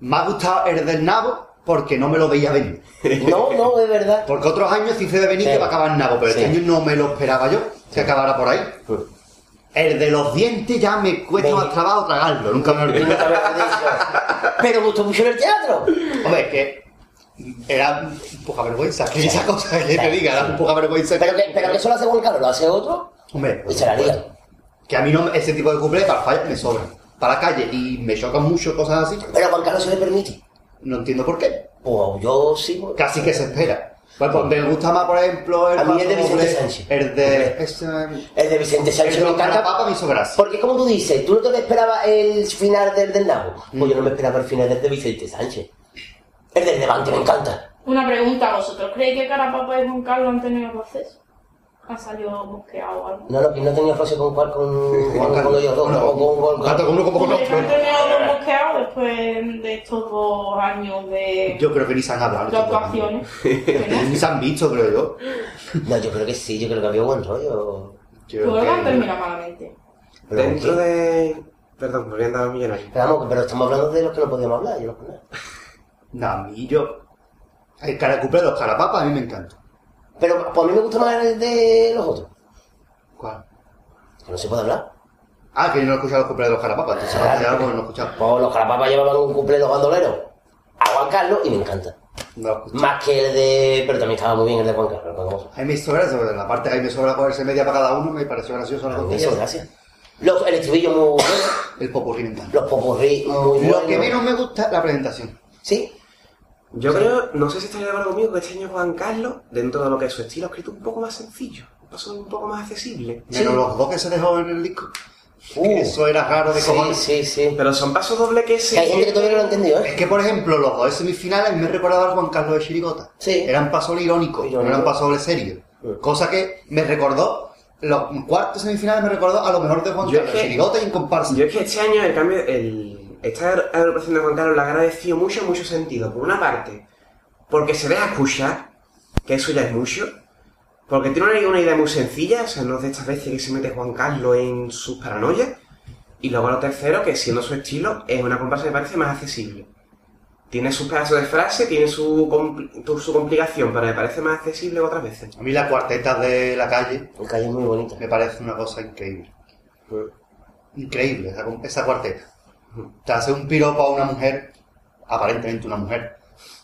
Speaker 4: me ha gustado el del Nabo porque no me lo veía venir. <laughs>
Speaker 3: No, no, de verdad.
Speaker 4: Porque otros años sí se de venir
Speaker 3: Sí.
Speaker 4: que va a acabar Nabo, pero este
Speaker 3: Sí. Pues.
Speaker 4: año no me lo esperaba yo que acabara por ahí. El de los dientes ya me cuesta
Speaker 3: Venga.
Speaker 4: más trabajo tragarlo, nunca me lo
Speaker 3: Y no
Speaker 4: olvido.
Speaker 3: te había dicho. Pero gustó mucho en el teatro.
Speaker 4: Hombre, que era poca vergüenza que esa cosa que te diga, era poca vergüenza.
Speaker 3: Pero que, pero que eso lo hace Juan Carlos, lo hace otro
Speaker 4: Hombre,
Speaker 3: y se la lía.
Speaker 4: que a mí no, ese tipo de cumple para el fallo me sobra. Para la calle y me chocan mucho cosas así.
Speaker 3: Pero a Juan Carlos se le permite.
Speaker 4: No entiendo por qué.
Speaker 3: Pues yo sí. pues.
Speaker 4: Casi que se espera. Bueno, pues me gusta más, por ejemplo, el
Speaker 3: A mí el de
Speaker 4: paso
Speaker 3: Vicente
Speaker 4: doble,
Speaker 3: Sánchez.
Speaker 4: El de. Este,
Speaker 3: El de Vicente
Speaker 4: el
Speaker 3: Sánchez
Speaker 4: de
Speaker 3: me
Speaker 4: los
Speaker 3: encanta.
Speaker 4: Carapapa me hizo gracia.
Speaker 3: Porque como tú dices, tú no te lo esperabas el final del del Nabo. Pues yo no me esperaba el final del de Vicente Sánchez. El del Levante me encanta.
Speaker 5: Una pregunta, ¿vosotros creéis que Carapapa y Juan Carlos han tenido roces? ¿Ha salido mosqueado o algo?
Speaker 3: No, no, que no tenía roce con cual con,
Speaker 4: Juan
Speaker 3: con, con
Speaker 4: Carlos.
Speaker 3: ellos pues, dos,
Speaker 4: Bueno,
Speaker 3: o con, con, con-
Speaker 4: tanto con uno como con
Speaker 5: Hombre, que han
Speaker 4: otro.
Speaker 5: tenido dos mosqueados después de estos dos años de,
Speaker 4: Yo creo que ni se han hablado.
Speaker 5: de
Speaker 4: <laughs>
Speaker 5: actuaciones. Que no.
Speaker 4: Ni se han visto, creo yo.
Speaker 3: No, yo creo que sí, yo creo que había buen rollo.
Speaker 4: Yo
Speaker 5: Luego
Speaker 4: creo
Speaker 5: han
Speaker 4: que-
Speaker 5: terminado malamente.
Speaker 3: Pero,
Speaker 2: Dentro
Speaker 3: ¿qué?
Speaker 2: de. Perdón, volviendo a Millonarios.
Speaker 3: Pero vamos, pero estamos hablando de los que no podíamos hablar, yo no puedo hablar.
Speaker 4: No, a mí yo. El cara cumple de los carapapas a mí me encanta.
Speaker 3: Pero pues, a mí me gusta más el de los otros.
Speaker 4: ¿Cuál?
Speaker 3: Que no se puede hablar.
Speaker 4: Ah, que yo no he escuchado los cumple de los carapapas. Entonces,
Speaker 3: Claro.
Speaker 4: hace algo que no he escuchado.
Speaker 3: Pues los carapapas llevaban un cumple los bandoleros. A Juan Carlos y me encanta.
Speaker 4: No lo he escuchado.
Speaker 3: Más que el de. Pero también estaba muy bien el de Juan Carlos. cuando vamos.
Speaker 4: A mí me hizo gracia, pero la parte que a mí me sobra cogerse media para cada uno me pareció gracioso la
Speaker 3: A mí
Speaker 4: cosa.
Speaker 3: Eso, gracias. Los, el estribillo muy bueno,
Speaker 4: El popurrí me encanta.
Speaker 3: los popurrí muy buenos.
Speaker 4: Lo que menos me gusta es la presentación.
Speaker 3: Sí,
Speaker 2: Yo creo, no sé si estaría de acuerdo conmigo, que este año Juan Carlos, dentro de lo que es su estilo, ha escrito un poco más sencillo, un paso un poco más accesible.
Speaker 4: Menos los dos que se dejó en el disco.
Speaker 3: Uh.
Speaker 4: Que Eso era raro de
Speaker 3: sí,
Speaker 4: cojones.
Speaker 3: sí, sí.
Speaker 2: Pero son pasos dobles que se.
Speaker 3: Que hay gente que todavía no lo ha entendido, ¿eh?
Speaker 4: Es que, por ejemplo, los dos semifinales me recordaban a Juan Carlos de Chirigota.
Speaker 3: Sí.
Speaker 4: Eran pasos irónicos, no
Speaker 3: Irónico.
Speaker 4: eran pasos serios. Cosa que me recordó, los cuartos semifinales me recordó a lo mejor de Juan
Speaker 2: Yo es
Speaker 4: Carlos
Speaker 2: que-
Speaker 4: de Chirigota y en comparsa.
Speaker 2: Yo es que este año el cambio, el, esta agrupación de Juan Carlos la ha agradecido mucho en muchos sentidos. Por una parte, porque se deja escuchar, que eso ya es mucho. Porque tiene una, una idea muy sencilla, o sea, no es de estas veces que se mete Juan Carlos en sus paranoias. Y luego lo tercero, que siendo su estilo, es una comparsa que me parece más accesible. Tiene sus pedazos de frase, tiene su, compli- tu- su complicación, pero me parece más accesible que otras veces.
Speaker 4: A mí las cuartetas de la calle
Speaker 3: El calle es muy bonita.
Speaker 4: me parece una cosa increíble. Increíble esa, esa cuarteta. Te hace un piropo a una mujer, aparentemente una mujer,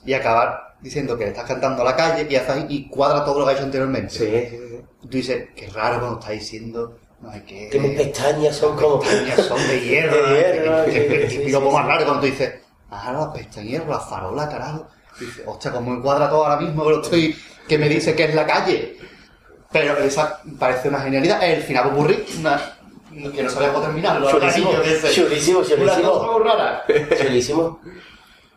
Speaker 4: y acabar diciendo que le estás cantando a la calle y, haces- y cuadra todo lo que ha hecho anteriormente.
Speaker 2: Sí, sí, sí.
Speaker 4: Tú dices, qué raro cuando está diciendo, no hay que...
Speaker 3: Que mis pestañas son como.
Speaker 4: pestañas
Speaker 3: <laughs>
Speaker 4: son de hierro.
Speaker 3: De hierro,
Speaker 4: ¿eh?
Speaker 3: sí,
Speaker 4: Que- que-
Speaker 3: sí,
Speaker 4: que-
Speaker 3: sí,
Speaker 4: <laughs> Y lo
Speaker 3: sí,
Speaker 4: más
Speaker 3: sí.
Speaker 4: raro cuando tú dices, ahora las pestañas, la farola, carajo. Dices, hostia, como me cuadra todo ahora mismo que lo estoy, que me dice que es la calle. Pero esa parece una genialidad. El final popurrí, una... que no sabía cómo terminarlo. ahora
Speaker 3: Chulísimo,
Speaker 4: mismo, qué sé.
Speaker 3: chulísimo,
Speaker 4: Una
Speaker 3: chulísimo. Ah,
Speaker 4: cosa muy rara.
Speaker 3: Chulísimo.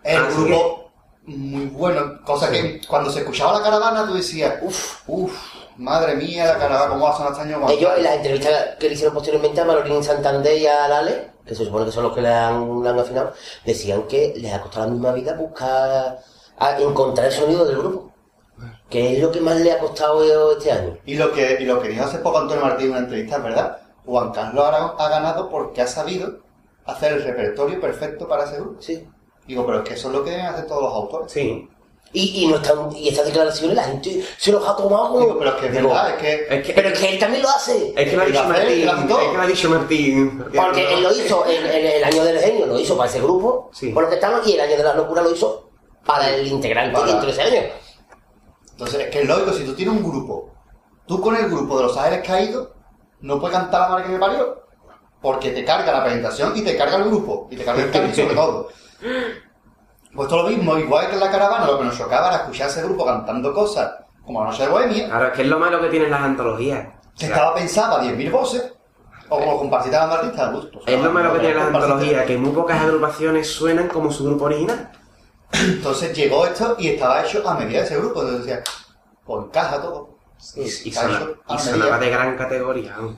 Speaker 4: El
Speaker 2: Así
Speaker 4: grupo muy bueno, cosa que cuando se escuchaba la caravana tú decías, uff, uff, madre mía, la caravana, cómo va a sonar este año. Juan
Speaker 3: Ellos en
Speaker 4: Carlos?".
Speaker 3: las entrevistas que le hicieron posteriormente a Manolín Santander y a Lale, que se supone que son los que le han, le han afinado, decían que les ha costado la misma vida buscar, a encontrar el sonido del grupo. Que es lo que más le ha costado este año.
Speaker 4: Y lo que, y lo que dijo hace poco Antonio Martí en una entrevista, es ¿verdad? Juan Carlos Aragón ha ganado porque ha sabido hacer el repertorio perfecto para ese grupo.
Speaker 3: Sí.
Speaker 4: Digo, pero es que eso es lo que deben hacer todos los autores.
Speaker 2: Sí.
Speaker 3: Y, y, no están, y estas declaraciones la gente se los ha tomado como...
Speaker 4: Digo, pero es que es
Speaker 3: Digo,
Speaker 4: verdad, es que...
Speaker 2: Es que,
Speaker 3: Pero es que él también lo hace.
Speaker 2: es que lo ha
Speaker 4: y
Speaker 2: dicho
Speaker 4: la fe,
Speaker 2: Martín.
Speaker 4: y la
Speaker 2: Es
Speaker 3: ¿eh?
Speaker 4: todo.
Speaker 2: que lo ha dicho Martín.
Speaker 3: Porque él lo hizo en, en el año del genio, lo hizo para ese grupo,
Speaker 2: Sí.
Speaker 3: por lo que estaban, y el año de la locura lo hizo para el integrante
Speaker 4: Para-
Speaker 3: dentro de ese año.
Speaker 4: Entonces, es que es lógico, si tú tienes un grupo, Tú con el grupo de los ángeles caídos no puedes cantar la madre que me parió. Porque te carga la presentación y te carga el grupo. Y te carga el cariño, sobre todo. Pues todo lo mismo, igual que en la caravana, lo que nos chocaba era escuchar a ese grupo cantando cosas como la noche de Bohemia,
Speaker 2: Claro, es que es lo malo que tienen las antologías. O
Speaker 4: que
Speaker 2: sea,
Speaker 4: estaba pensada a 10.000 voces, o como compartidas a artistas a gusto.
Speaker 2: es lo malo que tienen las
Speaker 4: Compartidas.
Speaker 2: antologías, que muy pocas agrupaciones suenan como su grupo original.
Speaker 4: Entonces llegó esto y estaba hecho a medida de ese grupo. Entonces decía, pues encaja todo.
Speaker 2: Y, y,
Speaker 4: Está hecho
Speaker 2: sona-
Speaker 4: a
Speaker 2: y
Speaker 4: medida.
Speaker 2: sonaba de gran categoría. vamos.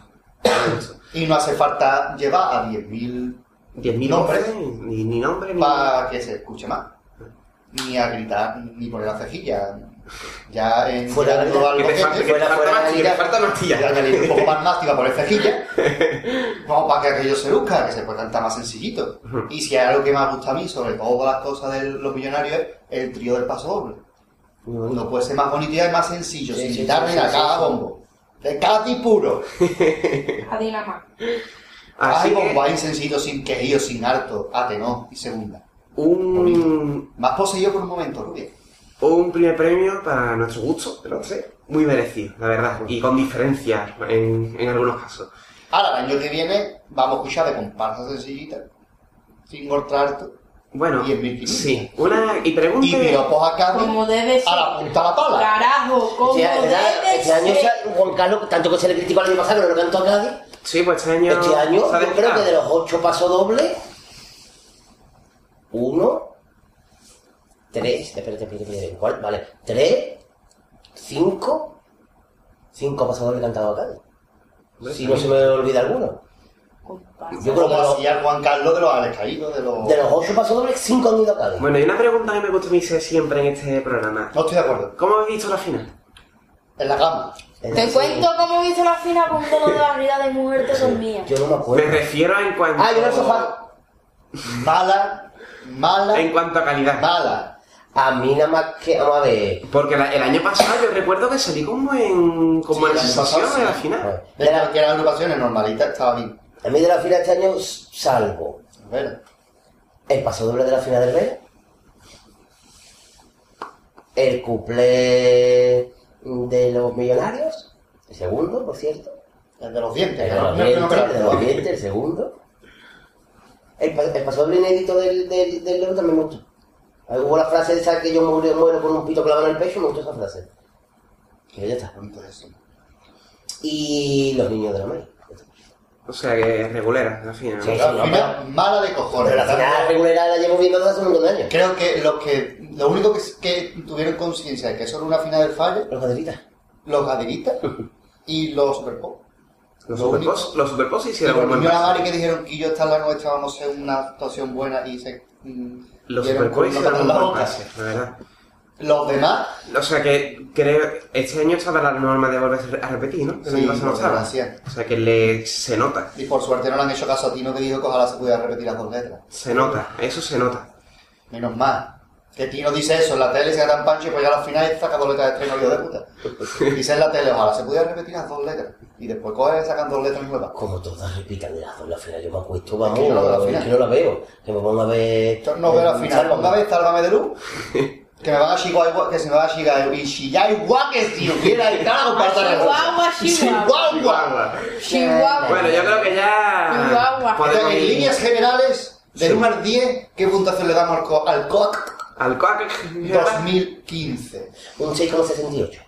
Speaker 4: Y no hace falta llevar a 10.000
Speaker 2: 10.000
Speaker 4: Nombre.
Speaker 2: nombres, ni, ni nombre, ni...
Speaker 4: para que se escuche más. Ni a gritar, ni poner la cejilla. Ya en
Speaker 3: Fuera de la-
Speaker 4: llegando al
Speaker 2: Que te
Speaker 4: boquete,
Speaker 2: falta, que te
Speaker 3: fuera-
Speaker 2: falta
Speaker 3: fuera
Speaker 2: más,
Speaker 3: de
Speaker 2: que te
Speaker 3: ella.
Speaker 2: falta más
Speaker 4: Y
Speaker 2: tía.
Speaker 4: añadir un poco más nasty para poner
Speaker 3: <laughs>
Speaker 4: cejilla. Vamos, para que aquello se luzca, que se pueda cantar más sencillito. Y si hay algo que me gusta a mí, sobre todo las cosas de los millonarios, es el trío del paso doble. No puede ser más bonito y más sencillo,
Speaker 3: Sí,
Speaker 4: sin
Speaker 3: sí,
Speaker 4: quitarle
Speaker 3: sí, sí,
Speaker 4: a
Speaker 3: sí,
Speaker 4: cada
Speaker 3: sí.
Speaker 4: bombo. De Katy puro.
Speaker 7: A Dinamarca.
Speaker 4: Hay
Speaker 2: Así que,
Speaker 4: bombo ahí sencillo, sin quejío, sin harto, a tenor y segunda.
Speaker 2: un,
Speaker 4: Más poseído por un momento, Rubia.
Speaker 2: un primer premio para nuestro gusto, de los tres, muy merecido, la verdad, y con diferencia en, en algunos casos.
Speaker 4: Ahora, el año que viene, vamos a escuchar de comparsa sencillita, sin cortar harto,
Speaker 2: Bueno,
Speaker 4: 10.500.
Speaker 2: sí, una, y
Speaker 4: y
Speaker 2: pregunte,
Speaker 4: piropos a Cádiz,
Speaker 7: Como debe
Speaker 4: a la
Speaker 7: ser.
Speaker 4: punta de la pala.
Speaker 7: Carajo, como
Speaker 3: Este,
Speaker 7: debe
Speaker 3: este año,
Speaker 7: ser.
Speaker 3: se ha- Juan Carlos, tanto que se le criticó el año pasado, que no lo cantó a Cádiz,
Speaker 2: sí, pues este año,
Speaker 3: este año
Speaker 2: se ha
Speaker 3: yo creo
Speaker 2: desquitado.
Speaker 3: que de los ocho pasos dobles, uno, tres, espérate, espérate, espérate, ¿cuál? Vale, tres, cinco, cinco pasos dobles cantados a Cádiz. Si no se me olvida alguno.
Speaker 7: Comparsa.
Speaker 3: Yo creo que
Speaker 4: Como
Speaker 3: los-
Speaker 4: hacía Juan Carlos de los Alex Caídos, de los...
Speaker 3: de los ocho pasos dobles, cinco han ido a Cádiz.
Speaker 2: Bueno, y una pregunta que me customice siempre en este programa.
Speaker 4: No estoy de acuerdo.
Speaker 2: ¿Cómo habéis visto la final?
Speaker 4: En la cama.
Speaker 3: Es
Speaker 7: Te
Speaker 3: decir,
Speaker 7: cuento cómo hice la fina con todo de barriga de mujer que dormía.
Speaker 3: Yo no me
Speaker 2: Me
Speaker 3: acuerdo.
Speaker 2: refiero en cuanto,
Speaker 3: Ah, yo en el sofá.
Speaker 4: Mala, mala,
Speaker 2: en cuanto a calidad.
Speaker 4: mala.
Speaker 3: A mí nada más que, vamos a ver.
Speaker 2: Porque la- el año pasado yo recuerdo que salí como en, como
Speaker 4: Sí,
Speaker 2: en
Speaker 4: el año
Speaker 2: sensación
Speaker 4: pasado,
Speaker 2: en la
Speaker 4: sí.
Speaker 2: final.
Speaker 4: De las que eran agrupaciones normalitas estaba bien.
Speaker 3: A mí de la fila este año salvo
Speaker 4: A ver,
Speaker 3: el paso doble de la fila del rey, el cuplé de los millonarios, el segundo, por cierto,
Speaker 4: el de los dientes.
Speaker 3: el de
Speaker 4: que
Speaker 3: los
Speaker 4: no- no- no-
Speaker 3: dientes,
Speaker 4: no-
Speaker 3: el de los dientes, el segundo, el, pa- el paso doble inédito del, del, del Loro también me gustó. Ahí Hubo la frase esa que yo muero, muero con un pito clavado en el pecho, me gustó esa frase. Y ya está.
Speaker 4: Entonces, eso.
Speaker 3: Y los niños de la Mari.
Speaker 2: O sea que regulera, la final.
Speaker 3: Sí.
Speaker 4: Claro,
Speaker 3: no,
Speaker 4: al final, mala de cojones.
Speaker 3: Pero la final regular la llevo viendo desde hace un montón de años.
Speaker 4: Creo que los que, lo único que, que tuvieron conciencia de que eso era una final del fallo,
Speaker 3: Los caderitas.
Speaker 4: los gaderitas y los superpop.
Speaker 2: Los
Speaker 4: Lo único-
Speaker 2: superpos, los superpos
Speaker 4: Y
Speaker 2: hicieron un
Speaker 4: volvió
Speaker 2: buen
Speaker 4: la
Speaker 2: paso.
Speaker 4: Mari que dijeron que yo está la nuestra, vamos a hacer una actuación buena y se. mm,
Speaker 2: Los
Speaker 4: dieron con
Speaker 2: superpos
Speaker 4: una
Speaker 2: hicieron un
Speaker 4: patada en la
Speaker 2: buen
Speaker 4: boca.
Speaker 2: pase, la verdad.
Speaker 4: Los demás,
Speaker 2: O sea que creo, este año estaba la norma de volver a repetir, ¿no? El
Speaker 4: Sí,
Speaker 2: año pasado no
Speaker 4: por
Speaker 2: estaba.
Speaker 4: desgracia.
Speaker 2: O sea que le, se nota,
Speaker 4: y por suerte no le han hecho caso a Tino que dijo que ojalá se pudiera repetir las dos letras.
Speaker 2: se nota, eso se nota.
Speaker 4: Menos mal. Que Tino dice eso en la tele, se da tan pancho y pues ya al final saca dos letras de estreno hijo de puta.
Speaker 2: <laughs>
Speaker 4: Dice en la tele, ojalá se pudiera repetir las dos letras. Y después coge y sacan dos letras nuevas.
Speaker 3: Como todas repitan de las dos, la final yo me acuesto, vamos,
Speaker 4: Es que no veo la
Speaker 3: es
Speaker 4: final.
Speaker 3: que no la veo. Que me pongo a ver... eh,
Speaker 4: Yo no
Speaker 2: Eh,
Speaker 4: veo la final.
Speaker 3: Sálvame.
Speaker 4: Ponga vez, sálvame
Speaker 2: <laughs>
Speaker 4: de luz. Que me van a chigar igual, que se me va a chigar y chillar igual que si
Speaker 7: <laughs>
Speaker 4: hubiera estado para estar <laughs>
Speaker 7: Chihuahua, Chihuahua.
Speaker 4: Chihuahua.
Speaker 7: Chihuahua.
Speaker 2: Bueno, yo creo que ya
Speaker 7: Chihuahua.
Speaker 4: Pero
Speaker 2: podemos
Speaker 4: en
Speaker 2: ir
Speaker 4: líneas generales, del
Speaker 2: Sí.
Speaker 4: 1 al 10, ¿qué puntuación le damos al, co al COC
Speaker 2: al coac.
Speaker 4: 2015?
Speaker 3: Un 6,68.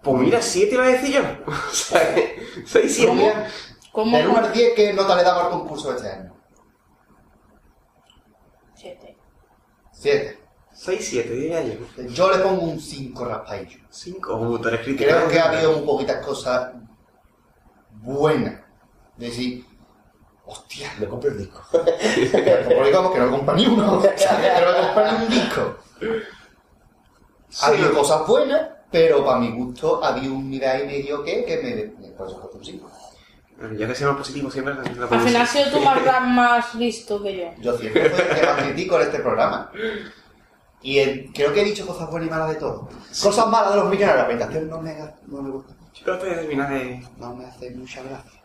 Speaker 2: Pues mira, 7 iba a decir yo. <laughs> O sea que soy 7.
Speaker 4: Rubia,
Speaker 7: ¿Cómo?
Speaker 4: Del 1 al 10, ¿qué nota le damos al concurso de este año?
Speaker 7: Siete.
Speaker 4: 7.
Speaker 2: Soy 7, diría yo.
Speaker 4: Yo le pongo un 5 raspaillo.
Speaker 2: 5. Uh, tú eres crítico.
Speaker 4: Creo que ha habido muy poquitas cosas buenas. Decir, hostia,
Speaker 3: Me compro el disco.
Speaker 4: Como digamos que no compra ni uno, <laughs> pero no compra ni un disco.
Speaker 2: Sí.
Speaker 4: Ha habido cosas buenas, pero para mi gusto había un nivel y medio que, que me. me por eso puesto un cinco.
Speaker 2: Bueno, Yo que soy más positivo siempre. la
Speaker 7: Al
Speaker 2: pongo
Speaker 7: final has
Speaker 2: así.
Speaker 7: sido tú más, más listo que yo.
Speaker 4: Yo siempre soy el que más critico en este programa. Y eh, creo que he dicho cosas buenas y malas de todo. Cosas malas de los millonarios, la presentación no me, haga- no me gusta mucho,
Speaker 2: Yo estoy a terminar de.
Speaker 4: no me hace mucha gracia.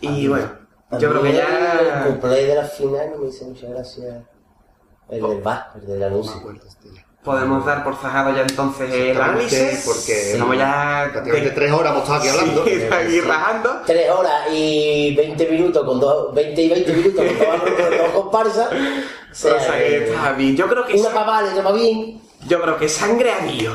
Speaker 2: Y bueno,
Speaker 3: A
Speaker 2: yo
Speaker 3: mí
Speaker 2: creo que
Speaker 3: El
Speaker 2: ya.
Speaker 3: cumple de la final no me hizo mucha gracia. El del bar, el del
Speaker 4: Oh. No me
Speaker 3: anuncio.
Speaker 4: acuerdo, este ya.
Speaker 2: Podemos dar por zajado ya entonces el
Speaker 4: Exactamente,
Speaker 2: análisis.
Speaker 4: porque
Speaker 2: Estamos ya
Speaker 4: Prácticamente tres horas hemos estado aquí
Speaker 2: <laughs>
Speaker 4: hablando.
Speaker 2: Sí, aquí rajando.
Speaker 3: Tres horas y 20 minutos con dos, 20 y 20 minutos con dos, con
Speaker 4: <laughs>
Speaker 3: dos comparsas. O sea,
Speaker 2: O sea, que
Speaker 3: eh,
Speaker 2: está bien. Yo creo que
Speaker 3: una para mal, otra para bien.
Speaker 2: Yo creo que sangre <laughs> a mío.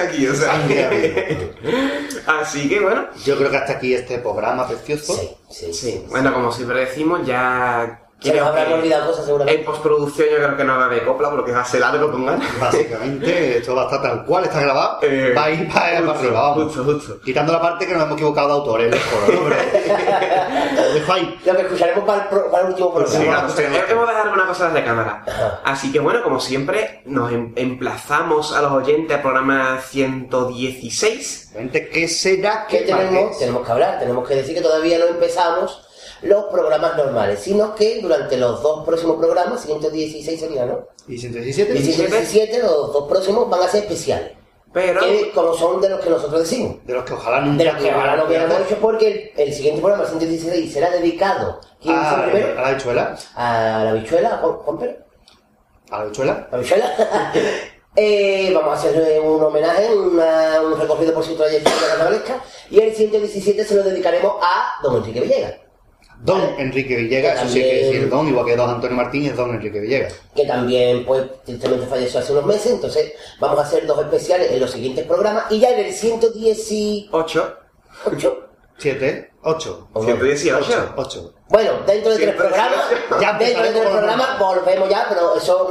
Speaker 2: Aquí, o sea.
Speaker 4: Sangre a mí.
Speaker 2: <laughs> Así que bueno.
Speaker 4: Yo creo que hasta aquí este programa precioso.
Speaker 3: Sí, sí,
Speaker 2: Sí. Bueno, como siempre decimos, ya.
Speaker 3: Se nos
Speaker 2: creo
Speaker 3: habrán
Speaker 2: que
Speaker 3: olvidado cosas seguramente.
Speaker 4: Eh,
Speaker 2: En postproducción yo creo que no va a haber copla porque va a ser algo con ganas.
Speaker 4: Básicamente, esto va a estar tal cual, está grabado.
Speaker 2: Eh,
Speaker 4: va a ir para, para
Speaker 2: justo,
Speaker 4: arriba, vamos.
Speaker 2: justo, justo.
Speaker 4: Quitando la parte que nos hemos equivocado de autores, los coros, ¿no? Pero- Lo dejo ahí.
Speaker 3: Lo que escucharemos para el, pro- para el último
Speaker 4: pues
Speaker 2: Sí,
Speaker 3: programa.
Speaker 2: claro, pero yo tengo que dejar algunas cosas de cámara. Así que bueno, como siempre, nos em- emplazamos a los oyentes al programa 116.
Speaker 4: Gente, ¿qué será
Speaker 3: ¿Qué
Speaker 4: que
Speaker 3: tenemos?
Speaker 4: parece?
Speaker 3: Tenemos que hablar, tenemos que decir que todavía no empezamos los programas normales, sino que durante los dos próximos programas, 116 sería, ¿no?
Speaker 4: ¿Y
Speaker 3: Y
Speaker 4: 117?
Speaker 3: 117, los dos próximos van a ser especiales.
Speaker 2: Pero
Speaker 3: Que como son de los que nosotros decimos.
Speaker 4: De los que ojalá nunca.
Speaker 3: De los que ahora lo hubiéramos hecho porque el, el siguiente programa, el 116, será dedicado. ¿Quién fue
Speaker 4: Ah,
Speaker 3: primero?
Speaker 4: ¿A la bichuela?
Speaker 3: A la bichuela, Juan, Juan Pérez.
Speaker 4: ¿A la bichuela?
Speaker 3: La bichuela. <laughs> Eh, vamos a hacerle un homenaje, una- un recorrido por su trayectoria carnavalesca. Y el 117 se lo dedicaremos a don Enrique Villegas.
Speaker 4: Don Enrique Villegas, eso sí hay que
Speaker 3: También-
Speaker 4: decir don, igual que don Antonio Martín es don Enrique Villegas.
Speaker 3: que también pues tristemente falleció hace unos meses, entonces vamos a hacer dos especiales en los siguientes programas y ya en el 118,
Speaker 2: 8.
Speaker 4: ¿Siete? ¿Ocho?
Speaker 3: Ocho.
Speaker 2: 118.
Speaker 4: ¿Ocho?
Speaker 3: bueno, dentro de tres
Speaker 2: 118.
Speaker 3: programas,
Speaker 4: Ya
Speaker 3: dentro de
Speaker 4: empezaremos
Speaker 3: tres
Speaker 4: con los
Speaker 3: programas volvemos ya, pero eso,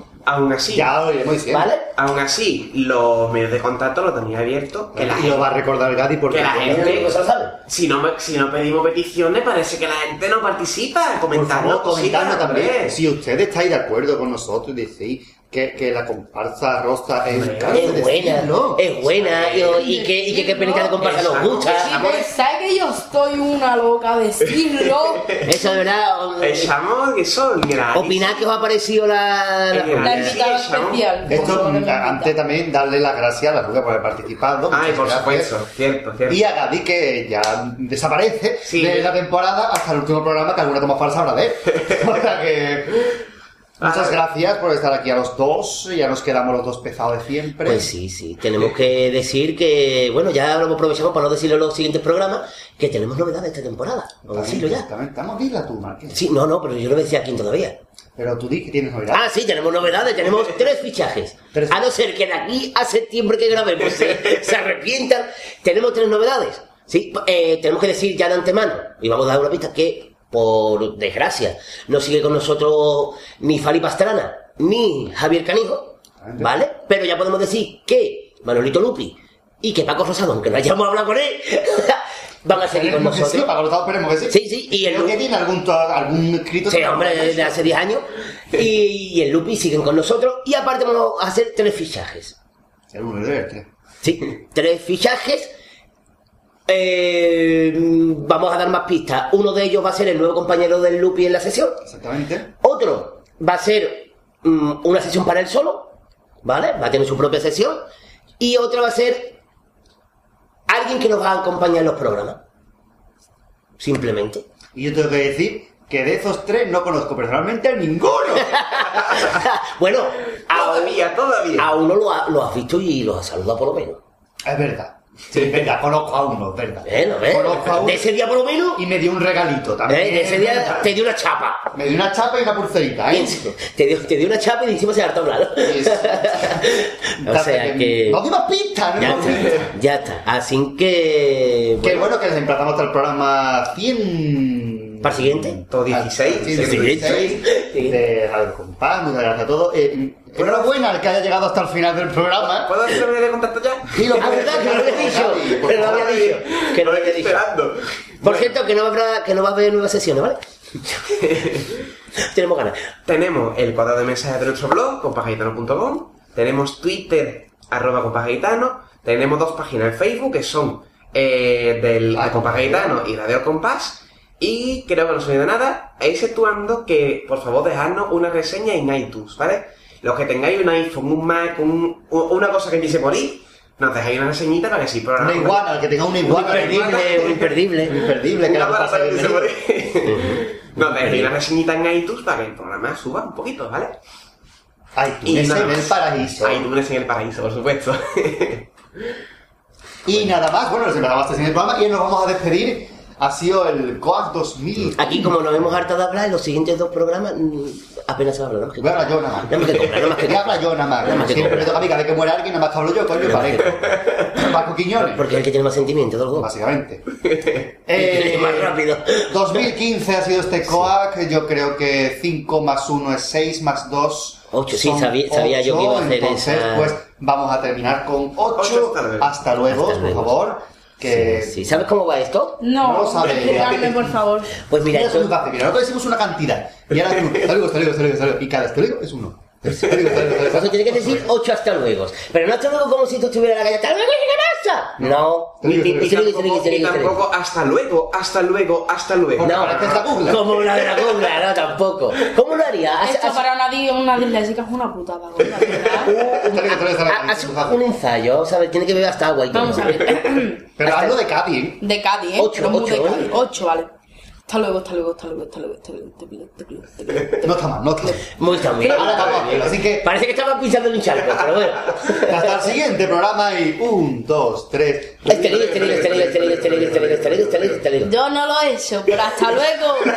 Speaker 3: mm,
Speaker 2: Aún así.
Speaker 4: Ya lo iremos diciendo.
Speaker 3: ¿vale?
Speaker 2: Aún así, los medios de contacto los tenéis abiertos. Que la
Speaker 4: y lo
Speaker 2: gente,
Speaker 4: va a recordar Gati porque
Speaker 2: que la
Speaker 3: Es lo único que se lo sabe.
Speaker 2: si, no, me- si no pedimos peticiones, parece que la gente no participa.
Speaker 4: Por
Speaker 2: Comentadnos
Speaker 4: favor,
Speaker 2: cositas,
Speaker 4: comentadnos también.
Speaker 2: hombre.
Speaker 4: Si ustedes estáis de acuerdo con nosotros y decís que, que la comparsa rosa es un caso,
Speaker 3: Es buena,
Speaker 4: decidlo.
Speaker 3: es buena, y, y que, y que qué penita de comparsa nos gusta.
Speaker 5: Ah,
Speaker 7: Si
Speaker 2: pues,
Speaker 5: pues,
Speaker 7: pensáis que yo estoy una loca,
Speaker 2: <laughs>
Speaker 7: decirlo.
Speaker 3: Eso de verdad, mm,
Speaker 2: Echamos que son gratis.
Speaker 3: opinad que os ha parecido la... la-
Speaker 2: Eh,
Speaker 7: La invitada
Speaker 2: Sí, chao.
Speaker 7: especial.
Speaker 4: Esto,
Speaker 7: vosotros me
Speaker 4: mm,
Speaker 7: invitáis.
Speaker 4: antes también, darle las gracias a la Ruga por haber participado.
Speaker 2: Ay,
Speaker 4: Muchas
Speaker 2: por
Speaker 4: gracias.
Speaker 2: supuesto, cierto, cierto.
Speaker 4: Y a Gaby que ya desaparece
Speaker 2: Sí.
Speaker 4: de la temporada hasta el último programa que alguna toma falsa
Speaker 2: <laughs>
Speaker 4: habrá de él. o sea que...
Speaker 2: Ah.
Speaker 4: Muchas gracias por estar aquí a los dos. Ya nos quedamos los dos pesados de siempre.
Speaker 3: Pues sí, sí. Tenemos que decir que, bueno, ya lo aprovechamos para no decirlo en los siguientes programas, que tenemos novedades esta temporada. Vamos a decirlo ya.
Speaker 4: Pues Exactamente. Vamos, dila tú, Marqués.
Speaker 3: Sí, no, no, pero yo no decía quién todavía.
Speaker 4: Pero tú di que tienes novedad.
Speaker 3: Ah, sí, tenemos novedades, tenemos
Speaker 4: <laughs>
Speaker 3: tres fichajes.
Speaker 4: Tres.
Speaker 3: A no ser que de aquí a septiembre que grabemos eh, se,
Speaker 4: <laughs>
Speaker 3: se arrepientan, tenemos tres novedades. Sí, eh, tenemos que decir ya de antemano, y vamos a dar una pista, que por desgracia no sigue con nosotros ni Fali Pastrana ni Javier Canijo, ¿vale? Pero ya podemos decir que Manolito Lupi y que Paco Rosado, aunque no hayamos hablado con él, <laughs> van a seguir con
Speaker 4: Esperemos que sí,
Speaker 3: nosotros.
Speaker 4: para los dos esperemos que sí.
Speaker 3: Sí, sí, y el
Speaker 4: Creo que
Speaker 3: lunes-
Speaker 4: tiene algún, to- algún escrito.
Speaker 3: Sí,
Speaker 4: sobre-
Speaker 3: hombre, de hace 10 años. Y, y el Lupi siguen con nosotros. Y aparte vamos a hacer tres fichajes.
Speaker 4: El uno, el tres.
Speaker 3: Sí, tres fichajes. Eh, vamos a dar más pistas. Uno de ellos va a ser el nuevo compañero del Lupi en la sesión.
Speaker 4: Exactamente.
Speaker 3: Otro va a ser mm, una sesión para él solo. ¿Vale? Va a tener su propia sesión. Y otra va a ser alguien que nos va a acompañar en los programas. Simplemente.
Speaker 4: Y yo tengo que decir que de esos tres no conozco personalmente a ninguno.
Speaker 3: <laughs> Ah, bueno, ahora
Speaker 2: Todavía, todavía.
Speaker 3: A uno lo, ha- lo has visto y lo has saludado por lo menos.
Speaker 4: es verdad. Sí, es verdad, conozco a uno, es verdad.
Speaker 3: ¿Eh? ¿No ves?
Speaker 4: Conozco a uno.
Speaker 3: De ese día por lo menos,
Speaker 4: Y me dio un regalito también.
Speaker 3: ¿eh? de ese día te dio una chapa.
Speaker 4: Me dio una chapa y una pulserita, ¿eh?
Speaker 3: <laughs> Te dio, te dio una chapa y encima se hartó hablado.
Speaker 4: Es-
Speaker 3: <laughs> o sea que...
Speaker 4: No dimos pistas, ¿no?
Speaker 3: Ya está, ya está. Así que...
Speaker 4: Que
Speaker 3: bueno,
Speaker 4: bueno que les emplazamos hasta el programa 100.
Speaker 3: ¿Para el siguiente?
Speaker 2: Todo 16.
Speaker 4: Sí, 16.
Speaker 3: Sí.
Speaker 4: De Radio Compás, muchas gracias a todos. Eh, enhorabuena al que haya llegado hasta el final del programa.
Speaker 2: ¿Puedo hacer medio de contacto ya?
Speaker 4: Y lo
Speaker 3: Ah, verdad, que no lo había dicho. Que no lo había dicho. Que no lo había dicho.
Speaker 2: esperando.
Speaker 3: Por cierto, que no, habrá, que no va a haber nuevas sesiones,
Speaker 4: <laughs>
Speaker 3: ¿vale? <laughs> Tenemos ganas.
Speaker 2: Tenemos el cuadro de mensajes de nuestro blog, compagaitano.com. Tenemos Twitter, arroba compagaitano. Tenemos dos páginas en Facebook que son eh, del
Speaker 4: Ah,
Speaker 2: Compagaitano y Radio Compás. Y creo que no se olvida nada, exceptuando que por favor dejadnos una reseña en iTunes, ¿vale? Los que tengáis un iPhone, un Mac, un- u- una cosa que quise morir, nos dejáis una reseñita para que sí
Speaker 4: Una
Speaker 2: programamos.
Speaker 4: iguana, al que tenga una iguana.
Speaker 3: Imperdible, un
Speaker 4: Un
Speaker 3: imperdible.
Speaker 4: Imperdible, que
Speaker 2: Una
Speaker 4: la
Speaker 2: para
Speaker 4: pasa
Speaker 2: saber que se
Speaker 4: bienvenido.
Speaker 2: <laughs> puede. No, pero hay una reseñita en iTunes para que el programa suba un poquito, ¿vale?
Speaker 4: Hay
Speaker 2: Y
Speaker 4: túneles
Speaker 2: nada
Speaker 4: en el
Speaker 2: más.
Speaker 4: paraíso.
Speaker 2: Hay túneles en el paraíso, por supuesto.
Speaker 4: Y nada más, bueno, se acabó este el programa y nos vamos a despedir. Ha sido el COAC 2000.
Speaker 3: Aquí, como nos hemos hartado de hablar, en los siguientes dos programas mm, apenas se va a hablar. nada más que
Speaker 4: Voy a hablar yo
Speaker 3: Nada
Speaker 4: nada más.
Speaker 3: más que comprar,
Speaker 4: <laughs>
Speaker 3: nada más que
Speaker 4: ¿Qué habla yo nada más?
Speaker 3: Nada más que
Speaker 4: Siempre
Speaker 3: comprar.
Speaker 4: me toca a mí, cada vez que muere alguien, nada más que hablo yo, coño,
Speaker 3: Nada más que
Speaker 4: parezco. Paco Quiñones.
Speaker 3: Porque es el que tiene más sentimiento de los <laughs> dos.
Speaker 4: Básicamente.
Speaker 3: Y más rápido.
Speaker 4: 2015 ha sido este COAC. Yo creo que 5 más 1 es 6 más 2.
Speaker 3: Ocho, sí, sabía- sabía yo que iba a hacer
Speaker 4: entonces,
Speaker 3: esa-
Speaker 4: pues vamos a terminar con 8.
Speaker 2: Ocho hasta luego.
Speaker 4: Hasta luego,
Speaker 3: Hasta
Speaker 4: por
Speaker 3: luego.
Speaker 4: favor. Que
Speaker 3: Sí, ¿Sabes cómo va esto?
Speaker 5: No,
Speaker 4: No sabe.
Speaker 5: explicarme, por favor.
Speaker 3: Pues mira,
Speaker 4: Mira, eso es muy
Speaker 3: esto,
Speaker 4: fácil. Mira, nosotros decimos una cantidad. Y ahora tú, te lo digo, te lo digo, te lo digo, te lo digo. Y cada vez te lo digo es uno. Te lo digo, te lo digo, te lo digo, te lo digo.
Speaker 3: Entonces tiene que decir ocho hasta luego. Pero no hasta luego como si tú estuvieras en la calle. ¡Hasta luego, ¿qué pasa? No.
Speaker 4: Te digo,
Speaker 3: Ni-
Speaker 4: te
Speaker 3: ni-
Speaker 4: digo.
Speaker 3: ni-
Speaker 2: y
Speaker 3: ni- ni- ni- ni-
Speaker 2: tampoco,
Speaker 3: ni-
Speaker 2: y
Speaker 3: ni-
Speaker 2: tampoco hasta luego, hasta luego, hasta luego.
Speaker 4: No, parece esta burla.
Speaker 3: Como una de la burla, no, tampoco. ¿Cómo lo haría? Haz-
Speaker 5: Esto
Speaker 3: haz-
Speaker 5: para una, di- una disléxica es una putada, gorda, ¿verdad?
Speaker 4: <laughs> Te lo digo, te lo digo, te lo digo.
Speaker 3: ha- Haz un un ensayo, ¿sabes? Tiene que beber hasta agua. y todo.
Speaker 5: Vamos a ver. <clears throat>
Speaker 4: Pero hazlo de Cádiz. ¿eh?
Speaker 5: De Cádiz, ¿eh?
Speaker 3: Ocho,
Speaker 5: Pero muy de
Speaker 3: ocho,
Speaker 5: Cádiz.
Speaker 3: ¿eh?
Speaker 5: Ocho, vale. Hasta luego, hasta luego, hasta luego, hasta luego, hasta luego, hasta luego, hasta luego, hasta luego.
Speaker 4: No está mal, no está mal.
Speaker 3: Muy también.
Speaker 4: Ahora vamos a hacerlo, Así que
Speaker 3: Parece que estaba pisando en un charco, pero bueno.
Speaker 4: hasta el siguiente programa y un, dos, tres.
Speaker 3: Este lío, este lío, este lío, este lío, este lío, este lío, este lío, este lío, este lío.
Speaker 5: Yo no lo he hecho, pero hasta luego.